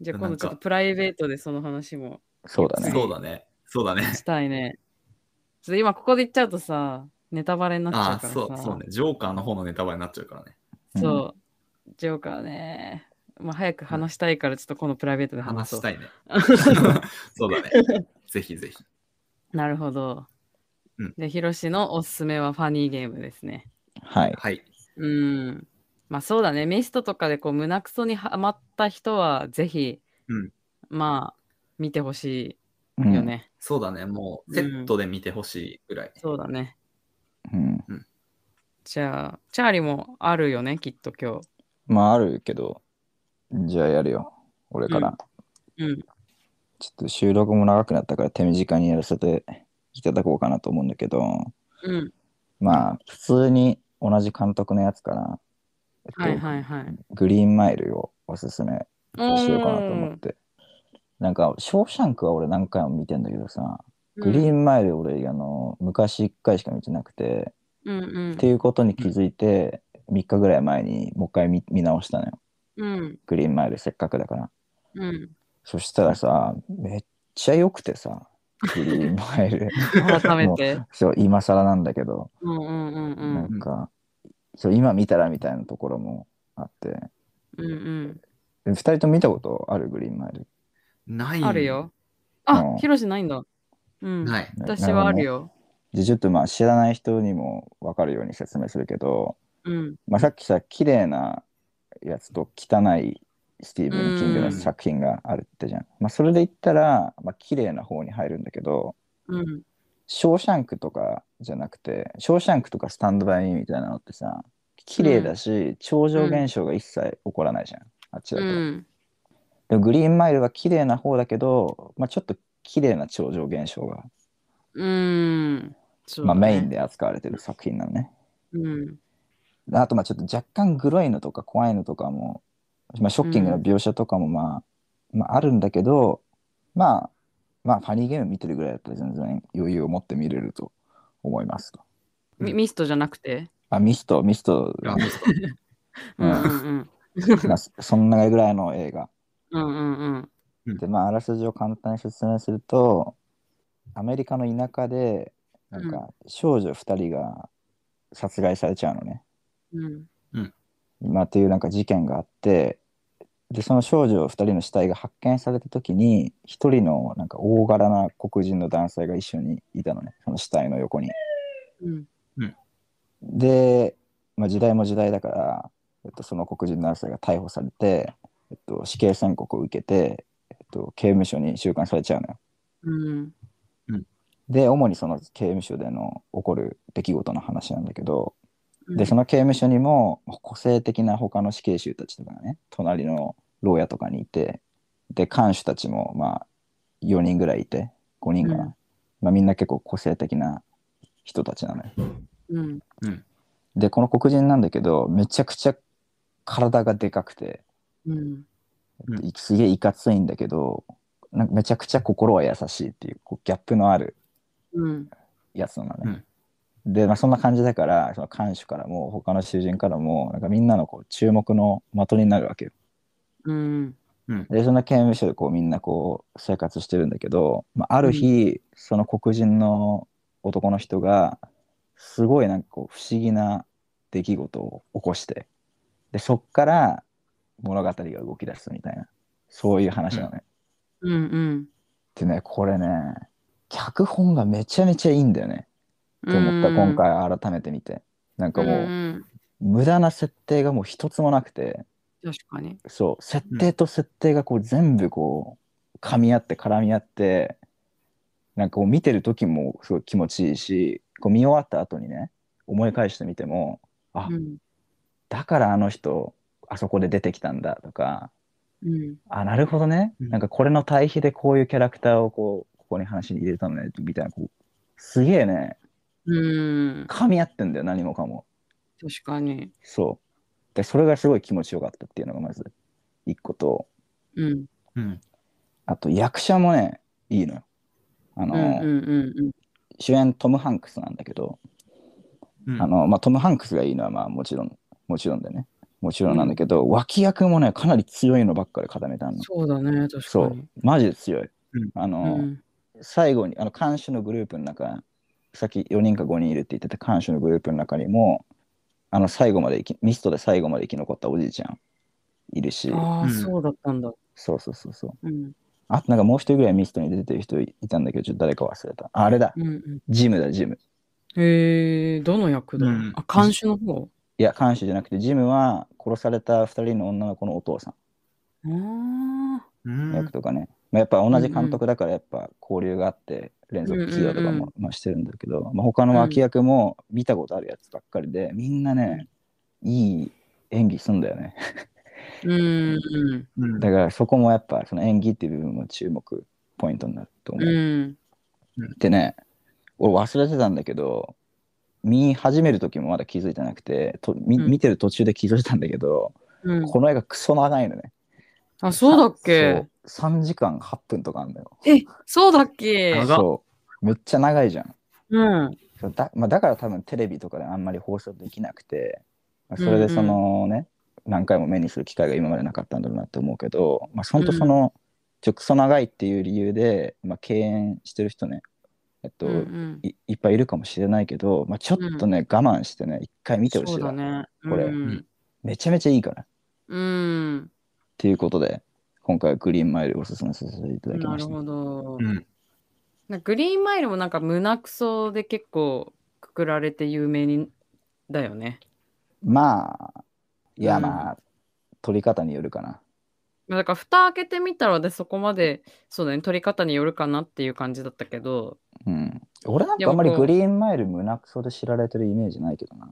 Speaker 3: じゃあ
Speaker 1: な
Speaker 3: 今
Speaker 1: ん
Speaker 3: 度
Speaker 1: か
Speaker 3: ちょっとプライベートでその話も
Speaker 2: そうだね。
Speaker 1: そうだね。そうだね。
Speaker 3: したいね。ちょっと今ここで言っちゃうとさ、ネタバレになっちゃ
Speaker 1: ああ、
Speaker 3: うからさ。
Speaker 1: そう、そうね。ジョーカーの方のネタバレになっちゃうからね。
Speaker 3: そう、ジョーカーね。まあ、早く話したいから、ちょっとこのプライベートで話
Speaker 1: 話
Speaker 3: そう。
Speaker 1: したいね。 そうだね。ぜひぜひ。
Speaker 3: なるほど。
Speaker 1: うん
Speaker 3: で、ヒロシのおすすめはファニーゲームですね。
Speaker 2: はい。
Speaker 1: はい。
Speaker 3: うん。まあそうだね、ミストとかでこう胸くそにはまった人は、ぜひ、
Speaker 1: うん
Speaker 3: まあ、見てほし
Speaker 2: う
Speaker 3: い
Speaker 2: ん
Speaker 3: よね。
Speaker 1: そうだね。もう、セットで見てほしいぐらい。
Speaker 3: そうだね。
Speaker 2: うん
Speaker 3: じゃあ、チャーリーもあるよね、きっと今日。
Speaker 2: まああるけど、じゃあやるよ。俺から。
Speaker 3: うん。
Speaker 2: ちょっと収録も長くなったから手短にやらせていただこうかなと思うんだけど、
Speaker 3: うん。
Speaker 2: まあ普通に同じ監督のやつから、えっと
Speaker 3: はいはいはい。
Speaker 2: グリーンマイルをおすすめしようかなと
Speaker 3: う
Speaker 2: 思っ
Speaker 3: ん
Speaker 2: て。なんか、ショーシャンクは俺何回も見てんだけどさ、グリ
Speaker 3: う
Speaker 2: ー
Speaker 3: ん
Speaker 2: ンマイル俺、あの、昔1回しか見てなくて、
Speaker 3: うんうん
Speaker 2: っていうことに気づいて、3日ぐらい前にもう一回見見直したのよ。
Speaker 3: うん
Speaker 2: グリーンマイルせっかくだから。
Speaker 3: うん。
Speaker 2: そしたらさ、めっちゃ良くてさ、グリーンマイ ル。
Speaker 3: 改め て。
Speaker 2: そう、今更なんだけど、
Speaker 3: うんうんうんう。
Speaker 2: なんんか、そう今見たらみたいなところもあって、
Speaker 3: うんうん。
Speaker 2: え二人とも見たことあるグリーンマイル。
Speaker 1: ない。
Speaker 3: ある。よ。
Speaker 2: うん
Speaker 3: あ、ヒロシないんだ。うん。
Speaker 1: ない。
Speaker 3: 私はあるよ。
Speaker 2: じゃあちょっとまあ知らない人にも分かるように説明するけど、
Speaker 3: うん。
Speaker 2: まあ、さっきさ綺麗なやつと汚いスティーブン・キングの作品があるってじゃん、まあ、それで言ったら、まあ綺麗な方に入るんだけど
Speaker 3: うん。
Speaker 2: 「ショーシャンク」とかじゃなくて「ショーシャンク」とか「スタンド・バイ・ミー」みたいなのってさ綺麗だし、超常現象が一切起こらないじゃん、あっちだ
Speaker 3: う
Speaker 2: と。
Speaker 3: ん。
Speaker 2: でもグリーンマイルは綺麗な方だけど、まあ、ちょっと綺麗な超常現象が、
Speaker 3: うん。そう
Speaker 2: まあ、
Speaker 3: だね
Speaker 2: メイン。で扱われてる作品なのね。
Speaker 3: うん。
Speaker 2: あとまあちょっと若干グロいのとか怖いのとかも、まあ、ショッキングな描写とかもまあ、まああるんだけど、まあ、まあファニーゲーム見てるぐらいだったら全然余裕を持って見れると思いますと。
Speaker 3: ミミストじゃなくて。
Speaker 2: あ、ミスト、ミスト、
Speaker 1: あミスト
Speaker 3: うん
Speaker 2: う
Speaker 3: う
Speaker 2: ん
Speaker 3: ん
Speaker 2: まあそんなぐらいの映画。
Speaker 3: うん。うんうんうん。
Speaker 2: で、まああらすじを簡単に説明すると、アメリカの田舎で、なんか少女2人が殺害されちゃうのね。
Speaker 3: うん
Speaker 2: まあ、というなんか事件があってでその少女2人の死体が発見された時に1人のなんか大柄な黒人の男性が一緒にいたのねその死体の横に。
Speaker 3: うん
Speaker 2: で、まあ、時代も時代だから、えっと、その黒人の男性が逮捕されて、えっと、死刑宣告を受けて、えっと、刑務所に収監されちゃうのよ。
Speaker 3: うん
Speaker 2: で主にその刑務所での起こる出来事の話なんだけど、
Speaker 3: うん。
Speaker 2: でその刑務所にもまあ個性的な他の死刑囚たちとかがね隣の牢屋とかにいてで看守たちもまあ4人ぐらいいて5人かな、
Speaker 3: うん
Speaker 2: まあ、みんな結構個性的な人たちなのよ
Speaker 3: うん
Speaker 2: でこの黒人なんだけどめちゃくちゃ体がでかくて
Speaker 3: うん
Speaker 1: うん
Speaker 2: すげえいかついんだけどなんかめちゃくちゃ心は優しいっていうこうギャップのある
Speaker 3: うん
Speaker 2: やつなのね。で、まあ、そんな感じだからその看守からも他の囚人からもなんかみんなのこう注目の的になるわけよ。
Speaker 3: うん
Speaker 2: でそんな刑務所でこうみんなこう生活してるんだけど、まあ、ある日、その黒人の男の人がすごいなんかこう不思議な出来事を起こしてでそっから物語が動き出すみたいなそういう話なのね。
Speaker 3: うんうん
Speaker 2: でねこれね脚本がめちゃめちゃいいんだよね。って思った今回改めて見てなんかも
Speaker 3: ん
Speaker 2: うん無駄な設定がもう一つもなくて
Speaker 3: 確かに。
Speaker 2: そう設定と設定がこう全部こう噛み合って絡み合ってなんかこう見てる時もすごい気持ちいいしこう見終わった後にね思い返してみてもあ
Speaker 3: うん
Speaker 2: だからあの人あそこで出てきたんだとか
Speaker 3: うん
Speaker 2: あなるほどね
Speaker 1: うん
Speaker 2: なんかこれの対比でこういうキャラクターをこうここに話に入れたのねみたいなこうすげえね
Speaker 3: うん
Speaker 2: 噛み合ってんだよ何もかも。
Speaker 3: 確かに。
Speaker 2: そう。で、それがすごい気持ちよかったっていうのがまず一個と、
Speaker 3: うん
Speaker 1: うん。
Speaker 2: あと役者もね、いいのよ。あ
Speaker 3: う
Speaker 2: の、
Speaker 3: んうんうん
Speaker 2: 主演トム・ハンクスなんだけど、
Speaker 1: うん
Speaker 2: あの、まあ、トム・ハンクスがいいのはまあもちろん、もちろんでね。もちろんなんだけど、脇役もね、かなり強いのばっかり固めたの。
Speaker 3: そうだね、確
Speaker 2: そ
Speaker 3: か
Speaker 2: う
Speaker 3: に。、
Speaker 2: マジで強い。
Speaker 1: うん
Speaker 2: あ
Speaker 3: う
Speaker 2: の、
Speaker 3: ん、
Speaker 2: 最後に、あの、監視のグループの中、さっき4人か5人いるって言ってた監視のグループの中にも、あの、最後まで生き、ミストで最後まで生き残ったおじいちゃんいるし、
Speaker 3: ああ、
Speaker 1: うん
Speaker 3: そうだったんだ。
Speaker 2: そうそうそうそう。
Speaker 3: うん。
Speaker 2: あとなんかもう一人ぐらいミストに出てる人いたんだけど、ちょっと誰か忘れた。ああれだ、
Speaker 3: うんうん、
Speaker 2: ジムだ、ジム。
Speaker 3: へえ、どの役だ、
Speaker 1: うん
Speaker 3: あ、監視の方
Speaker 2: いや、監視じゃなくて、ジムは殺された2人の女の子のお父さ
Speaker 3: あー
Speaker 1: うんん
Speaker 2: の役とかね。まあ、やっぱ同じ監督だから、やっぱ交流があって、連続起用とか
Speaker 3: うんうん
Speaker 2: も、まあ、してるんだけど、まあ、他の脇役も見たことあるやつばっかりで、みんなね、いい演技すんだよね。
Speaker 3: うんうん
Speaker 1: うん
Speaker 2: だからそこもやっぱ、その演技っていう部分も注目ポイントになると思う。
Speaker 3: うん
Speaker 2: でね、俺忘れてたんだけど、見始める時もまだ気づいてなくて、とみ
Speaker 3: うん
Speaker 2: 見てる途中で気づいたんだけど、
Speaker 3: うん
Speaker 2: この映画クソ長いのね。
Speaker 3: あ、そうだっけ
Speaker 2: そう ?3 時間8分とかあるんだよ。
Speaker 3: え、そうだっけ
Speaker 1: 長っ
Speaker 2: そう。めっちゃ長いじゃん。
Speaker 3: うん。
Speaker 2: そうだ,、まあ、だから多分テレビとかであんまり放送できなくて、まあそれでそのね、何回も目にする機会が今までなかったんだろうなって思うけど、まあ、ほんとその、ちょクソ長いっていう理由で、まあ、敬遠してる人ね、えっと、
Speaker 3: うんうん
Speaker 2: いいっぱいいるかもしれないけど、まあ、ちょっとね、我慢してね一回見てほし
Speaker 3: そ
Speaker 2: いう
Speaker 3: だ
Speaker 2: わ、
Speaker 3: ね。
Speaker 2: これ
Speaker 3: うん。
Speaker 2: めちゃめちゃいいからっ
Speaker 3: うん、
Speaker 2: ていうことで今回はグリーンマイルおすすめさせていただき
Speaker 3: な
Speaker 2: まし
Speaker 3: る
Speaker 2: た
Speaker 3: ほど。
Speaker 1: うん
Speaker 3: なんかグリーンマイルもなんか胸くそで結構くくられて有名にだよね。
Speaker 2: まあいや
Speaker 3: うん
Speaker 2: まあ、取り方によるかな
Speaker 3: まあだから蓋開けてみたらでそこまでそうだね取り方によるかなっていう感じだったけど
Speaker 2: うん俺なんか
Speaker 3: いや
Speaker 2: あんまり
Speaker 3: 僕
Speaker 2: グリーンマイル胸くそで知られてるイメージないけどない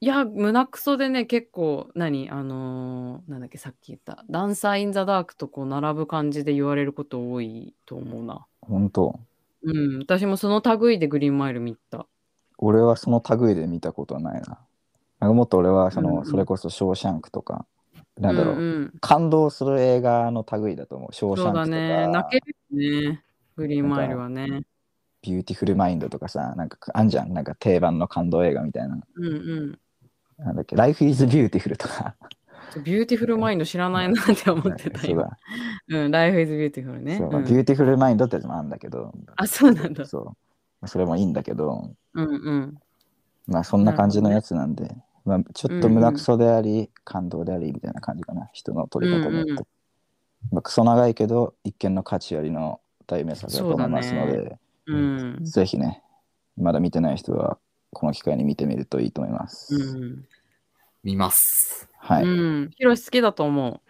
Speaker 3: や胸くそでね結構何あのーなんだっけさっき言ったダンサー・イン・ザ・ダークとこう並ぶ感じで言われること多いと思うな。
Speaker 2: 本当
Speaker 3: うん私もその類でグリーンマイル見た。
Speaker 2: 俺はその類で見たことはないななんかもっと俺はその、
Speaker 3: うんうん
Speaker 2: それこそ「ショーシャンク」とかなんだろう、
Speaker 3: うんうん
Speaker 2: 感動する映画の類だと思う「ショーシャ
Speaker 3: そ
Speaker 2: ン
Speaker 3: う
Speaker 2: ク」とか、
Speaker 3: だね泣けるよねグリーンマイルはね。
Speaker 2: ビューティフルマインドとかさ、なんかあんじゃん、なんか定番の感動映画みたいな。
Speaker 3: うんうん
Speaker 2: なんだっけ、Life is Beautiful とか。
Speaker 3: ビューティフルマインド知らないなって思ってた
Speaker 2: そう
Speaker 3: よ。
Speaker 2: だ、
Speaker 3: うん、Life is Beautiful ね。
Speaker 2: そう
Speaker 3: うん
Speaker 2: ビューティフルマインドってやつもあるんだけど、
Speaker 3: あ、そうなんだ。
Speaker 2: そう。それもいいんだけど、
Speaker 3: うんうん。
Speaker 2: まあそんな感じのやつなんで、まあちょっと胸くそであり、感動でありみたいな感じかな、人の取り方によって。
Speaker 3: うんうん
Speaker 2: まあ、クソ長いけど、一見の価値ありの大名作だと思いますの
Speaker 3: そ
Speaker 2: で、
Speaker 3: ううん。
Speaker 2: ぜひね、まだ見てない人は、この機会に見てみるといいと思います。
Speaker 3: うん。
Speaker 1: 見ます。
Speaker 2: はい。
Speaker 3: うん。ヒロシ好きだと思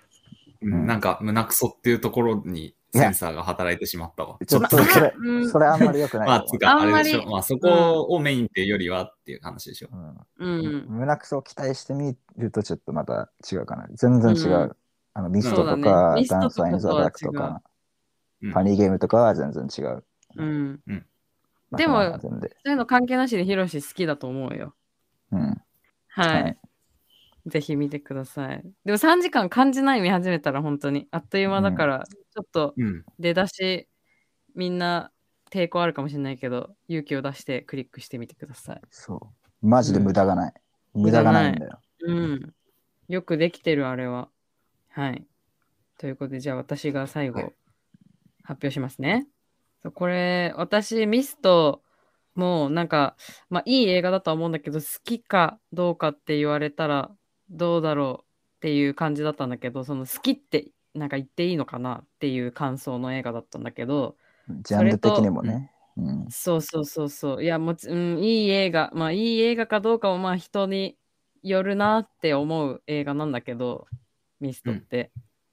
Speaker 1: うんなんか胸くそっていうところにセンサーが働いてしまったわ。
Speaker 2: ちょっと
Speaker 3: まあ
Speaker 2: それ
Speaker 3: う、ん
Speaker 2: それあんまり良くな い
Speaker 1: まあ、
Speaker 2: と
Speaker 1: つ
Speaker 2: 思
Speaker 1: うか、
Speaker 3: あ
Speaker 1: あ
Speaker 3: んま
Speaker 1: れ
Speaker 3: り
Speaker 1: でしょ。まあ、そこをメインっていうよりはっていう話でしょ。
Speaker 2: う。
Speaker 3: う。うん。
Speaker 2: 胸くそを期待してみるとちょっとまた違うかな。全然違う。
Speaker 3: うん
Speaker 2: あのミストと
Speaker 3: そうだ
Speaker 2: か、
Speaker 3: ねミス
Speaker 2: ダ
Speaker 3: ト
Speaker 2: ン
Speaker 3: と
Speaker 2: サ
Speaker 3: か
Speaker 2: ー・イン・ザ・ダークとか、
Speaker 1: うん
Speaker 2: パニーゲームとかは全然違う。
Speaker 3: うん。
Speaker 2: まあ
Speaker 3: でも
Speaker 2: そんな感じで
Speaker 3: そういうの関係なしでヒロシ好きだと思うよ。
Speaker 2: うん。
Speaker 3: はい。ぜひ見てください。でも3時間感じない見始めたら本当にあっという間だから、ちょっと
Speaker 1: うん。
Speaker 3: 出だしみんな抵抗あるかもしれないけど勇気を出してクリックしてみてください。
Speaker 2: そう。マジで無駄がない。無駄がないんだよ。
Speaker 3: うん。よくできてる、あれは。はい。ということで、じゃあ私が最後、
Speaker 1: はい
Speaker 3: 発表しますね。そうこれ、私、ミスト、もうなんか、まあ、いい映画だとは思うんだけど、好きかどうかって言われたら、どうだろうっていう感じだったんだけど、その好きって、なんか言っていいのかなっていう感想の映画だったんだけど、
Speaker 2: ジャンル的にもね。うん。
Speaker 3: そうそうそうそう。いや、もち、うん、いい映画。まあ、いい映画かどうかも、まあ、人によるなって思う映画なんだけど、ミストって。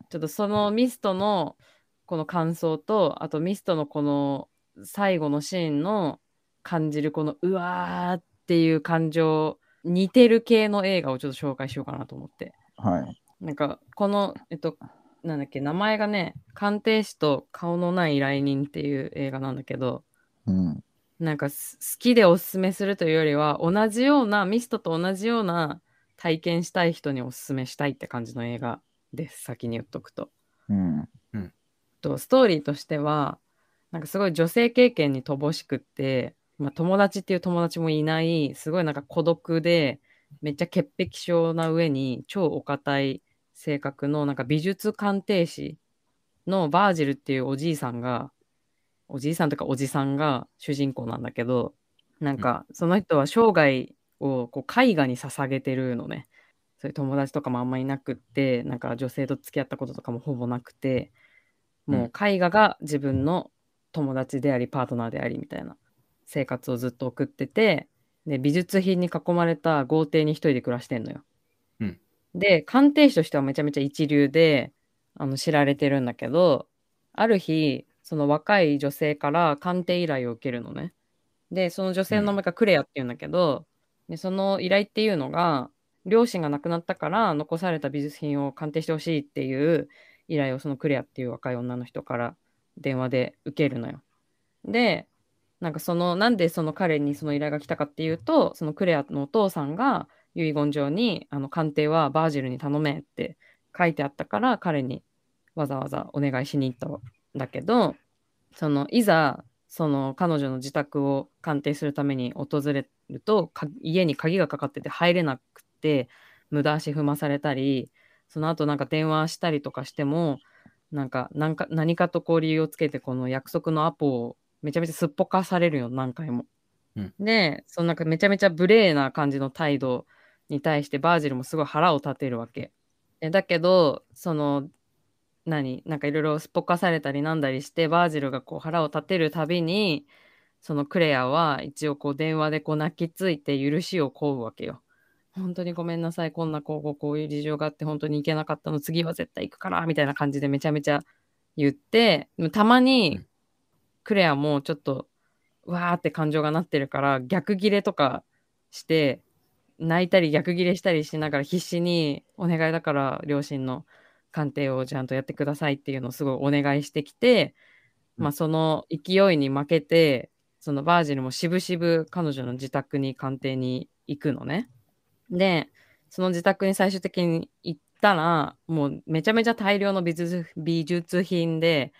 Speaker 3: ちょっとそのミストのこの感想と、あとミストのこの最後のシーンの感じるこのうわーっていう感情、似てる系の映画をちょっと紹介しようかなと思って。
Speaker 2: はい。
Speaker 3: なんか、この、えっと、なんだっけ、名前がね、鑑定士と顔のない依頼人っていう映画なんだけど、
Speaker 2: うん。
Speaker 3: なんかす好きでおすすめするというよりは同じようなミストと同じような体験したい人におすすめしたいって感じの映画です先に言っとくと。
Speaker 2: うん。
Speaker 3: とストーリーとしてはなんかすごい女性経験に乏しくって、まあ、友達っていう友達もいないすごいなんか孤独でめっちゃ潔癖症な上に超お堅い性格のなんか美術鑑定士のバージルっていうおじいさんがおじいさんとかおじさんが主人公なんだけどなんかその人は生涯をこう絵画に捧げてるのねそういう友達とかもあんまりなくってなんか女性と付き合ったこととかもほぼなくてもう絵画が自分の友達でありパートナーでありみたいな生活をずっと送っててで美術品に囲まれた豪邸に一人で暮らしてんのよ。
Speaker 1: うん
Speaker 3: で鑑定士としてはめちゃめちゃ一流であの知られてるんだけどある日その若い女性から鑑定依頼を受けるのね。でその女性の名前がクレアっていうんだけど、でその依頼っていうのが両親が亡くなったから残された美術品を鑑定してほしいっていう依頼をそのクレアっていう若い女の人から電話で受けるのよ。でなんかそのなんでその彼にその依頼が来たかっていうとそのクレアのお父さんが遺言状にあの鑑定はバージルに頼めって書いてあったから彼にわざわざお願いしに行ったんだけどそのいざその彼女の自宅を鑑定するために訪れるとか家に鍵がかかってて入れなくって無駄足踏まされたりその後なんか電話したりとかしてもなんかなんか何かとこう理由をつけてこの約束のアポをめちゃめちゃすっぽかされるよ何回も。
Speaker 1: うん
Speaker 3: でそのなんかめちゃめちゃ無礼な感じの態度に対してバージルもすごい腹を立てるわけ。えだけどその何なんかいろいろすっぽかされたりなんだりしてバージルがこう腹を立てるたびにそのクレアは一応こう電話でこう泣きついて許しを請うわけよ。本当にごめんなさいこんなこうこうこういう事情があって本当に行けなかったの次は絶対行くからみたいな感じでめちゃめちゃ言ってでもたまに
Speaker 1: うん
Speaker 3: クレアもちょっとわーって感情がなってるから逆ギレとかして泣いたり逆ギレしたりしながら必死にお願いだから両親の鑑定をちゃんとやってくださいっていうのをすごいお願いしてきて、
Speaker 1: うん
Speaker 3: まあ、その勢いに負けてそのバージルもしぶしぶ彼女の自宅に鑑定に行くのね。でその自宅に最終的に行ったらもうめちゃめちゃ大量の美術美術品で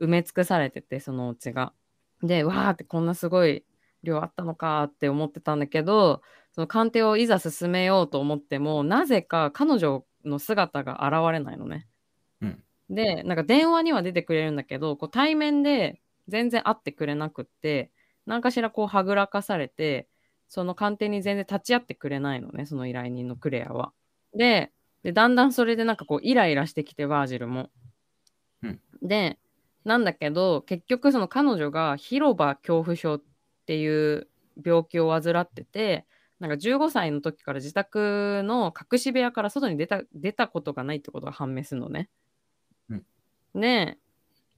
Speaker 3: 埋め尽くされててそのお家が。でわーってこんなすごい量あったのかって思ってたんだけどその鑑定をいざ進めようと思ってもなぜか彼女の姿が現れないのね。
Speaker 1: うん
Speaker 3: でなんか電話には出てくれるんだけどこう対面で全然会ってくれなくって何かしらこうはぐらかされてその鑑定に全然立ち会ってくれないのねその依頼人のクレアは。ででだんだんそれでなんかこうイライラしてきてバージルも。
Speaker 1: うん
Speaker 3: でなんだけど結局その彼女が広場恐怖症っていう病気を患っててなんか15歳の時から自宅の隠し部屋から外に出た出たことがないってことが判明するのね。
Speaker 1: うん
Speaker 3: ね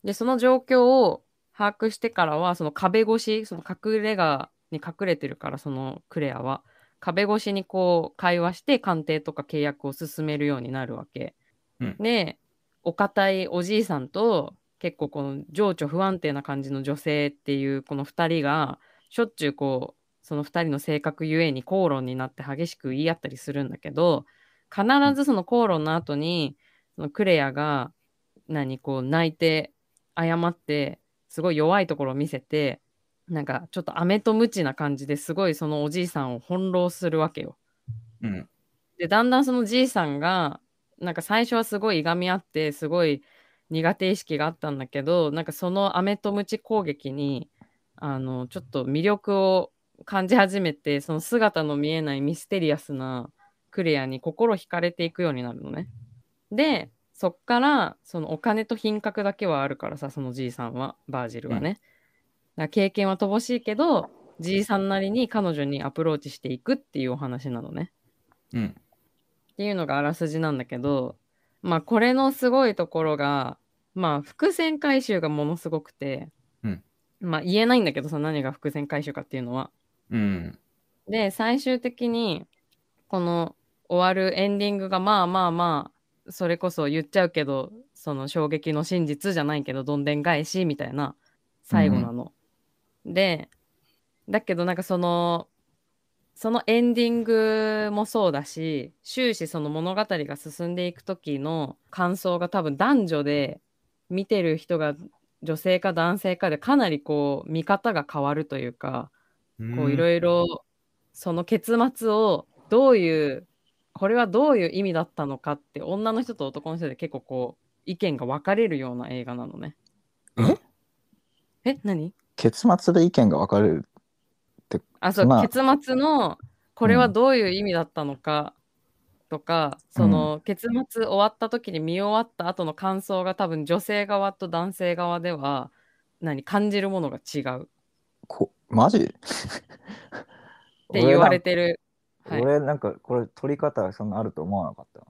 Speaker 3: えでその状況を把握してからはその壁越しその隠れ家に隠れてるからそのクレアは壁越しにこう会話して鑑定とか契約を進めるようになるわけ。
Speaker 1: うん
Speaker 3: でお堅いおじいさんと結構この情緒不安定な感じの女性っていうこの2人がしょっちゅうこうその2人の性格ゆえに口論になって激しく言い合ったりするんだけど必ずその口論の後にそのクレアが何こう泣いて謝ってすごい弱いところを見せてなんかちょっと飴とムチな感じですごいそのおじいさんを翻弄するわけよ。
Speaker 1: うん。
Speaker 3: でだんだんそのじいさんがなんか最初はすごいいがみ合ってすごい苦手意識があったんだけどなんかそのアメとムチ攻撃にあのちょっと魅力を感じ始めてその姿の見えないミステリアスなクレアに心惹かれていくようになるのね。でそっからそのお金と品格だけはあるからさそのじいさんはバージルはね。だから経験は乏しいけどじいさんなりに彼女にアプローチしていくっていうお話なのね。
Speaker 1: うん。
Speaker 3: っていうのがあらすじなんだけどまあこれのすごいところがまあ伏線回収がものすごくて、
Speaker 1: うん
Speaker 3: まあ言えないんだけどさ何が伏線回収かっていうのは。
Speaker 1: うん。
Speaker 3: で最終的にこの終わるエンディングがまあまあまあそれこそ言っちゃうけどその衝撃の真実じゃないけどどんでん返しみたいな最後なの。でだけどなんかそのそのエンディングもそうだし終始その物語が進んでいく時の感想が多分男女で見てる人が女性か男性かでかなりこう見方が変わるというか。こうい
Speaker 1: い
Speaker 3: ろいろその結末をどういうこれはどういう意味だったのかって女の人と男の人で結構こう意見が分かれるような映画なのね。
Speaker 1: ん
Speaker 3: え何
Speaker 2: 結末で意見が分かれる。
Speaker 3: あそう、
Speaker 2: まあ
Speaker 3: 結末のこれはどういう意味だったのかとか、その結末終わった時に見終わった後の感想が多分女性側と男性側では何感じるものが違うっ
Speaker 2: こマジ って
Speaker 3: て言われてる。はい、
Speaker 2: 俺なんかこれ撮り方そんなあると思わなかった。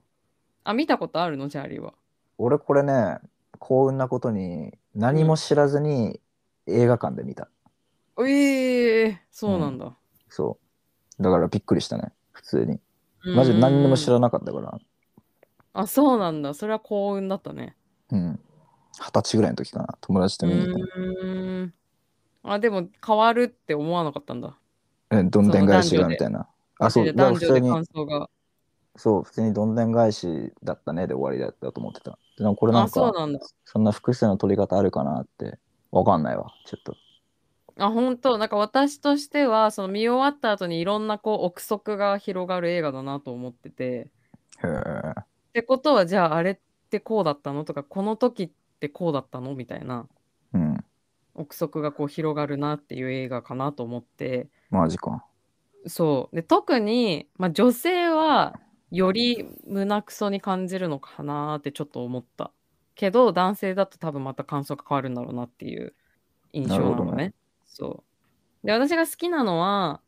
Speaker 3: あ見たことあるのチャーリーは。
Speaker 2: 俺これね幸運なことに何も知らずに映画館で見た、
Speaker 3: ええそうなんだ。
Speaker 2: そうだからびっくりしたね普通にマジで何にも知
Speaker 3: ない。
Speaker 2: らなかったから
Speaker 3: あそうなんだ。それは幸運だったね。
Speaker 2: うん二十歳ぐらいの時かな友達と
Speaker 3: う
Speaker 2: 見に行っ
Speaker 3: ーん。あでも変わるって思わなかったんだ。
Speaker 2: たうんどんでん返し
Speaker 3: そ
Speaker 2: が
Speaker 3: の男女で
Speaker 2: みたいなあそう
Speaker 3: で
Speaker 2: だから
Speaker 3: 男
Speaker 2: 普通
Speaker 3: 女で
Speaker 2: に
Speaker 3: 感想が。
Speaker 2: そう普通にどんでん返しだったねで終わりだったと思ってたでもこれなん
Speaker 3: あ
Speaker 2: か
Speaker 3: そうなんだ。
Speaker 2: そんな複数の撮り方あるかなってわかんないわちょっと
Speaker 3: あ本当なんか私としてはその見終わった後にいろんなこう憶測が広がる映画だなと思ってて。
Speaker 2: へえ
Speaker 3: ってことはじゃああれってこうだったのとかこの時ってこうだったのみたいな
Speaker 2: うん
Speaker 3: 憶測がこう広がるなっていう映画かなと思って。
Speaker 2: マジか
Speaker 3: そう。で、特に、まあ、女性はより胸くそに感じるのかなーってちょっと思った。けど、男性だと多分また感想が変わるんだろうなっていう印象
Speaker 2: な
Speaker 3: な
Speaker 2: る
Speaker 3: の
Speaker 2: ほど
Speaker 3: ね。
Speaker 2: ね
Speaker 3: そう。で、私が好きなのは、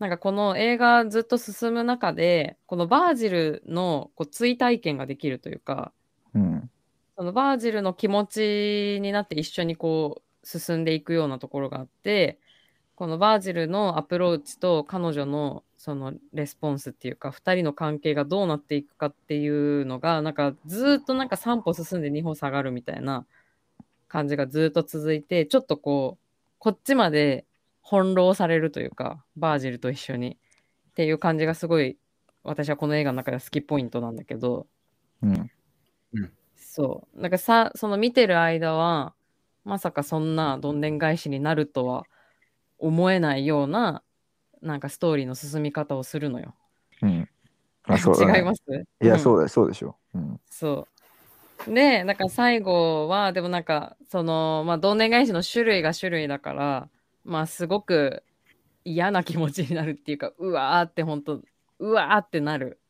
Speaker 3: なんかこの映画ずっと進む中で、このバージルのこう追体験ができるというか、
Speaker 2: うん
Speaker 3: そのバージルの気持ちになって一緒にこう進んでいくようなところがあってこのバージルのアプローチと彼女のそのレスポンスっていうか2人の関係がどうなっていくかっていうのがなんかずーっとなんか3歩進んで2歩下がるみたいな感じがずーっと続いてちょっとこうこっちまで翻弄されるというかバージルと一緒にっていう感じがすごい私はこの映画の中では好きポイントなんだけど。
Speaker 2: うん
Speaker 3: そう。なんかさ、その見てる間は、まさかそんなどんでん返しになるとは思えないような、なんかストーリーの進み方をするのよ。
Speaker 2: うんあそうだね
Speaker 3: 違います
Speaker 2: いや、
Speaker 3: うん
Speaker 2: そうだ、そうでしょ。うん。
Speaker 3: そう。で、なんか最後は、でもなんか、その、まあ、同年返しの種類が種類だから、まあ、すごく嫌な気持ちになるっていうか、うわーって本当、うわーってなる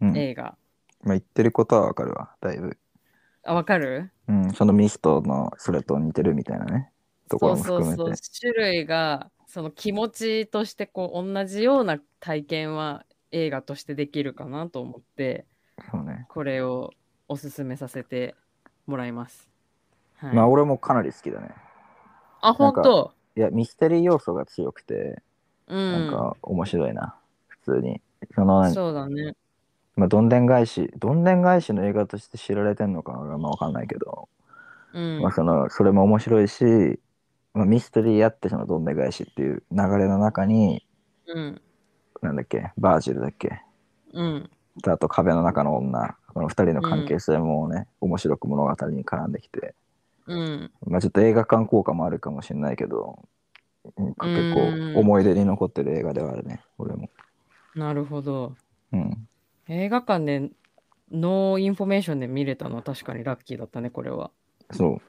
Speaker 2: うん
Speaker 3: 映画。
Speaker 2: まあ、言ってることはわかるわ、だいぶ。
Speaker 3: あ、わかる
Speaker 2: うん、そのミストのそれと似てるみたいなね、ところも含めて。
Speaker 3: そうそうそう種類がその気持ちとしてこう同じような体験は映画としてできるかなと思って
Speaker 2: そうね。
Speaker 3: これをおすすめさせてもらいます。はい、
Speaker 2: まあ、俺もかなり好きだね。
Speaker 3: あ本当
Speaker 2: いや、ミステリー要素が強くて、
Speaker 3: うん
Speaker 2: なんか面白いな、普通に。その、
Speaker 3: そうだね。
Speaker 2: まあ、どんでん返し、どんでん返しの映画として知られてんのかはまあわかんないけど、
Speaker 3: うん
Speaker 2: まあ、その、それも面白いし、まあ、ミステリーやってそのどんでん返しっていう流れの中に、
Speaker 3: うん
Speaker 2: なんだっけ、バージルだっけ、
Speaker 3: うん
Speaker 2: あと壁の中の女この二人の関係性もね、面白く物語に絡んできて、
Speaker 3: うん
Speaker 2: まあ、ちょっと映画館効果もあるかもしれないけどうん結
Speaker 3: うん
Speaker 2: 構思い出に残ってる映画ではあるね俺も、
Speaker 3: なるほど。
Speaker 2: うん、
Speaker 3: 映画館でノーインフォメーションで見れたのは確かにラッキーだったねこれは。
Speaker 2: そ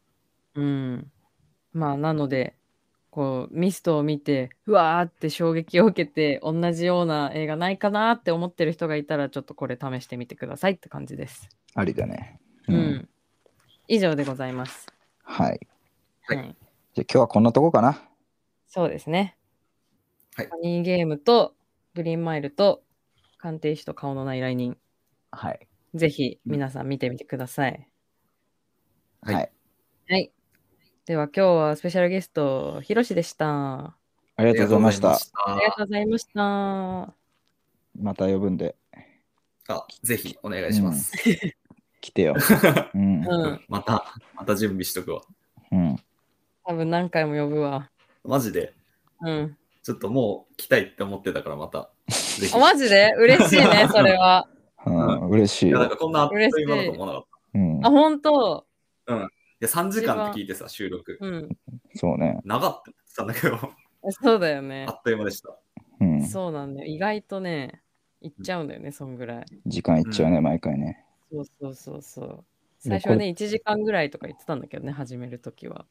Speaker 2: う
Speaker 3: うん。まあ、なので、こう、ミストを見て、うわーって衝撃を受けて、同じような映画ないかなって思ってる人がいたら、ちょっとこれ試してみてくださいって感じです。
Speaker 2: ありだね、
Speaker 3: うん。以上でございます。
Speaker 2: はい
Speaker 1: はい
Speaker 3: はい。
Speaker 2: じゃあ今日はこんなとこかな
Speaker 3: そうですね。
Speaker 1: はい
Speaker 3: ハニーゲームと、グリーンマイルと、鑑定士と顔のない来人。
Speaker 2: はい
Speaker 3: ぜひ、皆さん見てみてください。
Speaker 1: はい
Speaker 3: はい。では、今日はスペシャルゲスト、ひろしでした。
Speaker 2: ありがとうございました
Speaker 1: ありがとうご
Speaker 2: ま
Speaker 3: あ
Speaker 1: ざ
Speaker 3: り
Speaker 1: い
Speaker 3: がとうございました。
Speaker 2: た呼ぶんで
Speaker 1: ましたあぜひお願いします。
Speaker 2: 来 てようん
Speaker 3: うん。
Speaker 1: また、また準備しとくわ。
Speaker 2: うん
Speaker 3: 多分何回も呼ぶわ。
Speaker 1: マジで、
Speaker 3: うん。
Speaker 1: ちょっともう来たいって思ってたから、また。ぜひ。
Speaker 3: あマジで嬉しい ね、それは。
Speaker 2: うん嬉しい
Speaker 1: いや、
Speaker 2: よ
Speaker 1: なんかこんなあっという間だと思わなかっ
Speaker 2: うん
Speaker 3: あ、、本当。
Speaker 1: た。いや、3時間って聞いてさ、収録。
Speaker 3: うん。
Speaker 2: そうね、
Speaker 1: 長って言ってたんだけど、
Speaker 3: そうだよね
Speaker 1: あ。っという間でした。
Speaker 2: うん、
Speaker 3: そうなんだよ。意外とね、行っちゃうんだよね、そんぐらい。
Speaker 2: 時間いっちゃうね、毎回ね。
Speaker 3: そうそうそうそう。最初はね、1時間ぐらいとか言ってたんだけどね、始めるときは。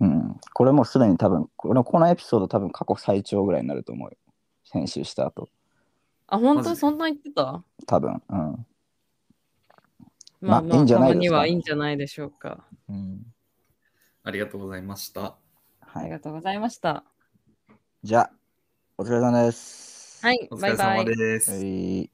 Speaker 2: うん。これもうすでに多分、このこのエピソード多分過去最長ぐらいになると思うよ。編集した後。
Speaker 3: あ、本
Speaker 1: マジ
Speaker 3: 当
Speaker 1: で
Speaker 3: そんな言ってた
Speaker 2: 多分。うん。ま
Speaker 3: ま
Speaker 2: あ
Speaker 3: あ
Speaker 2: い
Speaker 3: ま
Speaker 2: いん
Speaker 3: あ、
Speaker 2: じゃ
Speaker 3: た
Speaker 2: ないですか
Speaker 3: まにはいいんじゃないでしょうか。
Speaker 2: うん、
Speaker 1: ありがとうございました。
Speaker 3: あ
Speaker 2: は
Speaker 3: り
Speaker 2: い。
Speaker 3: がとうございました。
Speaker 2: じゃあ、お疲れ様です。
Speaker 3: はい
Speaker 1: お、疲
Speaker 3: バイ
Speaker 1: れ
Speaker 3: バ
Speaker 1: 様
Speaker 3: イ。
Speaker 1: です。
Speaker 2: はい